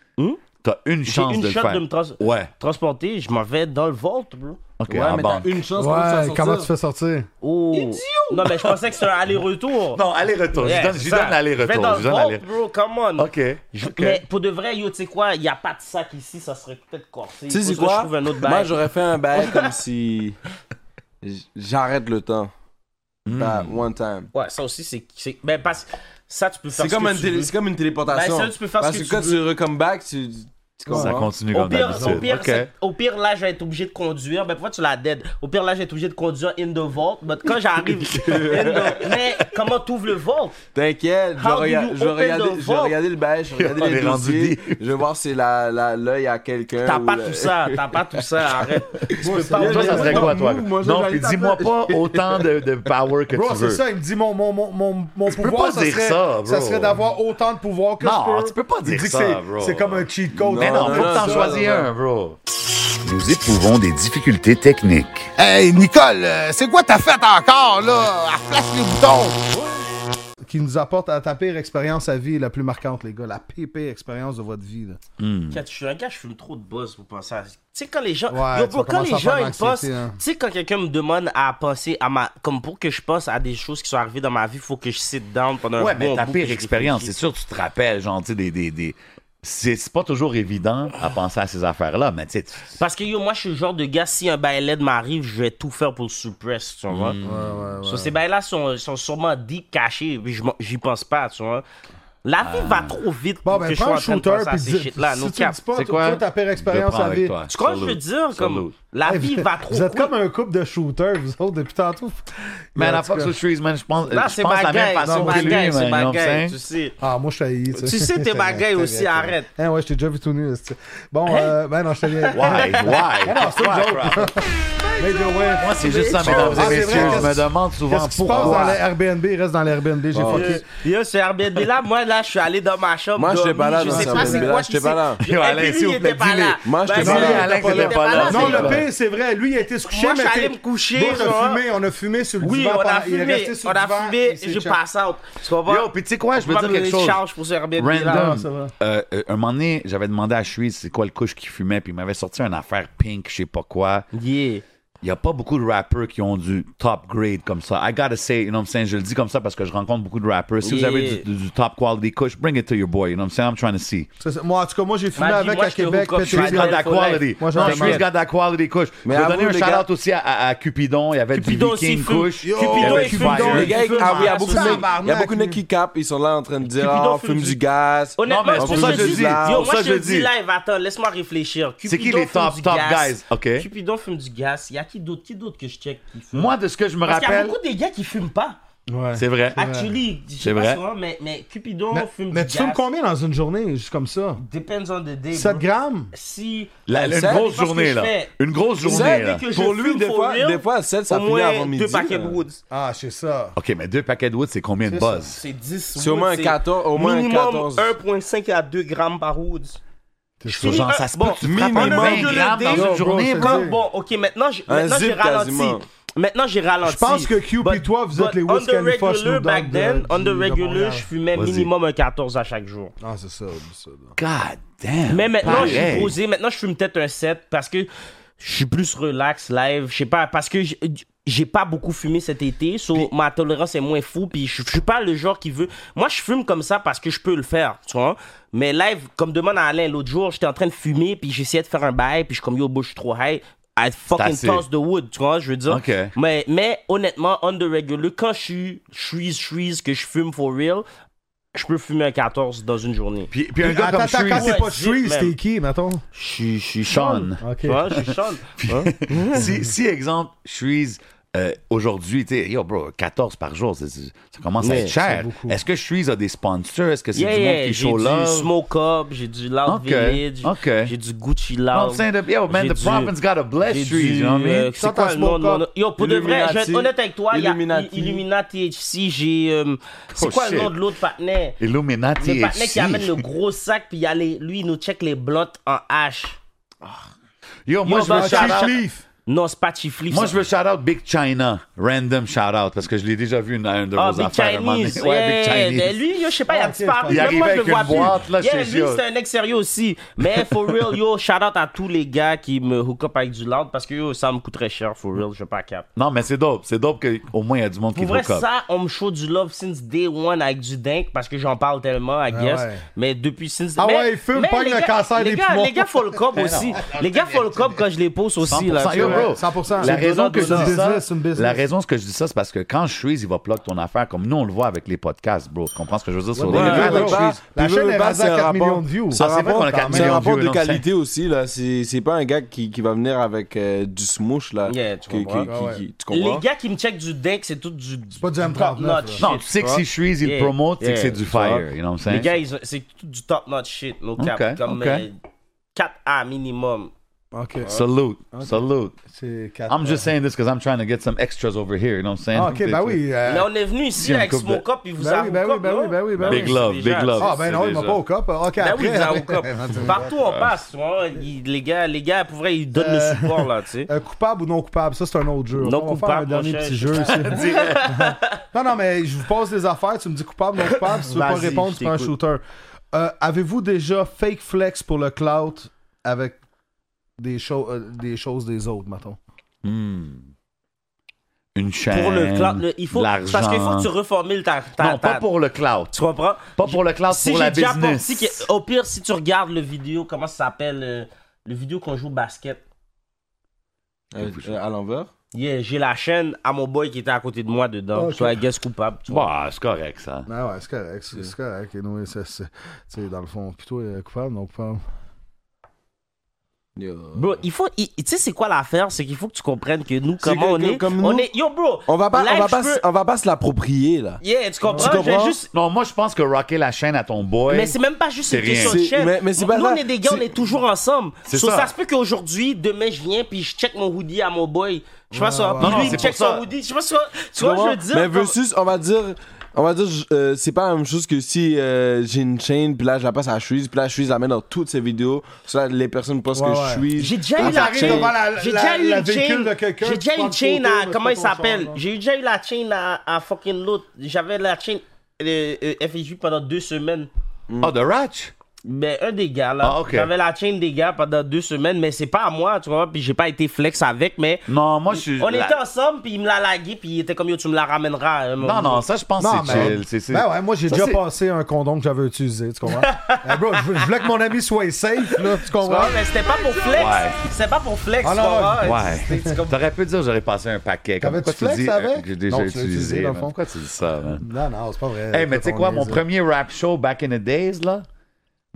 Speaker 4: T'as une chance
Speaker 6: une
Speaker 4: de le
Speaker 6: shot
Speaker 4: faire.
Speaker 6: de me trans-
Speaker 4: Ouais.
Speaker 6: transporter, je m'en vais dans le vault, bro.
Speaker 4: OK, ah
Speaker 10: Ouais,
Speaker 4: en
Speaker 10: mais
Speaker 4: banque.
Speaker 10: t'as une chance pour ça
Speaker 2: Ouais,
Speaker 10: sortir.
Speaker 2: comment tu fais sortir?
Speaker 6: Oh. Non, mais je pensais que c'était un aller-retour.
Speaker 4: Non, aller-retour.
Speaker 6: Yeah,
Speaker 4: je donne, je
Speaker 6: c'est ça.
Speaker 4: donne l'aller-retour.
Speaker 6: Je vais dans
Speaker 4: Je
Speaker 6: le
Speaker 4: donne
Speaker 6: vault,
Speaker 4: l'aller-
Speaker 6: bro, come on.
Speaker 4: OK.
Speaker 6: Je-
Speaker 4: OK.
Speaker 6: Mais pour de vrai, yo, tu sais quoi, il n'y a pas de sac ici, ça serait peut-être corsé.
Speaker 5: Tu sais,
Speaker 6: Faut
Speaker 5: c'est
Speaker 6: que Je
Speaker 5: quoi?
Speaker 6: trouve un autre
Speaker 5: Moi,
Speaker 6: bail.
Speaker 5: j'aurais fait un bail comme si j- j'arrête le temps.
Speaker 4: Hmm.
Speaker 5: Bah, one time.
Speaker 6: Ouais, ça aussi, c'est. c'est- Ben, parce que ça, tu peux faire
Speaker 5: C'est
Speaker 6: ce
Speaker 5: comme,
Speaker 6: que
Speaker 5: une
Speaker 6: tu
Speaker 5: télé-
Speaker 6: veux.
Speaker 5: c'est comme une téléportation.
Speaker 6: Ben, ça, tu peux faire ce
Speaker 5: Parce
Speaker 6: que tu
Speaker 5: quand
Speaker 6: veux.
Speaker 5: tu recomes back, tu, tu comprends.
Speaker 4: Ça continue
Speaker 6: Au
Speaker 4: comme
Speaker 6: pire, au,
Speaker 4: d'habitude.
Speaker 6: pire,
Speaker 4: OK.
Speaker 6: c'est- au pire, là, je vais être obligé de conduire. Ben, pourquoi tu la dead? Au pire, là, je vais être obligé de conduire in the vault. Mais quand j'arrive. in the- Mais comment t'ouvres le vault?
Speaker 5: T'inquiète, je vais
Speaker 6: How do
Speaker 5: rega-
Speaker 6: you
Speaker 5: je vais
Speaker 6: open
Speaker 5: regarder,
Speaker 6: the
Speaker 5: je vais
Speaker 6: vault?
Speaker 5: regarder le bail, je vais
Speaker 4: On
Speaker 5: regarder les
Speaker 4: est rendu
Speaker 5: dossiers,
Speaker 4: deep.
Speaker 5: je vais voir si la- la- l'œil à quelqu'un.
Speaker 6: T'as
Speaker 5: ou
Speaker 6: pas
Speaker 5: le-
Speaker 6: tout ça, t'as pas tout ça, arrête. Tu peux pas
Speaker 4: Toi, ça serait quoi, toi?
Speaker 2: Moi, je-
Speaker 4: non,
Speaker 2: j'allais
Speaker 4: puis dis-moi pas autant de, de power que
Speaker 2: Bro,
Speaker 4: tu veux.
Speaker 2: c'est ça, il me dit mon, mon, mon, mon, mon
Speaker 4: peux
Speaker 2: pouvoir,
Speaker 4: pas
Speaker 2: ça,
Speaker 4: dire
Speaker 2: serait,
Speaker 4: ça, bro.
Speaker 2: serait d'avoir autant de pouvoir que
Speaker 4: Non,
Speaker 2: je peux.
Speaker 4: tu peux pas
Speaker 2: Il
Speaker 4: dire
Speaker 2: dit que
Speaker 4: ça,
Speaker 2: c'est-
Speaker 4: bro.
Speaker 2: C'est comme un cheat code.
Speaker 4: Mais non,
Speaker 5: Non,
Speaker 4: faut
Speaker 5: non,
Speaker 4: que t'en
Speaker 5: ça,
Speaker 4: choisir
Speaker 5: non.
Speaker 4: un, bro.
Speaker 8: Nous éprouvons des difficultés techniques.
Speaker 9: Hey, Nicole, euh, c'est quoi ta fête encore, là? Elle flash les boutons!
Speaker 2: Qui nous apporte à ta pire expérience à vie la plus marquante, les gars. La pire, pire expérience de votre vie. Là. Mm.
Speaker 6: Quand je suis un gars, je fume trop de buzz pour penser à. Tu sais, quand les gens.
Speaker 2: Ouais,
Speaker 6: Yo,
Speaker 2: tu
Speaker 6: bro,
Speaker 2: vas
Speaker 6: quand
Speaker 2: commencer
Speaker 6: les
Speaker 2: à faire
Speaker 6: gens,
Speaker 2: de
Speaker 6: ils
Speaker 2: l'anxiété,
Speaker 6: pensent.
Speaker 2: hein.
Speaker 6: Tu sais, quand quelqu'un me demande à penser à ma. Comme pour que je pense à des choses qui sont arrivées dans ma vie, faut que je sit down pendant
Speaker 4: Ah Ouais,
Speaker 6: un
Speaker 4: mais
Speaker 6: Ah, bon
Speaker 4: ta
Speaker 6: bout,
Speaker 4: pire
Speaker 6: puis je
Speaker 4: expérience, c'est
Speaker 6: réfléchis.
Speaker 4: sûr, tu te rappelles, genre, tu sais, des. des, des... C'est c'est pas toujours évident à penser à ces affaires-là, mais tu sais, tu-
Speaker 6: Parce que yo, moi, je suis le genre de gars, si un bail LED m'arrive, je vais tout faire pour le suppress, tu
Speaker 2: Mm.
Speaker 6: vois. So, ces bails-là sont, sont sûrement deep cachés, puis je m'en- j'y pense pas, tu vois. La vie va trop vite
Speaker 2: Ah. Bon,
Speaker 6: pour que
Speaker 2: ben,
Speaker 6: je
Speaker 2: prends
Speaker 6: sois
Speaker 2: le
Speaker 6: en train
Speaker 2: shooter.
Speaker 6: de penser à
Speaker 2: Puis
Speaker 6: ces
Speaker 2: dis-
Speaker 6: shit-là,
Speaker 2: si
Speaker 6: no
Speaker 2: tu me
Speaker 6: cap.
Speaker 2: dis pas,
Speaker 4: c'est
Speaker 2: toi,
Speaker 4: quoi?
Speaker 2: ta pire
Speaker 4: je le
Speaker 2: expérience
Speaker 4: prends
Speaker 2: à
Speaker 4: avec
Speaker 2: vie.
Speaker 4: toi.
Speaker 6: Tu crois que je veux
Speaker 4: Salute.
Speaker 6: dire? Comme,
Speaker 4: Salute.
Speaker 6: la
Speaker 2: Hey,
Speaker 6: vie
Speaker 2: vous-
Speaker 6: va trop
Speaker 2: Vous êtes
Speaker 6: vite.
Speaker 2: comme un couple de shooters, vous autres, depuis tantôt.
Speaker 4: Man,
Speaker 2: En
Speaker 4: I
Speaker 2: tout
Speaker 4: fuck
Speaker 2: cas.
Speaker 4: with trees, man. Je pense,
Speaker 6: Non,
Speaker 4: je
Speaker 6: c'est
Speaker 4: pense
Speaker 6: ma
Speaker 4: la même
Speaker 6: gang,
Speaker 4: façon que
Speaker 6: c'est
Speaker 4: lui,
Speaker 6: ma gang,
Speaker 4: man.
Speaker 6: c'est
Speaker 4: you know
Speaker 6: ma
Speaker 4: what I'm
Speaker 6: gang,
Speaker 4: saying?
Speaker 6: tu sais.
Speaker 2: Ah, moi, je suis haï.
Speaker 6: Tu sais, tes bagailles aussi, arrête.
Speaker 2: Hein, ouais, je t'ai déjà vu tout nu. esti. Bon, euh, ben non, je te viens.
Speaker 4: Hein? Why? Why? Why, bro?
Speaker 2: Major Wayne.
Speaker 4: Moi, c'est juste ça, mesdames
Speaker 2: Ah,
Speaker 4: et
Speaker 2: c'est vrai,
Speaker 4: messieurs. Je
Speaker 2: qu'est-ce-
Speaker 4: me demande souvent
Speaker 2: Qu'est-ce qui se passe dans
Speaker 4: pourquoi.
Speaker 2: les Airbnb? Reste dans les Airbnb, j'ai fucké.
Speaker 6: Yo, ce Airbnb là, moi là, je suis allé dans ma chambre.
Speaker 5: Moi, j'étais
Speaker 6: dormi,
Speaker 5: pas là
Speaker 6: je
Speaker 5: dans
Speaker 6: sais
Speaker 5: ce
Speaker 6: pas c'est
Speaker 5: Airbnb-là,
Speaker 6: quoi
Speaker 5: j'étais pas là.
Speaker 6: qui s'est-
Speaker 4: Yo,
Speaker 6: Et
Speaker 4: Alain,
Speaker 6: puis, lui,
Speaker 4: s'il
Speaker 6: il
Speaker 4: vous plaît,
Speaker 6: était pas
Speaker 4: dis-le.
Speaker 6: là.
Speaker 5: Moi, j'étais
Speaker 6: Ben,
Speaker 5: pas
Speaker 6: lui,
Speaker 5: là.
Speaker 6: il
Speaker 4: Alain,
Speaker 6: était
Speaker 4: t'étais pas là.
Speaker 6: c'est
Speaker 2: Non,
Speaker 4: c'est
Speaker 2: le
Speaker 6: vrai.
Speaker 4: vrai.
Speaker 2: pire, c'est vrai. Lui, il a été se coucher.
Speaker 6: Moi, je suis
Speaker 2: mais
Speaker 6: allé
Speaker 2: t'es-
Speaker 6: me coucher,
Speaker 2: Moi, on a
Speaker 6: genre.
Speaker 2: fumé, on a fumé sur le
Speaker 6: Oui,
Speaker 2: divan.
Speaker 6: on a
Speaker 2: pendant- Il est
Speaker 6: fumé,
Speaker 2: resté sur
Speaker 6: on
Speaker 2: le
Speaker 6: a
Speaker 2: divan,
Speaker 6: fumé,
Speaker 2: il s'est
Speaker 6: je
Speaker 2: cha-
Speaker 6: passe out. Tu comprends?
Speaker 4: Yo, puis tu sais quoi? Je
Speaker 6: Faut
Speaker 4: veux
Speaker 6: pas
Speaker 4: dire
Speaker 6: me
Speaker 4: quelque
Speaker 6: donner de
Speaker 4: chose.
Speaker 6: charge pour ce Airbnb là.
Speaker 2: ça
Speaker 4: Random.
Speaker 2: va.
Speaker 4: Euh, euh, un moment donné, j'avais demandé à Shuiz c'est quoi le couche qu'il fumait, puis il m'avait sorti une affaire pink, je sais pas quoi.
Speaker 6: Yeah.
Speaker 4: Il y a pas beaucoup de rappers qui ont du top grade comme ça. I gotta say, you know what I'm saying? Je le dis comme ça parce que je rencontre beaucoup de rappers. Si vous
Speaker 6: Yeah.
Speaker 4: avez du, du top quality couche, bring it to your boy, you know what I'm saying? I'm trying to see.
Speaker 2: Ça, c'est- Moi, en tout cas, moi, j'ai fumé
Speaker 6: Imagine,
Speaker 2: avec
Speaker 6: moi,
Speaker 2: à
Speaker 6: je te
Speaker 2: Québec.
Speaker 6: hook up,
Speaker 2: pété-
Speaker 6: je vais
Speaker 4: Shuiz got that quality.
Speaker 2: Moi, j'en
Speaker 4: Non,
Speaker 2: ai
Speaker 4: Shuiz
Speaker 2: marre.
Speaker 4: got that quality couche.
Speaker 5: Mais
Speaker 4: je vais
Speaker 5: avoue,
Speaker 4: donner un
Speaker 5: les
Speaker 4: shout-out
Speaker 5: gars-
Speaker 4: aussi à, à- à Cupidon. Il y avait du
Speaker 6: Cupidon
Speaker 4: Viking
Speaker 6: aussi fume.
Speaker 4: couche. Il
Speaker 6: Yo,
Speaker 4: y avait
Speaker 6: Cupidon, il fume
Speaker 4: Fire.
Speaker 6: donc.
Speaker 5: Les gars,
Speaker 6: Tu veux
Speaker 5: ah oui, il y a
Speaker 6: faire
Speaker 5: beaucoup
Speaker 6: ça,
Speaker 5: de mecs- il y a
Speaker 2: tabarnak,
Speaker 5: beaucoup de mecs qui capent, ils sont là en train de dire,
Speaker 6: Cupidon
Speaker 5: ah,
Speaker 6: fume
Speaker 5: fume
Speaker 6: du-
Speaker 5: du gaz.
Speaker 6: Honnêtement,
Speaker 4: mais
Speaker 5: on
Speaker 6: c'est pour
Speaker 5: fume
Speaker 6: ça que
Speaker 5: du
Speaker 6: je dis.
Speaker 5: gaz.
Speaker 6: Yo,
Speaker 4: Pour ça,
Speaker 6: moi, je te
Speaker 4: je
Speaker 6: le
Speaker 4: dis.
Speaker 6: dis live, attends, laisse-moi réfléchir.
Speaker 4: C'est qui
Speaker 6: Cupidon
Speaker 4: les
Speaker 6: fume
Speaker 4: top,
Speaker 6: du
Speaker 4: top
Speaker 6: gaz.
Speaker 4: guys? OK.
Speaker 6: Cupidon fume du gaz. Y a qui d'autre, qui d'autre que je check qui fume?
Speaker 4: Moi, de ce que je me
Speaker 6: Parce qu'il y a
Speaker 4: rappelle,
Speaker 6: beaucoup Ah, des gars qui fument pas.
Speaker 4: c'est vrai.
Speaker 6: Actually, je
Speaker 4: C'est
Speaker 6: sais
Speaker 4: vrai.
Speaker 6: pas souvent, mais, mais Cupidon
Speaker 2: Mais-
Speaker 6: fume
Speaker 2: Mais
Speaker 6: du
Speaker 2: tu
Speaker 6: gaz.
Speaker 2: fumes combien dans une journée, juste comme ça?
Speaker 6: Depends on the day.
Speaker 2: 7
Speaker 6: bro.
Speaker 2: grammes?
Speaker 6: Si.
Speaker 4: La- la-
Speaker 5: Ça,
Speaker 4: Ben, une grosse
Speaker 6: parce que
Speaker 4: journée,
Speaker 6: je
Speaker 4: là.
Speaker 6: fais-
Speaker 4: Une grosse journée,
Speaker 5: savez
Speaker 4: là.
Speaker 6: que je
Speaker 5: Pour lui,
Speaker 6: fume
Speaker 5: des
Speaker 6: for
Speaker 5: fois,
Speaker 6: real,
Speaker 5: des fois, celle, ça
Speaker 6: au
Speaker 5: finit
Speaker 6: moins
Speaker 5: avant midi.
Speaker 6: Deux paquets de
Speaker 5: là.
Speaker 6: Woods.
Speaker 2: Ah, c'est ça.
Speaker 4: OK, mais deux paquets de wood, c'est combien de
Speaker 2: C'est ça.
Speaker 4: buzz?
Speaker 6: C'est 10
Speaker 5: C'est au moins un
Speaker 6: Woods,
Speaker 5: 14, au moins un
Speaker 6: minimum
Speaker 5: 14.
Speaker 6: 1,5 à 2 grammes par Woods. Je
Speaker 4: Sur
Speaker 6: finis
Speaker 4: genre,
Speaker 6: un-
Speaker 4: ça se peut
Speaker 6: bon,
Speaker 4: que tu frappes un
Speaker 5: minimum
Speaker 4: 20
Speaker 6: de
Speaker 4: grammes dans
Speaker 6: dé.
Speaker 4: une
Speaker 6: Yo,
Speaker 4: journée,
Speaker 2: bro,
Speaker 4: bro.
Speaker 2: c'est-
Speaker 6: Comme bon, ok, maintenant j'ai
Speaker 5: Un
Speaker 6: maintenant, j'ai
Speaker 5: zip
Speaker 6: ralenti.
Speaker 5: quasiment.
Speaker 6: Maintenant j'ai ralenti.
Speaker 2: Je pense que Q
Speaker 6: But-
Speaker 2: et toi, vous êtes
Speaker 6: but
Speaker 2: les
Speaker 6: on
Speaker 2: Wiz
Speaker 6: the
Speaker 2: Khalifa
Speaker 6: regular,
Speaker 2: Snoop Dogg
Speaker 6: back
Speaker 2: de-
Speaker 6: then,
Speaker 2: du-
Speaker 6: on the
Speaker 2: de
Speaker 6: regular,
Speaker 2: Montréal.
Speaker 6: je fumais
Speaker 4: Vas-y.
Speaker 6: minimum un 14 à chaque jour.
Speaker 2: Ah, c'est ça. c'est ça.
Speaker 4: God damn.
Speaker 6: Mais maintenant, je suis
Speaker 4: pareil.
Speaker 6: posé. Maintenant, je fume peut-être un 7 parce que je suis plus relax, live. Je sais pas, parce que j'ai- j'ai pas beaucoup fumé cet été. So, ma tolérance est moins fou. Puis, je je suis pas le genre qui veut. Moi, je fume comme ça parce que je peux le faire, tu vois. Mais live, comme demande à Alain l'autre jour, j'étais en train de fumer. Puis, j'essayais de faire un bail. Puis, je suis comme yo, bro, je suis trop high. I fucking
Speaker 4: assez.
Speaker 6: toss the wood, tu vois, je veux dire.
Speaker 4: Ok.
Speaker 6: Mais, mais honnêtement, on the regular, quand je suis shreeze, shreeze, que je fume for real, je peux fumer un 14 dans une journée.
Speaker 4: Puis, puis un gars
Speaker 2: Attends,
Speaker 4: comme
Speaker 2: attends, quand
Speaker 4: Shreeze,
Speaker 2: c'est pas
Speaker 6: Ouais,
Speaker 2: Shreeze,
Speaker 6: zip,
Speaker 2: c'était
Speaker 6: man.
Speaker 2: qui, mettons?
Speaker 4: je suis- je suis Sean.
Speaker 2: Ok.
Speaker 6: Tu vois, je suis Sean.
Speaker 4: si, si, exemple, Shreeze euh, aujourd'hui, tu sais, yo, bro, 14 par jour, c'est- c'est- ça commence à
Speaker 6: Ouais,
Speaker 4: être cher.
Speaker 2: c'est beaucoup.
Speaker 4: Est-ce que je suis à des sponsors? Est-ce que c'est
Speaker 6: Yeah,
Speaker 4: du monde
Speaker 6: yeah,
Speaker 4: qui
Speaker 6: j'ai
Speaker 4: show
Speaker 6: du
Speaker 4: love?
Speaker 6: Smoke Up, j'ai du Loud
Speaker 4: Ok,
Speaker 6: Village,
Speaker 4: ok.
Speaker 6: j'ai du Gucci
Speaker 4: I'm
Speaker 6: Loud.
Speaker 4: saying that, yo, man,
Speaker 6: J'ai
Speaker 4: the
Speaker 6: du-
Speaker 4: province got a
Speaker 6: j'ai
Speaker 4: blessed street, you know what I mean?
Speaker 6: euh,
Speaker 2: Ça,
Speaker 6: c'est quoi
Speaker 2: t'as
Speaker 6: le nom de
Speaker 2: Smoke
Speaker 6: mon-
Speaker 2: Up,
Speaker 6: Yo, pour de vrai, je vais être
Speaker 5: Illuminati,
Speaker 6: honnête avec toi, il y a
Speaker 5: Illuminati.
Speaker 6: I- Illuminati HC, j'ai... euh, C'est
Speaker 4: Oh,
Speaker 6: quoi le
Speaker 4: shit.
Speaker 6: nom de l'autre partenaire?
Speaker 4: Illuminati
Speaker 6: Le partenaire qui
Speaker 4: HC.
Speaker 6: amène le gros sac, puis il y a les- lui, il nous check les blunts en H.
Speaker 4: Yo, moi,
Speaker 6: Yo,
Speaker 4: je veux
Speaker 6: ben,
Speaker 4: shout out-
Speaker 2: Chief.
Speaker 6: Non, c'est pas Chief Leaf,
Speaker 4: moi,
Speaker 6: ça.
Speaker 4: je veux shout out Big China. Random shout out, parce que je l'ai déjà vu dans un de
Speaker 6: Ah,
Speaker 4: vos
Speaker 6: Big
Speaker 4: affaires. un moment donné.
Speaker 6: Chinese.
Speaker 4: Ouais, Big
Speaker 6: yeah.
Speaker 4: Chinese.
Speaker 6: Ben, Lui, yo, je sais pas, il a
Speaker 2: Ah, ok,
Speaker 6: disparu.
Speaker 4: il
Speaker 6: Même
Speaker 4: arrive
Speaker 6: moi, je
Speaker 4: avec
Speaker 6: le vois
Speaker 4: une boîte,
Speaker 6: plus.
Speaker 4: là, je
Speaker 6: yeah,
Speaker 4: te
Speaker 6: lui,
Speaker 4: jure.
Speaker 6: c'est un ex sérieux aussi. Mais for real, yo, shout out à tous les gars qui me hook up avec du loud parce que yo, ça me coûterait cher, for real, je pas cap.
Speaker 4: Non, mais c'est dope. C'est dope qu'au moins, il y a du monde qui
Speaker 6: Pour vrai,
Speaker 4: hook up.
Speaker 6: ça, on me show du love since day one avec du dink parce que j'en parle tellement, I guess.
Speaker 2: Ah ouais.
Speaker 6: Mais depuis since.
Speaker 2: Ah
Speaker 6: mais,
Speaker 2: ouais, il fume,
Speaker 6: mais
Speaker 2: pogne
Speaker 6: les
Speaker 2: le
Speaker 6: gars-
Speaker 2: cancer
Speaker 6: les
Speaker 2: des
Speaker 6: gars,
Speaker 2: poumons.
Speaker 6: Les gars, faut le cop aussi. les gars, faut le cop quand je les pose aussi. là,
Speaker 4: 100%,
Speaker 6: tu
Speaker 4: yo, bro.
Speaker 6: vois.
Speaker 2: 100%.
Speaker 4: La
Speaker 2: C'est une
Speaker 4: raison que je
Speaker 2: business,
Speaker 4: dis ça,
Speaker 2: c'est une business.
Speaker 4: la raison que je dis ça, c'est parce que quand je suis, il va plug ton affaire, comme nous on le voit avec les podcasts, bro. Tu comprends ce que je veux dire sur
Speaker 2: Ouais,
Speaker 4: les
Speaker 2: ouais,
Speaker 4: gars,
Speaker 2: ouais,
Speaker 4: like,
Speaker 2: ouais.
Speaker 4: je suis-
Speaker 2: La chaîne est
Speaker 5: basée
Speaker 2: rendue à 4 millions de views.
Speaker 5: C'est
Speaker 4: Ah,
Speaker 5: un
Speaker 4: c'est vrai
Speaker 5: rapport,
Speaker 4: qu'on a 4
Speaker 5: c'est un
Speaker 4: millions de
Speaker 5: rapport
Speaker 4: views,
Speaker 5: de
Speaker 4: non, c'est-
Speaker 5: qualité aussi, là. C'est c'est pas un gars qui, qui va venir avec euh, du smoosh, là.
Speaker 6: Yeah, tu
Speaker 5: qui-
Speaker 6: comprends.
Speaker 5: qui-
Speaker 2: Ouais,
Speaker 5: qui-
Speaker 2: ouais.
Speaker 5: tu
Speaker 6: Les
Speaker 5: comprends?
Speaker 6: gars qui me check du dink, c'est tout du. C'est
Speaker 2: pas du M39, là.
Speaker 4: Non, tu sais que si je suis, il
Speaker 6: Yeah,
Speaker 4: promote, tu sais que
Speaker 6: yeah,
Speaker 4: c'est du
Speaker 6: tu vois.
Speaker 4: fire, you know what I'm
Speaker 6: Les
Speaker 4: saying?
Speaker 6: gars, ils ont- c'est tout du top notch shit, no cap.
Speaker 4: Ok,
Speaker 6: comme
Speaker 4: ok.
Speaker 6: 4A minimum.
Speaker 2: Ok.
Speaker 4: Salute, salute.
Speaker 2: C'est 4
Speaker 4: I'm just saying this because I'm trying to get some extras over here, you know what I'm saying?
Speaker 2: Ah, ok,
Speaker 4: C'est-
Speaker 2: bah oui. euh,
Speaker 6: Mais on est venu
Speaker 4: Il
Speaker 6: ici
Speaker 4: y a une
Speaker 6: avec
Speaker 4: couple de-
Speaker 6: Smoke Up, puis vous
Speaker 2: Ben
Speaker 6: avez
Speaker 2: oui, ben oui, ben oui, ben oui, ben
Speaker 4: Big love, big love.
Speaker 2: Ah, ben
Speaker 4: c'est
Speaker 2: non, il m'a
Speaker 4: déjà-
Speaker 2: pas au cop. Ok,
Speaker 6: Ben oui,
Speaker 2: après.
Speaker 6: vous avez au cop. Partout on passe, tu vois, ils- les gars, les gars, pour vrai, ils donnent le support là, tu sais.
Speaker 2: Euh, coupable ou non coupable, ça c'est un autre jeu.
Speaker 6: Non
Speaker 2: on va faire un
Speaker 6: coupable,
Speaker 2: dernier
Speaker 6: mon cher.
Speaker 2: petit jeu. ici. non, non, mais je vous pose des affaires, tu me dis coupable, non coupable, si tu veux pas
Speaker 6: Vas-y,
Speaker 2: répondre,
Speaker 6: je
Speaker 2: c'est un
Speaker 6: t'écoute.
Speaker 2: shooter. Euh, Avez-vous déjà fake flex pour le cloud avec des, cho- euh, des choses des autres, mettons?
Speaker 4: Hmm. Une chaîne.
Speaker 6: Pour le clout, le- il faut
Speaker 4: Ben, l'argent.
Speaker 6: parce qu'il faut que tu reformules ta ta
Speaker 4: Non, pas
Speaker 6: ta-
Speaker 4: pour le cloud.
Speaker 6: tu comprends
Speaker 4: Pas pour le cloud,
Speaker 6: Si
Speaker 4: pour
Speaker 6: j'ai
Speaker 4: la
Speaker 6: déjà
Speaker 4: business.
Speaker 6: parti que- au pire si tu regardes le vidéo, comment ça s'appelle euh, le vidéo qu'on joue au basket
Speaker 5: Euh, euh, à l'envers?
Speaker 6: Yeah, j'ai la chaîne à mon boy qui était à côté de moi dedans.
Speaker 5: Ah,
Speaker 2: Ok.
Speaker 6: Soit guess coupable. Tu vois.
Speaker 4: Bah, c'est correct, ça.
Speaker 2: Ah ouais, c'est correct, c'est c'est correct. Et nous, c'est- c'est- tu sais, dans le fond, plutôt coupable, non coupable.
Speaker 5: Yo.
Speaker 6: Bro, il faut. il- Tu sais, c'est quoi l'affaire? C'est qu'il faut que tu comprennes que nous,
Speaker 5: C'est
Speaker 6: comment
Speaker 5: que-
Speaker 6: on
Speaker 5: que-
Speaker 6: est.
Speaker 5: comme
Speaker 6: on
Speaker 5: nous,
Speaker 6: est. Yo, bro!
Speaker 5: On va pas,
Speaker 6: live,
Speaker 5: on va pas,
Speaker 6: je peux-
Speaker 5: s- on va pas se l'approprier, là.
Speaker 6: Yeah, tu comprends?
Speaker 5: Tu comprends?
Speaker 6: J'ai juste-
Speaker 4: Non, moi, je pense que rocker la chaîne à ton boy.
Speaker 6: Mais c'est même pas juste
Speaker 4: C'est
Speaker 6: une question de
Speaker 5: rien. C'est-
Speaker 6: chaîne.
Speaker 5: mais- mais c'est pas
Speaker 6: nous,
Speaker 5: ça.
Speaker 6: on est des gars, on
Speaker 5: C'est-
Speaker 6: est toujours ensemble.
Speaker 4: C'est
Speaker 6: So,
Speaker 4: ça.
Speaker 6: ça. se peut qu'aujourd'hui, demain, je viens puis je check mon hoodie à mon boy. Je sais pas ça.
Speaker 4: non,
Speaker 6: Puis lui,
Speaker 4: c'est
Speaker 6: il check
Speaker 4: pour ça.
Speaker 6: son hoodie. Je sais pas ça. Tu vois, je veux dire.
Speaker 5: Mais
Speaker 6: comme-
Speaker 5: versus, on va dire, on va dire, euh, c'est pas la même chose que si euh, j'ai une chaîne, puis là, je la passe à Shreeze, puis là, Shreeze la met dans toutes ses vidéos. Ça, les personnes pensent
Speaker 2: Ouais,
Speaker 5: que
Speaker 2: ouais.
Speaker 5: Shreeze...
Speaker 6: J'ai déjà eu
Speaker 2: Quand
Speaker 6: la
Speaker 2: t'arrives
Speaker 6: chaîne.
Speaker 2: devant la-
Speaker 6: J'ai
Speaker 2: la-
Speaker 6: déjà eu
Speaker 2: la
Speaker 6: une
Speaker 2: véhicule
Speaker 6: chaîne.
Speaker 2: de quelqu'un,
Speaker 6: J'ai
Speaker 2: tu
Speaker 6: déjà
Speaker 2: prends
Speaker 6: une
Speaker 2: une
Speaker 6: chaîne
Speaker 2: photo,
Speaker 6: à.
Speaker 2: mais
Speaker 6: Comment
Speaker 2: c'est
Speaker 6: il
Speaker 2: pas ton
Speaker 6: s'appelle
Speaker 2: char, non?
Speaker 6: J'ai eu déjà eu la chaîne à, à fucking l'autre. J'avais la chaîne euh, euh, FSU pendant deux semaines.
Speaker 4: Oh, The Ratch?
Speaker 6: Ben, un des gars, là.
Speaker 4: Ah, ok.
Speaker 6: J'avais la chaîne des gars pendant deux semaines, mais c'est pas à moi, tu vois. Puis j'ai pas été flex avec, mais.
Speaker 4: Non, moi, je suis.
Speaker 6: On
Speaker 4: la-
Speaker 6: était ensemble, puis il me l'a lagué, puis il était comme yo, tu me la ramèneras. euh, mon-
Speaker 4: Non, non, ça, je pense que
Speaker 2: Non,
Speaker 4: c'est
Speaker 2: mais-
Speaker 4: chill. c'est- c'est-
Speaker 2: Ben ouais, moi j'ai
Speaker 4: Ça,
Speaker 2: déjà
Speaker 4: c'est-
Speaker 2: passé un condom que j'avais utilisé, tu comprends? Eh, bro, je veux- je voulais que mon ami soit safe, là, tu
Speaker 6: Ouais,
Speaker 2: comprends?
Speaker 6: mais c'était pas pour flex.
Speaker 4: Ouais.
Speaker 6: C'était pas pour flex,
Speaker 2: Ah, non,
Speaker 6: tu vois.
Speaker 4: Ouais.
Speaker 6: C'est- c'est comme-
Speaker 4: T'aurais pu dire j'aurais passé un paquet. Comme
Speaker 2: T'avais-tu
Speaker 4: pourquoi tu dis,
Speaker 2: flex
Speaker 4: euh,
Speaker 2: avec?
Speaker 4: que J'ai déjà
Speaker 2: Non, tu l'as utilisé,
Speaker 4: utilisé.
Speaker 2: dans
Speaker 4: man.
Speaker 2: le fond.
Speaker 4: Pourquoi tu dis ça, man?
Speaker 2: Non, non, c'est pas vrai.
Speaker 4: Hey, mais tu sais quoi, mon
Speaker 2: niaise.
Speaker 4: premier rap show back in the days, là,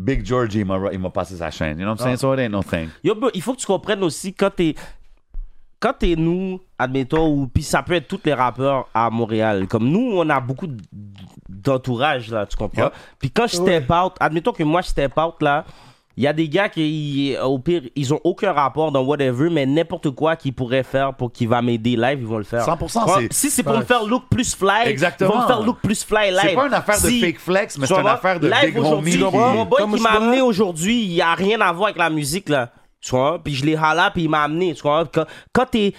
Speaker 4: Big Georgie, il m'a- il m'a passé sa chaîne. You know what I'm saying? So it ain't no thing.
Speaker 6: Yo, bro, il faut que tu comprennes aussi quand t'es. Quand t'es nous, admettons, ou puis ça peut être tous les rappeurs à Montréal. Comme nous, on a beaucoup d- d'entourage, là, tu comprends?
Speaker 4: Yup.
Speaker 6: Puis quand je step out, admettons que moi je step out, là, il y a des gars qui, au pire, ils ont aucun rapport dans whatever, mais n'importe quoi qu'ils pourraient faire pour qu'il va m'aider live, ils vont le faire.
Speaker 4: 100%,
Speaker 6: Tu vois?
Speaker 4: c'est-
Speaker 6: Si c'est pour me faire look plus fly, ils vont
Speaker 4: Exactement.
Speaker 6: me faire look plus fly live.
Speaker 4: C'est pas une affaire de
Speaker 6: Si-
Speaker 4: fake flex, mais
Speaker 6: tu
Speaker 4: c'est une
Speaker 6: vois,
Speaker 4: affaire de
Speaker 6: live
Speaker 4: big homie.
Speaker 6: aujourd'hui,
Speaker 4: qui-
Speaker 6: Mon boy
Speaker 5: Comme
Speaker 6: qui
Speaker 5: je
Speaker 6: m'a
Speaker 5: vois.
Speaker 6: amené aujourd'hui, il a rien à voir avec la musique, là. Tu vois, puis je l'ai râlé, puis il m'a amené. Tu vois, quand, quand t'es.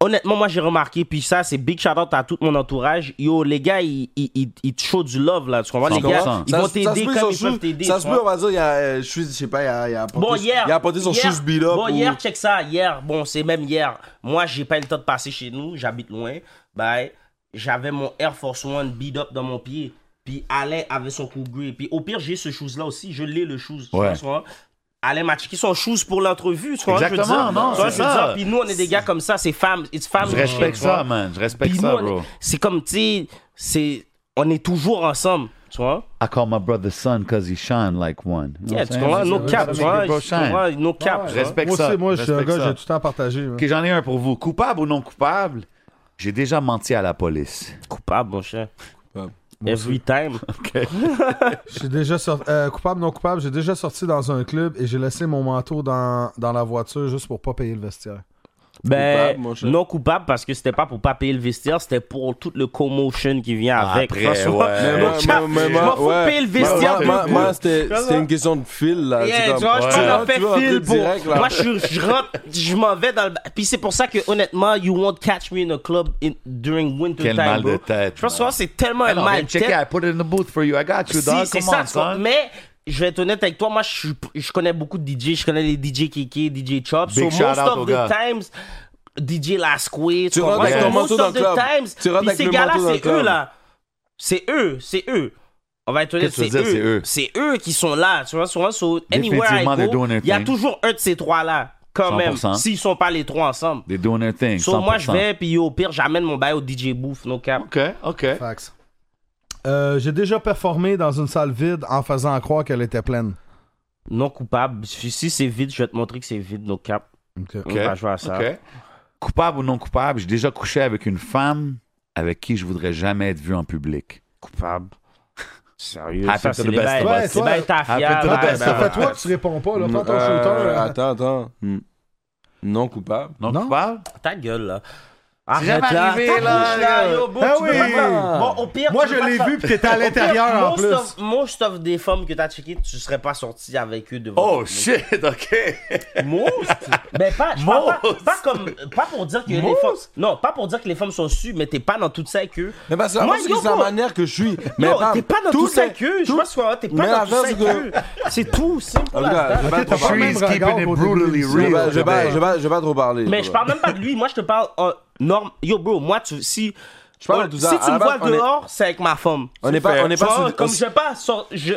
Speaker 6: Honnêtement, moi, j'ai remarqué, puis ça, c'est big shout-out à tout mon entourage. Yo, les gars, ils, ils, ils, ils te show du love, là. Tu comprends? Les
Speaker 4: 100%.
Speaker 6: gars, ils
Speaker 5: Ça
Speaker 6: vont
Speaker 5: se- ça se
Speaker 6: t'aider
Speaker 5: peut,
Speaker 6: comme
Speaker 5: ils
Speaker 6: ils
Speaker 5: sont
Speaker 6: peuvent
Speaker 5: sous-
Speaker 6: t'aider.
Speaker 5: Ça
Speaker 6: tu
Speaker 5: se
Speaker 6: vois.
Speaker 5: peut, on va dire, il y a, euh, je suis- je sais pas, il y a, il y a apporté,
Speaker 6: Bon, hier.
Speaker 5: il a apporté son
Speaker 6: hier-
Speaker 5: shoes beat up.
Speaker 6: Bon,
Speaker 5: ou-
Speaker 6: hier, check ça. Hier, bon, c'est même hier. Moi, j'ai pas eu le temps de passer chez nous. J'habite loin. Ben, j'avais mon Air Force One beat up dans mon pied. Puis Alain avait son coup gris. Puis au pire, j'ai ce shoes-là aussi. Je l'ai, le shoes. tu
Speaker 4: Ouais.
Speaker 6: vois, tu vois. Alain m'a checké son shoes pour l'entrevue. Tu vois, je veux
Speaker 4: Exactement,
Speaker 6: dire.
Speaker 4: non,
Speaker 6: Tu vois,
Speaker 4: c'est
Speaker 6: je veux
Speaker 4: ça.
Speaker 6: dire, Puis nous, on est des gars comme ça. C'est femme. It's family
Speaker 4: Je
Speaker 6: shit,
Speaker 4: respecte
Speaker 6: tu vois.
Speaker 4: ça, man. Je respecte
Speaker 6: Puis nous,
Speaker 4: ça,
Speaker 6: on est-
Speaker 4: bro.
Speaker 6: c'est comme, tu sais, c'est- on est toujours ensemble. Tu vois?
Speaker 4: I call my brother son because he shine like one. You know
Speaker 6: Yeah,
Speaker 4: what
Speaker 6: tu
Speaker 4: I'm
Speaker 6: comprends?
Speaker 4: saying?
Speaker 6: No cap, tu
Speaker 4: Make
Speaker 6: vois?
Speaker 4: your bro
Speaker 6: Tu
Speaker 4: shine.
Speaker 6: comprends? No cap.
Speaker 2: Ouais.
Speaker 6: tu
Speaker 4: Je
Speaker 6: vois.
Speaker 4: respecte
Speaker 2: moi
Speaker 4: ça.
Speaker 2: aussi, moi, je suis un
Speaker 4: Respecte
Speaker 2: gars,
Speaker 4: ça.
Speaker 2: j'ai tout le temps partagé. ouais.
Speaker 4: Ok, j'en ai un pour vous. Coupable ou non coupable? J'ai déjà menti à la police.
Speaker 6: Coupable, mon cher.
Speaker 5: Coupable.
Speaker 6: Every time.
Speaker 2: J'ai déjà sorti. euh, coupable, non coupable, j'ai déjà sorti dans un club et j'ai laissé mon manteau dans, dans la voiture juste pour pas payer le vestiaire.
Speaker 6: Ben,
Speaker 5: Coupable, mon cher.
Speaker 6: non coupable parce que c'était pas pour pas payer le vestiaire, c'était pour toute le commotion qui vient avec.
Speaker 4: Ah, Après,
Speaker 6: François.
Speaker 4: ouais.
Speaker 6: Mon chat, je m'en fous de payer le vestiaire.
Speaker 5: Moi, moi,
Speaker 6: peu.
Speaker 5: moi, c'était c'était une question de fil, là.
Speaker 6: Yeah,
Speaker 5: C'est comme-
Speaker 6: tu vois, je
Speaker 5: tu
Speaker 6: t'en
Speaker 5: vois,
Speaker 6: fais
Speaker 5: tu vois,
Speaker 6: fil
Speaker 5: t'es
Speaker 6: pour.
Speaker 5: direct, là.
Speaker 6: Moi, je, je rentre, je m'en vais dans le. Puis c'est pour ça que, honnêtement, you won't catch me in a club in- during winter
Speaker 4: Quel
Speaker 6: time.
Speaker 4: mal
Speaker 6: bro.
Speaker 4: de tête,
Speaker 6: Je pense que
Speaker 4: man. Ah
Speaker 6: c'est tellement un
Speaker 4: Non,
Speaker 6: mal de
Speaker 4: check it,
Speaker 6: tête.
Speaker 4: I put it in the booth for you. I got you,
Speaker 6: Si,
Speaker 4: dog.
Speaker 6: c'est
Speaker 4: Come
Speaker 6: ça,
Speaker 4: on,
Speaker 6: tu vois.
Speaker 4: son.
Speaker 6: Mais. Je vais être honnête avec toi, moi je, suis- je connais beaucoup de DJ, je connais les DJ Kiki, DJ Chop, so
Speaker 4: Big
Speaker 6: most
Speaker 4: shout-out aux
Speaker 6: of the
Speaker 4: gars.
Speaker 6: times, DJ Lasqué,
Speaker 5: Tu rentres
Speaker 6: comprends?
Speaker 5: avec
Speaker 6: So
Speaker 5: ton
Speaker 6: most
Speaker 5: manteau
Speaker 6: of
Speaker 5: dans le
Speaker 6: the
Speaker 5: club.
Speaker 6: times,
Speaker 5: Tu rentres
Speaker 6: puis
Speaker 5: avec
Speaker 6: ces
Speaker 5: le
Speaker 6: gars-là,
Speaker 5: manteau dans le
Speaker 6: c'est eux
Speaker 5: club.
Speaker 6: là, c'est eux, c'est eux. On va être honnête,
Speaker 4: Qu'est-ce que
Speaker 6: c'est
Speaker 4: tu veux dire,
Speaker 6: eux. C'est eux qui sont là, tu vois, souvent sur Anywhere
Speaker 4: Définitivement,
Speaker 6: I
Speaker 4: they're
Speaker 6: go,
Speaker 4: doing their
Speaker 6: il y a
Speaker 4: thing.
Speaker 6: toujours un de ces trois-là, quand même,
Speaker 4: 100%.
Speaker 6: s'ils sont pas les trois ensemble.
Speaker 4: They're doing their thing.
Speaker 6: So, moi, je
Speaker 4: 100%.
Speaker 6: vais, puis au pire, j'amène mon bail au DJ Booth, no cap.
Speaker 4: OK, OK.
Speaker 2: Fax. Euh, j'ai déjà performé dans une salle vide en faisant croire qu'elle était pleine.
Speaker 6: Non coupable. Si si c'est vide, je vais te montrer que c'est vide, no cap.
Speaker 4: OK.
Speaker 6: On va jouer à ça.
Speaker 4: OK. Coupable ou non coupable, j'ai déjà couché avec une femme avec qui je voudrais jamais être vu en public.
Speaker 6: Coupable. Sérieux,
Speaker 4: Happy
Speaker 6: ça,
Speaker 4: to
Speaker 6: c'est
Speaker 4: the
Speaker 6: les
Speaker 4: best
Speaker 6: bails.
Speaker 4: of
Speaker 2: us.
Speaker 6: c'est
Speaker 2: Ouais,
Speaker 6: les bails
Speaker 2: toi,
Speaker 6: tafia,
Speaker 4: happy to the
Speaker 6: ouais,
Speaker 4: best
Speaker 6: ben
Speaker 2: Ça
Speaker 6: ouais.
Speaker 2: fait toi que tu réponds pas, là. Prends ton
Speaker 5: Euh,
Speaker 2: shooter. là.
Speaker 5: Attends, attends. Hmm. Non coupable.
Speaker 4: Non,
Speaker 2: Non.
Speaker 4: coupable?
Speaker 6: Ta gueule, là.
Speaker 4: jamais
Speaker 6: Arrête, là.
Speaker 4: arrivé, là,
Speaker 6: Ta gueule, yo, bro,
Speaker 2: Ah
Speaker 6: tu peux
Speaker 2: oui.
Speaker 6: pas- Bon, au pire,
Speaker 2: Moi,
Speaker 6: tu
Speaker 2: je
Speaker 6: peux pas
Speaker 2: l'ai
Speaker 6: te-
Speaker 2: vu, puis t'étais à
Speaker 6: Au pire,
Speaker 2: l'intérieur en
Speaker 6: most
Speaker 2: plus.
Speaker 6: of- Most of des femmes que t'as checkées, tu serais pas sorti avec eux devant.
Speaker 4: Oh, shit, OK.
Speaker 6: Mais pas, je parle pas,
Speaker 4: Most.
Speaker 6: pas comme, pas pour dire que les femmes, non, pas pour dire que les femmes sont sues, mais t'es pas dans tout ça avec eux.
Speaker 5: Mais parce que
Speaker 6: Moi,
Speaker 5: moi, c'est
Speaker 6: yo,
Speaker 5: la
Speaker 6: bro.
Speaker 5: manière que je suis. Mais
Speaker 6: Non,
Speaker 5: par-
Speaker 6: t'es pas dans tout, ça
Speaker 5: est-
Speaker 6: avec eux. Je
Speaker 5: tout-
Speaker 6: pense que t'es
Speaker 5: Mais
Speaker 6: pas dans tout ça
Speaker 5: avant,
Speaker 6: avec
Speaker 5: c'est que-
Speaker 6: eux. C'est tout, c'est pour
Speaker 5: En tout cas,
Speaker 6: la
Speaker 5: je vais
Speaker 2: Ok,
Speaker 5: pas
Speaker 2: t'as
Speaker 5: trop
Speaker 2: pas le
Speaker 5: parler.
Speaker 2: même
Speaker 4: Trees keeping
Speaker 2: regard
Speaker 4: it
Speaker 2: au début de
Speaker 4: brutally
Speaker 2: l'émission.
Speaker 5: Je vais
Speaker 4: real.
Speaker 5: pas- je vais pas- je vais pas- je vais pas trop parler.
Speaker 6: Mais je parle même pas de lui. Moi, je te parle en norme. Yo, bro, moi, tu, si.
Speaker 5: Je parle de tout ça.
Speaker 6: Si tu
Speaker 5: À
Speaker 6: me
Speaker 5: la
Speaker 6: vois
Speaker 5: base, on est-
Speaker 6: dehors, c'est avec ma femme.
Speaker 5: On n'est pas- on n'est
Speaker 6: Tu
Speaker 5: pas
Speaker 6: vois,
Speaker 5: sous-
Speaker 6: Comme
Speaker 5: on-
Speaker 6: je vais pas. sor- je,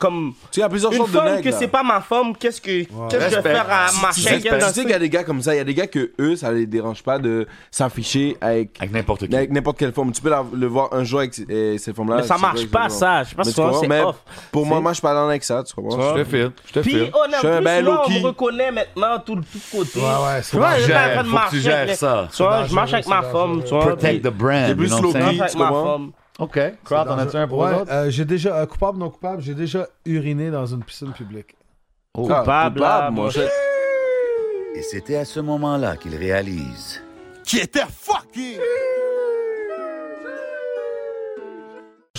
Speaker 6: comme.
Speaker 5: Tu sais, il y a plusieurs
Speaker 6: Une
Speaker 5: sortes de
Speaker 6: femme
Speaker 5: nègres.
Speaker 6: que
Speaker 5: là.
Speaker 6: c'est pas ma femme, qu'est-ce que, qu'est-ce que je vais
Speaker 4: Respect.
Speaker 6: faire à ma
Speaker 5: Tu
Speaker 6: chaîne
Speaker 5: sais
Speaker 6: Ah, dans
Speaker 5: tu sais
Speaker 6: ce-
Speaker 5: qu'il y a des gars comme ça, il y a des gars que eux, ça les dérange pas de s'afficher avec
Speaker 4: Avec n'importe qui.
Speaker 5: avec n'importe quelle forme. Tu peux la- le voir un jour avec euh, cette forme-là.
Speaker 6: Mais ça
Speaker 5: c'est
Speaker 6: marche
Speaker 5: vrai que
Speaker 6: pas,
Speaker 5: je-
Speaker 6: ça. Je pense
Speaker 5: Mais
Speaker 6: que
Speaker 5: tu comprends?
Speaker 6: c'est
Speaker 5: Mais
Speaker 6: off.
Speaker 5: Pour
Speaker 6: C'est-
Speaker 5: moi, moi, je parle en avec ça, tu comprends?
Speaker 4: Je te file, je te
Speaker 6: Puis, oh,
Speaker 4: file.
Speaker 6: on a
Speaker 5: Je suis un
Speaker 6: plus,
Speaker 5: ben
Speaker 6: là, on
Speaker 5: low-key.
Speaker 6: me reconnaît maintenant tout le tout le côté.
Speaker 2: Ouais, ouais, c'est
Speaker 6: Tu vois,
Speaker 2: dangereux.
Speaker 6: je suis en train de
Speaker 4: Faut que tu
Speaker 6: marcher
Speaker 4: gères
Speaker 6: avec-
Speaker 4: ça.
Speaker 6: Tu vois, je
Speaker 2: C'est
Speaker 6: marche avec ma
Speaker 2: dangereux,
Speaker 6: femme,
Speaker 2: c'est
Speaker 6: tu vois.
Speaker 4: Protect the
Speaker 6: puis
Speaker 4: brand,
Speaker 5: plus
Speaker 4: you know what I'm
Speaker 6: je
Speaker 5: low-key.
Speaker 6: marche
Speaker 4: saying?
Speaker 6: avec
Speaker 5: tu
Speaker 6: ma
Speaker 5: comprends?
Speaker 6: femme.
Speaker 4: OK. Crowd, t'en as-tu un pour
Speaker 2: Ouais,
Speaker 4: les autres?
Speaker 2: euh, j'ai déjà, euh, coupable, non coupable, j'ai déjà uriné dans une piscine publique.
Speaker 4: Oh.
Speaker 5: Ah,
Speaker 6: Coupable, là,
Speaker 5: mon
Speaker 6: bon.
Speaker 5: cher.
Speaker 4: Et c'était à ce moment-là qu'il réalise.
Speaker 9: Qui était fucké!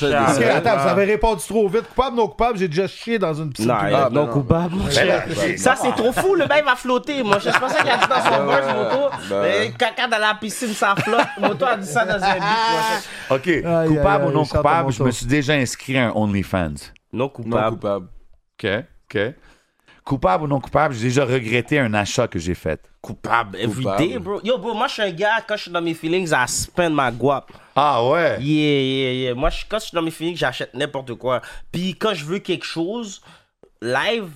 Speaker 6: Ah,
Speaker 2: Ok,
Speaker 6: ouais,
Speaker 2: attends,
Speaker 6: ouais.
Speaker 2: vous avez répondu trop vite. Coupable, non coupable, j'ai déjà chié dans une piscine
Speaker 6: Non,
Speaker 2: publique.
Speaker 5: Ah, ben
Speaker 6: non
Speaker 5: non.
Speaker 6: coupable. mon cher. Ça, c'est trop fou. Le bain va flotter. Moi, je sais pas ça qu'il a dit dans son
Speaker 5: Ouais,
Speaker 6: verse, moto.
Speaker 5: ben
Speaker 6: Euh,
Speaker 5: ouais.
Speaker 6: Caca dans la piscine, ça flotte. Moto a dit ça dans un beat, moi, je-
Speaker 4: OK.
Speaker 2: aïe,
Speaker 4: coupable
Speaker 2: aïe,
Speaker 4: ou non
Speaker 2: Richard
Speaker 4: coupable, je
Speaker 2: Toronto.
Speaker 4: me suis déjà inscrit à un OnlyFans.
Speaker 6: Non
Speaker 5: Non
Speaker 6: coupable.
Speaker 5: coupable.
Speaker 4: OK. OK. Coupable ou non coupable, j'ai déjà regretté un achat que j'ai fait.
Speaker 6: Coupable. Every
Speaker 5: Coupable.
Speaker 6: day, bro. Yo, bro, moi, je suis un gars, quand je suis dans mes feelings, I spend my guap.
Speaker 4: Ah ouais?
Speaker 6: Yeah, yeah, yeah. Moi, je- quand je suis dans mes feelings, j'achète n'importe quoi. Puis quand je veux quelque chose, live,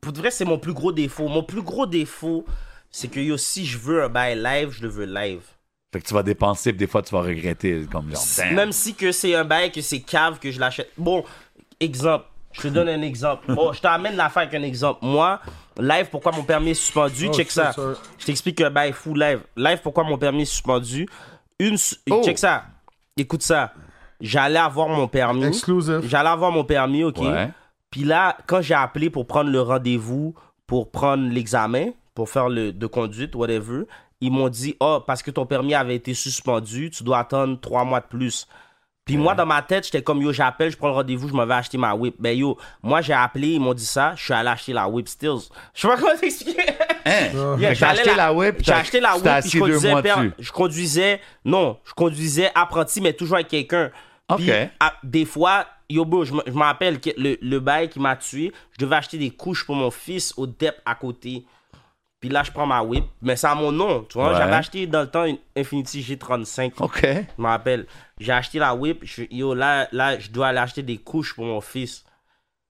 Speaker 6: pour de vrai, c'est mon plus gros défaut. Mon plus gros défaut, c'est que yo, si je veux un bail live, je le veux live.
Speaker 4: Fait que tu vas dépenser, puis des fois, tu vas regretter. Comme genre, damn.
Speaker 6: Même si que c'est un bail, que c'est cave, que je l'achète. Bon, exemple. Je te donne un exemple. Bon, je t'amène l'affaire avec un exemple. Moi, live, pourquoi mon permis est suspendu?
Speaker 2: Oh,
Speaker 6: check
Speaker 2: shit,
Speaker 6: ça.
Speaker 2: sir.
Speaker 6: Je t'explique un bail fou live. Live, pourquoi mon permis est suspendu? Une... su- Check ça. Écoute ça. J'allais avoir mon permis.
Speaker 2: Exclusive.
Speaker 6: J'allais avoir mon permis, OK?
Speaker 4: Ouais.
Speaker 6: Puis là, quand j'ai appelé pour prendre le rendez-vous, pour prendre l'examen, pour faire le de conduite, whatever, ils m'ont dit Ah, parce que ton permis avait été suspendu, tu dois attendre trois mois de plus. Puis moi, dans ma tête, j'étais comme Yo, j'appelle, je prends le rendez-vous, je me vais acheter ma whip. Ben yo, moi, j'ai appelé, ils m'ont dit ça, je suis allé acheter la whip Stills. Je sais pas comment t'expliquer.
Speaker 4: Hein? Fait
Speaker 6: Yeah,
Speaker 4: que t'as
Speaker 6: j'allais
Speaker 4: acheté la whip,
Speaker 6: J'ai acheté la whip,
Speaker 4: T'as
Speaker 6: puis
Speaker 4: assis
Speaker 6: je
Speaker 4: deux
Speaker 6: conduisais,
Speaker 4: mois
Speaker 6: per-
Speaker 4: dessus.
Speaker 6: je conduisais, non, je conduisais apprenti, mais toujours avec quelqu'un. Puis,
Speaker 4: Ok.
Speaker 6: à- des fois, yo bro, je me je me rappelle que le, le bail qui m'a tué, je devais acheter des couches pour mon fils au DEP à côté. Puis là, je prends ma whip, mais c'est à mon nom, tu vois.
Speaker 4: Ouais.
Speaker 6: J'avais acheté dans le temps une Infinity G35.
Speaker 4: OK.
Speaker 6: Je me rappelle, j'ai acheté la whip. Je, yo, là, là, je dois aller acheter des couches pour mon fils.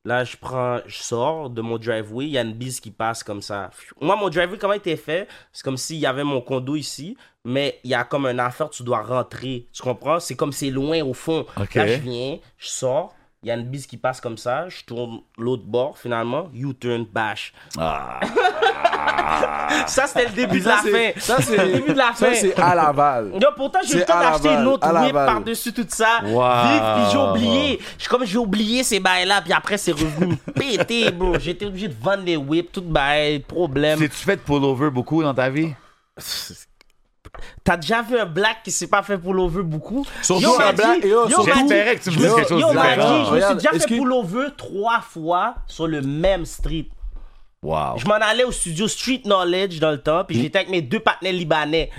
Speaker 6: Là, je prends, je sors de mon driveway. Il y a une bise qui passe comme ça. Moi, mon driveway, comment il était fait C'est comme s'il y avait mon condo ici, mais il y a comme un affaire, tu dois rentrer. Tu comprends C'est comme c'est loin au fond.
Speaker 4: Ok.
Speaker 6: Là, je viens, je sors. Il y a une bise qui passe comme ça. Je tourne l'autre bord, finalement. U-turn, bash.
Speaker 4: Ah.
Speaker 6: Ça, c'était le début de la
Speaker 5: Ça, c'est-
Speaker 6: fin.
Speaker 5: ça, c'est-
Speaker 6: le début de la
Speaker 5: Ça,
Speaker 6: fin.
Speaker 5: c'est à Laval.
Speaker 6: Yo, pourtant, j'ai eu le
Speaker 5: C'est
Speaker 6: temps
Speaker 5: à
Speaker 6: d'acheter
Speaker 5: Laval,
Speaker 6: une autre
Speaker 5: à
Speaker 6: whip
Speaker 5: Laval.
Speaker 6: par-dessus tout ça.
Speaker 4: Wow.
Speaker 6: Vive, puis j'ai oublié. Je suis comme, j'ai oublié ces bails-là, puis après, c'est revenu pété, bro. J'étais obligé de vendre des whips, tout bail, problème.
Speaker 4: T'es-tu fait de pullover beaucoup dans ta vie?
Speaker 6: T'as déjà vu un black qui s'est pas fait pour l'over beaucoup?
Speaker 5: Surtout
Speaker 6: Yo,
Speaker 5: un
Speaker 6: m'a
Speaker 5: black,
Speaker 6: dit-
Speaker 5: yo,
Speaker 6: yo, m'a
Speaker 5: surtout-
Speaker 6: dit-
Speaker 4: J'espérais que tu me dises
Speaker 6: Yo,
Speaker 4: quelque chose
Speaker 6: yo,
Speaker 4: de
Speaker 6: m'a dit,
Speaker 4: différent.
Speaker 6: je me suis
Speaker 5: Regarde,
Speaker 6: déjà
Speaker 5: est-ce que-
Speaker 6: fait pullover trois fois sur le même street.
Speaker 4: Wow.
Speaker 6: Je m'en allais au studio Street Knowledge dans le temps, puis j'étais avec mes deux partenaires libanais.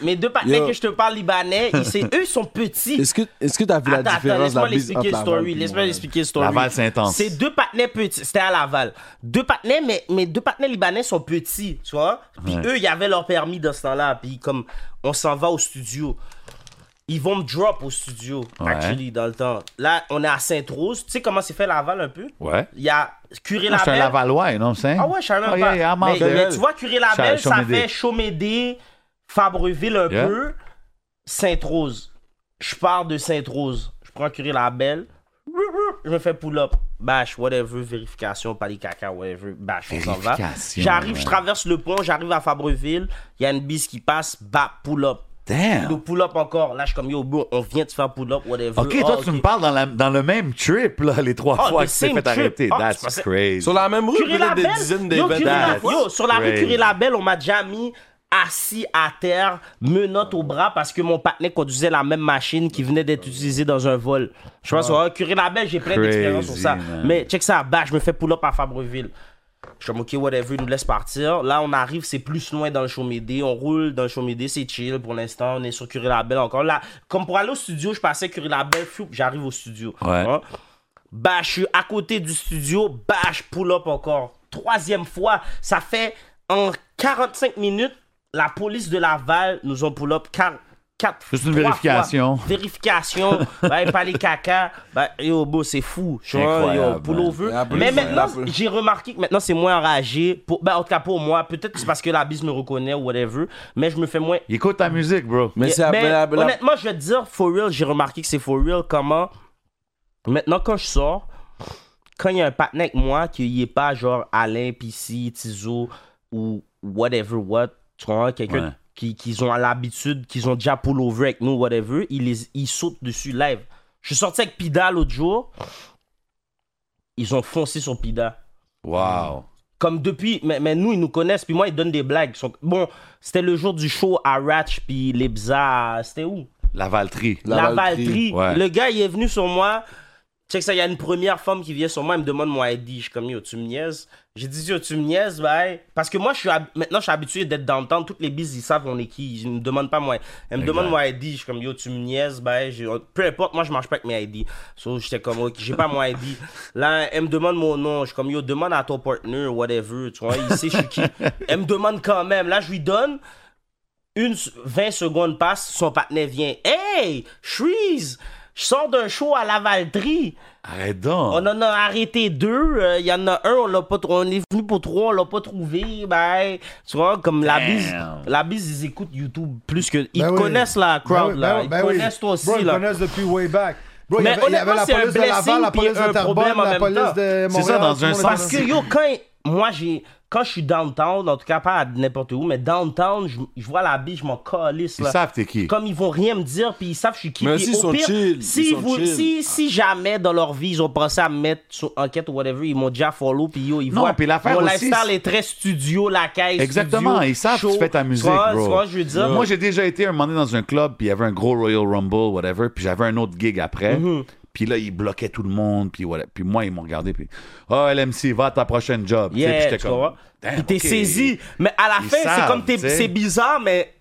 Speaker 6: Mes deux
Speaker 5: Mm.
Speaker 6: partenaires
Speaker 5: Yo.
Speaker 6: que je te parle libanais, ils, c'est- eux ils sont petits.
Speaker 5: Est-ce que, est-ce que t'as vu la
Speaker 6: Attends, attends,
Speaker 5: différence de la
Speaker 6: laisse-moi
Speaker 5: bise Ah, entre
Speaker 6: l'expliquer le
Speaker 5: Laval
Speaker 6: story.
Speaker 5: et
Speaker 6: Laisse-moi
Speaker 5: Montréal?
Speaker 6: l'expliquer le story.
Speaker 4: Laval, c'est intense.
Speaker 6: C'est deux partenaires petits. C'était à Laval. Deux partenaires, mais mes deux partenaires libanais sont petits, tu vois. Puis eux, ils avaient leur permis dans ce temps-là. Puis comme, on s'en va au studio. Ils vont me drop au studio,
Speaker 4: Ouais.
Speaker 6: actually, dans le temps. Là, on est à Sainte-Rose. Tu sais comment c'est fait Laval un peu?
Speaker 4: Ouais. Ah,
Speaker 6: Il y a curé
Speaker 4: Je suis un
Speaker 6: la
Speaker 4: Lavalois, non, c'est?
Speaker 6: ah ouais, je savais même
Speaker 4: Oh,
Speaker 6: pas.
Speaker 4: yeah, yeah, I'm out
Speaker 6: mais,
Speaker 4: there.
Speaker 6: mais tu vois, Curé Label,
Speaker 4: Cha-
Speaker 6: ça
Speaker 4: Chaumédé.
Speaker 6: fait Chaumédé, Fabreville un
Speaker 4: Yeah.
Speaker 6: peu, Sainte-Rose. Je pars de Sainte-Rose. Je prends Curé Label. Je me fais pull-up. Bash, whatever, vérification, pas les caca, whatever. Bash, on s'en va.
Speaker 4: Vérification,
Speaker 6: J'arrive,
Speaker 4: ouais.
Speaker 6: je traverse le pont, j'arrive à Fabreville. Il y a une bise qui passe, bah, pull-up. Le
Speaker 4: Damn.
Speaker 6: pull-up encore. Là, je suis comme, yo, bro, on vient de se faire pull-up, whatever.
Speaker 4: Ok,
Speaker 6: Ah,
Speaker 4: toi, tu
Speaker 6: ok.
Speaker 4: me parles dans, la- dans le même trip, là, les trois
Speaker 6: Oh,
Speaker 4: fois
Speaker 6: the
Speaker 4: que tu t'es
Speaker 6: same
Speaker 4: fait
Speaker 6: trip.
Speaker 4: arrêter.
Speaker 6: Ah,
Speaker 4: That's
Speaker 6: c'est pas ça.
Speaker 4: crazy.
Speaker 5: Sur la même rue,
Speaker 6: Curie
Speaker 5: peut-être
Speaker 6: Label.
Speaker 5: des dizaines
Speaker 6: yo,
Speaker 5: d'événements.
Speaker 6: Curie Label.
Speaker 4: That's
Speaker 6: Yo, sur la rue
Speaker 4: crazy.
Speaker 6: Curie Label, on m'a déjà mis assis à terre, menottes au bras parce que mon partenaire conduisait la même machine qui venait d'être utilisée dans un vol. Je pense que Curie Label, j'ai
Speaker 4: Ah.
Speaker 6: plein
Speaker 4: Crazy,
Speaker 6: d'expérience sur ça.
Speaker 4: man.
Speaker 6: Mais check ça, bah, je me fais pull-up à Fabreville. Je suis comme, OK, whatever, ils nous laisse partir. Là, on arrive, c'est plus loin dans le Chaumédé. On roule dans le Chaumédé, c'est chill pour l'instant. On est sur Curie Label encore. Là, comme pour aller au studio, je passais Curie Label, fiou, j'arrive au studio.
Speaker 4: Ouais.
Speaker 6: Hein? Bah, je suis à côté du studio, bah, je pull up encore. Troisième fois, ça fait en 45 minutes, la police de Laval nous ont pull up 4 quatre
Speaker 4: Juste une
Speaker 6: trois
Speaker 4: vérification.
Speaker 6: fois. Vérification, bah, pas les caca. Bah, yo, bro, c'est fou. Je suis un
Speaker 4: Incroyable,
Speaker 6: yo, pull
Speaker 4: man.
Speaker 6: over.
Speaker 5: La police,
Speaker 6: Mais
Speaker 5: ouais,
Speaker 6: maintenant,
Speaker 5: la police.
Speaker 6: j'ai remarqué que maintenant, c'est moins enragé. Pour, bah, en tout cas, pour moi, peut-être que c'est parce que la bise me reconnaît ou whatever, mais je me fais moins
Speaker 4: Il Écoute ta musique, bro.
Speaker 5: Mais c'est la-
Speaker 6: mais
Speaker 5: la- la-
Speaker 6: honnêtement, je vais te dire, for real, j'ai remarqué que c'est for real comment. Maintenant, quand je sors, quand il y a un partenaire avec moi qui est pas genre Alain, Pissi, Tizo ou whatever what, tu comprends, quelqu'un
Speaker 4: Ouais.
Speaker 6: qui, qu'ils ont l'habitude, qu'ils ont déjà pull over avec nous, whatever, ils, les, ils sautent dessus live. Je suis sorti avec Pida l'autre jour, ils ont foncé sur Pida
Speaker 4: Wow.
Speaker 6: comme depuis, mais, mais nous, ils nous connaissent, puis moi, ils donnent des blagues. Ils sont- bon, c'était le jour du show à Ratch, puis les Bza, c'était où?
Speaker 4: La Valtrie.
Speaker 6: La,
Speaker 5: Laval Tri.
Speaker 6: Valtrie.
Speaker 4: Ouais.
Speaker 6: Le gars, il est venu sur moi. Check ça, il y a une première femme qui vient sur moi, elle me demande mon ID. Je suis comme, yo, tu me niaises. J'ai dit, yo, tu me niaises, bye. Parce que moi, je suis hab- maintenant, je suis habitué d'être dans le temps. Toutes les bises, ils savent on est qui. Ils me demandent pas moi. Elle me
Speaker 4: Exact.
Speaker 6: demande mon ID. Je suis comme, yo, tu me niaises, bye. J'ai- Peu importe, moi, je marche pas avec mes ID. So, j'étais comme, ok, j'ai pas mon ID. Là, elle me demande mon nom. Je suis comme, yo, demande à ton partner, whatever. Tu vois, il sait je suis qui. Elle me demande quand même. Là, je lui donne une s- 20 secondes passe, son partenaire vient. Hey, Shreeze, je sors d'un show à la Valdrie.
Speaker 4: Arrête donc.
Speaker 6: On en a arrêté deux. euh, Il y en a un, on l'a pas trou- On est venu pour trois, on l'a pas trouvé. Ben, tu vois, comme la bise,
Speaker 4: Damn.
Speaker 6: la bise, ils écoutent YouTube plus que. Ils
Speaker 2: Ben oui.
Speaker 6: connaissent la crowd,
Speaker 2: Ben oui,
Speaker 6: là.
Speaker 2: ben oui,
Speaker 6: ils
Speaker 2: ben oui.
Speaker 6: connaissent toi aussi,
Speaker 2: Bro, Ils
Speaker 6: là.
Speaker 2: connaissent depuis way back. Bro, il y
Speaker 6: Mais
Speaker 2: avait- il y avait la
Speaker 6: honnêtement, c'est
Speaker 2: police de
Speaker 6: un
Speaker 2: Laval, la
Speaker 6: blessing,
Speaker 2: police
Speaker 6: puis
Speaker 2: de
Speaker 6: un problème
Speaker 2: Terrebonne,
Speaker 6: en
Speaker 2: la
Speaker 6: même temps.
Speaker 2: police de Montréal.
Speaker 4: C'est ça, dans
Speaker 2: tout
Speaker 4: un
Speaker 2: le monde est
Speaker 4: sens.
Speaker 6: Parce
Speaker 2: dans-
Speaker 6: que yo, quand moi j'ai quand je suis downtown, en tout cas pas à n'importe où, mais downtown, je, je vois la bise, je m'en calisse
Speaker 4: Ils
Speaker 6: là.
Speaker 4: savent t'es qui.
Speaker 6: Comme ils vont rien me dire, puis ils savent je suis qui.
Speaker 5: Mais
Speaker 6: Puis
Speaker 5: s'ils
Speaker 6: au
Speaker 5: sont
Speaker 6: pire,
Speaker 5: chill,
Speaker 6: si,
Speaker 5: ils sont
Speaker 6: vous-
Speaker 5: chill.
Speaker 6: si, si jamais dans leur vie, ils ont pensé à me mettre sur enquête ou whatever, ils m'ont déjà follow, puis yo, ils
Speaker 4: Non,
Speaker 6: voient
Speaker 4: puis l'affaire
Speaker 6: mon
Speaker 4: aussi,
Speaker 6: lifestyle
Speaker 4: c'est-
Speaker 6: est très studio, la caisse,
Speaker 4: Exactement,
Speaker 6: studio,
Speaker 4: ils savent que
Speaker 6: show.
Speaker 4: tu fais ta musique,
Speaker 6: Tu vois-
Speaker 4: bro.
Speaker 6: tu vois, je veux dire,
Speaker 4: Moi, j'ai déjà été un moment donné dans un club, puis il y avait un gros Royal Rumble, whatever, puis j'avais un autre gig après.
Speaker 6: Mm-hmm.
Speaker 4: Puis là, ils bloquaient tout le monde, puis voilà. Puis moi, ils m'ont regardé, puis oh, LMC, va à ta prochaine job. Tu sais, puis
Speaker 6: yeah,
Speaker 4: j'étais
Speaker 6: tu vois.
Speaker 4: Damn,
Speaker 6: Puis t'es
Speaker 4: ok.
Speaker 6: saisi, mais à la
Speaker 4: Ils
Speaker 6: fin, c'est
Speaker 4: savent,
Speaker 6: comme t'es-
Speaker 4: tu sais.
Speaker 6: c'est bizarre, mais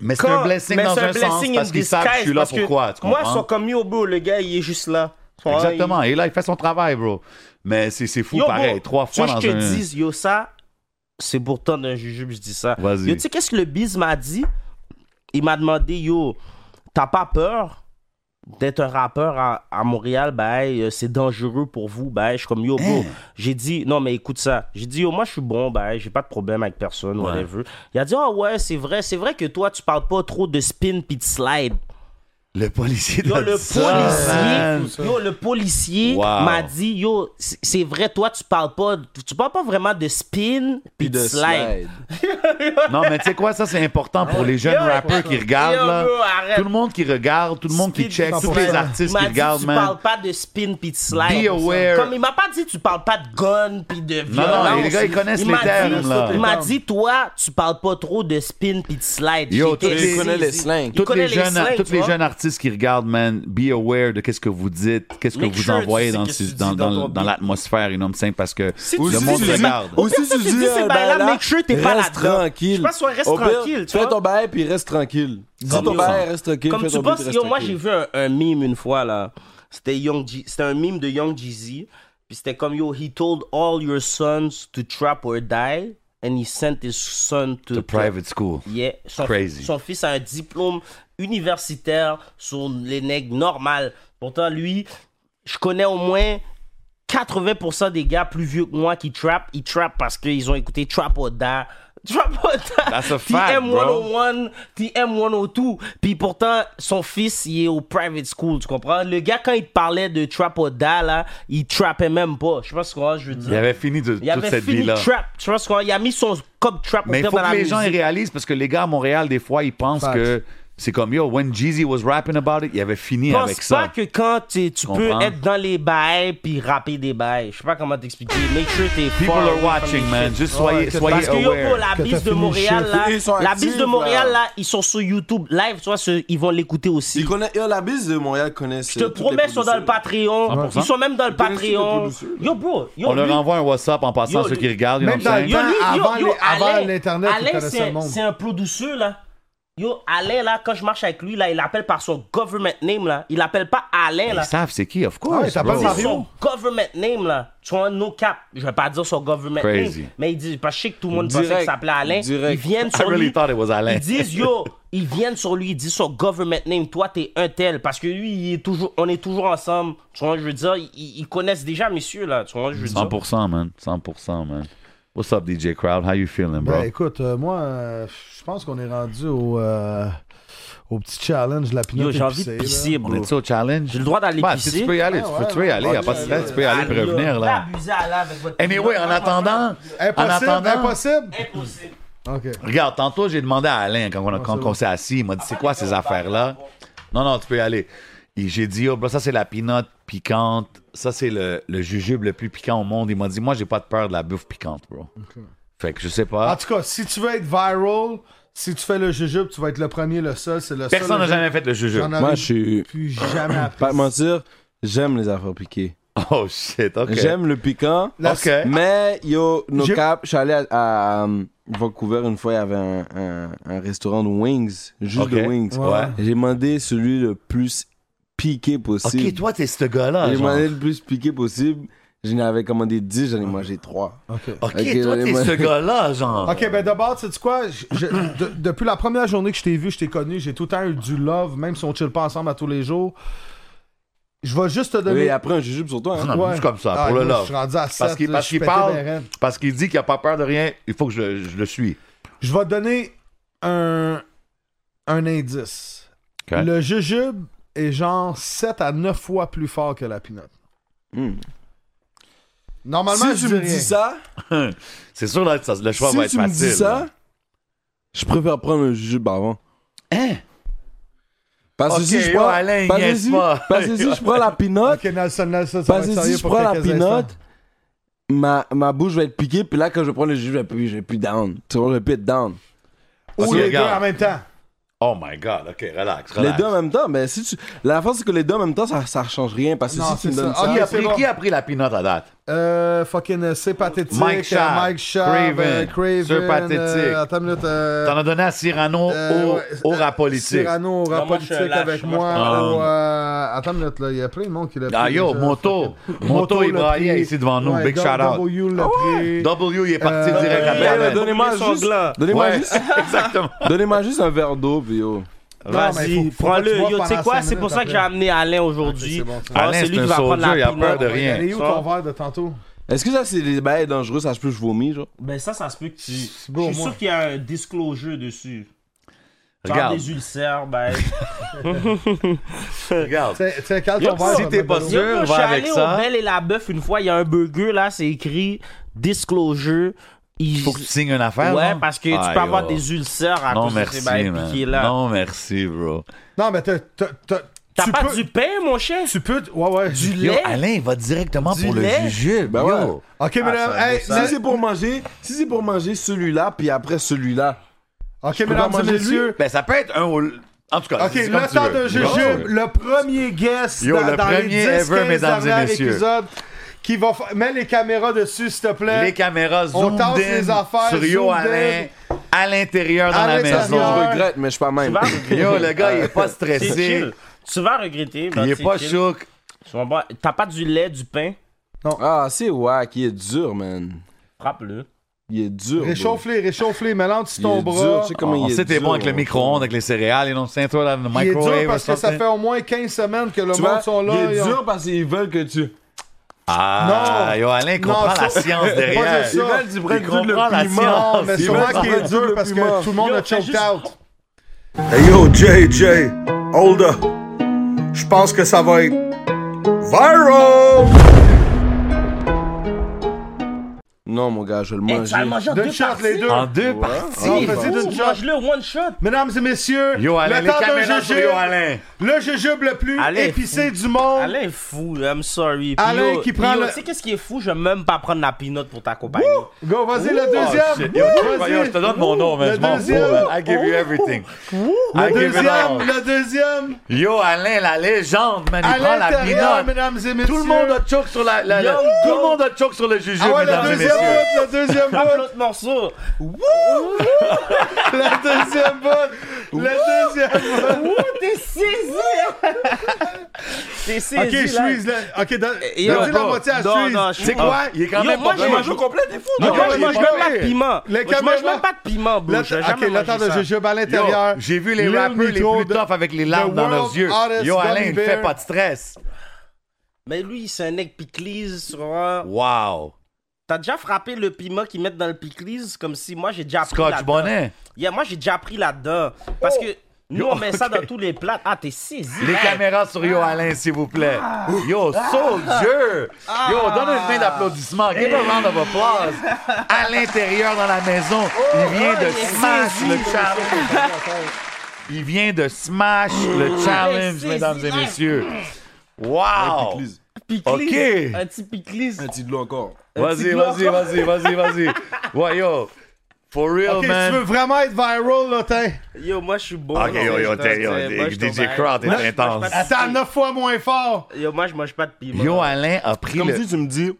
Speaker 4: Mais c'est un blessing
Speaker 6: mais
Speaker 4: dans
Speaker 6: c'est
Speaker 4: un, sens,
Speaker 6: blessing in
Speaker 4: parce qu'ils savent que je suis là
Speaker 6: disguise, parce
Speaker 4: pourquoi, tu
Speaker 6: que Moi,
Speaker 4: comprends?
Speaker 6: ils sont comme yo, bro, le gars, il est juste là. Tu vois,
Speaker 4: Exactement, et là, il fait son travail, bro. Mais c'est c'est
Speaker 6: il-
Speaker 4: fou,
Speaker 6: Yo, bro,
Speaker 4: pareil, trois
Speaker 6: tu
Speaker 4: fois
Speaker 6: vois,
Speaker 4: dans
Speaker 6: je te
Speaker 4: un...
Speaker 6: dis, yo, ça, c'est pourtant d'un jujube, je dis ça.
Speaker 4: Vas-y.
Speaker 6: Yo, tu sais, qu'est-ce que le biz m'a dit? Il m'a demandé, yo, t'as pas peur d'être un rappeur à, à Montréal? Ben, hey, euh, c'est dangereux pour vous. Ben, hey, je suis comme, yo,
Speaker 4: Hein?
Speaker 6: bro. J'ai dit, non, mais écoute ça. J'ai dit, yo, moi, je suis bon, ben, hey, j'ai pas de problème avec personne, whatever. Il a dit, ah ouais, c'est vrai, c'est vrai que toi, tu parles pas trop de spin puis de slide.
Speaker 4: Le policier
Speaker 6: Yo,
Speaker 4: t'a
Speaker 6: le
Speaker 4: dit ça, man.
Speaker 6: policier, yo, le policier
Speaker 4: Wow.
Speaker 6: m'a dit, yo, c'est c'est vrai, toi, tu parles pas, tu parles pas vraiment de spin puis de slide.
Speaker 4: Non, mais tu sais quoi, ça c'est important pour les jeunes
Speaker 6: Yo,
Speaker 4: rappeurs qui regardent.
Speaker 6: yo,
Speaker 4: là.
Speaker 6: bro, arrête.
Speaker 4: Tout le monde qui regarde, tout le monde qui
Speaker 6: Speed
Speaker 4: check, tous
Speaker 6: Slide.
Speaker 4: les artistes
Speaker 6: Il m'a
Speaker 4: qui
Speaker 6: dit,
Speaker 4: regardent,
Speaker 6: tu
Speaker 4: man.
Speaker 6: parles pas de spin puis de slide.
Speaker 4: Be aware.
Speaker 6: Comme il m'a pas dit, tu parles pas de gun puis de
Speaker 4: non,
Speaker 6: violence.
Speaker 4: les gars, ils connaissent
Speaker 6: Il
Speaker 4: les
Speaker 6: m'a dit-
Speaker 4: termes, là.
Speaker 6: Il m'a dit, toi, tu parles pas trop de spin puis de slide.
Speaker 4: Yo,
Speaker 6: J'ai
Speaker 4: tous les-
Speaker 6: qu'essayé.
Speaker 5: il connaît les slangs.
Speaker 6: Il
Speaker 4: Toutes
Speaker 6: connaît
Speaker 4: les, jeunes,
Speaker 6: slangs,
Speaker 4: toutes
Speaker 6: tu
Speaker 4: les
Speaker 6: vois.
Speaker 4: jeunes artistes qui regardent, man, be aware de qu'est-ce que vous dites, qu'est-ce que
Speaker 6: Make
Speaker 4: vous
Speaker 6: sure
Speaker 4: envoyez
Speaker 6: tu sais
Speaker 4: dans,
Speaker 6: qu'est-ce que
Speaker 4: ce-
Speaker 6: tu
Speaker 4: dans,
Speaker 6: dis
Speaker 4: dans-
Speaker 6: dans ton
Speaker 4: dans
Speaker 6: beat.
Speaker 4: l'atmosphère, you know what I'm saying, parce que
Speaker 5: Ou
Speaker 4: le
Speaker 5: si
Speaker 4: monde
Speaker 5: tu dis-
Speaker 4: regarde.
Speaker 5: ou si tu
Speaker 6: tu dis
Speaker 5: dis,
Speaker 6: ces
Speaker 5: euh,
Speaker 6: bails-là,
Speaker 5: ben
Speaker 6: make sure t'es pas
Speaker 5: reste
Speaker 6: là-dedans.
Speaker 5: tranquille.
Speaker 6: Je pense, ouais, reste
Speaker 5: Au pire,
Speaker 6: tranquille, tu
Speaker 5: Fais
Speaker 6: vois.
Speaker 5: ton bail, puis reste tranquille. Dis ton bail, reste tranquille.
Speaker 6: Comme
Speaker 5: fais
Speaker 6: tu
Speaker 5: ton beat,
Speaker 6: bosses,
Speaker 5: reste
Speaker 6: yo, moi j'ai
Speaker 5: tranquille.
Speaker 6: vu un, un meme une fois là. C'était Young G- c'était un meme de Young Jeezy. Puis c'était comme yo, he told all your sons to trap or die, and he sent his son to
Speaker 4: The private school.
Speaker 6: Yeah, son,
Speaker 4: Crazy.
Speaker 6: son fils a un diplôme universitaire sur les nègres normales. Pourtant, lui, je connais au moins 80% des gars plus vieux que moi qui trap. Ils trap parce qu'ils ont écouté Trap or Die. Trap or Die.
Speaker 4: That's a fact,
Speaker 6: TM101, TM102. Puis pourtant, son fils, il est au private school, tu comprends? Le gars, quand il te parlait de Trap or Die, là, il trappait même pas. Je sais pas ce que je veux
Speaker 4: Il
Speaker 6: dire.
Speaker 4: avait fini de,
Speaker 6: Il
Speaker 4: toute
Speaker 6: avait
Speaker 4: cette
Speaker 6: fini
Speaker 4: vie-là.
Speaker 6: trap. Tu vois ce qu'on Il a mis son cop trap au
Speaker 4: Mais il
Speaker 6: pire
Speaker 4: faut
Speaker 6: dans la
Speaker 4: que les gens ils
Speaker 6: musique.
Speaker 4: réalisent parce que les gars à Montréal, des fois, ils pensent
Speaker 2: Facts.
Speaker 4: que c'est comme yo, when Jeezy was rapping about it, il avait fini
Speaker 6: pense
Speaker 4: avec
Speaker 6: pas
Speaker 4: ça.
Speaker 6: que quand t'es- tu peux
Speaker 4: comprends?
Speaker 6: être dans les bails puis rapper des bails. Je sais pas comment t'expliquer. Make sure t'es
Speaker 4: People
Speaker 6: far away
Speaker 4: are
Speaker 6: from
Speaker 4: watching,
Speaker 6: this
Speaker 4: man.
Speaker 6: shit.
Speaker 4: Juste soyez,
Speaker 2: que-
Speaker 4: soyez
Speaker 6: Parce que yo, bro,
Speaker 4: aware.
Speaker 6: la
Speaker 2: que t'as
Speaker 6: bise de
Speaker 2: fini
Speaker 6: Montréal,
Speaker 2: le
Speaker 6: là,
Speaker 5: Ils sont
Speaker 6: la
Speaker 5: actifs,
Speaker 6: bise de Montréal,
Speaker 5: là.
Speaker 6: là, ils sont sur YouTube live, tu vois, ce- ils vont l'écouter aussi.
Speaker 5: Il connaît, yo, la bise de Montréal connaît.
Speaker 6: Je te promets, ils sont dans le Patreon.
Speaker 4: 100%.
Speaker 6: Ils sont même dans le
Speaker 5: connaissez les
Speaker 6: Patreon.
Speaker 5: producers.
Speaker 6: Yo, bro, yo,
Speaker 4: On leur
Speaker 6: lui-
Speaker 4: envoie un WhatsApp en passant
Speaker 6: Yo,
Speaker 4: ceux qui
Speaker 6: lui-
Speaker 4: regardent. you know
Speaker 2: Même
Speaker 4: what I'm saying?
Speaker 2: dans
Speaker 6: Yo, lui,
Speaker 2: Avant-
Speaker 6: yo, yo,
Speaker 2: les- avant
Speaker 6: Alain-
Speaker 2: l'Internet, il
Speaker 6: Alain,
Speaker 2: connaissait
Speaker 6: c'est
Speaker 2: le
Speaker 6: un-
Speaker 2: monde.
Speaker 6: C'est un producteur, là. Yo, Alain, là, quand je marche avec lui, là, il appelle par son government name, là. Il appelle pas Alain, là.
Speaker 4: Ils savent c'est qui, of
Speaker 2: Ah
Speaker 4: course.
Speaker 2: ouais, t'as pas
Speaker 4: bro.
Speaker 2: le
Speaker 6: C'est son government name, là. Tu vois, no cap. Je vais pas dire son government
Speaker 4: Crazy.
Speaker 6: name. Mais ils disent, parce que je sais que tout le monde
Speaker 5: Direct.
Speaker 6: pensait qu'il s'appelait Alain.
Speaker 5: Direct.
Speaker 6: Ils viennent
Speaker 4: I
Speaker 6: sur
Speaker 4: really
Speaker 6: lui.
Speaker 4: thought it was Alain.
Speaker 6: Ils disent, yo, ils viennent sur lui, ils disent son government name. Toi, t'es un tel. Parce que lui, il est toujours, on est toujours ensemble. Tu vois, je veux dire, ils, ils connaissent déjà monsieur, là. Tu vois, je veux dire.
Speaker 4: 100%, man. 100%, man. What's up, DJ Crowd? How you feeling, bro?
Speaker 2: Ben, écoute, euh, moi, euh, je pense qu'on est rendu au, euh, au petit challenge de la pinotte
Speaker 6: Yo, j'ai envie de
Speaker 2: épicée, là.
Speaker 6: pisser,
Speaker 4: On
Speaker 6: bro.
Speaker 4: est-tu au challenge?
Speaker 6: J'ai le droit d'aller
Speaker 4: Bah, si
Speaker 6: pisser.
Speaker 4: tu peux y aller, tu peux, tu peux y aller. y a pas de stress, tu peux y aller et revenir, là.
Speaker 6: Abusez à là avec votre
Speaker 4: Anyway, en attendant, en
Speaker 2: Impossible,
Speaker 4: attendant,
Speaker 2: impossible.
Speaker 6: Impossible.
Speaker 2: OK.
Speaker 4: regarde, tantôt, j'ai demandé à Alain, quand on, a- quand,
Speaker 2: c'est
Speaker 4: on s'est assis, il m'a dit, c'est quoi ces affaires-là? Non, non, tu peux y aller. Et j'ai dit, oh, bro, ça, c'est la pinotte piquante. Ça, c'est le, le jujube le plus piquant au monde. Il m'a dit, moi, j'ai pas de peur de la bouffe piquante, bro. Fait que je sais
Speaker 2: En
Speaker 4: pas.
Speaker 2: tout cas, si Ah, tu veux être viral, si tu fais le jujube, tu vas être le premier, le seul, c'est le seul.
Speaker 4: Personne n'a jamais fait le jujube.
Speaker 2: J'en
Speaker 5: Moi,
Speaker 2: avais
Speaker 5: je suis.
Speaker 2: plus jamais appris.
Speaker 5: Pas te mentir, j'aime les affaires piquées.
Speaker 4: Oh, shit, OK.
Speaker 5: J'aime le piquant.
Speaker 2: La-
Speaker 4: OK.
Speaker 5: Mais yo, no
Speaker 2: J'ai-
Speaker 5: cap, je suis allé à, à, euh, Vancouver une fois, il y avait un, un- un restaurant de wings, juste
Speaker 4: OK.
Speaker 5: de wings.
Speaker 4: Ouais.
Speaker 5: J'ai demandé celui le plus piqué possible.
Speaker 4: OK, toi, t'es ce gars-là.
Speaker 5: J'ai
Speaker 4: Ah, genre. Ah.
Speaker 5: demandé le plus piqué possible. Je n'avais commandé 10, j'en ai mangé 3.
Speaker 2: OK.
Speaker 4: OK,
Speaker 5: Ok,
Speaker 4: toi,
Speaker 5: j'en ai
Speaker 4: t'es
Speaker 5: mangé-
Speaker 4: ce gars-là, genre.
Speaker 2: Ok, ben d'abord, sais-tu quoi? Je- je- de- depuis la première journée que je t'ai vu, je t'ai connu, j'ai tout le temps eu du love, même si on chill pas ensemble à tous les jours. Je vais juste te donner.
Speaker 5: Oui, après un jujube sur toi. hein.
Speaker 4: Non, moi, je suis comme ça,
Speaker 2: Ah,
Speaker 4: pour le
Speaker 2: moi,
Speaker 4: love.
Speaker 2: Je suis rendu à
Speaker 4: Parce
Speaker 2: sept,
Speaker 4: qu'il
Speaker 2: là,
Speaker 4: parce
Speaker 2: je
Speaker 4: qu'il
Speaker 2: suis pété
Speaker 4: parle,
Speaker 2: bien raide.
Speaker 4: parce qu'il dit qu'il a pas peur de rien, il faut que je, le- je le suis.
Speaker 2: Je vais te donner un, un indice.
Speaker 4: Ok.
Speaker 2: Le jujube est genre 7 à 9 fois plus fort que la pinotte.
Speaker 5: Hmm.
Speaker 2: Normalement,
Speaker 5: si
Speaker 2: je
Speaker 5: tu me
Speaker 2: dis
Speaker 5: dis
Speaker 2: rien.
Speaker 5: ça,
Speaker 4: C'est sûr, là, ça- le choix
Speaker 5: si
Speaker 4: va être
Speaker 5: tu me
Speaker 4: facile.
Speaker 5: dis ça,
Speaker 4: là.
Speaker 5: je préfère prendre un jujube avant.
Speaker 4: Hein?
Speaker 5: Parce que
Speaker 4: Ok,
Speaker 5: si je
Speaker 4: yo,
Speaker 5: prends,
Speaker 4: Alain,
Speaker 5: parce que
Speaker 4: niaise
Speaker 5: si-
Speaker 4: pas.
Speaker 5: parce que si je prends la pinotte,
Speaker 2: Ok, Nelson, Nelson, ça va
Speaker 5: parce
Speaker 2: être
Speaker 5: que
Speaker 2: sérieux
Speaker 5: si je
Speaker 2: pour
Speaker 5: prends la
Speaker 2: quelques instants.
Speaker 5: pinotte, ma, ma bouche va être piquée, puis là, quand je prends le jujube, je vais plus- je vais plus down. Tu vois, je vais plus être down.
Speaker 2: Ou
Speaker 4: Ok,
Speaker 2: les deux
Speaker 4: regarde.
Speaker 2: en même temps.
Speaker 4: Oh my God, OK, relax,
Speaker 5: Les
Speaker 4: relax.
Speaker 5: deux en même temps, mais si tu. La force, c'est que les deux en même temps, ça, ça change rien. Parce que
Speaker 2: Non,
Speaker 5: si tu me
Speaker 2: c'est
Speaker 5: donnes
Speaker 2: ça.
Speaker 5: ça.
Speaker 4: qui, a
Speaker 2: c'est
Speaker 4: pris,
Speaker 2: bon.
Speaker 4: qui a pris la pinotte à date?
Speaker 2: Euh, fucking, euh, c'est pathétique.
Speaker 4: Mike Schaaf,
Speaker 2: euh, Mike Schaaf,
Speaker 4: Craven,
Speaker 2: euh, Craven,
Speaker 4: Sir Pathétique.
Speaker 2: euh, attends une minute. euh,
Speaker 4: T'en as donné à Cyrano
Speaker 2: euh,
Speaker 4: au,
Speaker 2: ouais,
Speaker 4: au
Speaker 2: euh,
Speaker 4: rap politique.
Speaker 2: Cyrano, au rap
Speaker 6: Non, moi, je suis
Speaker 2: politique
Speaker 6: un lâche.
Speaker 2: avec
Speaker 6: Moi,
Speaker 2: moi.
Speaker 6: je
Speaker 4: suis
Speaker 2: au, euh, attends une minute, là. Il y a plein de monde qui l'a pris.
Speaker 4: Ah yo,
Speaker 2: déjà.
Speaker 4: Moto. Moto, il
Speaker 2: l'a
Speaker 4: braillait
Speaker 2: pris.
Speaker 4: ici devant nous.
Speaker 2: Ouais,
Speaker 4: Big
Speaker 2: W-
Speaker 4: shout out. Ah
Speaker 2: W l'a pris.
Speaker 4: W, il est parti
Speaker 2: Euh,
Speaker 4: direct
Speaker 6: Ouais,
Speaker 5: Mais,
Speaker 4: après.
Speaker 5: mais
Speaker 6: ouais,
Speaker 4: man.
Speaker 5: Ah ben, donnez-moi
Speaker 6: Son
Speaker 5: juste.
Speaker 6: gland.
Speaker 5: Donnez-moi
Speaker 4: Ouais,
Speaker 5: juste,
Speaker 4: exactement.
Speaker 5: donnez juste un verre d'eau, puis oh. yo.
Speaker 2: mais il faut-
Speaker 6: Vas-y,
Speaker 2: faut pas que tu
Speaker 6: prends-le.
Speaker 2: vois
Speaker 6: Yo, tu sais
Speaker 2: pendant
Speaker 6: quoi?
Speaker 2: cinq
Speaker 6: C'est pour
Speaker 2: minutes
Speaker 6: ça que j'ai
Speaker 2: après.
Speaker 6: amené Alain
Speaker 2: Ok,
Speaker 6: aujourd'hui.
Speaker 2: c'est bon, ça.
Speaker 6: Ah,
Speaker 4: Alain,
Speaker 6: c'est
Speaker 4: c'est
Speaker 6: lui
Speaker 4: un
Speaker 6: qui va prendre
Speaker 4: soldier, il a
Speaker 6: la
Speaker 4: peur de
Speaker 6: pinotte.
Speaker 4: rien.
Speaker 2: Elle est où
Speaker 6: Ça.
Speaker 2: ton verre de tantôt?
Speaker 5: Est-ce que ça, c'est des bails dangereux, ça se peut que je vomis, genre?
Speaker 6: Ben ça, ça se peut que tu... Je
Speaker 2: beau,
Speaker 6: suis
Speaker 2: moi.
Speaker 6: sûr qu'il y a un disclosure dessus. Genre
Speaker 4: Regarde,
Speaker 6: des ulcères, ben.
Speaker 4: regarde.
Speaker 2: Tiens, tiens, calme
Speaker 4: Yo,
Speaker 2: ton verre.
Speaker 4: si
Speaker 2: Matt
Speaker 4: t'es
Speaker 2: Bello.
Speaker 4: pas sûr-
Speaker 6: Yo, bro,
Speaker 4: on
Speaker 6: je
Speaker 4: va
Speaker 6: suis
Speaker 4: avec
Speaker 6: allé
Speaker 4: ça.
Speaker 6: au Belle et la Bœuf une fois, il y a un burger là, c'est écrit disclosure. Il...
Speaker 4: Faut que tu signes une affaire.
Speaker 6: Ouais,
Speaker 4: non?
Speaker 6: parce que tu
Speaker 4: Aïe,
Speaker 6: peux avoir
Speaker 4: oh.
Speaker 6: des ulcères à
Speaker 4: Non,
Speaker 6: cause de
Speaker 4: merci,
Speaker 6: ces bails
Speaker 4: man.
Speaker 6: piqués là.
Speaker 4: Non, merci, bro.
Speaker 2: Non, mais t'as- t'as- t'as-
Speaker 6: T'as
Speaker 2: tu
Speaker 6: pas
Speaker 2: peux-
Speaker 6: du pain, mon chien?
Speaker 2: Tu peux. Ouais, ouais.
Speaker 6: Du
Speaker 4: Yo,
Speaker 6: lait?
Speaker 4: Alain, il va directement
Speaker 6: Du
Speaker 4: pour le
Speaker 6: lait?
Speaker 4: jujube.
Speaker 5: Ben ouais.
Speaker 4: yo.
Speaker 2: Ok, mesdames.
Speaker 4: Ah,
Speaker 6: ça,
Speaker 2: hey,
Speaker 6: ça,
Speaker 5: Si
Speaker 2: mesdames-
Speaker 5: c'est pour manger, si c'est pour manger celui-là, puis après celui-là.
Speaker 2: Ok,
Speaker 5: peux
Speaker 2: mesdames
Speaker 5: pas
Speaker 2: et
Speaker 5: manger
Speaker 2: messieurs.
Speaker 4: Ben, ça peut être un au... En tout cas,
Speaker 2: Ok,
Speaker 4: c'est comme
Speaker 2: le
Speaker 4: tu
Speaker 2: temps
Speaker 4: veux.
Speaker 2: de jujube, le premier guest
Speaker 4: Yo,
Speaker 2: dans,
Speaker 4: le
Speaker 2: dans
Speaker 4: premier
Speaker 2: les 10,
Speaker 4: ever,
Speaker 2: 15
Speaker 4: mesdames et
Speaker 2: derniers
Speaker 4: messieurs.
Speaker 2: épisodes qui va fa- mets les caméras dessus s'il te plaît.
Speaker 4: Les caméras
Speaker 2: On
Speaker 4: zoomed
Speaker 2: tasse les
Speaker 4: in
Speaker 2: affaires,
Speaker 4: sur Yo
Speaker 2: zoomed in.
Speaker 4: Alain à l'intérieur dans
Speaker 2: À
Speaker 4: la
Speaker 5: Ça, je
Speaker 2: l'extérieur.
Speaker 4: maison.
Speaker 5: le regrette, mais je suis pas
Speaker 6: Tu
Speaker 5: même.
Speaker 6: vas regretter.
Speaker 4: Yo, le gars, il
Speaker 5: Euh,
Speaker 4: est pas
Speaker 6: C'est
Speaker 4: stressé.
Speaker 6: chill. Tu vas regretter. mais
Speaker 4: Il est
Speaker 6: c'est
Speaker 4: pas
Speaker 6: chill.
Speaker 4: chouk.
Speaker 6: Tu vas voir, T'as pas du lait, du pain?
Speaker 5: Ah, c'est wack, il est dur, man.
Speaker 6: Frappe-le.
Speaker 5: Il est dur. bro.
Speaker 2: Réchauffe-les, réchauffe-les, mélange sur
Speaker 5: Il est
Speaker 2: ton
Speaker 5: dur,
Speaker 2: bras.
Speaker 5: tu sais comment
Speaker 4: On
Speaker 5: il est
Speaker 4: sait Ah, t'es bon
Speaker 5: dur,
Speaker 4: avec le
Speaker 5: bro.
Speaker 4: micro-ondes, avec les céréales, et non, c'est toi dans le
Speaker 2: Il est
Speaker 4: microwave.
Speaker 2: dur parce
Speaker 4: or
Speaker 2: que ça
Speaker 4: something.
Speaker 2: fait au moins 15 semaines que le
Speaker 5: Tu
Speaker 2: monde
Speaker 5: vois,
Speaker 2: sont là.
Speaker 5: il est
Speaker 2: ils ont-
Speaker 5: dur parce qu'ils veulent que tu.
Speaker 4: Ah,
Speaker 2: Non.
Speaker 4: yo, Alain comprend
Speaker 2: Non, ça-
Speaker 4: la science
Speaker 2: Pas
Speaker 4: derrière.
Speaker 2: juste
Speaker 5: Ils
Speaker 2: Ça,
Speaker 5: veulent du break
Speaker 4: il
Speaker 5: tout
Speaker 4: comprend la
Speaker 5: le piment.
Speaker 4: science.
Speaker 2: Non, mais
Speaker 4: C'est
Speaker 2: sûrement
Speaker 5: vrai.
Speaker 2: qu'il est dur parce que tout le monde
Speaker 6: Yo,
Speaker 2: a
Speaker 6: fais
Speaker 2: choked
Speaker 6: juste-
Speaker 2: out.
Speaker 8: Hey yo, JJ, hold up. Je pense que ça va être viral.
Speaker 5: Non, mon gars, je vais le
Speaker 6: Hey, tu vas le
Speaker 5: mange. Ah,
Speaker 6: manger en deux
Speaker 2: D'une shot,
Speaker 6: parties.
Speaker 2: les deux.
Speaker 4: En deux parties.
Speaker 2: Non,
Speaker 6: Ouh,
Speaker 2: vas-y, d'une shot.
Speaker 6: Mange-le one shot.
Speaker 2: Mesdames et messieurs,
Speaker 4: Yo, Alain,
Speaker 2: le
Speaker 4: les
Speaker 2: temps
Speaker 4: caméras
Speaker 2: d'un
Speaker 4: sur Yo,
Speaker 2: jujube,
Speaker 4: Alain.
Speaker 2: le jujube le plus
Speaker 6: Alain,
Speaker 2: épicé du monde.
Speaker 6: Alain est fou, I'm sorry. Puis
Speaker 2: Alain
Speaker 6: yo-
Speaker 2: qui
Speaker 6: puis
Speaker 2: prend
Speaker 6: yo,
Speaker 2: le-
Speaker 6: Tu sais qu'est-ce qui est fou? Je vais même pas prendre la peanut pour t'accompagner.
Speaker 2: Go, vas-y, le
Speaker 4: Oh,
Speaker 2: deuxième.
Speaker 4: shit. Yo,
Speaker 2: Woo,
Speaker 4: yo, je te donne mon nom, mais
Speaker 2: Le
Speaker 4: je m'en fous.
Speaker 2: deuxième.
Speaker 4: man. I give you everything. I
Speaker 2: Le
Speaker 4: give it
Speaker 2: deuxième,
Speaker 4: all.
Speaker 2: le deuxième.
Speaker 4: Yo, Alain, la légende, man.
Speaker 2: À
Speaker 4: Il prend la
Speaker 2: l'intérieur,
Speaker 4: pinotte.
Speaker 2: mesdames et messieurs.
Speaker 4: Tout le monde a choc sur la. la- la-
Speaker 6: Yo,
Speaker 4: tout
Speaker 6: yo.
Speaker 4: le monde a choc sur le jujube,
Speaker 2: Ah ouais,
Speaker 4: mesdames
Speaker 2: le
Speaker 4: et
Speaker 2: deuxième
Speaker 4: messieurs.
Speaker 2: vote, le deuxième
Speaker 6: Prends
Speaker 2: vote,
Speaker 6: l'autre morceau.
Speaker 2: le deuxième vote, le deuxième vote.
Speaker 6: Ouh, t'es saisi! hein? t'es saisi.
Speaker 2: Ok, je
Speaker 6: là.
Speaker 2: suis. là. Ok, donne
Speaker 6: Et yo,
Speaker 2: donne-y la
Speaker 6: bro,
Speaker 2: moitié à
Speaker 6: non, non,
Speaker 2: Suisse.
Speaker 6: je-
Speaker 4: C'est quoi? Il est quand
Speaker 6: Yo,
Speaker 4: même
Speaker 6: moi,
Speaker 4: pas
Speaker 6: je
Speaker 4: bon.
Speaker 6: mange au complet, t'es fou. Non,
Speaker 2: Non,
Speaker 6: moi, je
Speaker 2: il est
Speaker 6: mange
Speaker 2: pas
Speaker 6: même
Speaker 2: pire.
Speaker 6: pas de piment.
Speaker 2: Les
Speaker 6: Moi, Je mange
Speaker 2: caméras-
Speaker 6: même pas de piment, bro.
Speaker 2: Le-
Speaker 6: J'ai
Speaker 2: Ok,
Speaker 6: jamais
Speaker 2: le temps
Speaker 6: mangé
Speaker 2: de
Speaker 6: ça.
Speaker 2: jujube à
Speaker 4: Yo,
Speaker 2: l'intérieur.
Speaker 4: J'ai vu les
Speaker 2: Lil
Speaker 4: rappers les
Speaker 2: Nitro
Speaker 4: plus
Speaker 2: de-
Speaker 4: tough avec les larmes
Speaker 2: The
Speaker 4: dans leurs
Speaker 2: World's
Speaker 4: yeux.
Speaker 2: Hottest
Speaker 4: Yo, Alain,
Speaker 2: Gummy
Speaker 4: il ne fait
Speaker 2: Bear.
Speaker 4: pas de stress.
Speaker 6: Mais lui, c'est un egg picklise sur un...
Speaker 4: Wow.
Speaker 6: T'as déjà frappé le piment qu'ils mettent dans le picklise comme si moi j'ai déjà appris
Speaker 4: Scotch
Speaker 6: là-dedans.
Speaker 4: Bonnet.
Speaker 6: Yeah, moi j'ai déjà appris là-dedans. Parce que nous
Speaker 4: Yo,
Speaker 6: on met ça
Speaker 4: ok.
Speaker 6: dans tous les plats. Ah, t'es saisi.
Speaker 4: Les
Speaker 6: Hey. Ah.
Speaker 4: caméras sur Yo Alain, s'il vous plaît. Yo, soldier!
Speaker 6: Ah.
Speaker 4: Yo, donne une main d'applaudissement. Give a round of applause. À l'intérieur, dans la maison, il vient de
Speaker 6: Oh, il est
Speaker 4: smash
Speaker 6: saisi.
Speaker 4: le challenge. Il vient de smash le challenge,
Speaker 6: Mm. saisi, Mm.
Speaker 4: mesdames et
Speaker 6: là.
Speaker 4: messieurs. Wow!
Speaker 5: Picklise.
Speaker 6: Picklise.
Speaker 4: Ok.
Speaker 6: Un petit picklise.
Speaker 5: Un petit de l'eau encore.
Speaker 4: Vas-y, vas-y, vas-y, vas-y, vas-y. Ouais, yo. For real,
Speaker 2: Ok, si
Speaker 4: man.
Speaker 2: tu veux vraiment être viral, là, t'es.
Speaker 6: Yo, moi je suis bon.
Speaker 4: Ok, yo, yo,
Speaker 6: Putain,
Speaker 4: t'es- yo,
Speaker 6: putain, moi, je suis
Speaker 4: DJ
Speaker 6: tombé.
Speaker 4: Crowd est
Speaker 6: Moi, je- moi, je
Speaker 4: intense.
Speaker 6: mange
Speaker 2: C'est à
Speaker 6: pas de
Speaker 2: 9 fois moins fort.
Speaker 6: piment. Yo, moi je mange pas de piment.
Speaker 4: Yo Alain a pris
Speaker 5: Comme
Speaker 4: le...
Speaker 5: si tu me dis,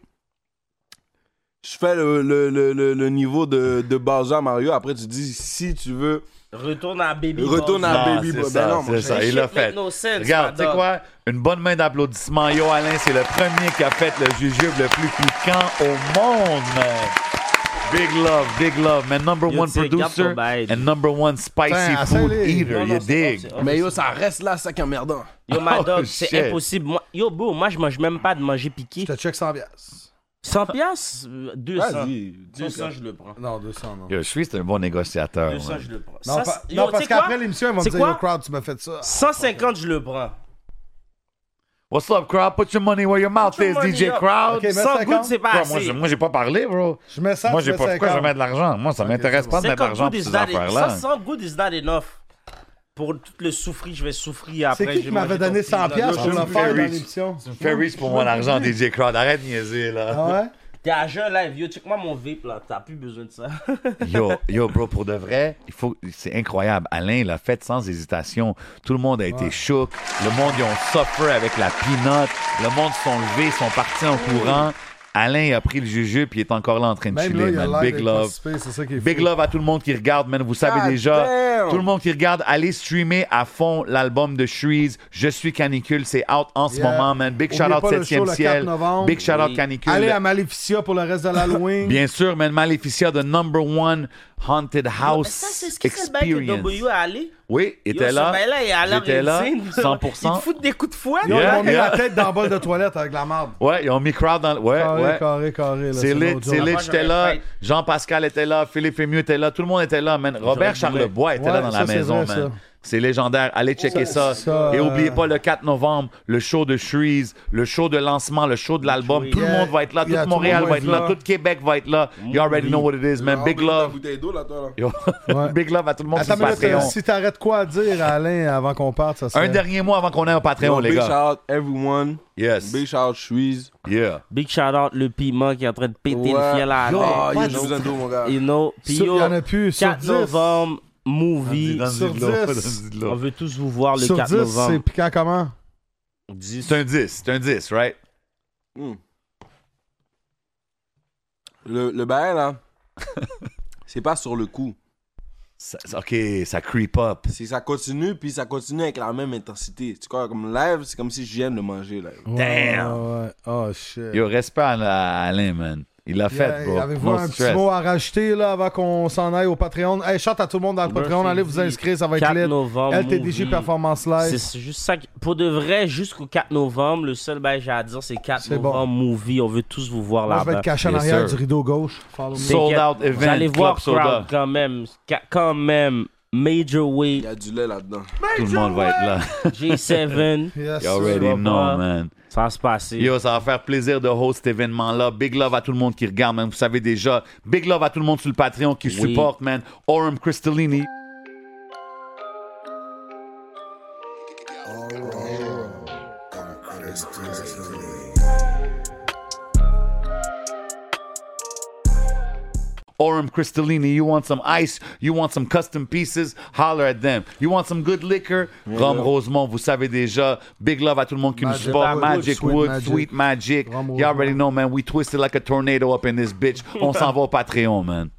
Speaker 5: je fais le, le, le, le, le niveau de, de base à Mario. Après, tu dis, si tu veux,
Speaker 6: Retourne à Baby
Speaker 5: retourne à
Speaker 4: Ah,
Speaker 5: Baby
Speaker 4: c'est
Speaker 5: Boy.
Speaker 4: ça,
Speaker 5: Ben non,
Speaker 4: c'est
Speaker 5: mon
Speaker 4: ça,
Speaker 5: cher.
Speaker 4: il l'a fait. Regarde, tu sais quoi? Une bonne main d'applaudissements. Yo Alain, c'est le premier qui a fait le jujube le plus piquant au monde. Big love, big love. Man, number
Speaker 6: Yo,
Speaker 4: one
Speaker 6: tu sais, garde ton
Speaker 4: producer
Speaker 6: bail.
Speaker 4: and number one spicy
Speaker 2: Putain,
Speaker 4: food
Speaker 2: assez,
Speaker 4: eater. You dig?
Speaker 5: Mais yo, ça reste là, ça qui est emmerdant.
Speaker 6: Yo, my
Speaker 4: Oh,
Speaker 6: dog,
Speaker 4: shit.
Speaker 6: c'est impossible. Moi- Yo, bro, moi je mange même pas de manger piqué.
Speaker 2: Je te check 100 piastres.
Speaker 6: 100 piastres, euh, 200.
Speaker 5: Vas-y, dis
Speaker 6: 200,
Speaker 5: ça.
Speaker 6: je le prends.
Speaker 2: Non, 200, non.
Speaker 4: Yo, je suis un bon négociateur.
Speaker 6: 200,
Speaker 4: man.
Speaker 6: je le prends.
Speaker 2: Non,
Speaker 6: Ça,
Speaker 2: pa-
Speaker 6: c'est-
Speaker 2: non,
Speaker 6: yo, tu
Speaker 2: parce
Speaker 6: sais quoi?
Speaker 2: qu'après l'émission, ils vont me
Speaker 6: C'est
Speaker 2: dire
Speaker 6: quoi?
Speaker 2: Yo, crowd, tu m'as fait ça.
Speaker 6: 150, je le prends.
Speaker 4: What's up, crowd? Put your money where your mouth
Speaker 6: your
Speaker 4: is,
Speaker 6: money
Speaker 4: DJ
Speaker 6: up.
Speaker 4: crowd.
Speaker 2: Ok, mets
Speaker 6: 100
Speaker 2: 50.
Speaker 6: gouttes, Ah, c'est pas
Speaker 4: Quoi, moi,
Speaker 6: assez.
Speaker 4: j'ai- moi, j'ai pas parlé, bro.
Speaker 2: Je mets 100,
Speaker 4: Moi,
Speaker 2: je
Speaker 4: j'ai
Speaker 2: mets
Speaker 4: pas. Pourquoi je
Speaker 2: 50.
Speaker 4: vais mettre de l'argent? Moi, ça m'intéresse
Speaker 2: c'est
Speaker 4: pas de mettre de
Speaker 6: 50
Speaker 4: l'argent
Speaker 6: gouttes
Speaker 4: pour
Speaker 6: is
Speaker 4: ces
Speaker 6: not
Speaker 4: affaires-là.
Speaker 6: enough. 100 gouttes is not enough. Pour tout le souffrir, je vais souffrir après.
Speaker 2: C'est qui
Speaker 6: j'ai
Speaker 2: qui m'avait
Speaker 6: mangé
Speaker 2: donné
Speaker 6: ton
Speaker 2: 100 piastres
Speaker 6: pizza.
Speaker 2: pour
Speaker 4: Je
Speaker 2: le
Speaker 4: me
Speaker 2: faire
Speaker 4: fais
Speaker 2: dans
Speaker 4: riche.
Speaker 2: l'émission?
Speaker 4: Fais riche pour mon argent, DJ Crowd. Arrête de niaiser, là.
Speaker 2: Ah ouais?
Speaker 6: T'es à jeun live, yo, check-moi mon vape là, t'as plus besoin de ça.
Speaker 4: Yo, yo, bro, pour de vrai, il faut, c'est incroyable. Alain l'a fait sans hésitation. Tout le monde a été choqué. Le monde, ils ont suffer avec la pinotte. Le monde se sont levés, sont partis en courant. Alain il a pris le juju puis il est encore là en train de
Speaker 2: Même là,
Speaker 4: chiller,
Speaker 2: il a
Speaker 4: man.
Speaker 2: l'air
Speaker 4: Big
Speaker 2: d'être
Speaker 4: love.
Speaker 2: participé, C'est ça qui est
Speaker 4: Big
Speaker 2: fou.
Speaker 4: love à tout le monde qui regarde, man. Vous savez
Speaker 5: God
Speaker 4: déjà.
Speaker 5: damn.
Speaker 4: Tout le monde qui regarde, allez streamer à fond l'album de Shreeze. Je suis canicule, c'est out en ce
Speaker 2: Yeah.
Speaker 4: moment, man. Big
Speaker 2: Oubliez
Speaker 4: shout out
Speaker 2: pas le
Speaker 4: 7e
Speaker 2: show le 4
Speaker 4: ciel.
Speaker 2: novembre.
Speaker 4: Big shout out
Speaker 6: Oui.
Speaker 4: canicule.
Speaker 2: Allez à Maleficia pour le reste de l'Halloween.
Speaker 4: Bien sûr, man. Maleficia, the number one haunted house
Speaker 6: ça, c'est ce qui fait le bail que
Speaker 4: experience.
Speaker 6: W a allé.
Speaker 4: Oui, était
Speaker 6: Yo,
Speaker 4: là.
Speaker 6: ce bail-là, il a l'air
Speaker 4: était là,
Speaker 6: insane.
Speaker 4: 100%.
Speaker 6: Il te fout des coups de fouet.
Speaker 2: Yo,
Speaker 4: Yeah,
Speaker 2: ils ont mis
Speaker 4: yeah.
Speaker 2: la tête dans le bol de toilette avec la marde.
Speaker 4: Ouais, ils ont mis crowd dans le. Ouais,
Speaker 2: Carré,
Speaker 4: ouais.
Speaker 2: carré, carré. là,
Speaker 4: C'est lit,
Speaker 2: no
Speaker 4: c'est
Speaker 2: joke.
Speaker 4: lit,
Speaker 6: Moi,
Speaker 4: j'étais là.
Speaker 6: j'aurais fait.
Speaker 4: Jean-Pascal était là, Philippe Fémieux était là, tout le monde était là, man. Robert Charlebois était là
Speaker 2: Ouais,
Speaker 4: dans
Speaker 2: ça,
Speaker 4: la
Speaker 2: c'est
Speaker 4: maison,
Speaker 2: vrai,
Speaker 4: man.
Speaker 2: ça.
Speaker 4: C'est légendaire. Allez checker ça.
Speaker 2: ça,
Speaker 4: Et
Speaker 2: euh,
Speaker 4: oubliez pas le 4 novembre, le show de Shreeze, le show de lancement, le show de l'album. Tout le
Speaker 2: Yeah,
Speaker 4: monde va être là, tout
Speaker 2: yeah,
Speaker 4: Montréal va être là, tout Québec va être là. You already know what
Speaker 2: Mm-hmm.
Speaker 4: it is, man. Big love.
Speaker 7: bouteille d'eau, là, toi, là.
Speaker 4: Yo.
Speaker 2: Ouais.
Speaker 4: Big love à tout le monde sur
Speaker 2: Attends, mais là, t'as-
Speaker 4: Patreon.
Speaker 2: si t'arrêtes quoi à dire, Alain, avant qu'on parte, ça serait...
Speaker 4: Un dernier mot avant qu'on ait un Patreon,
Speaker 5: Yo,
Speaker 4: les
Speaker 5: big
Speaker 4: gars.
Speaker 5: shout out everyone.
Speaker 4: Yes.
Speaker 5: Big shout out Shreeze.
Speaker 4: Yeah.
Speaker 6: Big shout out le piment qui est en train de péter le fiel à
Speaker 5: Yo,
Speaker 6: la
Speaker 5: yo, j'ai besoin d'eau, mon gars.
Speaker 6: You know, puis
Speaker 2: Sur-
Speaker 6: yo,
Speaker 2: y en a plus, sur
Speaker 6: 4
Speaker 2: 10.
Speaker 6: novembre, movie.
Speaker 2: Sur dix.
Speaker 6: On veut tous vous voir le
Speaker 2: Sur
Speaker 6: 4
Speaker 2: 10, c'est
Speaker 6: novembre.
Speaker 2: piquant comment?
Speaker 4: C'est un 10, c'est un 10, right?
Speaker 5: Hmm. Le, le bail, là, c'est pas sur le coup.
Speaker 4: Ça- ça- ok, ça creep up.
Speaker 5: C'est ça continue, puis ça continue avec la même intensité. Tu vois, comme live, c'est comme si je viens de manger, live.
Speaker 4: Damn.
Speaker 2: Ouais, ouais. Oh, shit.
Speaker 4: Yo, respect à, à Alain, man. Il l'a fait, bro.
Speaker 2: Avez-vous
Speaker 4: No
Speaker 2: un
Speaker 4: stress.
Speaker 2: petit mot à rajouter là, avant qu'on s'en aille au Patreon? Hey, chante à tout le monde dans le Patreon, allez vous inscrire, ça va être
Speaker 6: 4
Speaker 2: lit.
Speaker 6: novembre,
Speaker 2: LTDJ
Speaker 6: movie.
Speaker 2: Performance
Speaker 6: C'est
Speaker 2: Live.
Speaker 6: c'est juste ça. qui- Pour de vrai, jusqu'au 4 novembre, le seul bail que j'ai à dire, c'est 4
Speaker 2: C'est bon.
Speaker 6: novembre, movie. On veut tous vous voir
Speaker 2: Moi, je vais
Speaker 6: là-bas.
Speaker 2: être caché en
Speaker 4: Yes,
Speaker 2: arrière
Speaker 4: sir.
Speaker 2: du rideau gauche. Follow me.
Speaker 4: Sold out event.
Speaker 6: Vous allez voir
Speaker 4: Club Soda.
Speaker 6: crowd quand même. Ca- Quand même. Major Way,
Speaker 5: Il y a du lait là-dedans.
Speaker 4: Tout le monde va être là.
Speaker 6: J7.
Speaker 2: Yes,
Speaker 4: You
Speaker 2: sir.
Speaker 4: already
Speaker 6: va
Speaker 4: know,
Speaker 6: pas.
Speaker 4: man.
Speaker 6: ça va se passer.
Speaker 4: Yo, ça va faire plaisir de host cet événement-là. Big love à tout le monde qui regarde, man. Vous savez déjà. Big love à tout le monde sur le Patreon qui
Speaker 6: Oui.
Speaker 4: supporte, man. Orem Crystallini. Orem Crystallini, you want some ice, you want some custom pieces, holler at them. You want some good liquor, Rome Rosemont, vous savez déjà. Big love à tout le monde qui nous
Speaker 2: Magic Ah,
Speaker 4: supporte.
Speaker 2: Wood,
Speaker 4: Magic
Speaker 2: Sweet
Speaker 4: Wood,
Speaker 2: Magic.
Speaker 4: Sweet Magic.
Speaker 2: Rome
Speaker 4: You already
Speaker 2: Rosemont.
Speaker 4: know, man, we twisted like a tornado up in this bitch. On s'en va au Patreon, man.